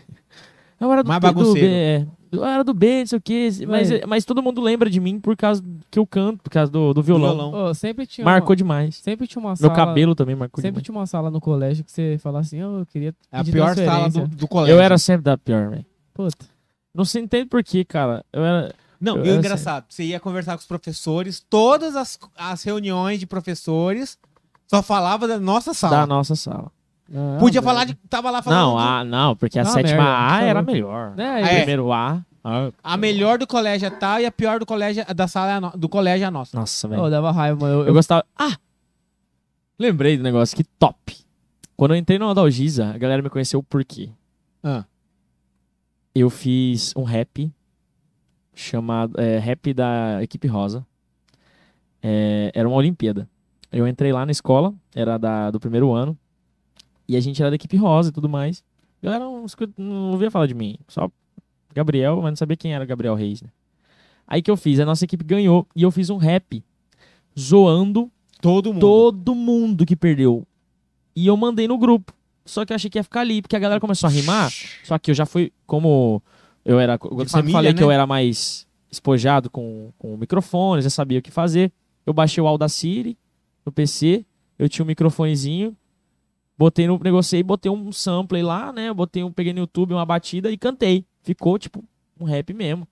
Speaker 2: Eu era do,
Speaker 1: Mais
Speaker 2: B- do
Speaker 1: bagunceiro.
Speaker 2: B, é. Eu era do B, não sei o quê. Mas,
Speaker 3: Ué.
Speaker 2: mas todo mundo lembra de mim por causa que eu canto, por causa do, do violão.
Speaker 3: Ô, sempre tinha
Speaker 2: Marcou
Speaker 3: uma,
Speaker 2: demais.
Speaker 3: sempre tinha uma
Speaker 2: Meu
Speaker 3: sala,
Speaker 2: cabelo também marcou
Speaker 3: sempre
Speaker 2: demais.
Speaker 3: tinha uma sala no colégio que você falava assim, "Ô, eu queria
Speaker 1: É a
Speaker 3: pedir
Speaker 1: pior sala
Speaker 3: transferência."
Speaker 1: do, do colégio.
Speaker 2: Eu era sempre da pior, velho.
Speaker 3: Puta.
Speaker 2: Não sei entende por quê, cara. Eu era.
Speaker 1: Não,
Speaker 2: eu
Speaker 1: e o
Speaker 2: era
Speaker 1: engraçado, você ia conversar com os professores, todas as, as reuniões de professores só falava da nossa
Speaker 2: da
Speaker 1: sala.
Speaker 2: nossa sala.
Speaker 3: Não,
Speaker 1: Podia
Speaker 3: velho.
Speaker 1: falar de. Tava lá falando.
Speaker 2: Não,
Speaker 1: de-
Speaker 2: a, não, porque a
Speaker 3: Ah,
Speaker 2: sétima
Speaker 3: merda,
Speaker 2: A
Speaker 3: tá
Speaker 2: era
Speaker 3: louco.
Speaker 2: melhor.
Speaker 3: Né,
Speaker 1: É.
Speaker 2: Primeiro A. Ah,
Speaker 1: A melhor do colégio é tal e a pior do colégio da sala é a no- do colégio é a nossa.
Speaker 2: nossa, velho.
Speaker 3: Ô, dava raiva, mano. Eu,
Speaker 2: Eu gostava. Ah! Lembrei do negócio, que top. Quando eu entrei no Adalgisa, a galera me conheceu por quê?
Speaker 1: Ah.
Speaker 2: Eu fiz um rap chamado. é, rap da equipe rosa. É, era uma Olimpíada. Eu entrei lá na escola, era da, do primeiro ano. E a gente era da equipe rosa e tudo mais. A galera não, escu- não ouvia falar de mim. Só Gabriel, mas não sabia quem era o Gabriel Reis, né? Aí que eu fiz, a nossa equipe ganhou e eu fiz um rap zoando
Speaker 1: Todo mundo.
Speaker 2: todo mundo que perdeu. E eu mandei no grupo. Só que eu achei que ia ficar ali, porque a galera começou a rimar. Só que eu já fui, como eu era. Eu sempre
Speaker 1: família,
Speaker 2: falei que
Speaker 1: né?
Speaker 2: eu era mais espojado com, com o microfone, já sabia o que fazer. Eu baixei o Audacity no PC, eu tinha um microfonezinho, botei no. Negociei, botei um sample lá, né? Eu botei um, peguei no YouTube uma batida e cantei. Ficou, tipo, um rap mesmo.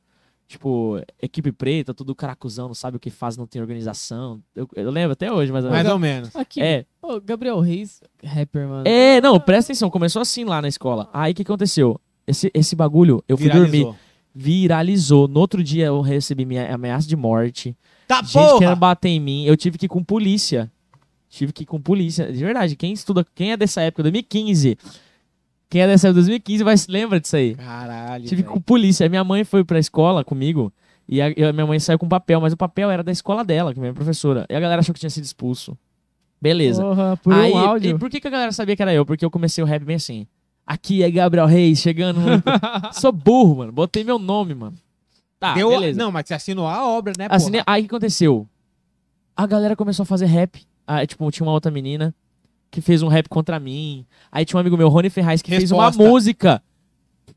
Speaker 2: Tipo, equipe preta, tudo caracuzão, não sabe o que faz, não tem organização. Eu, eu lembro até hoje, mas.
Speaker 1: Mais ou menos.
Speaker 3: Aqui,
Speaker 2: é,
Speaker 3: ô, Gabriel Reis, rapper, mano.
Speaker 2: é, não, presta atenção, começou assim lá na escola. Aí o que aconteceu? Esse, esse bagulho, eu fui dormir,
Speaker 1: Viralizou.
Speaker 2: viralizou. No outro dia eu recebi minha ameaça de morte.
Speaker 1: Tá
Speaker 2: gente
Speaker 1: porra!
Speaker 2: querendo bater em mim, eu tive que ir com polícia. Tive que ir com polícia. De verdade, quem estuda, quem é dessa época, 2015, quem é dessa época, 2015, vai se lembra disso aí.
Speaker 1: Caralho.
Speaker 2: Tive que ir
Speaker 1: velho.
Speaker 2: com polícia. Aí minha mãe foi pra escola comigo e a, e a minha mãe saiu com papel, mas o papel era da escola dela, que é minha professora. E a galera achou que tinha sido expulso. Beleza.
Speaker 3: Porra, por
Speaker 2: Aí,
Speaker 3: um áudio.
Speaker 2: E por que, que a galera sabia que era eu? Porque eu comecei o rap bem assim. Aqui é Gabriel Reis, chegando. no- Sou burro, mano. Botei meu nome, mano. Tá,
Speaker 1: Deu-
Speaker 2: beleza.
Speaker 1: Não, mas você assinou a obra, né?
Speaker 2: Assim,
Speaker 1: porra?
Speaker 2: aí o que aconteceu? A galera começou a fazer rap. Aí, tipo, tinha uma outra menina que fez um rap contra mim. Aí tinha um amigo meu, Rony Ferraz, que fez
Speaker 1: Resposta.
Speaker 2: uma música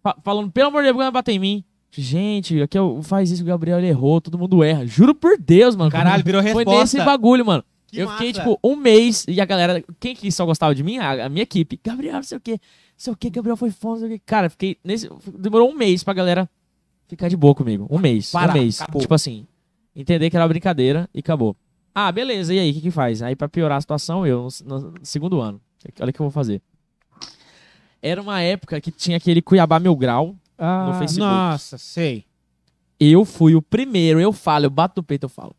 Speaker 2: fa- falando, pelo amor de Deus, vai bater em mim. Gente, aqui eu, faz isso, o Gabriel ele errou, todo mundo erra. Juro por Deus, mano.
Speaker 1: Caralho, virou
Speaker 2: Foi
Speaker 1: resposta.
Speaker 2: nesse bagulho, mano.
Speaker 1: Que
Speaker 2: eu fiquei,
Speaker 1: massa.
Speaker 2: tipo, um mês e a galera. Quem que só gostava de mim? A, a minha equipe. Gabriel, não sei o quê. Não sei o quê, Gabriel foi fome, não sei o quê. Cara, fiquei. Nesse, demorou um mês pra galera ficar de boa comigo. Um mês.
Speaker 1: Parar,
Speaker 2: um mês.
Speaker 1: acabou.
Speaker 2: Tipo assim, entender que era uma brincadeira e acabou. Ah, beleza, e aí, o que, que faz? Aí, pra piorar a situação, eu, no, no segundo ano. Olha o que eu vou fazer. Era uma época que tinha aquele Cuiabá Mil Grau.
Speaker 3: Ah,
Speaker 2: no Facebook.
Speaker 1: Nossa, sei.
Speaker 2: Eu fui o primeiro, eu falo, eu bato no peito, eu falo.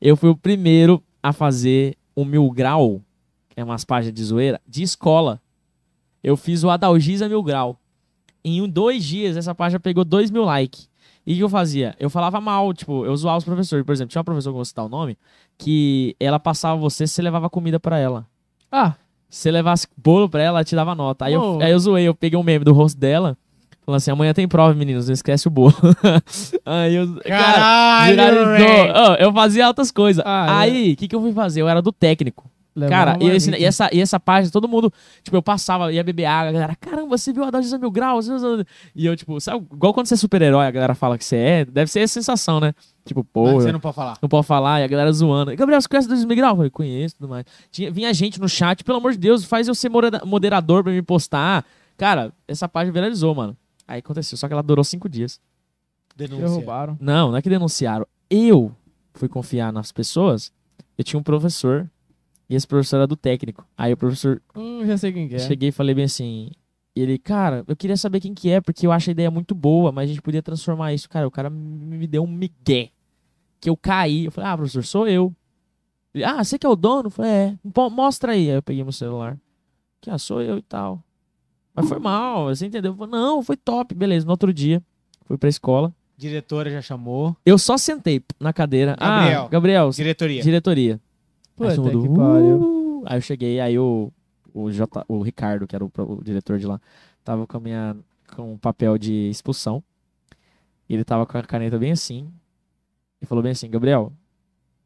Speaker 2: Eu fui o primeiro a fazer o Mil Grau, que é umas páginas de zoeira, de escola. Eu fiz o Adalgisa Mil Grau. Em um- dois dias, essa página pegou dois mil likes. E o que eu fazia? Eu falava mal, tipo, eu zoava os professores. Por exemplo, tinha uma professora, que eu vou citar o nome, que ela passava você se você levava comida pra ela.
Speaker 3: Ah.
Speaker 2: Se você levasse bolo pra ela, ela te dava nota. Aí, eu,
Speaker 3: Pô.
Speaker 2: aí eu zoei, eu peguei um meme do rosto dela, falando assim, amanhã tem prova, meninos, não esquece o bolo. aí eu... cara,
Speaker 1: Caralho,
Speaker 2: Viralizou.
Speaker 1: velho. é.
Speaker 2: Ó, eu fazia altas coisas.
Speaker 3: Ah,
Speaker 2: aí, o que, que eu fui fazer? Eu era do técnico.
Speaker 3: levou
Speaker 2: cara,
Speaker 3: uma
Speaker 2: e, esse-
Speaker 3: marmita.
Speaker 2: e essa, e essa página, todo mundo, tipo, eu passava, ia beber água, a galera, caramba, você viu a Dodge mil graus? E eu, tipo, sabe, igual quando você é super-herói, a galera fala que você é, deve ser essa sensação, né? Tipo, pô,
Speaker 1: Mas é Você
Speaker 2: eu
Speaker 1: não pode falar.
Speaker 2: não pode falar, e a galera zoando. Gabriel, você conhece 2000 graus? Eu falei, conheço e tudo mais. Tinha, vinha gente no chat, pelo amor de Deus, faz eu ser morada- moderador pra me postar. Cara, essa página viralizou, mano. Aí aconteceu, só que ela durou cinco dias.
Speaker 1: Denúncia.
Speaker 3: Derrubaram.
Speaker 2: Não, não é que denunciaram. Eu fui confiar nas pessoas. Eu tinha um professor e esse professor era do técnico. Aí o professor
Speaker 3: Hum, já sei quem que é.
Speaker 2: cheguei e falei bem assim. e Ele, cara, eu queria saber quem que é, porque eu acho a ideia muito boa, mas a gente podia transformar isso. Cara, o cara me me deu um migué. Que eu caí. Eu falei, ah, professor, sou eu. Ele, ah, você que é o dono? Eu falei, é. "Pô, Mostra aí. Aí eu peguei meu celular. Que, ah, sou eu e tal. Mas foi mal, você entendeu? Eu falei, não, foi top. Beleza, no outro dia, fui pra escola.
Speaker 1: Diretora já chamou.
Speaker 2: Eu só sentei na cadeira.
Speaker 1: Gabriel.
Speaker 2: Ah, Gabriel,
Speaker 1: Diretoria.
Speaker 2: diretoria.
Speaker 3: Puta
Speaker 2: Aí todo mundo,
Speaker 3: que pariu.
Speaker 2: "Uh!" Aí eu cheguei, aí o, o, J, o Ricardo, que era o, pro- o diretor de lá, tava com a minha. com um papel de expulsão. E ele tava com a caneta bem assim. E falou bem assim, Gabriel,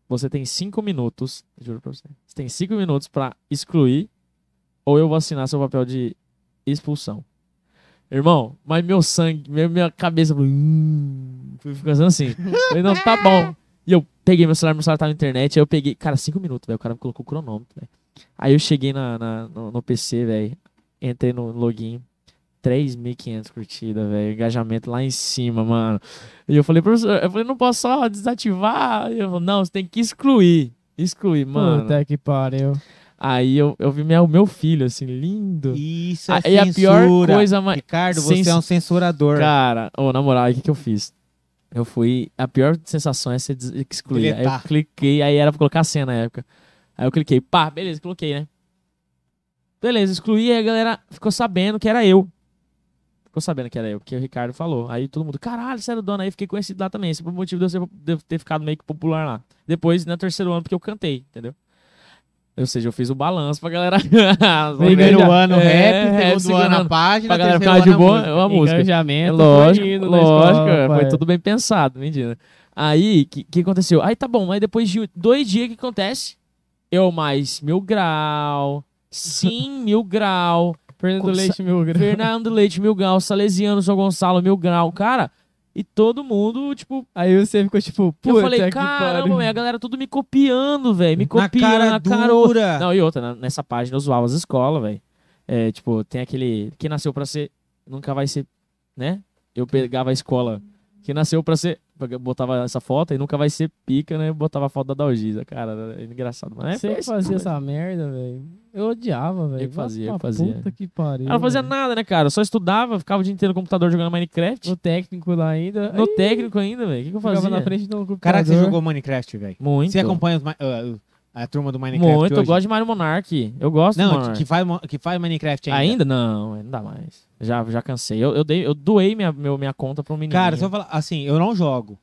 Speaker 2: você tem cinco minutos. Juro pra você. Você tem cinco minutos pra excluir, ou eu vou assinar seu papel de expulsão. Irmão, mas meu sangue, minha, minha cabeça. hum, Fui ficando assim. Falei, não, tá bom. E eu peguei meu celular, meu celular tava na internet, aí eu peguei. Cara, cinco minutos, velho. O cara me colocou o cronômetro, velho. Aí eu cheguei na, na- no, no PC, velho. Entrei no login. 3.500 curtidas, velho. Engajamento lá em cima, mano. E eu falei, professor, eu falei, não posso só desativar. E eu falei, não, você tem que excluir. Excluir, mano.
Speaker 3: Puta que pariu.
Speaker 2: Aí eu, eu vi minha, o meu filho, assim, lindo.
Speaker 1: Isso é
Speaker 2: Ah, e a pior coisa mais.
Speaker 1: Ricardo, você
Speaker 2: Cens-
Speaker 1: é um censurador.
Speaker 2: Cara, ô, na moral, aí o que, que eu fiz? Eu fui. A pior sensação é você des- excluir. Aí eu
Speaker 1: Deletar.
Speaker 2: cliquei, aí era pra colocar a cena na época. Aí eu cliquei, pá, beleza, coloquei, né? Beleza, excluí, aí a galera ficou sabendo que era eu. Ficou sabendo que era eu, porque o Ricardo falou. Aí todo mundo, caralho, você era o dono aí, fiquei conhecido lá também. Esse foi o motivo de eu ser- de eu ter ficado meio que popular lá. Depois, no terceiro ano, porque eu cantei, entendeu? Ou seja, eu fiz o balanço pra galera.
Speaker 1: Primeiro
Speaker 2: É,
Speaker 1: ano rap, segundo ano a
Speaker 2: pra
Speaker 1: página,
Speaker 2: galera
Speaker 1: terceiro
Speaker 2: ficar
Speaker 1: ano
Speaker 2: de
Speaker 1: a
Speaker 2: boa,
Speaker 1: música.
Speaker 2: é uma música. É
Speaker 3: Engajamento.
Speaker 2: lógico,
Speaker 3: foi indo na
Speaker 2: lógico, é,
Speaker 3: escola,
Speaker 2: foi
Speaker 3: pai.
Speaker 2: tudo bem pensado, mentira. Aí, o que, que aconteceu? Aí tá bom, mas depois de dois dias, o que acontece? Eu mais mil grau, sim mil grau,
Speaker 3: Fernando
Speaker 2: Sa-
Speaker 3: Leite Mil
Speaker 2: Fernando Leite mil grau, Salesiano, João Gonçalo mil grau, cara. E todo mundo, tipo,
Speaker 3: Aí você ficou tipo, puta
Speaker 2: eu falei,
Speaker 3: que pariu.
Speaker 2: caramba, velho, a galera tudo me copiando, velho, me
Speaker 1: Na
Speaker 2: copiando,
Speaker 1: cara
Speaker 2: na cara,
Speaker 1: dura.
Speaker 2: não, e outra, na- nessa página eu zoava as escolas, velho. É, tipo, tem aquele. Quem nasceu pra ser. Nunca vai ser. Né? Eu pegava a escola. Quem nasceu pra ser. eu Botava essa foto e nunca vai ser pica, né? Eu Botava a foto da Dalgisa, cara. Era engraçado. Mas é
Speaker 3: Você que
Speaker 2: isso,
Speaker 3: fazia
Speaker 2: mano.
Speaker 3: essa merda, velho. Eu odiava, velho.
Speaker 2: que fazia,
Speaker 3: Nossa,
Speaker 2: eu que fazia.
Speaker 3: Puta que pariu.
Speaker 2: Ela não fazia
Speaker 3: velho.
Speaker 2: nada, né, cara? Eu só estudava, ficava o dia inteiro no computador jogando Minecraft.
Speaker 3: No técnico lá ainda.
Speaker 2: No
Speaker 3: aí
Speaker 2: técnico ainda, velho. O que, que eu
Speaker 3: ficava
Speaker 2: fazia?
Speaker 3: na frente do computador.
Speaker 1: Caraca, você jogou Minecraft, velho.
Speaker 2: Muito.
Speaker 1: Você acompanha os, mi- ah, a turma do Minecraft
Speaker 2: Muito.
Speaker 1: hoje?
Speaker 2: Eu gosto de Mario Monark. Eu gosto do
Speaker 1: Não,
Speaker 2: Monark.
Speaker 1: que faz, mo- que faz Minecraft ainda.
Speaker 2: Ainda? Não, não dá mais. Já, já cansei. Eu, eu, dei, eu doei minha, meu, minha conta pra um menino.
Speaker 1: Cara, se eu falar assim, eu não jogo.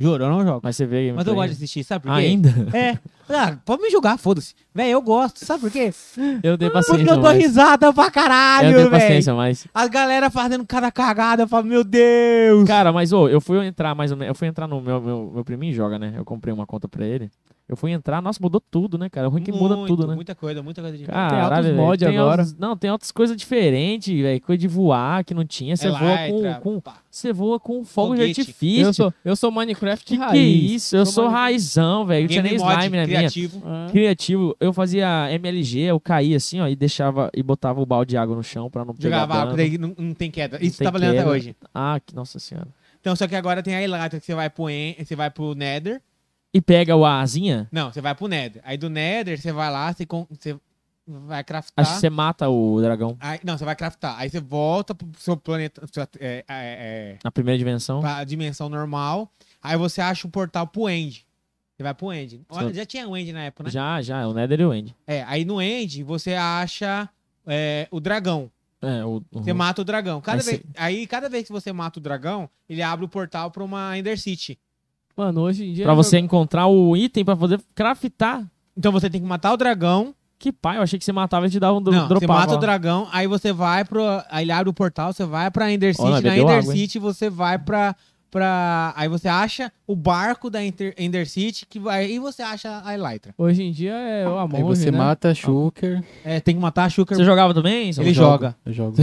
Speaker 1: Juro, eu não jogo.
Speaker 2: Mas você vê.
Speaker 1: Mas eu gosto de assistir, sabe por quê?
Speaker 2: Ainda?
Speaker 1: É. Ah, pode me julgar, foda-se. Véi, eu gosto, sabe por quê?
Speaker 2: Eu dei
Speaker 1: Porque
Speaker 2: paciência.
Speaker 1: eu dou
Speaker 2: mas- É,
Speaker 1: risada pra
Speaker 2: Eu
Speaker 1: caralho,
Speaker 2: dei
Speaker 1: véi.
Speaker 2: paciência, mas.
Speaker 1: As galera fazendo cada cagada, eu falo, meu Deus.
Speaker 2: Cara, mas ô, eu fui entrar mais ou menos. Eu fui entrar no meu, meu, meu priminho joga, né? Eu comprei uma conta pra ele. Eu fui entrar, nossa, mudou tudo, né, cara? O ruim que muda
Speaker 1: Muito,
Speaker 2: tudo, né?
Speaker 1: Muita coisa, muita coisa de
Speaker 2: Caralho,
Speaker 3: Tem altos
Speaker 2: velho,
Speaker 3: mod
Speaker 2: tem
Speaker 3: agora.
Speaker 2: altos- não, tem outras coisas diferentes, velho. Coisa de voar que não tinha. Você voa
Speaker 1: Elytra,
Speaker 2: com. com-
Speaker 1: pá.
Speaker 2: Você voa com fogo de
Speaker 1: É Foguete.
Speaker 2: artifício.
Speaker 3: Eu sou, eu sou Minecraft
Speaker 2: Que que é
Speaker 3: raiz.
Speaker 2: isso? Eu sou
Speaker 3: Minecraft-
Speaker 2: raizão, velho. Não tinha
Speaker 1: Game
Speaker 2: nem
Speaker 1: mod,
Speaker 2: slime na minha.
Speaker 1: criativo. né?
Speaker 3: Ah.
Speaker 2: Criativo, eu fazia MLG, eu caía assim, ó, e deixava e botava o balde de água no chão pra não pegar
Speaker 1: Jogava água,
Speaker 2: dano.
Speaker 1: daí não, não tem queda. Isso
Speaker 2: tem
Speaker 1: tava lendo até
Speaker 2: queda.
Speaker 1: hoje.
Speaker 2: Ah, que nossa senhora.
Speaker 1: Então, só que agora tem a Elytra que você vai pro, en- você vai pro Nether.
Speaker 2: E pega o azinha,
Speaker 1: Não, você vai pro Nether. Aí do Nether, você vai lá, você, con- você vai craftar.
Speaker 2: acho que você mata o dragão
Speaker 1: Aí- não, você vai craftar. Aí você volta pro seu planeta, sua, é, é, é,
Speaker 2: na primeira dimensão.
Speaker 1: pra dimensão normal. Aí você acha o portal pro End. Você vai pro End. Olha, Já tinha o End na época, né?
Speaker 2: Já, já, é o Nether e o End.
Speaker 1: É, aí no End você acha é, o dragão.
Speaker 2: É, o, o-
Speaker 1: Você mata o dragão. Cada
Speaker 2: Aí
Speaker 1: vez,
Speaker 2: você-
Speaker 1: aí cada vez que você mata o dragão, ele abre o portal pra uma Ender City.
Speaker 3: Mano, hoje em dia.
Speaker 2: pra
Speaker 3: eu
Speaker 2: você encontrar o item pra poder craftar.
Speaker 1: Então você tem que matar o dragão.
Speaker 2: Que pai, eu achei que você matava e te dava um do,
Speaker 1: não, você
Speaker 2: dropava.
Speaker 1: mata o dragão, aí você vai pro. Aí ele abre o portal, você vai pra Ender City.
Speaker 2: Ó,
Speaker 1: Na
Speaker 2: bebeu
Speaker 1: Ender
Speaker 2: água, hein?
Speaker 1: City você vai pra. Pra... Aí você acha o barco da Enter- Ender City que vai... aí você acha a Elytra.
Speaker 3: Hoje em dia é o amor.
Speaker 6: Aí você
Speaker 3: né?
Speaker 6: mata a Shulker,
Speaker 1: É, tem que matar a Shulker.
Speaker 2: Você jogava também? Você
Speaker 1: Ele
Speaker 2: não
Speaker 1: joga.
Speaker 6: eu é um jogo.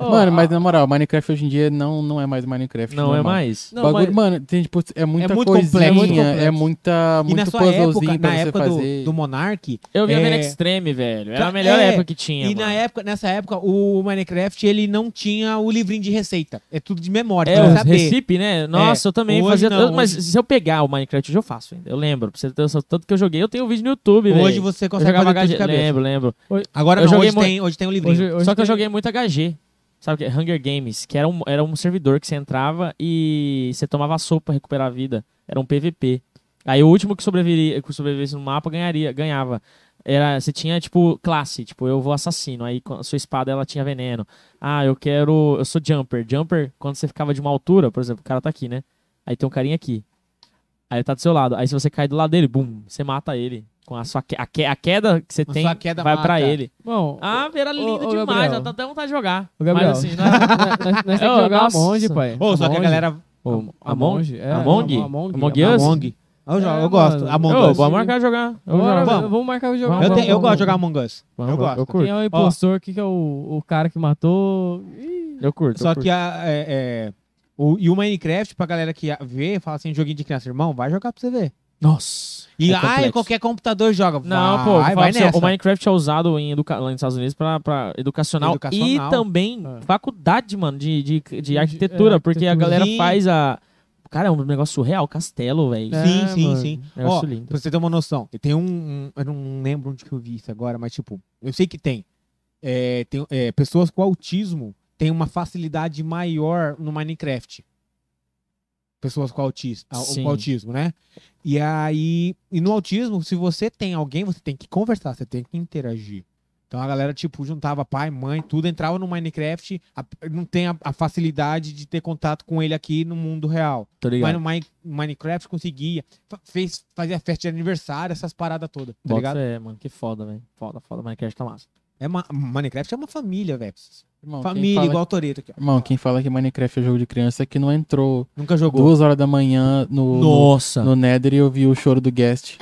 Speaker 3: Ó,
Speaker 6: Mano,
Speaker 3: a-
Speaker 6: mas na moral, Minecraft hoje em dia não, não é mais Minecraft.
Speaker 2: Não é
Speaker 6: normal.
Speaker 2: mais.
Speaker 3: Não,
Speaker 6: Bagulho,
Speaker 3: mas-
Speaker 6: Mano, tem, tipo, é muita
Speaker 1: muito
Speaker 6: coisinha,
Speaker 1: complexo, muito
Speaker 6: é muita,
Speaker 1: E na
Speaker 6: muito
Speaker 1: sua época,
Speaker 6: puzzlezinho pra
Speaker 1: na
Speaker 6: você
Speaker 1: época do,
Speaker 6: fazer.
Speaker 1: do Monark,
Speaker 2: Eu via
Speaker 1: É.
Speaker 2: Vera Extreme, velho. Era a
Speaker 1: Ca-
Speaker 2: melhor
Speaker 1: é,
Speaker 2: época que tinha.
Speaker 1: E na
Speaker 2: mano.
Speaker 1: época, nessa época, o Minecraft ele não tinha o livrinho de receita. É tudo de memória,
Speaker 2: É,
Speaker 1: pra
Speaker 2: o
Speaker 1: saber.
Speaker 2: Recipe, né? Nossa, eu também
Speaker 1: É, Hoje
Speaker 2: fazia.
Speaker 1: não,
Speaker 2: eu- mas
Speaker 1: hoje-
Speaker 2: se eu pegar o Minecraft, hoje eu faço ainda. Eu lembro. Pra você ter noção, tanto que eu joguei, eu tenho um vídeo no YouTube, velho.
Speaker 1: Hoje você
Speaker 2: eu
Speaker 1: consegue
Speaker 2: jogava
Speaker 1: fazer tudo de
Speaker 2: HG.
Speaker 1: cabeça.
Speaker 2: Lembro, lembro.
Speaker 1: Agora
Speaker 2: Eu
Speaker 1: não,
Speaker 2: joguei
Speaker 1: hoje,
Speaker 2: muito-
Speaker 1: tem, hoje tem um livrinho.
Speaker 3: Hoje, hoje
Speaker 2: Só que eu
Speaker 3: tem-
Speaker 2: joguei muito HG. Sabe o que? é? Hunger Games, que era um, era um servidor que você entrava e você tomava sopa pra recuperar a vida. Era um PVP. Aí o último que sobreviveria, que sobrevivesse no mapa ganharia, ganhava. Era, você tinha, tipo, classe, tipo, eu vou assassino, aí com a sua espada ela tinha veneno. Ah, eu quero. Eu sou jumper. Jumper, quando você ficava de uma altura, por exemplo, o cara tá aqui, né? Aí tem um carinha aqui. Aí ele tá do seu lado. Aí se você cai do lado dele, bum, você mata ele. Com a sua que- a, que- a queda que você
Speaker 1: A
Speaker 2: tem,
Speaker 1: sua queda
Speaker 2: vai pra
Speaker 1: mata.
Speaker 2: ele.
Speaker 3: Bom,
Speaker 2: Ah, era
Speaker 3: ô,
Speaker 2: linda
Speaker 3: ô,
Speaker 2: demais,
Speaker 3: Gabriel.
Speaker 2: ela tá até vontade de jogar.
Speaker 3: o Gabriel.
Speaker 2: Mas assim,
Speaker 3: nós,
Speaker 2: nós...
Speaker 3: nós, nós temos que
Speaker 2: Ô,
Speaker 3: jogar
Speaker 2: nossa.
Speaker 3: Among, pai.
Speaker 1: Ô, só que a
Speaker 3: Among.
Speaker 1: galera.
Speaker 2: Ô, Among?
Speaker 3: Among? É,
Speaker 2: Among?
Speaker 3: Among?
Speaker 2: Among Us? Ah,
Speaker 1: Among. Eu, jogo,
Speaker 3: É,
Speaker 1: eu gosto.
Speaker 3: mano.
Speaker 1: Among
Speaker 2: Ô, é
Speaker 1: Us.
Speaker 2: vamos marcar jogar. Eu
Speaker 3: Bora,
Speaker 2: jogo.
Speaker 1: Vamos.
Speaker 3: vamos. marcar o jogo.
Speaker 2: Vamos,
Speaker 1: Eu,
Speaker 2: vamos,
Speaker 1: tenho- eu
Speaker 2: vamos,
Speaker 1: gosto de
Speaker 2: vamos.
Speaker 1: jogar Among Us.
Speaker 2: Vamos,
Speaker 1: gosto.
Speaker 2: Eu
Speaker 3: Quem
Speaker 2: curto.
Speaker 3: é o impostor? que, que é o, o cara que matou?
Speaker 2: Eu curto.
Speaker 1: Só
Speaker 2: eu
Speaker 1: que a, é, é, o, e o Minecraft, pra galera que vê, fala assim, joguinho de criança, irmão, vai jogar pra você ver.
Speaker 2: curto. Nossa.
Speaker 1: E
Speaker 2: é
Speaker 1: ai,
Speaker 2: complexo.
Speaker 1: qualquer computador joga.
Speaker 2: Não,
Speaker 1: vai,
Speaker 2: pô, vou
Speaker 1: vai,
Speaker 2: falar pra você,
Speaker 1: nessa.
Speaker 2: o Minecraft é usado em educa... lá nos Estados Unidos pra, pra educacional,
Speaker 1: Educacional.
Speaker 2: e também
Speaker 3: É.
Speaker 2: faculdade, mano, de, de, de
Speaker 3: é,
Speaker 2: arquitetura, porque a galera
Speaker 1: arquitetura.
Speaker 2: faz a Cara, é um negócio surreal, castelo, velho.
Speaker 3: É,
Speaker 1: sim, sim,
Speaker 3: mano.
Speaker 1: sim. Ó,
Speaker 2: Negócio lindo.
Speaker 1: pra você ter uma noção, tem um, um- Eu não lembro onde que eu vi isso agora, mas tipo, eu sei que tem. É, tem é, pessoas com autismo têm uma facilidade maior no Minecraft. Pessoas com autismo,
Speaker 2: Sim.
Speaker 1: com autismo, né? E aí. E no autismo, se você tem alguém, você tem que conversar, você tem que interagir. Então a galera, tipo, juntava pai, mãe, tudo, entrava no Minecraft, a- não tem a- a facilidade de ter contato com ele aqui no mundo real.
Speaker 2: Tô
Speaker 1: Mas
Speaker 2: Tá ligado.
Speaker 1: no Mine- Minecraft conseguia. fa- Fez, fazia festa de aniversário, essas paradas todas, tá
Speaker 2: Bota
Speaker 1: ligado?
Speaker 2: fé, mano. Que foda, velho. Foda, foda. Minecraft tá massa.
Speaker 1: É ma- Minecraft é uma família, velho.
Speaker 6: Irmão, quem
Speaker 1: Família,
Speaker 6: fala-
Speaker 1: igual o Toreto aqui, ó.
Speaker 6: Irmão, quem fala que Minecraft é jogo de criança é que não entrou
Speaker 1: Nunca jogou.
Speaker 6: duas horas da manhã no, no,
Speaker 2: Nossa.
Speaker 6: no Nether e ouviu o choro do guest.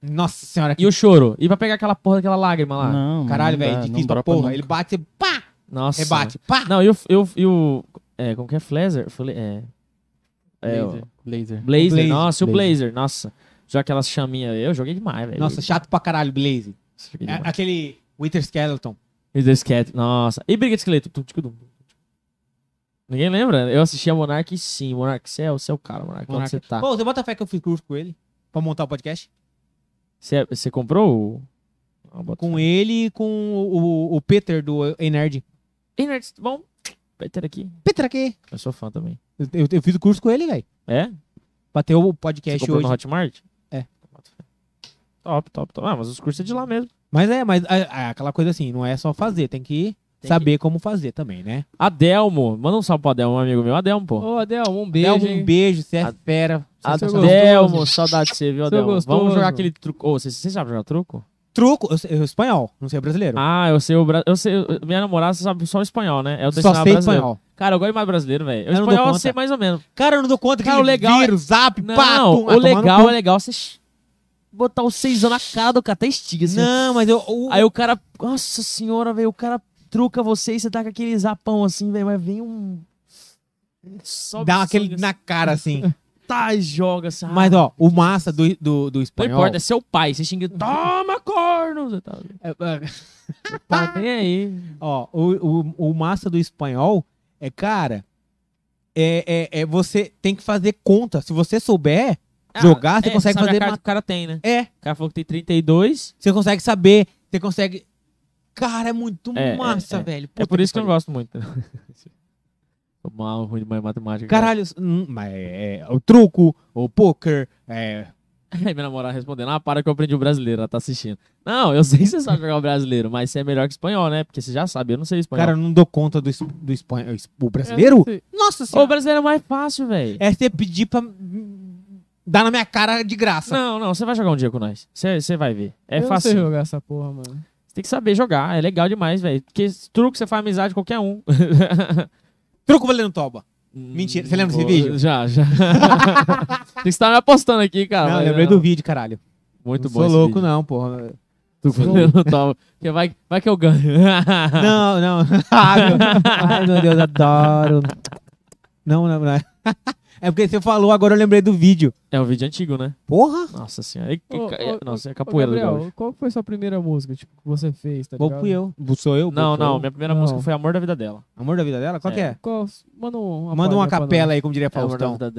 Speaker 1: Nossa senhora, que
Speaker 2: E o choro? E pra pegar aquela porra daquela lágrima lá?
Speaker 6: não, mano,
Speaker 1: caralho,
Speaker 6: não
Speaker 1: velho.
Speaker 6: dá,
Speaker 1: Difícil
Speaker 6: não
Speaker 1: pra
Speaker 6: dropa
Speaker 1: porra.
Speaker 6: nunca.
Speaker 1: Ele bate, pá,
Speaker 2: Nossa.
Speaker 1: rebate, pá.
Speaker 2: mano. Não, e o. E o, e o é, como que é? Flazer? Fle- É. é o-
Speaker 6: Laser. Laser.
Speaker 2: Blazer.
Speaker 1: Blazer.
Speaker 2: Nossa, e o
Speaker 6: Blazer.
Speaker 2: Blazer. Nossa. Já aquelas chaminhas. Eu joguei demais, velho.
Speaker 1: Nossa, chato pra caralho, Blaze.
Speaker 2: Joguei
Speaker 1: É,
Speaker 2: demais.
Speaker 1: aquele Wither Skeleton.
Speaker 2: E The Scat. Nossa. E Briga de Esqueleto. Tum, tum, tum. Ninguém lembra? Eu assisti a Monark sim. Monark, você é, você é o cara, Monark. Onde
Speaker 1: Monark.
Speaker 2: você tá?
Speaker 1: Pô, você bota fé que eu fiz curso com ele pra montar o podcast?
Speaker 2: Você é- você comprou o. Ah, bota
Speaker 1: Com
Speaker 2: fé.
Speaker 1: ele e com o, o- o Peter do Enerd.
Speaker 2: Ei, nerds, bom. Vai ter aqui.
Speaker 1: Peter aqui.
Speaker 2: Eu sou fã também.
Speaker 1: Eu, eu- eu fiz o curso com ele, velho.
Speaker 2: É?
Speaker 1: Pra ter o
Speaker 2: Você
Speaker 1: podcast
Speaker 2: comprou
Speaker 1: hoje.
Speaker 2: no Hotmart?
Speaker 1: É.
Speaker 2: Top, top, top. Ah, mas os cursos é de lá mesmo.
Speaker 1: Mas é, mas é, é aquela coisa assim, não é só fazer, tem que
Speaker 2: Tem
Speaker 1: saber como fazer também, né?
Speaker 2: Adelmo. Manda um salve pro Adelmo, um amigo meu. Adelmo, pô.
Speaker 3: Ô, Adel, um
Speaker 1: Beijo,
Speaker 3: beijo.
Speaker 1: um
Speaker 3: hein?
Speaker 1: beijo, você é
Speaker 2: A-
Speaker 1: fera. sensacional.
Speaker 2: é Adelmo, saudade de você, viu,
Speaker 3: Seu
Speaker 2: Adelmo? Vamos
Speaker 3: gostoso.
Speaker 2: jogar aquele truco. Ô, você você sabe jogar truco?
Speaker 1: Truco, eu, sei- eu sou espanhol, não sei brasileiro.
Speaker 2: Ah, eu sei o. Bra... Eu sei... eu- Minha namorada você sabe só o espanhol, né? É o
Speaker 1: Só sei espanhol.
Speaker 2: Cara, eu gosto mais brasileiro, velho. O
Speaker 1: Eu não dou
Speaker 2: espanhol eu
Speaker 1: conta.
Speaker 2: sei mais ou menos.
Speaker 1: Cara, eu não dou conta que
Speaker 2: Cara, o legal é-
Speaker 1: vira, o zap,
Speaker 2: Não,
Speaker 1: pá, pum, ah,
Speaker 2: o
Speaker 1: tomar no
Speaker 2: legal
Speaker 1: cu.
Speaker 2: é legal você ch- botar o seisão na cara do cara, até estiga assim.
Speaker 1: Não, mas eu... o-
Speaker 2: Aí o cara, nossa senhora, velho, o cara truca você e você tá com aquele zapão assim, velho, mas vem um... Sobe,
Speaker 1: dá
Speaker 2: sobe,
Speaker 1: aquele
Speaker 2: assim,
Speaker 1: na cara, assim.
Speaker 2: Tá, e joga, assim. ah,
Speaker 1: mas, ó, o massa do, do, do
Speaker 2: Não
Speaker 1: espanhol...
Speaker 2: importa, é seu pai, você xinga, toma corno, você tá,
Speaker 1: É, é,
Speaker 2: tá nem aí.
Speaker 1: ó, o, o, o massa do espanhol é, cara... É, é, é você tem que fazer conta. Se você souber Ah, jogar, você
Speaker 2: é,
Speaker 1: consegue
Speaker 2: sabe
Speaker 1: fazer...
Speaker 2: a carta
Speaker 1: ma-
Speaker 2: que o cara tem, né?
Speaker 1: É,
Speaker 2: O cara falou que tem 32,
Speaker 1: Você consegue saber, você consegue. Cara, é muito
Speaker 2: É, é,
Speaker 1: massa,
Speaker 2: é.
Speaker 1: velho.
Speaker 2: é por isso que eu não
Speaker 1: gosto.
Speaker 2: gosto muito. Tô mal, ruim de matemática. cara.
Speaker 1: Caralho, hum, mas é, é, o truco, o poker, é.
Speaker 2: Aí minha namorada respondendo, ah, para que eu aprendi o brasileiro, ela tá assistindo. Não, eu sei que você sabe jogar o brasileiro, mas você é melhor que espanhol, né? Porque você já sabe, eu não sei espanhol.
Speaker 1: Cara, eu não dou conta do, es- do espanhol. O brasileiro? Nossa
Speaker 2: Ô, o
Speaker 1: senhora.
Speaker 2: brasileiro é mais fácil, velho.
Speaker 1: É você pedir pra hum, dar na minha cara de graça.
Speaker 2: Não, não, você vai jogar um dia com nós. Você você vai ver. É
Speaker 3: eu
Speaker 2: fácil.
Speaker 3: Não sei jogar essa porra, mano.
Speaker 2: Você tem que saber jogar, é legal demais, velho. Porque esse truque você faz amizade com qualquer um.
Speaker 1: Truco valendo toba. Mentira, você lembra desse
Speaker 2: Hum, Pô,
Speaker 1: vídeo?
Speaker 2: Já, já. tem que estar me apostando aqui, cara.
Speaker 1: não,
Speaker 2: mas
Speaker 1: lembrei do vídeo, caralho.
Speaker 2: Muito
Speaker 1: não
Speaker 2: bom
Speaker 1: sou
Speaker 2: esse
Speaker 1: louco,
Speaker 2: vídeo.
Speaker 1: não, porra.
Speaker 2: Tu falando tal, Porque vai, vai que eu ganho.
Speaker 1: Não, não. Ai, meu- Ai, meu Deus, adoro. Não, não, não. É porque você falou, agora eu lembrei do vídeo.
Speaker 2: É um vídeo antigo, né?
Speaker 1: Porra!
Speaker 2: Nossa senhora. E- e-
Speaker 3: Ô,
Speaker 2: ca-
Speaker 3: ô,
Speaker 2: Nossa, é
Speaker 3: Ô,
Speaker 2: capoeira do
Speaker 3: Gabriel,
Speaker 2: gaúcho.
Speaker 3: qual foi sua primeira música, tipo, que você fez, tá
Speaker 1: Bom,
Speaker 3: ligado?
Speaker 1: fui eu. Sou eu?
Speaker 2: Não,
Speaker 1: sou
Speaker 2: não,
Speaker 1: eu?
Speaker 2: minha primeira
Speaker 3: Não.
Speaker 2: música foi Amor da Vida dela.
Speaker 1: Amor da vida dela? Qual
Speaker 2: É.
Speaker 1: que é?
Speaker 3: Qual- manda um-
Speaker 1: Manda
Speaker 3: uma
Speaker 1: uma
Speaker 3: palhinha pra
Speaker 1: capela aí, como diria
Speaker 2: Amor da
Speaker 1: Faustão.
Speaker 2: Vida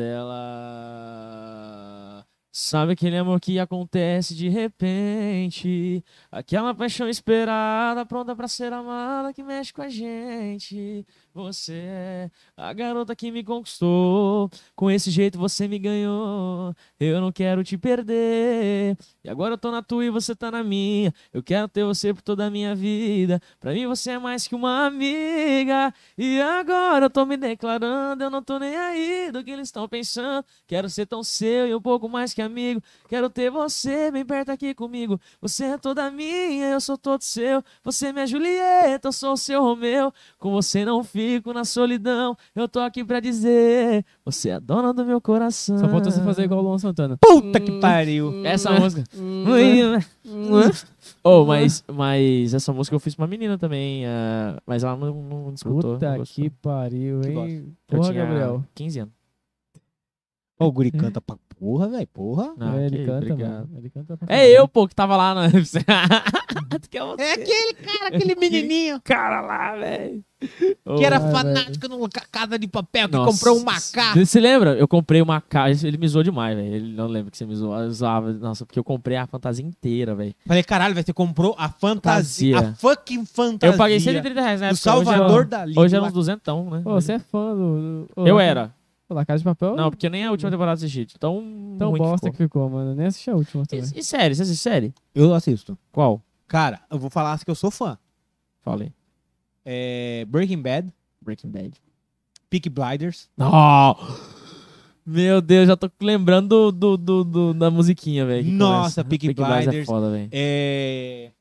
Speaker 2: dela. Sabe aquele amor que acontece de repente? Aquela paixão esperada, pronta pra ser amada, que mexe com a gente. Você é a garota que me conquistou. Com esse jeito você me ganhou. Eu não quero te perder. E agora eu tô na tua e você tá na minha. Eu quero ter você por toda a minha vida. Pra mim você é mais que uma amiga. E agora eu tô me declarando, eu não tô nem aí do que eles estão pensando. Quero ser tão seu e um pouco mais que amigo. Quero ter você bem perto aqui comigo. Você é toda minha, eu sou todo seu. Você é minha Julieta, eu sou o seu Romeu. Com você não fico na solidão. Eu tô aqui pra dizer: você é a dona do meu coração.
Speaker 3: Só falta você fazer igual o Luan Santana.
Speaker 1: Puta que pariu!
Speaker 2: essa música.
Speaker 1: Hum.
Speaker 2: Hum. oh, mas, mas essa música eu fiz pra uma menina também, ah, mas ela não, não escutou.
Speaker 3: Puta
Speaker 2: não gostou.
Speaker 3: que pariu,
Speaker 2: Que
Speaker 3: hein? Porra, Gabriel.
Speaker 2: 15 anos.
Speaker 1: Ó, o guri canta pra porra, velho. Porra.
Speaker 2: Ah,
Speaker 3: É, ele
Speaker 2: ok,
Speaker 3: canta,
Speaker 2: obrigado.
Speaker 3: mano. Ele canta pra
Speaker 2: É eu, pô, que tava lá na UFC. Tu que é você.
Speaker 1: aquele cara, aquele menininho
Speaker 2: cara lá, É, velho.
Speaker 1: que era
Speaker 3: Ai,
Speaker 1: fanático numa ca- casa de papel, que
Speaker 2: Oh, Nossa.
Speaker 1: comprou um macaco.
Speaker 2: Você lembra? Eu comprei uma caixa. Ele me zoou demais, velho. Ele não lembra que você me zoou- zoava. Nossa, porque eu comprei a fantasia inteira, velho.
Speaker 1: Falei, caralho, velho, você comprou a fantasia. A
Speaker 2: Fantasia.
Speaker 1: fucking fantasia.
Speaker 2: Eu paguei 130 reais na
Speaker 1: O
Speaker 2: época.
Speaker 1: Salvador
Speaker 2: hoje
Speaker 1: Dali.
Speaker 2: era, um hoje era
Speaker 1: lá.
Speaker 2: uns duzentão, né?
Speaker 3: Pô, você é fã do. do- ô,
Speaker 2: Eu
Speaker 3: La-
Speaker 2: era.
Speaker 3: Pô, La Casa de Papel?
Speaker 2: Não, porque nem a última temporada eu assisti. um Tão,
Speaker 3: Tão
Speaker 2: ruim
Speaker 3: bosta que
Speaker 2: ficou.
Speaker 3: ficou, mano. Nem assisti a última também.
Speaker 2: E, e série? Você assiste série?
Speaker 1: Eu assisto.
Speaker 2: Qual?
Speaker 1: Cara, eu vou falar que eu sou fã.
Speaker 2: Falei.
Speaker 1: É, Breaking Bad,
Speaker 2: Breaking Bad.
Speaker 1: Peak Blinders.
Speaker 2: Não! Meu Deus, já tô lembrando do, do, do- da musiquinha, velho. que
Speaker 1: Nossa,
Speaker 2: começa.
Speaker 1: Peaky
Speaker 2: Peaky
Speaker 1: Blinders.
Speaker 2: é foda, velho.
Speaker 1: É...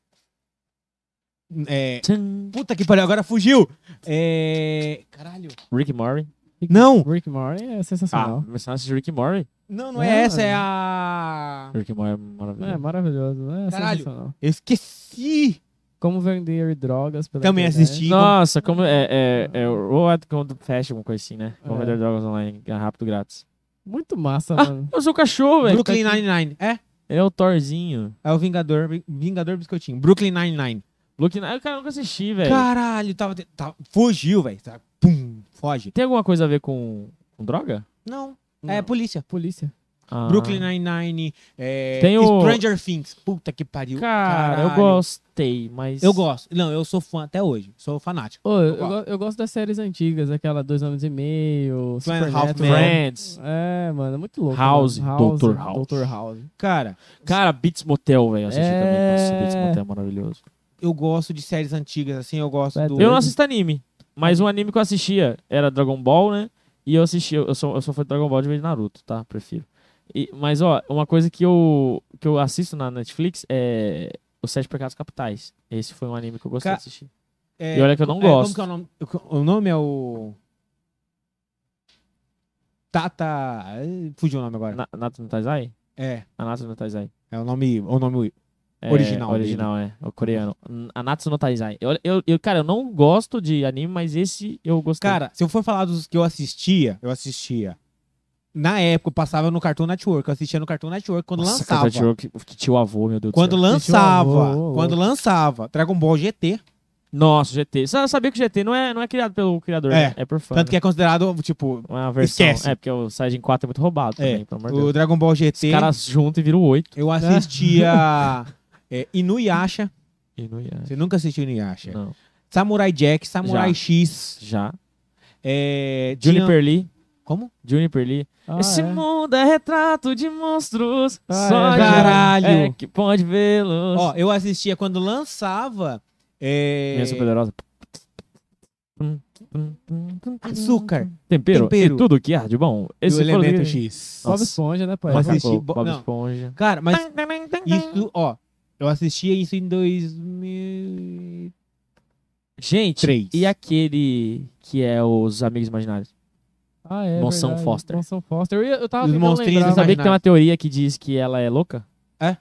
Speaker 1: é,
Speaker 2: Tchan.
Speaker 1: Puta que pariu, agora fugiu. É... Caralho.
Speaker 2: Rick and Morty.
Speaker 1: Não,
Speaker 3: Rick Morty é
Speaker 2: Ah,
Speaker 3: sensacional.
Speaker 2: você não assiste Rick and Morty?
Speaker 1: não, não é essa, é a...
Speaker 2: Rick and Morty é
Speaker 3: é
Speaker 2: maravilhoso.
Speaker 3: maravilhoso. É
Speaker 1: Caralho.
Speaker 3: sensacional.
Speaker 1: Eu esqueci.
Speaker 3: Como vender drogas pela
Speaker 1: Também
Speaker 3: internet.
Speaker 1: assisti.
Speaker 2: Nossa, como é... É, é Road Contra Fast, alguma coisa assim, né?
Speaker 3: É.
Speaker 2: Como vender drogas online, é rápido, grátis.
Speaker 3: Muito massa,
Speaker 2: Ah,
Speaker 3: mano.
Speaker 2: eu sou o cachorro, velho.
Speaker 1: Brooklyn
Speaker 2: Tá aqui.
Speaker 1: Nine-Nine. É?
Speaker 2: Ele é o Thorzinho.
Speaker 1: É o Vingador, Vingador Biscoitinho. Brooklyn Nine-Nine.
Speaker 2: Brooklyn... Ah, cara, eu nunca assisti, velho.
Speaker 1: Caralho, tava, te- tava- fugiu, velho. Tá- Pum, foge.
Speaker 2: Tem alguma coisa a ver com, com droga?
Speaker 1: Não, é polícia.
Speaker 3: Polícia.
Speaker 2: Ah.
Speaker 1: Brooklyn Nine-Nine, é,
Speaker 2: Tem o-
Speaker 1: Stranger Things. Puta que pariu.
Speaker 2: Cara, eu
Speaker 1: Caralho.
Speaker 2: gostei, mas...
Speaker 1: Eu gosto. Não, eu sou fã até hoje. Sou fanático.
Speaker 3: Ô, eu,
Speaker 1: Eu gosto.
Speaker 3: go- eu gosto das séries antigas, aquela Dois Anos e Meio,
Speaker 1: Two and a Half
Speaker 3: Supernatural.
Speaker 1: Men.
Speaker 2: Friends.
Speaker 3: É, mano, é muito louco.
Speaker 2: House,
Speaker 3: mano.
Speaker 2: Dr. House.
Speaker 3: Dr. House.
Speaker 1: Cara,
Speaker 2: Cara, Beats Motel, velho, eu assisti
Speaker 3: É.
Speaker 2: também. Nossa, Beats Motel é maravilhoso.
Speaker 1: eu gosto de séries antigas, assim, eu gosto
Speaker 3: É
Speaker 1: do...
Speaker 2: Eu não assisto anime, mas um anime que eu assistia era Dragon Ball, né? E eu assistia, eu sou, eu sou fã de Dragon Ball de vez de Naruto, tá? Prefiro. E- mas, ó, uma coisa que eu, que eu assisto na Netflix é Os Sete Pecados Capitais. Esse foi um anime que eu gostei
Speaker 1: Ca-
Speaker 2: de assistir.
Speaker 1: É,
Speaker 2: E olha que eu não
Speaker 1: é, Como
Speaker 2: gosto.
Speaker 1: que é o nome? O o nome é o... Tata... eh, Fugiu o nome agora.
Speaker 2: Na- Natsu no Taizai?
Speaker 1: É,
Speaker 2: A Natsu no Taizai.
Speaker 1: é o nome... O nome...
Speaker 2: É,
Speaker 1: Original
Speaker 2: Original, é. O coreano. Anatsu no Taizai. Eu, eu, eu- cara, eu não gosto de anime, mas esse eu gostei.
Speaker 1: Cara, se eu for falar dos que eu assistia, eu assistia... Na época, eu passava no Cartoon Network. Eu assistia no Cartoon Network quando
Speaker 2: Nossa,
Speaker 1: lançava.
Speaker 2: Cartoon Network, que, que tio avô, meu Deus
Speaker 1: Quando
Speaker 2: do céu.
Speaker 1: lançava,
Speaker 3: Deixa eu- ô, ô, ô.
Speaker 1: quando lançava Dragon Ball GT,
Speaker 2: Nossa, GT. Você sabia que o GT não é, não é criado pelo criador,
Speaker 1: É.
Speaker 2: né? É por fã.
Speaker 1: tanto que é considerado, tipo,
Speaker 2: Uma versão.
Speaker 1: Esquece.
Speaker 2: É, porque o Saiyajin 4 é muito roubado
Speaker 1: É,
Speaker 2: também, pelo amor de
Speaker 1: o
Speaker 2: Deus.
Speaker 1: Dragon Ball GT,
Speaker 2: Os caras juntam e viram 8.
Speaker 1: eu assistia é, Inuyasha,
Speaker 2: E não ia. né?
Speaker 1: você nunca assistiu Inuyasha,
Speaker 2: Não.
Speaker 1: Samurai Jack, Samurai
Speaker 2: Já.
Speaker 1: X,
Speaker 2: Já.
Speaker 1: é, tinha-
Speaker 2: Juniper Lee.
Speaker 1: Como?
Speaker 2: Juniper Lee.
Speaker 3: Ah,
Speaker 2: Esse
Speaker 3: é.
Speaker 2: mundo é retrato de monstros.
Speaker 3: Ah,
Speaker 2: só
Speaker 3: é,
Speaker 1: caralho.
Speaker 2: é que pode vê-los.
Speaker 1: Ó, eu assistia quando lançava é,
Speaker 2: Minha poderosa.
Speaker 1: Açúcar,
Speaker 2: Tempero.
Speaker 1: Tempero.
Speaker 2: E tudo que há de bom.
Speaker 1: do
Speaker 2: Esse
Speaker 1: Elemento
Speaker 2: poder-
Speaker 1: X.
Speaker 3: Bob
Speaker 2: Nossa.
Speaker 3: Esponja, né, pai?
Speaker 1: Mas
Speaker 2: Macaco,
Speaker 1: assisti-
Speaker 2: Bob
Speaker 1: não.
Speaker 2: Esponja.
Speaker 1: Cara, mas isso, ó, eu assistia isso em 2003.
Speaker 2: Gente, E aquele que é os Amigos Imaginários?
Speaker 3: Ah, é
Speaker 2: Monção
Speaker 3: verdade.
Speaker 2: Foster.
Speaker 3: Monção Foster. Eu, ia- eu tava
Speaker 1: Os
Speaker 3: tentando
Speaker 1: monstrinhos
Speaker 3: lembrar.
Speaker 2: Você sabia que tem
Speaker 1: Imaginários.
Speaker 2: uma teoria que diz que ela é louca?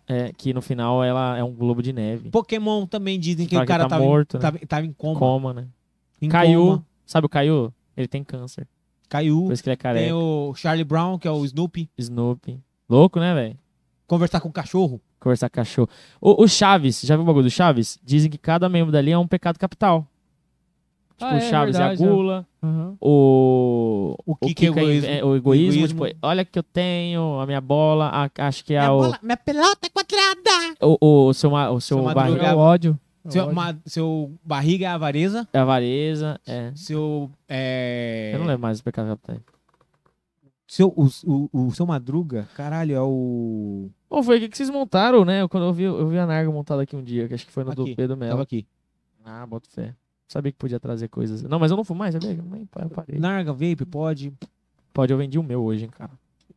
Speaker 1: É?
Speaker 2: que no final ela é um globo de neve.
Speaker 1: Pokémon também dizem que
Speaker 2: Fala
Speaker 1: o
Speaker 2: que
Speaker 1: cara
Speaker 2: tá
Speaker 1: tava, em-
Speaker 2: morto, né?
Speaker 1: tava, tava em coma.
Speaker 2: Coma, né?
Speaker 1: Em
Speaker 2: Caiu.
Speaker 1: coma.
Speaker 2: Sabe o Caiu? Ele tem câncer.
Speaker 1: Caiu.
Speaker 2: Por isso que ele é careca.
Speaker 1: Tem o Charlie Brown, que é o Snoopy.
Speaker 2: Snoopy. Louco, né, velho?
Speaker 1: Conversar com o cachorro.
Speaker 2: Conversar com cachorro. O, o Chaves, já viu o bagulho do Chaves? Dizem que cada membro dali é um pecado capital. Tipo,
Speaker 3: Ah,
Speaker 2: o
Speaker 3: é
Speaker 2: Chaves
Speaker 3: verdade,
Speaker 2: é
Speaker 3: é.
Speaker 2: a gula,
Speaker 3: Aham.
Speaker 2: o...
Speaker 1: né? O que que é egoísmo?
Speaker 2: é- o egoísmo,
Speaker 1: Egoísmo.
Speaker 2: tipo, olha que eu tenho, a minha bola, a- acho que é
Speaker 1: minha,
Speaker 2: o...
Speaker 1: bola- minha pelota é quadrada.
Speaker 2: O, o seu, ma- o seu,
Speaker 1: Seu
Speaker 2: barri-
Speaker 1: Madruga.
Speaker 3: É o ódio. É o
Speaker 1: Seu,
Speaker 3: ódio.
Speaker 1: ma- seu barriga é avareza.
Speaker 2: avareza, é.
Speaker 1: Seu. É...
Speaker 2: Eu não lembro mais do pecado capital.
Speaker 1: Seu, o, o, o seu madruga, caralho, é o.
Speaker 2: Pô, foi aqui que vocês montaram, né? Eu- Quando eu vi, eu vi a Narga montada aqui um dia, que acho que foi no
Speaker 1: Aqui,
Speaker 2: do Pedro
Speaker 1: Tava
Speaker 2: Melo.
Speaker 1: aqui.
Speaker 2: Ah, boto fé. Sabia que podia trazer coisas. Não, mas eu não fui mais, sabia? Eu nem pa- eu parei.
Speaker 1: Narga, vape, pode.
Speaker 2: Pode, eu vendi o meu hoje, hein, cara.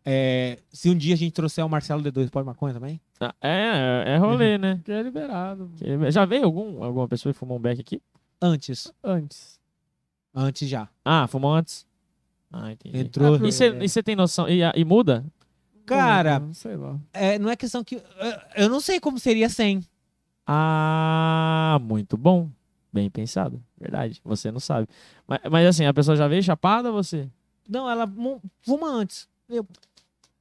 Speaker 1: É, se um dia a gente trouxer o Marcelo D2, pode maconha também?
Speaker 2: Ah, É, é rolê, né?
Speaker 3: Que é liberado
Speaker 2: Que- Já veio algum, alguma pessoa e fumou um beck aqui?
Speaker 1: Antes.
Speaker 3: antes.
Speaker 1: Antes já.
Speaker 2: Ah, fumou antes? Ah, entendi.
Speaker 1: Entrou.
Speaker 2: E você tem noção? E, a- e muda?
Speaker 1: Cara,
Speaker 3: Não sei lá.
Speaker 1: é, não é questão que. é, Eu não sei como seria sem.
Speaker 2: Ah, muito bom. Bem pensado. Verdade. Você não sabe. Mas, mas assim, a pessoa já veio chapada você?
Speaker 1: Não, ela mu- fuma antes. Eu,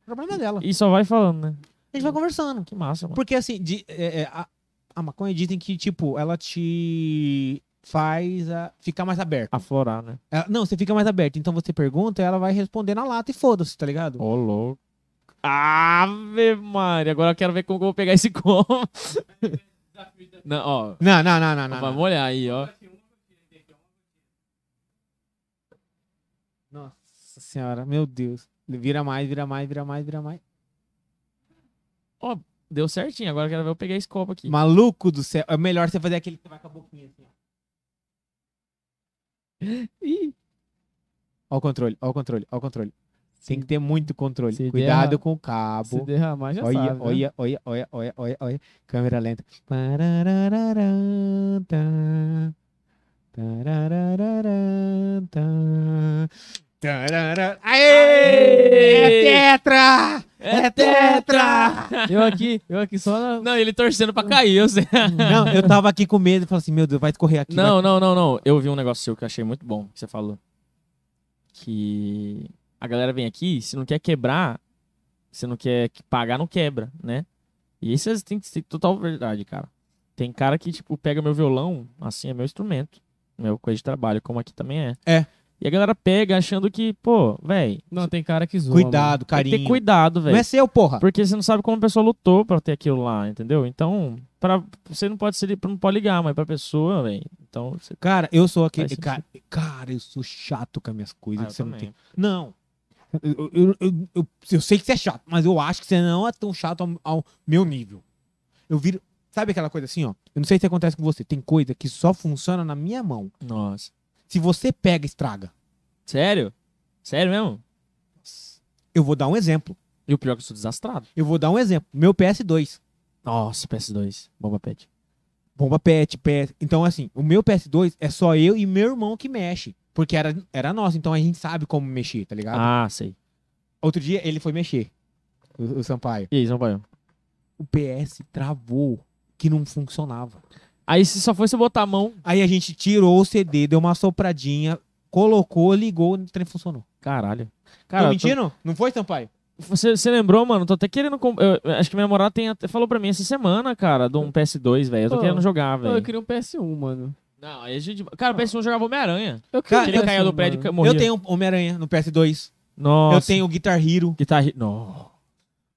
Speaker 1: Problema é dela.
Speaker 2: E só vai falando, né?
Speaker 1: A gente vai conversando.
Speaker 2: Que massa, mano.
Speaker 1: Porque assim, de- é, é, a, a maconha dizem que, tipo, ela te faz a- ficar mais aberto.
Speaker 2: Aflorar, né?
Speaker 1: Ela- não, você fica mais aberto. Então você pergunta ela vai responder na lata e foda-se, tá ligado?
Speaker 2: Ô, louco. Ave Maria, agora eu quero ver como que eu vou pegar esse combo. Não, ó,
Speaker 1: Não, não, não, não, não. não.
Speaker 2: vamos olhar aí, ó.
Speaker 1: Nossa senhora, meu Deus. Vira mais, vira mais, vira mais, vira mais.
Speaker 2: Deu certinho, agora eu quero ver eu pegar esse copo aqui.
Speaker 1: Maluco do céu. É melhor você fazer aquele que vai com a boquinha assim, ó.
Speaker 2: Ih,
Speaker 1: Ó o controle, ó o controle, ó o controle. Tem
Speaker 3: Se-
Speaker 1: que ter muito controle.
Speaker 3: se
Speaker 1: Cuidado
Speaker 3: der-
Speaker 1: com o
Speaker 3: Se
Speaker 1: cabo.
Speaker 3: derramar, já
Speaker 1: olha,
Speaker 3: sabe. né?
Speaker 1: olha, olha, olha, olha, olha, olha. Câmera lenta. Pararararã, tá. Tararararã, tá. Tarará- Aê! É tetra! É tetra!
Speaker 3: Eu aqui, eu aqui só na-
Speaker 2: Não, ele torcendo pra cair, eu sei.
Speaker 1: Não, eu tava aqui com medo. Falei assim, meu Deus, vai escorrer aqui. vai
Speaker 2: Não, não, não, não. Eu vi um negócio seu que eu achei muito bom que você falou. Que a galera vem aqui, se não quer quebrar, se não quer que- pagar, não quebra, né? E isso é- tem que ser total verdade, cara. Tem cara que, tipo, pega meu violão, assim, é meu instrumento. Meu coisa de trabalho, como aqui também é.
Speaker 1: É.
Speaker 2: E a galera pega achando que, pô, velho,
Speaker 3: Não, tem cara que zoa. mano.
Speaker 1: Cuidado,
Speaker 2: tem que
Speaker 1: carinho.
Speaker 2: ter cuidado,
Speaker 1: Não
Speaker 2: velho.
Speaker 1: é seu, porra.
Speaker 2: Porque você não sabe como a pessoa lutou pra ter aquilo lá, entendeu? Então, pra, você não pode, ser, não pode ligar, mas pra pessoa, velho. Então, você.
Speaker 1: Cara, eu sou aquele.
Speaker 2: Faz
Speaker 1: Cara, cara, eu sou chato com as minhas coisas.
Speaker 2: Ah, eu
Speaker 1: que você não,
Speaker 2: também.
Speaker 1: tem. não. Eu, eu, eu, eu, eu sei que você é chato, mas eu acho que você não é tão chato ao, ao meu nível. Eu viro. Sabe aquela coisa assim, ó? Eu não sei se acontece com você. Tem coisa que só funciona na minha mão.
Speaker 2: Nossa.
Speaker 1: Se você pega, estraga.
Speaker 2: Sério? Sério mesmo?
Speaker 1: Eu vou dar um exemplo.
Speaker 2: E o pior é que eu sou desastrado.
Speaker 1: Eu vou dar um exemplo. Meu PS2.
Speaker 2: Nossa, PS2. Bomba pet.
Speaker 1: Bomba pet, pet. Então, assim, o meu PS2 é só eu e meu irmão que mexe. Porque era, era nosso, então a gente sabe como mexer, tá ligado?
Speaker 2: Ah, sei.
Speaker 1: Outro dia ele foi mexer. O, o Sampaio.
Speaker 2: E aí, Zambaio?
Speaker 1: o PS travou, que não funcionava.
Speaker 2: Aí se só foi você botar a mão.
Speaker 1: Aí a gente tirou o CD, deu uma sopradinha, colocou, ligou, o trem funcionou.
Speaker 2: Caralho.
Speaker 1: Cara,
Speaker 2: Cara, eu tô-
Speaker 1: mentindo? Não foi, Sampaio?
Speaker 2: Você, você lembrou, mano? Tô até querendo. comp- eu- eu acho que minha namorada tem até falou pra mim essa semana, cara, de um PS2, velho. Eu tô
Speaker 3: Pô.
Speaker 2: querendo jogar,
Speaker 3: Pô, eu
Speaker 2: velho.
Speaker 3: queria um PS1, mano.
Speaker 2: Não, aí a gente. Cara, o PS1 jogava Homem-Aranha.
Speaker 3: Eu
Speaker 1: Cara,
Speaker 3: queria
Speaker 2: Ele
Speaker 3: um PS1,
Speaker 2: caía do prédio
Speaker 3: mano.
Speaker 2: e morria.
Speaker 1: Eu tenho Homem-Aranha no PS2.
Speaker 2: Nossa.
Speaker 1: Eu tenho Guitar Hero,
Speaker 2: Guitar Hero. Não.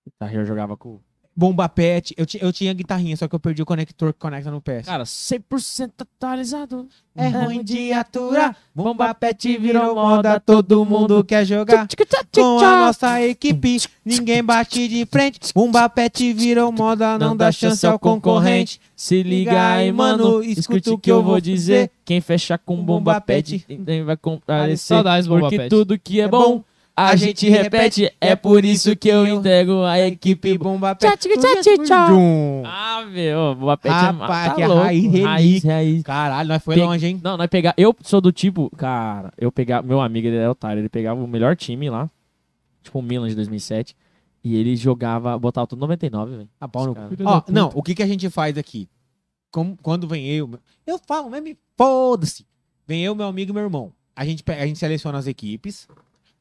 Speaker 2: Guitar Hero jogava com.
Speaker 1: Bomba Pet. Eu, ti- eu tinha guitarrinha, só que eu perdi o conector que conecta no PS.
Speaker 2: Cara, 100% atualizado.
Speaker 1: é
Speaker 2: ruim
Speaker 1: de aturar.
Speaker 2: Bomba Pet virou moda,
Speaker 1: todo
Speaker 2: mundo
Speaker 1: quer jogar. Com a nossa equipe, ninguém bate de frente. Bomba Pet virou moda,
Speaker 2: não dá chance ao concorrente. Se liga aí, mano, escute o que eu vou dizer. Quem fechar com bomba pet, ninguém vai comparecer.
Speaker 3: Saudades, Bomba
Speaker 2: Porque
Speaker 3: Pet.
Speaker 2: tudo que é bom, a gente repete. É por isso que eu entrego a equipe.
Speaker 1: Bomba
Speaker 2: Tchá,
Speaker 1: Pet.
Speaker 2: tchá, tchá, tchá, tchá.
Speaker 1: Dum.
Speaker 2: Ah, meu, bomba pet é ma-
Speaker 1: Rapaz,
Speaker 2: tá
Speaker 1: que é
Speaker 2: louco.
Speaker 1: raiz
Speaker 2: Raiz,
Speaker 1: relíquia.
Speaker 2: raiz.
Speaker 1: Caralho, nós foi
Speaker 2: Tem-
Speaker 1: longe, hein?
Speaker 2: Não, nós pegar. Eu sou do tipo. Cara, eu pegava. Meu amigo, ele era otário. Ele pegava o melhor time lá. Tipo o Milan de 2007. E ele jogava. Botava tudo 99, velho.
Speaker 1: Ah, pau no cu.
Speaker 2: Cara.
Speaker 3: Filho da
Speaker 1: Ó,
Speaker 3: puta.
Speaker 1: não, o que, que a gente faz aqui? Como- quando vem eu, eu falo mesmo, e foda-se. Vem eu, meu amigo e meu irmão. A gente, pe- a gente seleciona as equipes,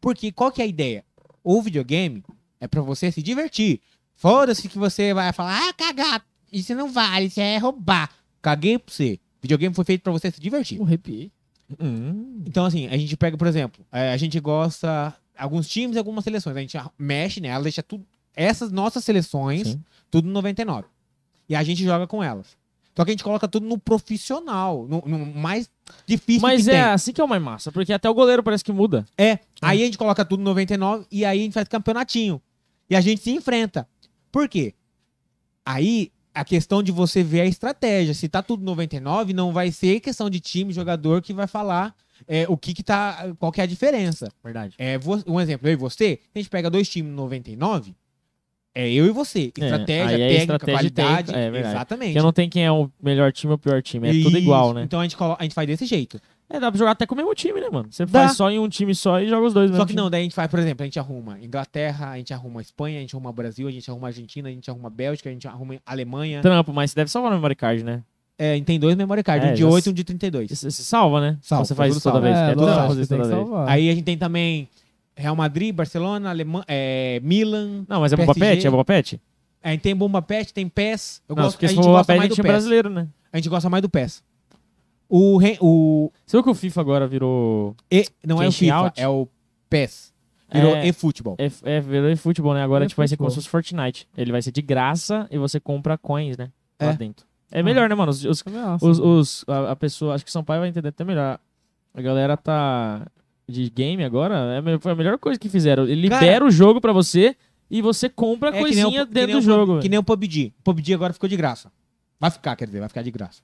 Speaker 1: porque qual que é a ideia? O videogame é pra você se divertir. Foda-se que você vai falar, ah, cagar, isso não vale, isso é roubar. Caguei pra você. Videogame foi feito pra você se divertir.
Speaker 3: Um arrepiei.
Speaker 2: Hum.
Speaker 1: Então, assim, a gente pega, por exemplo, é, a gente gosta alguns times e algumas seleções. A gente a- mexe nela, deixa tudo. Essas nossas seleções,
Speaker 2: Sim.
Speaker 1: tudo no 99. E a gente joga com elas. Só que a gente coloca tudo no profissional, no, no mais difícil
Speaker 2: Mas
Speaker 1: que
Speaker 2: é
Speaker 1: tem.
Speaker 2: assim que é o mais massa, porque até o goleiro parece que muda.
Speaker 1: É, aí a gente coloca tudo no 99 e aí a gente faz campeonatinho. E a gente se enfrenta. Por quê? Aí a questão de você ver a estratégia. Se tá tudo 99, não vai ser questão de time, jogador que vai falar é, o que que tá, qual que é a diferença.
Speaker 2: Verdade.
Speaker 1: É, vo- um exemplo, eu e você, a gente pega dois times no 99, é eu e você.
Speaker 2: É,
Speaker 1: Estratégia,
Speaker 2: aí é
Speaker 1: técnica,
Speaker 2: estratégia e
Speaker 1: qualidade.
Speaker 2: técnica, é verdade.
Speaker 1: exatamente.
Speaker 2: Porque não tem quem é o melhor time ou o pior time, é tudo
Speaker 1: Isso,
Speaker 2: igual, né?
Speaker 1: Então a gente, colo- a gente faz desse jeito.
Speaker 2: É, dá pra jogar até com o mesmo time, né, mano? Você
Speaker 1: Dá.
Speaker 2: faz só em um time só e joga os dois no
Speaker 1: Só
Speaker 2: mesmo
Speaker 1: que não, daí a gente faz, por exemplo, a gente arruma Inglaterra, a gente arruma Espanha, a gente arruma Brasil, a gente arruma Argentina, a gente arruma Bélgica, a gente arruma Alemanha.
Speaker 2: time. Trampo, mas você deve salvar no memory card, né?
Speaker 1: É, e tem dois memory cards,
Speaker 2: É,
Speaker 1: um de
Speaker 2: já
Speaker 1: 8 e um de 32.
Speaker 2: Você você salva, né?
Speaker 1: Salva,
Speaker 2: Ou você faz
Speaker 1: tudo
Speaker 2: isso toda
Speaker 1: salva.
Speaker 2: vez. É,
Speaker 3: É,
Speaker 2: tudo
Speaker 1: lógico,
Speaker 2: salva,
Speaker 3: lógico,
Speaker 2: isso
Speaker 3: tem que
Speaker 2: toda vez.
Speaker 3: salvar.
Speaker 1: Aí a gente tem também Real Madrid, Barcelona, Aleman- é, Milan.
Speaker 2: Não, mas é Bomba
Speaker 1: PSG.
Speaker 2: Pet? É Bomba Pet?
Speaker 1: Aí tem Bomba Pet, tem PES. Eu
Speaker 2: Não,
Speaker 1: gosto,
Speaker 2: porque
Speaker 1: a
Speaker 2: se
Speaker 1: gente
Speaker 2: for Bomba
Speaker 1: gosta
Speaker 2: Pet, a
Speaker 1: mais do
Speaker 2: gente é
Speaker 1: PES.
Speaker 2: brasileiro, né?
Speaker 1: A gente gosta mais do PES. O, re- o
Speaker 2: Você viu que o FIFA agora virou...
Speaker 1: e- não é o
Speaker 2: Cash
Speaker 1: FIFA,
Speaker 2: out?
Speaker 1: é o PES. Virou
Speaker 2: É.
Speaker 1: eFootball.
Speaker 2: É, é, virou futebol, né? Agora,
Speaker 3: É
Speaker 2: tipo, vai ser como
Speaker 3: futebol.
Speaker 2: se fosse Fortnite. Ele vai ser de graça e você compra coins, né? Lá
Speaker 1: É.
Speaker 2: dentro. É melhor, né, mano? Os, os,
Speaker 3: Nossa.
Speaker 2: os, os- a, a pessoa... Acho que São Paulo vai entender até melhor. A galera tá... De game agora, é, me- foi a melhor coisa que fizeram. Ele
Speaker 1: Cara-
Speaker 2: libera o jogo pra você e você compra
Speaker 1: É que nem o-
Speaker 2: coisinha
Speaker 1: que
Speaker 2: dentro
Speaker 1: nem
Speaker 2: do
Speaker 1: o
Speaker 2: jogo.
Speaker 1: Que
Speaker 2: velho.
Speaker 1: nem o PUBG. O PUBG agora ficou de graça. Vai ficar, quer dizer, vai ficar de graça.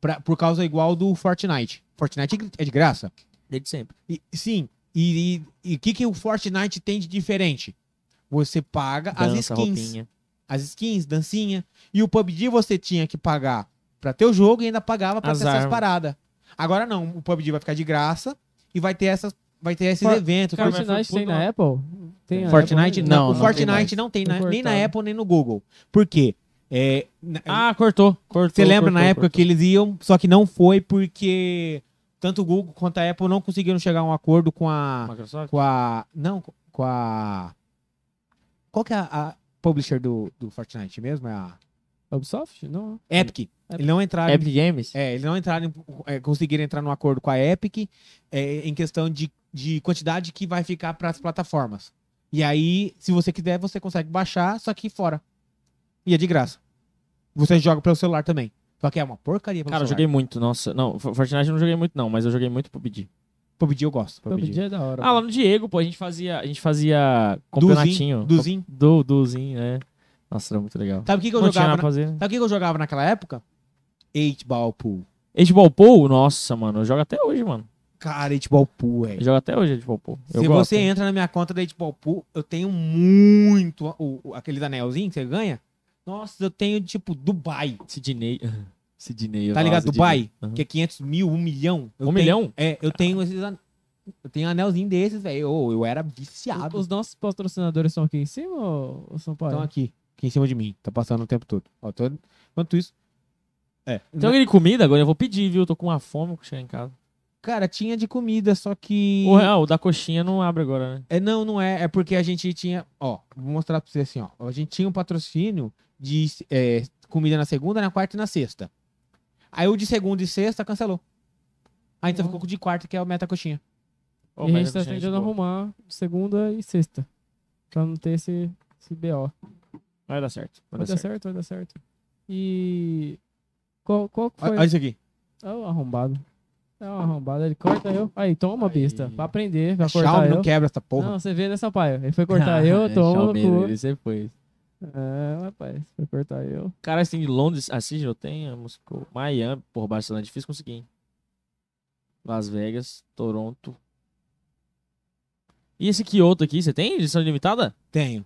Speaker 1: Pra- por causa igual do Fortnite. Fortnite é de graça?
Speaker 2: Desde sempre.
Speaker 1: E- sim. E o que, que o Fortnite tem de diferente? Você paga as
Speaker 2: Dança,
Speaker 1: skins.
Speaker 2: roupinha.
Speaker 1: As skins, dancinha. E o PUBG você tinha que pagar pra ter o jogo e ainda pagava pra
Speaker 2: As
Speaker 1: ter essas
Speaker 2: armas.
Speaker 1: paradas. Agora não, o PUBG vai ficar de graça e vai ter essas. Vai ter esses
Speaker 3: For-
Speaker 1: eventos.
Speaker 2: Cara,
Speaker 1: coisa-
Speaker 3: Fortnite
Speaker 2: foi
Speaker 3: tem
Speaker 2: tudo
Speaker 3: na
Speaker 2: lá.
Speaker 3: Apple? Tem a
Speaker 1: Fortnite
Speaker 3: Apple, né?
Speaker 1: não,
Speaker 6: Não,
Speaker 1: É, o
Speaker 6: não
Speaker 1: Fortnite
Speaker 6: tem
Speaker 1: não tem,
Speaker 3: Foi
Speaker 1: na- nem na
Speaker 3: cortado.
Speaker 1: Apple nem no Google. Por quê? É, na-
Speaker 2: Ah, cortou. cortou
Speaker 1: você lembra
Speaker 2: cortou,
Speaker 1: na época
Speaker 2: cortou.
Speaker 1: que eles iam, só que não foi porque tanto o Google quanto a Apple não conseguiram chegar a um acordo com a
Speaker 2: Microsoft?
Speaker 1: com a não com a qual que é a, a publisher do, do Fortnite mesmo? É a
Speaker 3: Ubisoft? Não.
Speaker 1: Epic. Eles não entraram em-
Speaker 2: Epic Games?
Speaker 1: é, eles não entraram, em- é, conseguiram entrar num acordo com a Epic é, em questão de, de quantidade que vai ficar para as plataformas. E aí, se você quiser, você consegue baixar, só que fora. E é de graça. Você joga pelo celular também. Só que é uma porcaria pelo
Speaker 2: Cara, eu
Speaker 1: celular.
Speaker 2: joguei muito, nossa. Não, For- Fortnite eu não joguei muito, não, mas eu joguei muito PUBG.
Speaker 1: PUBG eu gosto.
Speaker 3: PUBG é da hora.
Speaker 2: Ah, lá no Diego, pô, a gente fazia, a gente fazia é um campeonatinho.
Speaker 1: Duzinho.
Speaker 2: Do, dozinho, é. Nossa, era muito legal.
Speaker 1: Sabe o que, que eu
Speaker 2: não tinha
Speaker 1: jogava?
Speaker 2: nada
Speaker 1: na-
Speaker 2: pra fazer. né?
Speaker 1: Sabe o que, que eu jogava naquela época? Eight Ball Pool.
Speaker 2: Age Ball Pool, nossa, mano, eu jogo até hoje, mano.
Speaker 1: Cara, Eight Ball Pool,
Speaker 2: Eu
Speaker 1: velho.
Speaker 2: jogo até hoje Age Ball Pool. Eu
Speaker 1: Se
Speaker 2: gosto.
Speaker 1: você entra na minha conta da Eight Ball Pool, eu tenho muito o, o- aqueles anelzinhos que você ganha. Nossa, eu tenho, tipo, Dubai.
Speaker 2: Sidney. Sidney.
Speaker 1: Tá ligado? Dubai,
Speaker 2: Aham.
Speaker 1: que é 500 mil, 1 milhão. Eu tenho-
Speaker 2: Um milhão?
Speaker 1: É, eu tenho esses an... Eu tenho anelzinho desses, velho. Ô, eu era viciado.
Speaker 3: Os nossos patrocinadores estão aqui em cima ou ou são
Speaker 1: Estão
Speaker 3: Paulo?
Speaker 1: aqui, aqui em cima de mim. Tá passando o tempo todo. Ó, tô... Enquanto isso... É.
Speaker 2: Tem alguém de comida agora? Eu vou pedir, viu? Eu tô com uma fome quando chegar em casa.
Speaker 1: Cara, tinha de comida, só que...
Speaker 2: O real, o da coxinha não abre agora, né?
Speaker 1: É, não, não é. É porque a gente tinha... Ó, vou mostrar pra você assim, ó. A gente tinha um patrocínio de é, comida na segunda, na quarta e na sexta. Aí o de segunda e sexta cancelou. Aí então
Speaker 3: Ó.
Speaker 1: ficou com o de quarta, que é o Meta Coxinha.
Speaker 2: Ô,
Speaker 3: e a
Speaker 2: mas
Speaker 3: gente tá
Speaker 2: coxinha é de
Speaker 3: tentando
Speaker 2: boa.
Speaker 3: arrumar segunda e sexta. Pra não ter esse, esse BO.
Speaker 2: Vai dar certo. Vai
Speaker 3: Vai
Speaker 2: dar
Speaker 3: dar
Speaker 2: certo.
Speaker 3: certo, vai dar certo. E. Qual, qual que
Speaker 1: Olha,
Speaker 3: foi?
Speaker 1: olha isso aqui.
Speaker 3: É um arrombado. É um arrombado, ele corta eu. Aí, toma, besta. Pra aprender, vai cortar
Speaker 1: Xiaomi
Speaker 3: eu.
Speaker 1: não quebra essa porra.
Speaker 3: Não, você vê nessa paia. Ele foi cortar
Speaker 2: Ah,
Speaker 3: eu, toma no cu.
Speaker 7: Ele sempre foi.
Speaker 3: É, rapaz, foi cortar eu.
Speaker 2: Cara, assim, de Londres, assim, eu tenho, Moscou, Miami, porra, Barcelona, é difícil conseguir, hein? Las Vegas, Toronto. E esse Kyoto aqui, você tem edição limitada?
Speaker 1: Tenho.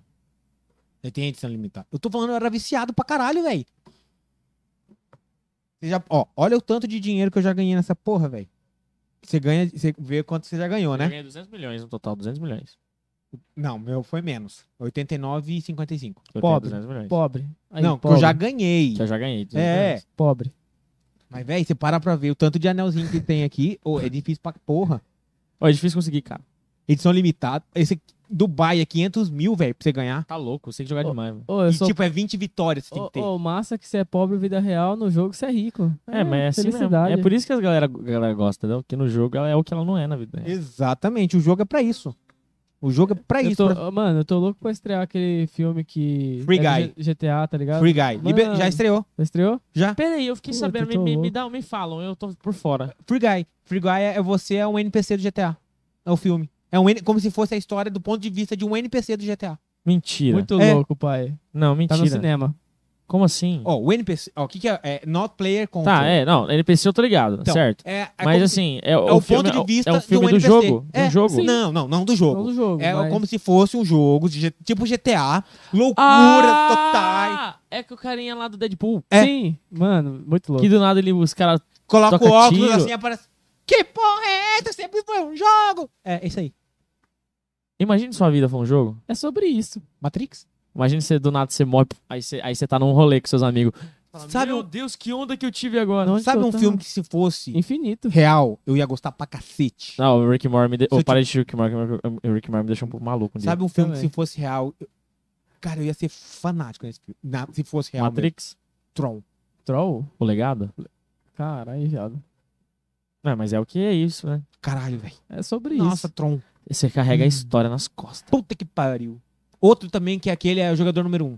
Speaker 1: Eu tenho edição limitada. Eu tô falando, eu era viciado pra caralho, velho. Você já, ó, olha o tanto de dinheiro que eu já ganhei nessa porra, velho. Você ganha, você vê quanto você já ganhou,
Speaker 2: Eu
Speaker 1: né?
Speaker 2: ganhei 200 milhões no total, 200 milhões.
Speaker 1: Não, meu foi menos. 89,55.
Speaker 2: Eu
Speaker 3: Pobre,
Speaker 2: tenho 200 milhões.
Speaker 3: Pobre. Aí,
Speaker 1: Não, que
Speaker 3: pobre,
Speaker 1: eu já ganhei.
Speaker 2: Que eu já ganhei. 200
Speaker 1: É.
Speaker 2: milhões.
Speaker 3: Pobre.
Speaker 1: Mas, velho, você para pra ver o tanto de anelzinho que tem aqui. Ô, é difícil pra porra.
Speaker 2: Ó, é difícil conseguir, cara.
Speaker 1: Edição limitada. Esse Dubai é 500 mil, velho, pra você ganhar.
Speaker 2: Tá louco, você tem que jogar
Speaker 3: Ô,
Speaker 2: demais, velho.
Speaker 3: Ô, eu
Speaker 1: E,
Speaker 3: sou.
Speaker 1: tipo, é 20 vitórias que você tem
Speaker 3: Ô,
Speaker 1: que ter.
Speaker 3: ô, massa que você é pobre, vida real, no jogo você é rico.
Speaker 2: É, mas é assim mesmo.
Speaker 3: felicidade.
Speaker 2: É por isso que a galera, a galera gosta, entendeu? Porque no jogo ela é o que ela não é na vida.
Speaker 1: Exatamente. O jogo é pra isso. O jogo é pra
Speaker 3: Eu
Speaker 1: isso.
Speaker 3: tô-
Speaker 1: pra-
Speaker 3: ô, Mano, eu tô louco pra estrear aquele filme que.
Speaker 1: Free
Speaker 3: é do
Speaker 1: Guy.
Speaker 3: G- GTA, tá ligado?
Speaker 1: Free Guy. Liber-
Speaker 3: Mano.
Speaker 1: Já estreou.
Speaker 3: Já Estreou?
Speaker 1: Já.
Speaker 2: Pera aí, eu fiquei
Speaker 3: Puta,
Speaker 2: sabendo, me,
Speaker 3: tô
Speaker 2: me, me
Speaker 3: louco.
Speaker 2: dá, um, me falam, eu tô por fora.
Speaker 1: Free Guy. Free Guy é é você é um NPC do GTA. É o filme. É um, N- como se fosse a história do ponto de vista de um NPC do GTA.
Speaker 2: Mentira.
Speaker 3: Muito
Speaker 1: É.
Speaker 3: louco, pai.
Speaker 2: Não,
Speaker 3: Tá no
Speaker 2: mentira.
Speaker 3: cinema.
Speaker 2: Como assim?
Speaker 1: Ó, o NPC. Ó, o que, que é? É Not Player Control.
Speaker 2: Tá, é, não, NPC eu tô ligado,
Speaker 1: Então,
Speaker 2: certo.
Speaker 1: É, é
Speaker 2: Mas
Speaker 1: como se-
Speaker 2: assim, é,
Speaker 1: é o, ponto de vista
Speaker 2: é o filme
Speaker 1: de um
Speaker 2: do
Speaker 1: NPC.
Speaker 2: jogo, do
Speaker 1: É,
Speaker 2: jogo.
Speaker 1: sim. Não, não, não do jogo.
Speaker 3: Não do jogo.
Speaker 1: É
Speaker 3: mas-
Speaker 1: como se fosse um jogo, de G- tipo GTA, loucura total.
Speaker 2: ah, é que o carinha lá do Deadpool,
Speaker 1: É.
Speaker 3: Sim, mano, muito louco.
Speaker 2: que do nada ele, os caras...
Speaker 1: Coloca
Speaker 2: Toca
Speaker 1: o óculos
Speaker 2: tiro.
Speaker 1: assim aparece. Que porra é essa? Sempre foi um jogo! É, isso aí.
Speaker 2: Imagina sua vida foi um jogo.
Speaker 3: É sobre isso.
Speaker 1: Matrix?
Speaker 2: Imagina você do nada você morre, aí você, aí você tá num rolê com seus amigos. então tá Fala,
Speaker 1: Sabe
Speaker 2: Meu
Speaker 1: um-
Speaker 2: Deus, que onda que eu tive agora.
Speaker 3: Onde
Speaker 1: Sabe
Speaker 3: que eu
Speaker 1: um
Speaker 3: tava?
Speaker 1: filme que se fosse
Speaker 3: Infinito.
Speaker 1: real, eu ia gostar pra cacete?
Speaker 2: Não, o Rick Moore
Speaker 1: Se
Speaker 2: me
Speaker 1: eu
Speaker 2: deixou.
Speaker 1: te-
Speaker 2: Para de Rick Moore, que o Rick Moore me deixou um pouco maluco. um dia.
Speaker 1: Sabe um filme que
Speaker 3: Também.
Speaker 1: se fosse real, eu- cara, eu ia ser fanático nesse filme. Na- se fosse real, mesmo.
Speaker 2: Matrix?
Speaker 1: Tron.
Speaker 3: é Troll?
Speaker 2: O legado?
Speaker 3: Caralho, viado.
Speaker 2: Não, mas é o que é isso, né?
Speaker 1: Caralho, velho.
Speaker 3: É sobre
Speaker 1: Nossa,
Speaker 3: isso. Hum.
Speaker 1: Tron.
Speaker 2: Você carrega a história nas costas.
Speaker 1: Puta que pariu. Outro também que é aquele é o jogador número um.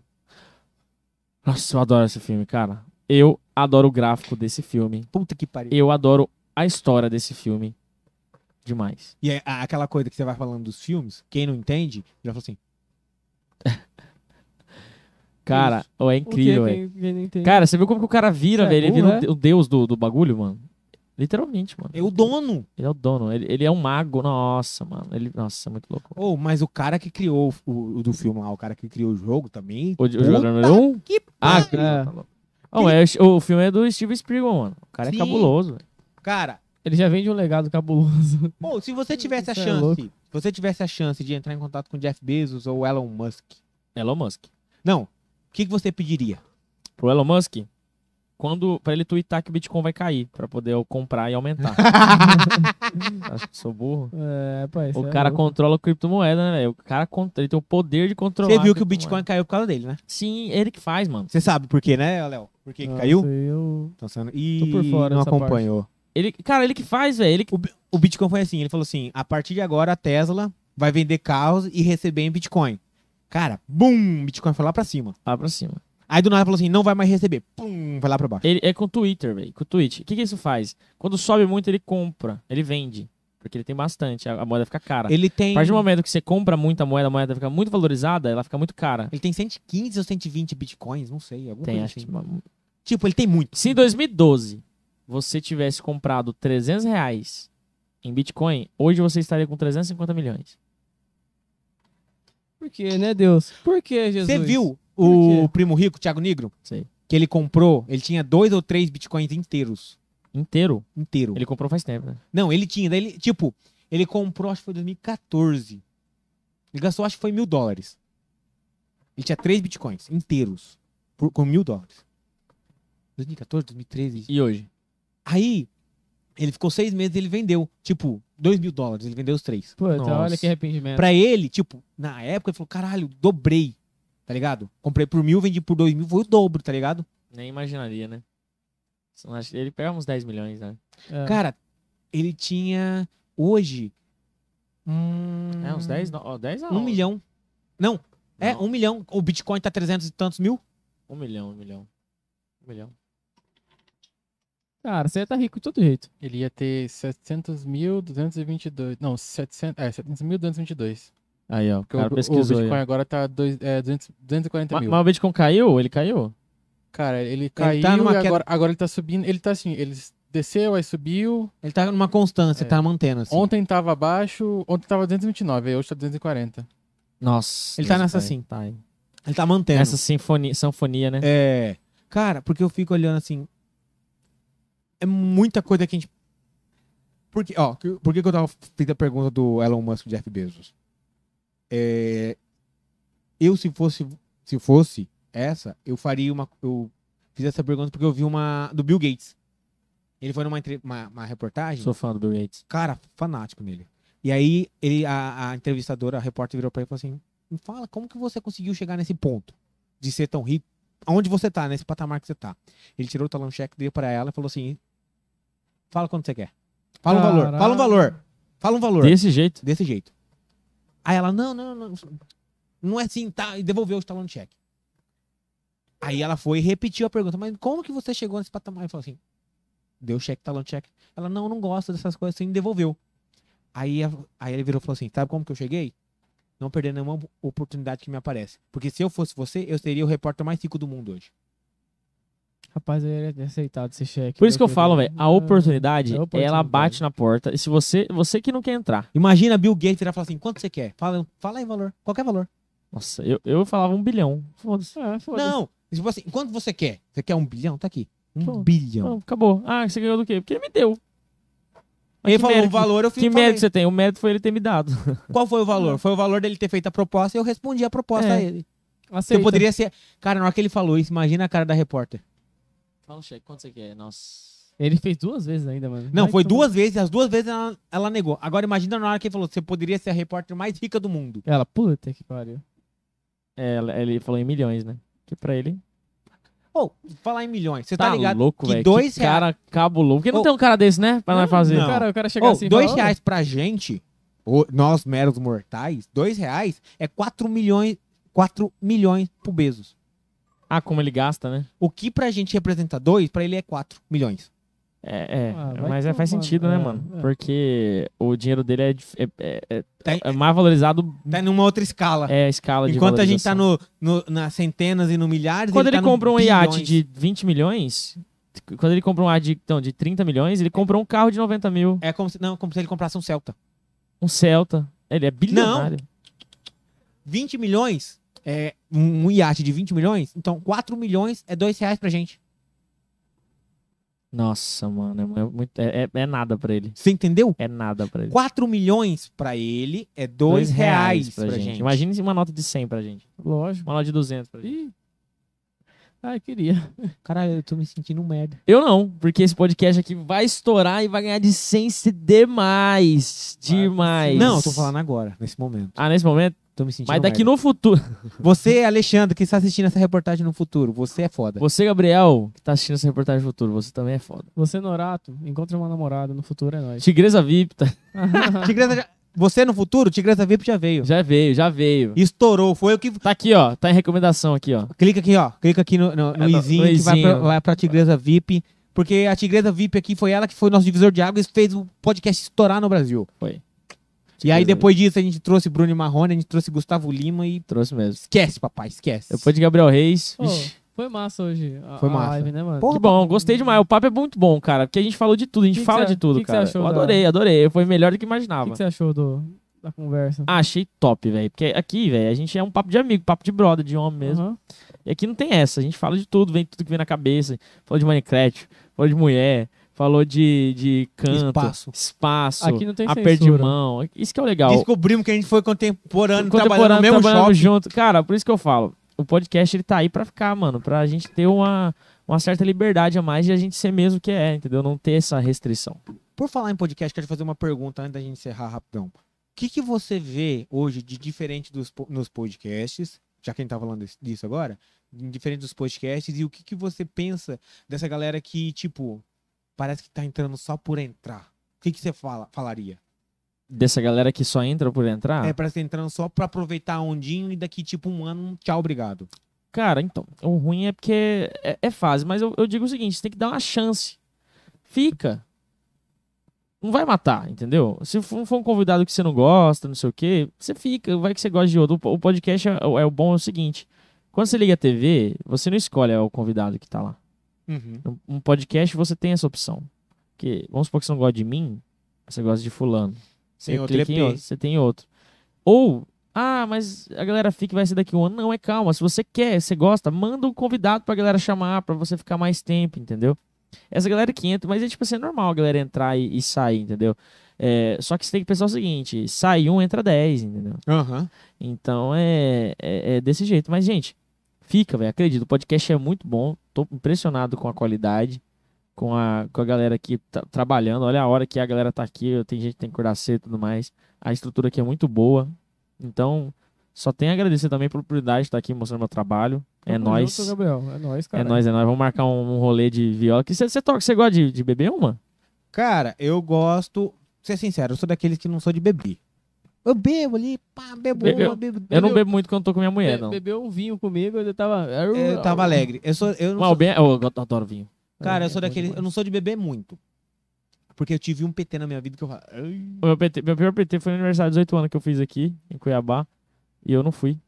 Speaker 2: Nossa, eu adoro esse filme, cara. Eu adoro o gráfico desse filme.
Speaker 1: Puta que pariu.
Speaker 2: Eu adoro a história desse filme. Demais.
Speaker 1: E é a- aquela coisa que você vai falando dos filmes, quem não entende, já fala assim,
Speaker 2: Cara, ó, é
Speaker 3: O que é
Speaker 2: incrível, velho.
Speaker 3: que- que não entende?
Speaker 2: Cara, você viu como que o cara vira,
Speaker 3: Você é
Speaker 2: velho? Ele
Speaker 3: burro,
Speaker 2: vira um
Speaker 3: é?
Speaker 2: de- o deus do, do bagulho, mano. Literalmente, mano.
Speaker 1: é o dono.
Speaker 2: Ele é o dono. Ele, ele é um mago. Nossa, mano. Ele, nossa, é muito louco.
Speaker 1: Ou, mas o cara que criou o, o do filme lá, o cara que criou o jogo também.
Speaker 2: O, o
Speaker 1: puta
Speaker 2: jogador número um?
Speaker 1: que
Speaker 2: Ah,
Speaker 1: pariu.
Speaker 2: Chris, tá louco. Não, é, o filme é do Steve Spielberg, mano. O cara
Speaker 1: Sim.
Speaker 2: é cabuloso. velho.
Speaker 1: Cara,
Speaker 3: Ele já vem de um legado cabuloso.
Speaker 1: ou se você tivesse a
Speaker 3: Isso é
Speaker 1: chance,
Speaker 3: louco.
Speaker 1: se você tivesse a chance de entrar em contato com Jeff Bezos ou Elon Musk.
Speaker 2: Elon Musk.
Speaker 1: Não, o que, que você pediria?
Speaker 2: Pro Elon Musk, quando pra ele twittar que o Bitcoin vai cair, pra poder eu comprar e aumentar. Acho que sou burro.
Speaker 3: É, pai.
Speaker 2: O cara
Speaker 3: com...
Speaker 2: controla a criptomoeda, né, velho? O cara con- ele tem o poder de controlar.
Speaker 1: Você viu
Speaker 2: a
Speaker 1: que o Bitcoin
Speaker 2: criptomoeda.
Speaker 1: caiu por causa dele, né?
Speaker 2: Sim, ele que faz, mano.
Speaker 1: Você sabe por quê, né, Léo? Por que, que caiu?
Speaker 3: Eu...
Speaker 1: Então, você não... Ih,
Speaker 3: Ah, por fora
Speaker 1: não
Speaker 3: dessa parte.
Speaker 1: acompanhou.
Speaker 2: Ele, cara, ele que faz, velho. Ele que...
Speaker 1: O Bitcoin foi assim, ele falou assim, a partir de agora a Tesla vai vender carros e receber em Bitcoin. Cara, bum, Bitcoin foi lá pra cima.
Speaker 2: Ah, pra cima.
Speaker 1: Aí do nada falou assim, não vai mais receber. Pum, vai lá pra baixo.
Speaker 2: Ele é com o Twitter, velho. Com o Twitch. O que, que isso faz? Quando sobe muito, ele compra. Ele vende. Porque ele tem bastante. A, a moeda fica cara.
Speaker 1: Ele
Speaker 2: A
Speaker 1: tem
Speaker 2: partir do momento que você compra muita moeda, a moeda fica muito valorizada, ela fica muito cara.
Speaker 1: ele tem 115 ou 120 Bitcoins, não sei, alguma
Speaker 2: Tem,
Speaker 1: coisa
Speaker 2: acho
Speaker 1: assim.
Speaker 2: que. uma-
Speaker 1: Tipo, ele tem muito.
Speaker 2: Se em 2012 você tivesse comprado 300 reais em Bitcoin, hoje você estaria com 350 milhões.
Speaker 3: Por quê, né, Deus? Por quê, Jesus?
Speaker 1: Você viu
Speaker 3: Por
Speaker 1: o primo rico, Thiago Negro?
Speaker 2: Sei.
Speaker 1: Que ele comprou, ele tinha dois ou três Bitcoins inteiros.
Speaker 2: Inteiro.
Speaker 1: Inteiro.
Speaker 2: Ele comprou faz tempo, né?
Speaker 1: Não, ele tinha, daí ele, tipo, ele comprou, acho que foi em 2014. Ele gastou, acho que foi mil dólares. Ele tinha três bitcoins inteiros por- com mil dólares. 2014, 2013.
Speaker 2: E hoje?
Speaker 1: Aí, ele ficou seis meses e ele vendeu, tipo, dois mil dólares. Ele vendeu os três.
Speaker 3: Pô, então
Speaker 2: Nossa.
Speaker 3: olha que arrependimento.
Speaker 1: Pra ele, tipo, na época, ele falou: caralho, dobrei. Tá ligado? Comprei por mil, vendi por dois mil, foi o dobro, tá ligado?
Speaker 2: Nem imaginaria, né? Você não acha- Ele pega uns 10 milhões, né?
Speaker 3: É.
Speaker 1: Cara, ele tinha hoje. Hum,
Speaker 2: É, uns 10, não, ó, 10 a
Speaker 1: Um milhão. Não, é
Speaker 2: Não.
Speaker 1: um milhão. O Bitcoin tá 300 e tantos mil.
Speaker 2: 1 milhão, 1 milhão. 1 milhão.
Speaker 3: Cara, você tá rico de todo jeito.
Speaker 6: Ele ia ter 700.222. Não, 700, é, 700.222.
Speaker 2: Aí, ó. O
Speaker 6: Porque
Speaker 2: cara
Speaker 6: o, o
Speaker 2: pesquisou. aí, ó.
Speaker 6: Bitcoin agora tá dois, é, 200, 240
Speaker 2: Ma-
Speaker 6: mil.
Speaker 2: mas o Bitcoin caiu? Ele caiu?
Speaker 6: Cara, ele caiu
Speaker 1: numa
Speaker 6: e
Speaker 1: queda-
Speaker 6: agora, agora ele tá subindo. Ele tá assim, ele desceu, aí subiu.
Speaker 1: Ele tá numa constância,
Speaker 6: É.
Speaker 1: tá mantendo assim.
Speaker 6: Ontem tava abaixo, ontem tava 229, aí hoje tá 240.
Speaker 2: Nossa.
Speaker 1: Ele tá
Speaker 2: Deus,
Speaker 1: nessa
Speaker 2: aí,
Speaker 1: sim.
Speaker 2: Tá aí.
Speaker 1: Ele tá mantendo.
Speaker 2: Essa sinfonia, sanfonia, né?
Speaker 1: É. Cara, porque eu fico olhando assim. É muita coisa que a gente. Porque, ó, que- por que, que eu tava fiz a pergunta do Elon Musk e Jeff Bezos? É, eu, se fosse, se fosse essa, eu faria uma. Eu fiz essa pergunta porque eu vi uma. Do Bill Gates. Ele foi numa entre- uma, uma reportagem.
Speaker 2: Sou fã do Bill Gates.
Speaker 1: cara, fanático nele. E aí, ele, a, a entrevistadora, a repórter virou pra ele e falou assim, me fala, como que você conseguiu chegar nesse ponto de ser tão rico? Onde você tá, nesse patamar que você tá? Ele tirou o talão-cheque, deu pra ela e falou assim, fala quanto você quer. Fala um valor, fala um valor, fala um valor.
Speaker 2: Desse jeito.
Speaker 1: Desse jeito. Aí ela, não, não, não, não é assim, tá? E devolveu o talão de cheque. Aí ela foi e repetiu a pergunta, mas como que você chegou nesse patamar? Ele falou assim, deu cheque, talão de cheque. Ela, não, não gosta dessas coisas assim, devolveu. Aí, a- aí ele virou e falou assim, sabe como que eu cheguei? Não perder nenhuma oportunidade que me aparece. Porque se eu fosse você, eu seria o repórter mais rico do mundo hoje.
Speaker 3: Rapaz, eu ia ter aceitado esse cheque.
Speaker 2: Por isso que eu
Speaker 3: queria.
Speaker 2: falo, velho. A
Speaker 3: Ah,
Speaker 2: oportunidade,
Speaker 3: é a oportunidade.
Speaker 2: ela bate na porta. E se você, você que não quer entrar.
Speaker 1: Imagina Bill Gates virar e falar assim, quanto você quer? Fala, fala aí valor, qualquer valor.
Speaker 2: Nossa, eu, eu falava um bilhão. Foda-se.
Speaker 3: Ah, foda-se.
Speaker 1: Não, tipo assim, quanto você quer? Você quer um bilhão? Tá aqui. Um
Speaker 2: Pô,
Speaker 1: bilhão.
Speaker 2: Não, acabou. Ah, você ganhou do quê? Porque ele me deu. Mas
Speaker 1: Ele
Speaker 2: que
Speaker 1: falou
Speaker 2: mérito-
Speaker 1: o valor, eu fiz
Speaker 2: Que mérito você tem? O mérito foi ele ter me dado.
Speaker 1: Qual foi o valor? Foi o valor dele ter feito a proposta e eu respondi a proposta
Speaker 2: É.
Speaker 1: a ele. Você
Speaker 3: Aceita.
Speaker 1: poderia ser. Cara, na hora que ele falou isso, imagina a cara da repórter.
Speaker 5: Fala, cheque, quanto você quer? Nossa.
Speaker 3: Ele fez duas vezes ainda, mano.
Speaker 1: Não,
Speaker 3: Vai
Speaker 1: foi
Speaker 2: então-
Speaker 3: tomar-
Speaker 1: duas vezes, as duas vezes ela, ela negou. Agora imagina na hora que ele falou, você poderia ser a repórter mais rica do mundo.
Speaker 3: Ela, puta que pariu.
Speaker 2: É, ela- ele falou em milhões, né? Que pra ele.
Speaker 1: Ou, falar em milhões, você
Speaker 2: Tá,
Speaker 1: tá, ligado?
Speaker 2: louco,
Speaker 1: que
Speaker 2: velho.
Speaker 1: dois
Speaker 2: que cara cabuloso. Porque não
Speaker 1: Ô.
Speaker 2: tem um cara desse, né? Pra nós fazer.
Speaker 1: Não.
Speaker 3: O cara, o cara chega
Speaker 1: Ou,
Speaker 3: assim e
Speaker 1: dois
Speaker 3: fala, "Ô,
Speaker 1: reais pra gente, ou nós meros mortais, dois reais é quatro milhões, quatro milhões pro Bezos.
Speaker 2: Ah, como ele gasta, né?
Speaker 1: O que pra gente representa dois, pra ele é quatro milhões.
Speaker 2: É, é.
Speaker 3: Ah, vai
Speaker 2: mas é, faz
Speaker 3: tomar-
Speaker 2: sentido, né,
Speaker 3: é,
Speaker 2: mano?
Speaker 3: é.
Speaker 2: Porque o dinheiro dele é, dif- é, é- é-
Speaker 1: Tá, em-
Speaker 2: é mais valorizado,
Speaker 1: tá numa outra escala.
Speaker 2: é a escala de
Speaker 1: Enquanto a gente tá
Speaker 2: valorização.
Speaker 1: no, no- nas centenas e no milhares.
Speaker 2: Quando ele,
Speaker 1: tá no
Speaker 2: compra um
Speaker 1: bilhões.
Speaker 2: iate de 20 milhões, quando ele compra um iate de, não, de 30 milhões, ele comprou um carro de 90 mil,
Speaker 1: É como se, não, como se ele comprasse um Celta.
Speaker 2: um Celta. Ele é bilionário.
Speaker 1: 20 milhões, é, um, um iate de 20 milhões, então 4 milhões é 2 reais pra gente.
Speaker 2: Nossa, mano, é, mu- muito- é- é- é nada pra ele.
Speaker 1: Você entendeu?
Speaker 2: É nada pra ele.
Speaker 1: 4 milhões pra ele é 2
Speaker 2: Dois
Speaker 1: reais, pra, gente.
Speaker 2: Imagina se uma nota de 100 pra gente.
Speaker 3: Lógico.
Speaker 2: Uma nota de 200 pra gente.
Speaker 3: Ih. Ah, eu queria.
Speaker 1: Caralho, eu tô me sentindo um merda.
Speaker 2: Eu não, porque esse podcast aqui vai estourar e vai ganhar de 100 se demais. Demais.
Speaker 1: Não, eu tô falando agora, nesse momento.
Speaker 2: Ah, nesse momento?
Speaker 1: Tô me sentindo um
Speaker 2: Mas daqui
Speaker 1: merda.
Speaker 2: no futuro.
Speaker 1: Você, Alexandre, que está assistindo essa reportagem no futuro, você é foda.
Speaker 2: Você, Gabriel, que tá assistindo essa reportagem no futuro, você também é foda.
Speaker 3: Você, Norato, encontra uma namorada no futuro, é nóis.
Speaker 2: Tigresa VIP tá-
Speaker 1: Tigresa já- Você no futuro, Tigresa VIP já veio.
Speaker 2: já veio, já veio.
Speaker 1: Estourou, foi o que...
Speaker 2: Tá aqui, ó. Tá em recomendação aqui, ó.
Speaker 1: Clica aqui, ó. Clica aqui no, no, no
Speaker 2: É, no-
Speaker 1: izinho
Speaker 2: no
Speaker 1: que vai
Speaker 2: izinho.
Speaker 1: pra, lá pra Tigresa VIP. Porque a Tigresa VIP aqui foi ela que foi nosso divisor de águas e fez o podcast estourar no Brasil. E aí
Speaker 2: Tigresa
Speaker 1: depois disso a gente trouxe Bruno Marrone, a gente trouxe Gustavo Lima e
Speaker 2: VIP. Trouxe mesmo.
Speaker 1: esquece, papai, esquece.
Speaker 2: Depois de Gabriel Reis.
Speaker 3: Pô,
Speaker 2: Vixe,
Speaker 3: foi massa hoje a,
Speaker 1: Foi
Speaker 3: a
Speaker 1: massa.
Speaker 3: live, né, mano?
Speaker 1: Porra,
Speaker 2: que bom, gostei demais. O papo é muito bom, cara. Porque a gente falou de tudo, a gente
Speaker 3: Que que
Speaker 2: fala
Speaker 3: cê-
Speaker 2: de tudo,
Speaker 3: que que cê
Speaker 2: cara.
Speaker 3: achou
Speaker 2: Eu
Speaker 3: da-
Speaker 2: adorei, adorei. Foi melhor do que
Speaker 3: O
Speaker 2: imaginava.
Speaker 3: que, que você achou do, da conversa?
Speaker 2: Ah, achei top, velho. Porque aqui, velho, a gente é um papo de amigo, papo de brother, de homem mesmo.
Speaker 3: Aham.
Speaker 2: E aqui não tem essa. A gente fala de tudo, vem tudo que vem na cabeça. Falou de Minecraft, falou de mulher, falou de, de canto,
Speaker 1: Espaço.
Speaker 2: espaço,
Speaker 3: Aqui não tem
Speaker 2: aperto de
Speaker 3: censura.
Speaker 2: mão. Isso que é o legal.
Speaker 1: Descobrimos que a gente foi contemporâneo, trabalhando no
Speaker 2: Contemporâneo,
Speaker 1: mesmo
Speaker 2: trabalhando
Speaker 1: shopping.
Speaker 2: junto. Cara, por isso que eu falo. O podcast, ele tá aí pra ficar, mano. Pra gente ter uma, uma certa liberdade a mais de a gente ser mesmo o que é, entendeu? Não ter essa restrição.
Speaker 1: Por falar em podcast, quero te fazer uma pergunta antes da gente encerrar rapidão. O que, que você vê hoje de diferente dos, po- nos podcasts, já que a gente tá falando desse- disso agora, de diferente dos podcasts, e o que, que você pensa dessa galera que, tipo, parece que tá entrando só por entrar? O que, que você fala, falaria?
Speaker 2: Dessa galera que só entra por entrar.
Speaker 1: É, parece que tá entrando só pra aproveitar a ondinho e daqui, tipo, um ano, tchau, obrigado.
Speaker 2: Cara, então, o ruim é porque é, é fase, mas eu, eu digo o seguinte: você tem que dar uma chance. Fica. Não vai matar, entendeu? Se for, for um convidado que você não gosta, não sei o quê, você fica, vai que você gosta de outro. O podcast é, é o bom é o seguinte: quando você liga a TV, você não escolhe é, o convidado que tá lá.
Speaker 1: Uhum.
Speaker 2: Num- Num um podcast você tem essa opção. Porque, vamos supor que você não gosta de mim, você gosta de fulano. Você
Speaker 1: Tem outro
Speaker 2: clica em
Speaker 1: EP.
Speaker 2: outro, você tem outro. Ou, ah, mas a galera fica e vai ser daqui um ano. Não, é calma. Se você quer, você gosta, manda um convidado pra galera chamar, pra você ficar mais tempo, entendeu? Essa galera que entra, mas é tipo assim, é normal a galera entrar e, e sair, entendeu? É, só que você tem que pensar o seguinte: sai um, entra dez, entendeu?
Speaker 1: Aham.
Speaker 2: Então é, é, é desse jeito. Mas, gente, fica, velho. Acredito, o podcast é muito bom. Tô impressionado com a qualidade, com a, com a galera aqui tá trabalhando. Olha a hora que a galera tá aqui. Tem gente que tem que acordar cedo e tudo mais. A estrutura aqui é muito boa. Então, só tenho a agradecer também pela oportunidade de estar aqui mostrando meu trabalho. É
Speaker 3: Tamo
Speaker 2: nóis.
Speaker 3: junto, Gabriel. É nóis, cara.
Speaker 2: É nóis, é nóis. Vamos marcar um, um rolê de viola. Que Você toca, você gosta de, de beber uma?
Speaker 1: Cara, eu gosto. Ser sincero, eu sou daqueles que não sou de beber. Eu bebo ali, pá, bebo
Speaker 2: Bebeu?
Speaker 1: uma, bebo.
Speaker 2: Eu não
Speaker 1: bebo.
Speaker 2: bebo muito quando tô com minha mulher,
Speaker 3: Be-
Speaker 2: é, não.
Speaker 3: Bebeu um vinho comigo, ele tava.
Speaker 1: É, Eu tava alegre. Eu sou, eu não
Speaker 2: Mas
Speaker 3: um
Speaker 2: o
Speaker 1: sou-
Speaker 2: bem- eu adoro vinho.
Speaker 1: cara, eu
Speaker 3: é
Speaker 1: sou
Speaker 3: bom
Speaker 1: daquele.
Speaker 3: demais.
Speaker 1: Eu não sou de beber muito. Porque eu tive um PT na minha vida que eu falo. "Ai".
Speaker 2: O meu, PT, meu pior PT foi no aniversário de 18 anos que eu fiz aqui, em Cuiabá. E eu não fui.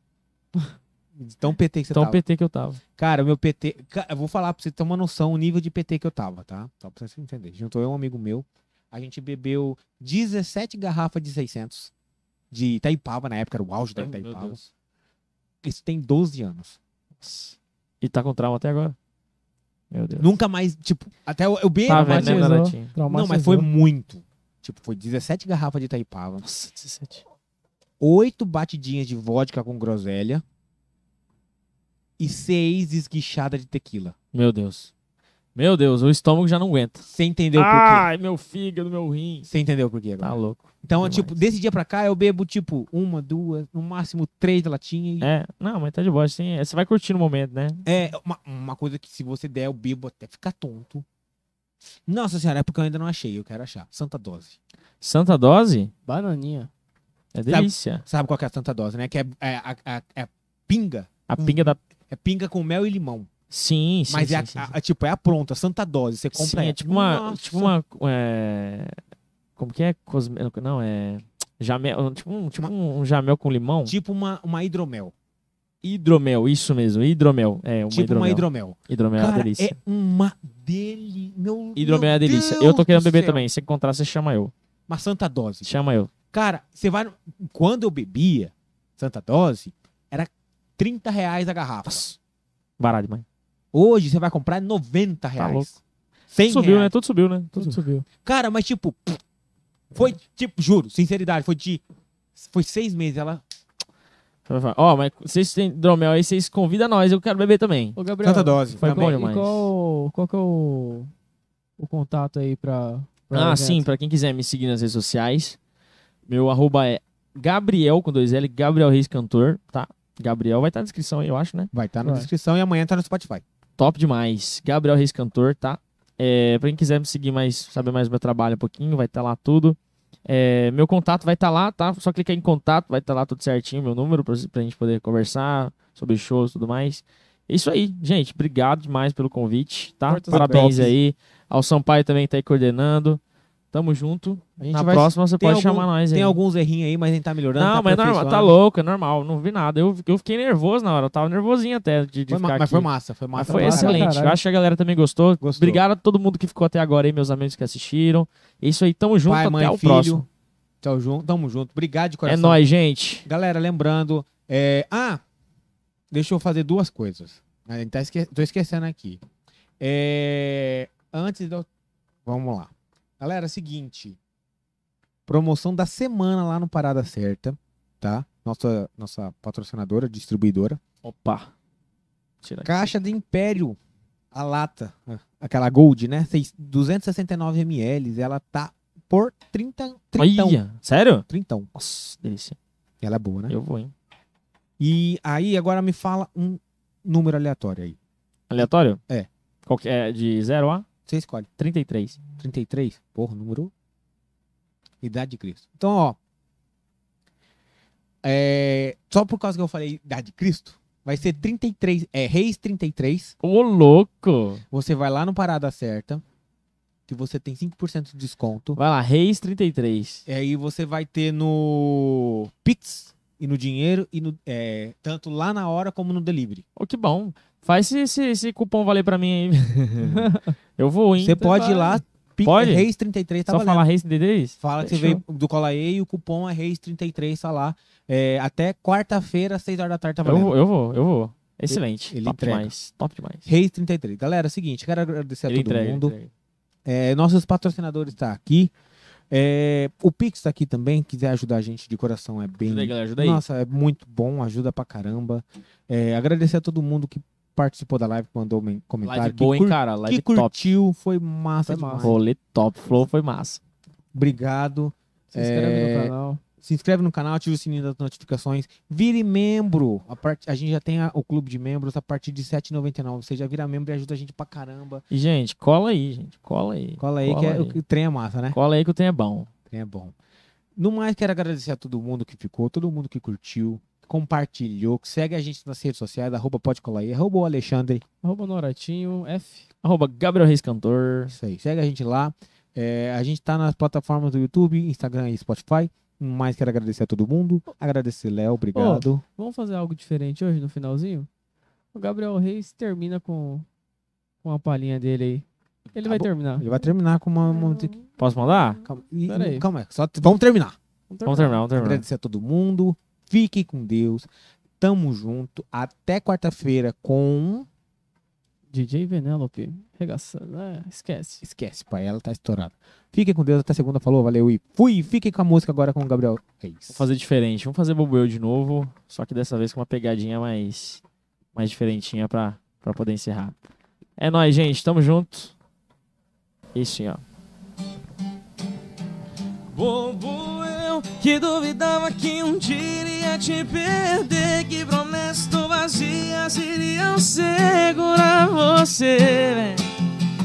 Speaker 1: de Tão PT que você
Speaker 2: Então
Speaker 1: tava.
Speaker 2: PT que eu tava.
Speaker 1: Cara, o meu PT. Ca- Eu vou falar pra você ter uma noção, o nível de PT que eu tava, tá? Só pra você entender. Juntou eu e um amigo meu. A gente bebeu 17 garrafas de 600 de Itaipava, na época era o auge da
Speaker 2: Ai, meu
Speaker 1: Itaipava.
Speaker 2: Deus.
Speaker 1: Isso tem 12 anos.
Speaker 2: E tá com trauma até agora. Meu Deus.
Speaker 1: Nunca mais, tipo, até eu, eu bebo,
Speaker 2: Tá
Speaker 1: mas,
Speaker 2: vendo, né,
Speaker 3: traumatizou,
Speaker 2: Donatinho?
Speaker 1: não, mas foi muito. Tipo, foi 17 garrafas de Itaipava,
Speaker 2: Nossa, 17.
Speaker 1: 8 batidinhas de vodka com groselha e 6 esguichadas de tequila.
Speaker 2: Meu Deus. Meu Deus, o estômago já não aguenta.
Speaker 1: Você entendeu por quê?
Speaker 2: Ai, meu fígado, meu rim.
Speaker 1: Você entendeu por quê agora?
Speaker 2: Tá louco.
Speaker 1: Então,
Speaker 2: Demais.
Speaker 1: tipo, desse dia pra cá eu bebo, tipo, uma, duas, no máximo três latinhas. e-
Speaker 2: É, não, mas tá de boa. Assim, é, você vai curtir no momento, né?
Speaker 1: É, uma, uma coisa que se você der, eu bebo até ficar tonto. Nossa senhora, é porque eu ainda não achei, eu quero achar. Santa dose.
Speaker 2: Santa dose
Speaker 3: Bananinha.
Speaker 2: é delícia.
Speaker 1: Sabe qual que é a santa dose, né? Que é, é, a- a- é pinga.
Speaker 2: A pinga da.
Speaker 1: É pinga com mel e limão.
Speaker 2: Sim, sim.
Speaker 1: Mas
Speaker 2: sim,
Speaker 1: é, a-
Speaker 2: sim,
Speaker 1: a-
Speaker 2: sim.
Speaker 1: a- tipo, é a pronta, santa dose. Você compra
Speaker 2: Sim, é
Speaker 1: ela.
Speaker 2: tipo uma.
Speaker 1: Nossa.
Speaker 2: Tipo uma. é, Como que é? Cosme... Não, é. Jamel. Tipo, um, tipo um jamel com limão.
Speaker 1: Tipo uma, uma hidromel.
Speaker 2: Hidromel, isso mesmo, hidromel. É, uma
Speaker 1: tipo
Speaker 2: hidromel.
Speaker 1: uma hidromel.
Speaker 2: Hidromel é uma
Speaker 1: Cara,
Speaker 2: delícia.
Speaker 1: é uma delícia. Meu,
Speaker 2: Hidromel é
Speaker 1: meu
Speaker 2: uma delícia.
Speaker 1: Deus
Speaker 2: Eu tô querendo
Speaker 1: do
Speaker 2: beber
Speaker 1: céu.
Speaker 2: também. Se encontrar, você chama eu.
Speaker 1: Uma santa dose.
Speaker 2: Chama eu.
Speaker 1: Cara, você vai. no- Quando eu bebia Santa Dose, era 30 reais a garrafa.
Speaker 2: Barato demais.
Speaker 1: Hoje você vai comprar 90 reais.
Speaker 2: Tá louco.
Speaker 1: 100
Speaker 2: subiu, né?
Speaker 1: reais.
Speaker 2: Tudo subiu, né? Tudo
Speaker 3: Tudo
Speaker 2: subiu.
Speaker 3: subiu.
Speaker 1: Cara, mas tipo. Foi, tipo, juro, sinceridade, foi de. Foi seis meses. Ela.
Speaker 2: Vai falar, Ó, mas vocês têm hidromel aí, vocês convidam nós, eu quero beber também.
Speaker 3: Ô, Gabriel.
Speaker 1: Santa Dose.
Speaker 2: Foi
Speaker 1: tá
Speaker 2: bom
Speaker 1: bem.
Speaker 3: e
Speaker 2: demais.
Speaker 3: Qual, qual que é o, o contato aí pra. pra
Speaker 2: ah,
Speaker 3: evento?
Speaker 2: sim, pra quem quiser me seguir nas redes sociais, meu arroba é Gabriel com dois L, Gabriel Reis Cantor, tá? Gabriel vai estar na descrição aí, eu acho, né?
Speaker 1: Vai estar na
Speaker 3: Vai.
Speaker 1: descrição e amanhã tá no Spotify.
Speaker 2: Top demais. Gabriel Reis Cantor, tá? É, pra quem quiser me seguir mais, saber mais do meu trabalho um pouquinho, vai estar lá tudo. É, meu contato vai estar lá, tá? Só clicar em contato, vai estar lá tudo certinho, meu número, pra, pra gente poder conversar sobre shows e tudo mais. É Isso aí, gente. Obrigado demais pelo convite, tá?
Speaker 3: Portas
Speaker 2: Parabéns
Speaker 3: abertas.
Speaker 2: aí. Ao Sampaio também que tá aí coordenando. Tamo junto.
Speaker 1: A gente
Speaker 2: Na
Speaker 1: vai-
Speaker 2: próxima você
Speaker 1: tem
Speaker 2: pode
Speaker 1: algum-
Speaker 2: chamar nós aí.
Speaker 1: Tem alguns errinhos aí, mas a gente tá melhorando.
Speaker 2: Não,
Speaker 1: tá
Speaker 2: mas é normal, tá
Speaker 1: aperfeiçoando.
Speaker 2: louco, é normal. Não vi nada. Eu, eu fiquei nervoso na hora. Eu tava nervosinho até de, de
Speaker 1: Foi ma-
Speaker 2: ficar
Speaker 1: mas
Speaker 2: aqui.
Speaker 1: foi massa, foi massa.
Speaker 2: Mas Ah, foi
Speaker 3: massa pra
Speaker 2: excelente.
Speaker 3: caralho.
Speaker 2: Eu acho que a galera também gostou.
Speaker 1: Gostou.
Speaker 2: Obrigado a todo mundo que ficou até agora aí, meus amigos que assistiram. É Isso aí, tamo junto,
Speaker 1: Pai, mãe,
Speaker 2: até o
Speaker 1: filho.
Speaker 2: próximo.
Speaker 1: Tamo junto, tamo junto. Obrigado de
Speaker 2: É
Speaker 1: coração.
Speaker 2: nóis, gente.
Speaker 1: Galera, lembrando. é, Ah, deixa eu fazer duas coisas. A gente tá esque... Tô esquecendo aqui. É, Antes do. Vamos lá. Galera, é seguinte. Promoção da semana lá no Parada Certa, tá? Nossa, nossa patrocinadora, distribuidora.
Speaker 2: Opa. Tira aqui.
Speaker 1: Caixa do Império, a lata, aquela Gold, né? Seis- 269 ml, ela tá por 30, trintão.
Speaker 2: Olha, sério?
Speaker 1: Trintão.
Speaker 2: Nossa, delícia.
Speaker 1: Ela é boa, né?
Speaker 2: Eu vou, hein.
Speaker 1: E aí, agora me fala um número aleatório aí.
Speaker 2: Aleatório?
Speaker 1: É.
Speaker 2: Qual que é? De 0 a
Speaker 1: Você escolhe.
Speaker 2: 33.
Speaker 1: 33? Porra, número. Idade de Cristo. Então, ó. É, só por causa que eu falei idade de Cristo, vai ser 33. É Reis 33.
Speaker 2: Ô, louco.
Speaker 1: Você vai lá no Parada Certa, que você tem 5% de desconto.
Speaker 2: Vai lá, Reis 33.
Speaker 1: E aí você vai ter no Pix e no dinheiro, e no, é, tanto lá na hora como no delivery.
Speaker 2: Ô, que bom. Faz esse, esse, esse cupom valer pra mim aí. eu vou, hein.
Speaker 1: Você pode ir lá, Pix,
Speaker 2: Pode?
Speaker 1: Reis 33 tá
Speaker 2: Só
Speaker 1: valendo.
Speaker 2: falar Reis 33?
Speaker 1: Fala que você
Speaker 2: Fechou.
Speaker 1: veio do Colaê e o cupom é Reis33, tá lá. É, até quarta-feira, às 6 horas da tarde, tá
Speaker 2: Eu
Speaker 1: valendo.
Speaker 2: vou, eu vou, eu vou. Excelente.
Speaker 1: ele
Speaker 2: Top
Speaker 1: entrega.
Speaker 2: demais. Top demais.
Speaker 1: Reis33. Galera, é o seguinte, quero agradecer a
Speaker 2: Ele
Speaker 1: todo
Speaker 2: entrega, ele
Speaker 1: mundo.
Speaker 2: entrega.
Speaker 1: É, nossos patrocinadores tá aqui. É, o Pix tá aqui também, quiser ajudar a gente de coração, é bem...
Speaker 2: Ajuda aí, galera, ajuda aí.
Speaker 1: Nossa, é muito bom, ajuda pra caramba. É, agradecer a todo mundo que participou da live, que mandou men- comentário,
Speaker 2: live
Speaker 1: que,
Speaker 2: boa, hein,
Speaker 1: cur-
Speaker 2: cara?
Speaker 1: que
Speaker 2: Live top.
Speaker 1: curtiu, foi massa
Speaker 3: Foi massa.
Speaker 1: demais.
Speaker 2: Rolê top. Flow foi massa.
Speaker 1: Obrigado.
Speaker 3: Se inscreve
Speaker 1: É,
Speaker 3: no canal.
Speaker 1: se inscreve no canal, ativa o sininho das notificações, vire membro. A, part... a gente já tem a- o clube de membros a partir de R$ 7,99. Você já vira membro e ajuda a gente pra caramba.
Speaker 2: E, gente, cola aí, gente. Cola aí.
Speaker 1: Cola aí que é- o que- o trem é massa, né?
Speaker 2: Cola aí que o trem é bom.
Speaker 1: O trem é bom. No mais, quero agradecer a todo mundo que ficou, todo mundo que curtiu, que compartilhou, que segue a gente nas redes sociais, arroba pode colar aí, arroba o Alexandre.
Speaker 3: Arroba Noratinho F.
Speaker 2: Arroba Gabriel Reis Cantor.
Speaker 1: Isso aí, segue a gente lá. É, a gente tá nas plataformas do YouTube, Instagram e Spotify. No mais, quero agradecer a todo mundo. Agradecer, Léo, obrigado.
Speaker 3: Vamos fazer algo diferente hoje no finalzinho? O Gabriel Reis termina com, com a palhinha dele aí. Ele
Speaker 1: Tá
Speaker 3: vai
Speaker 1: bom.
Speaker 3: terminar.
Speaker 1: Ele vai terminar com uma. uma...
Speaker 2: Posso mandar?
Speaker 1: Calma, e-
Speaker 3: Pera aí.
Speaker 1: calma aí, só vamos terminar.
Speaker 2: Vamos terminar, vamos terminar.
Speaker 1: Agradecer a todo mundo. Fiquem com Deus. Tamo junto. Até quarta-feira com.
Speaker 3: DJ Venelope. Regaçando. É, esquece.
Speaker 1: Esquece, pai. Ela tá estourada. Fiquem com Deus. Até segunda. Falou, valeu e fui. Fiquem com a música agora com o Gabriel É Reis.
Speaker 2: Vamos fazer diferente. Vamos fazer Bobo Eu de novo. Só que dessa vez com uma pegadinha mais, mais diferentinha pra, pra poder encerrar.
Speaker 8: É nóis, gente. Tamo junto. E sim, ó.
Speaker 2: Bobo eu que duvidava que um dia iria te perder Que promessas tão vazias iriam segurar você véi.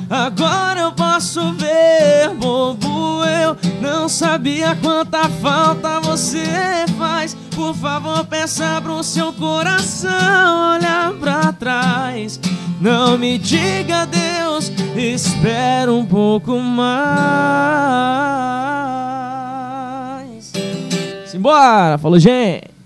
Speaker 2: Agora eu posso ver, bobo eu Não sabia quanta falta você faz Por favor peça pro seu coração olhar pra trás Não me diga Deus, espera um pouco mais Simbora, falou gente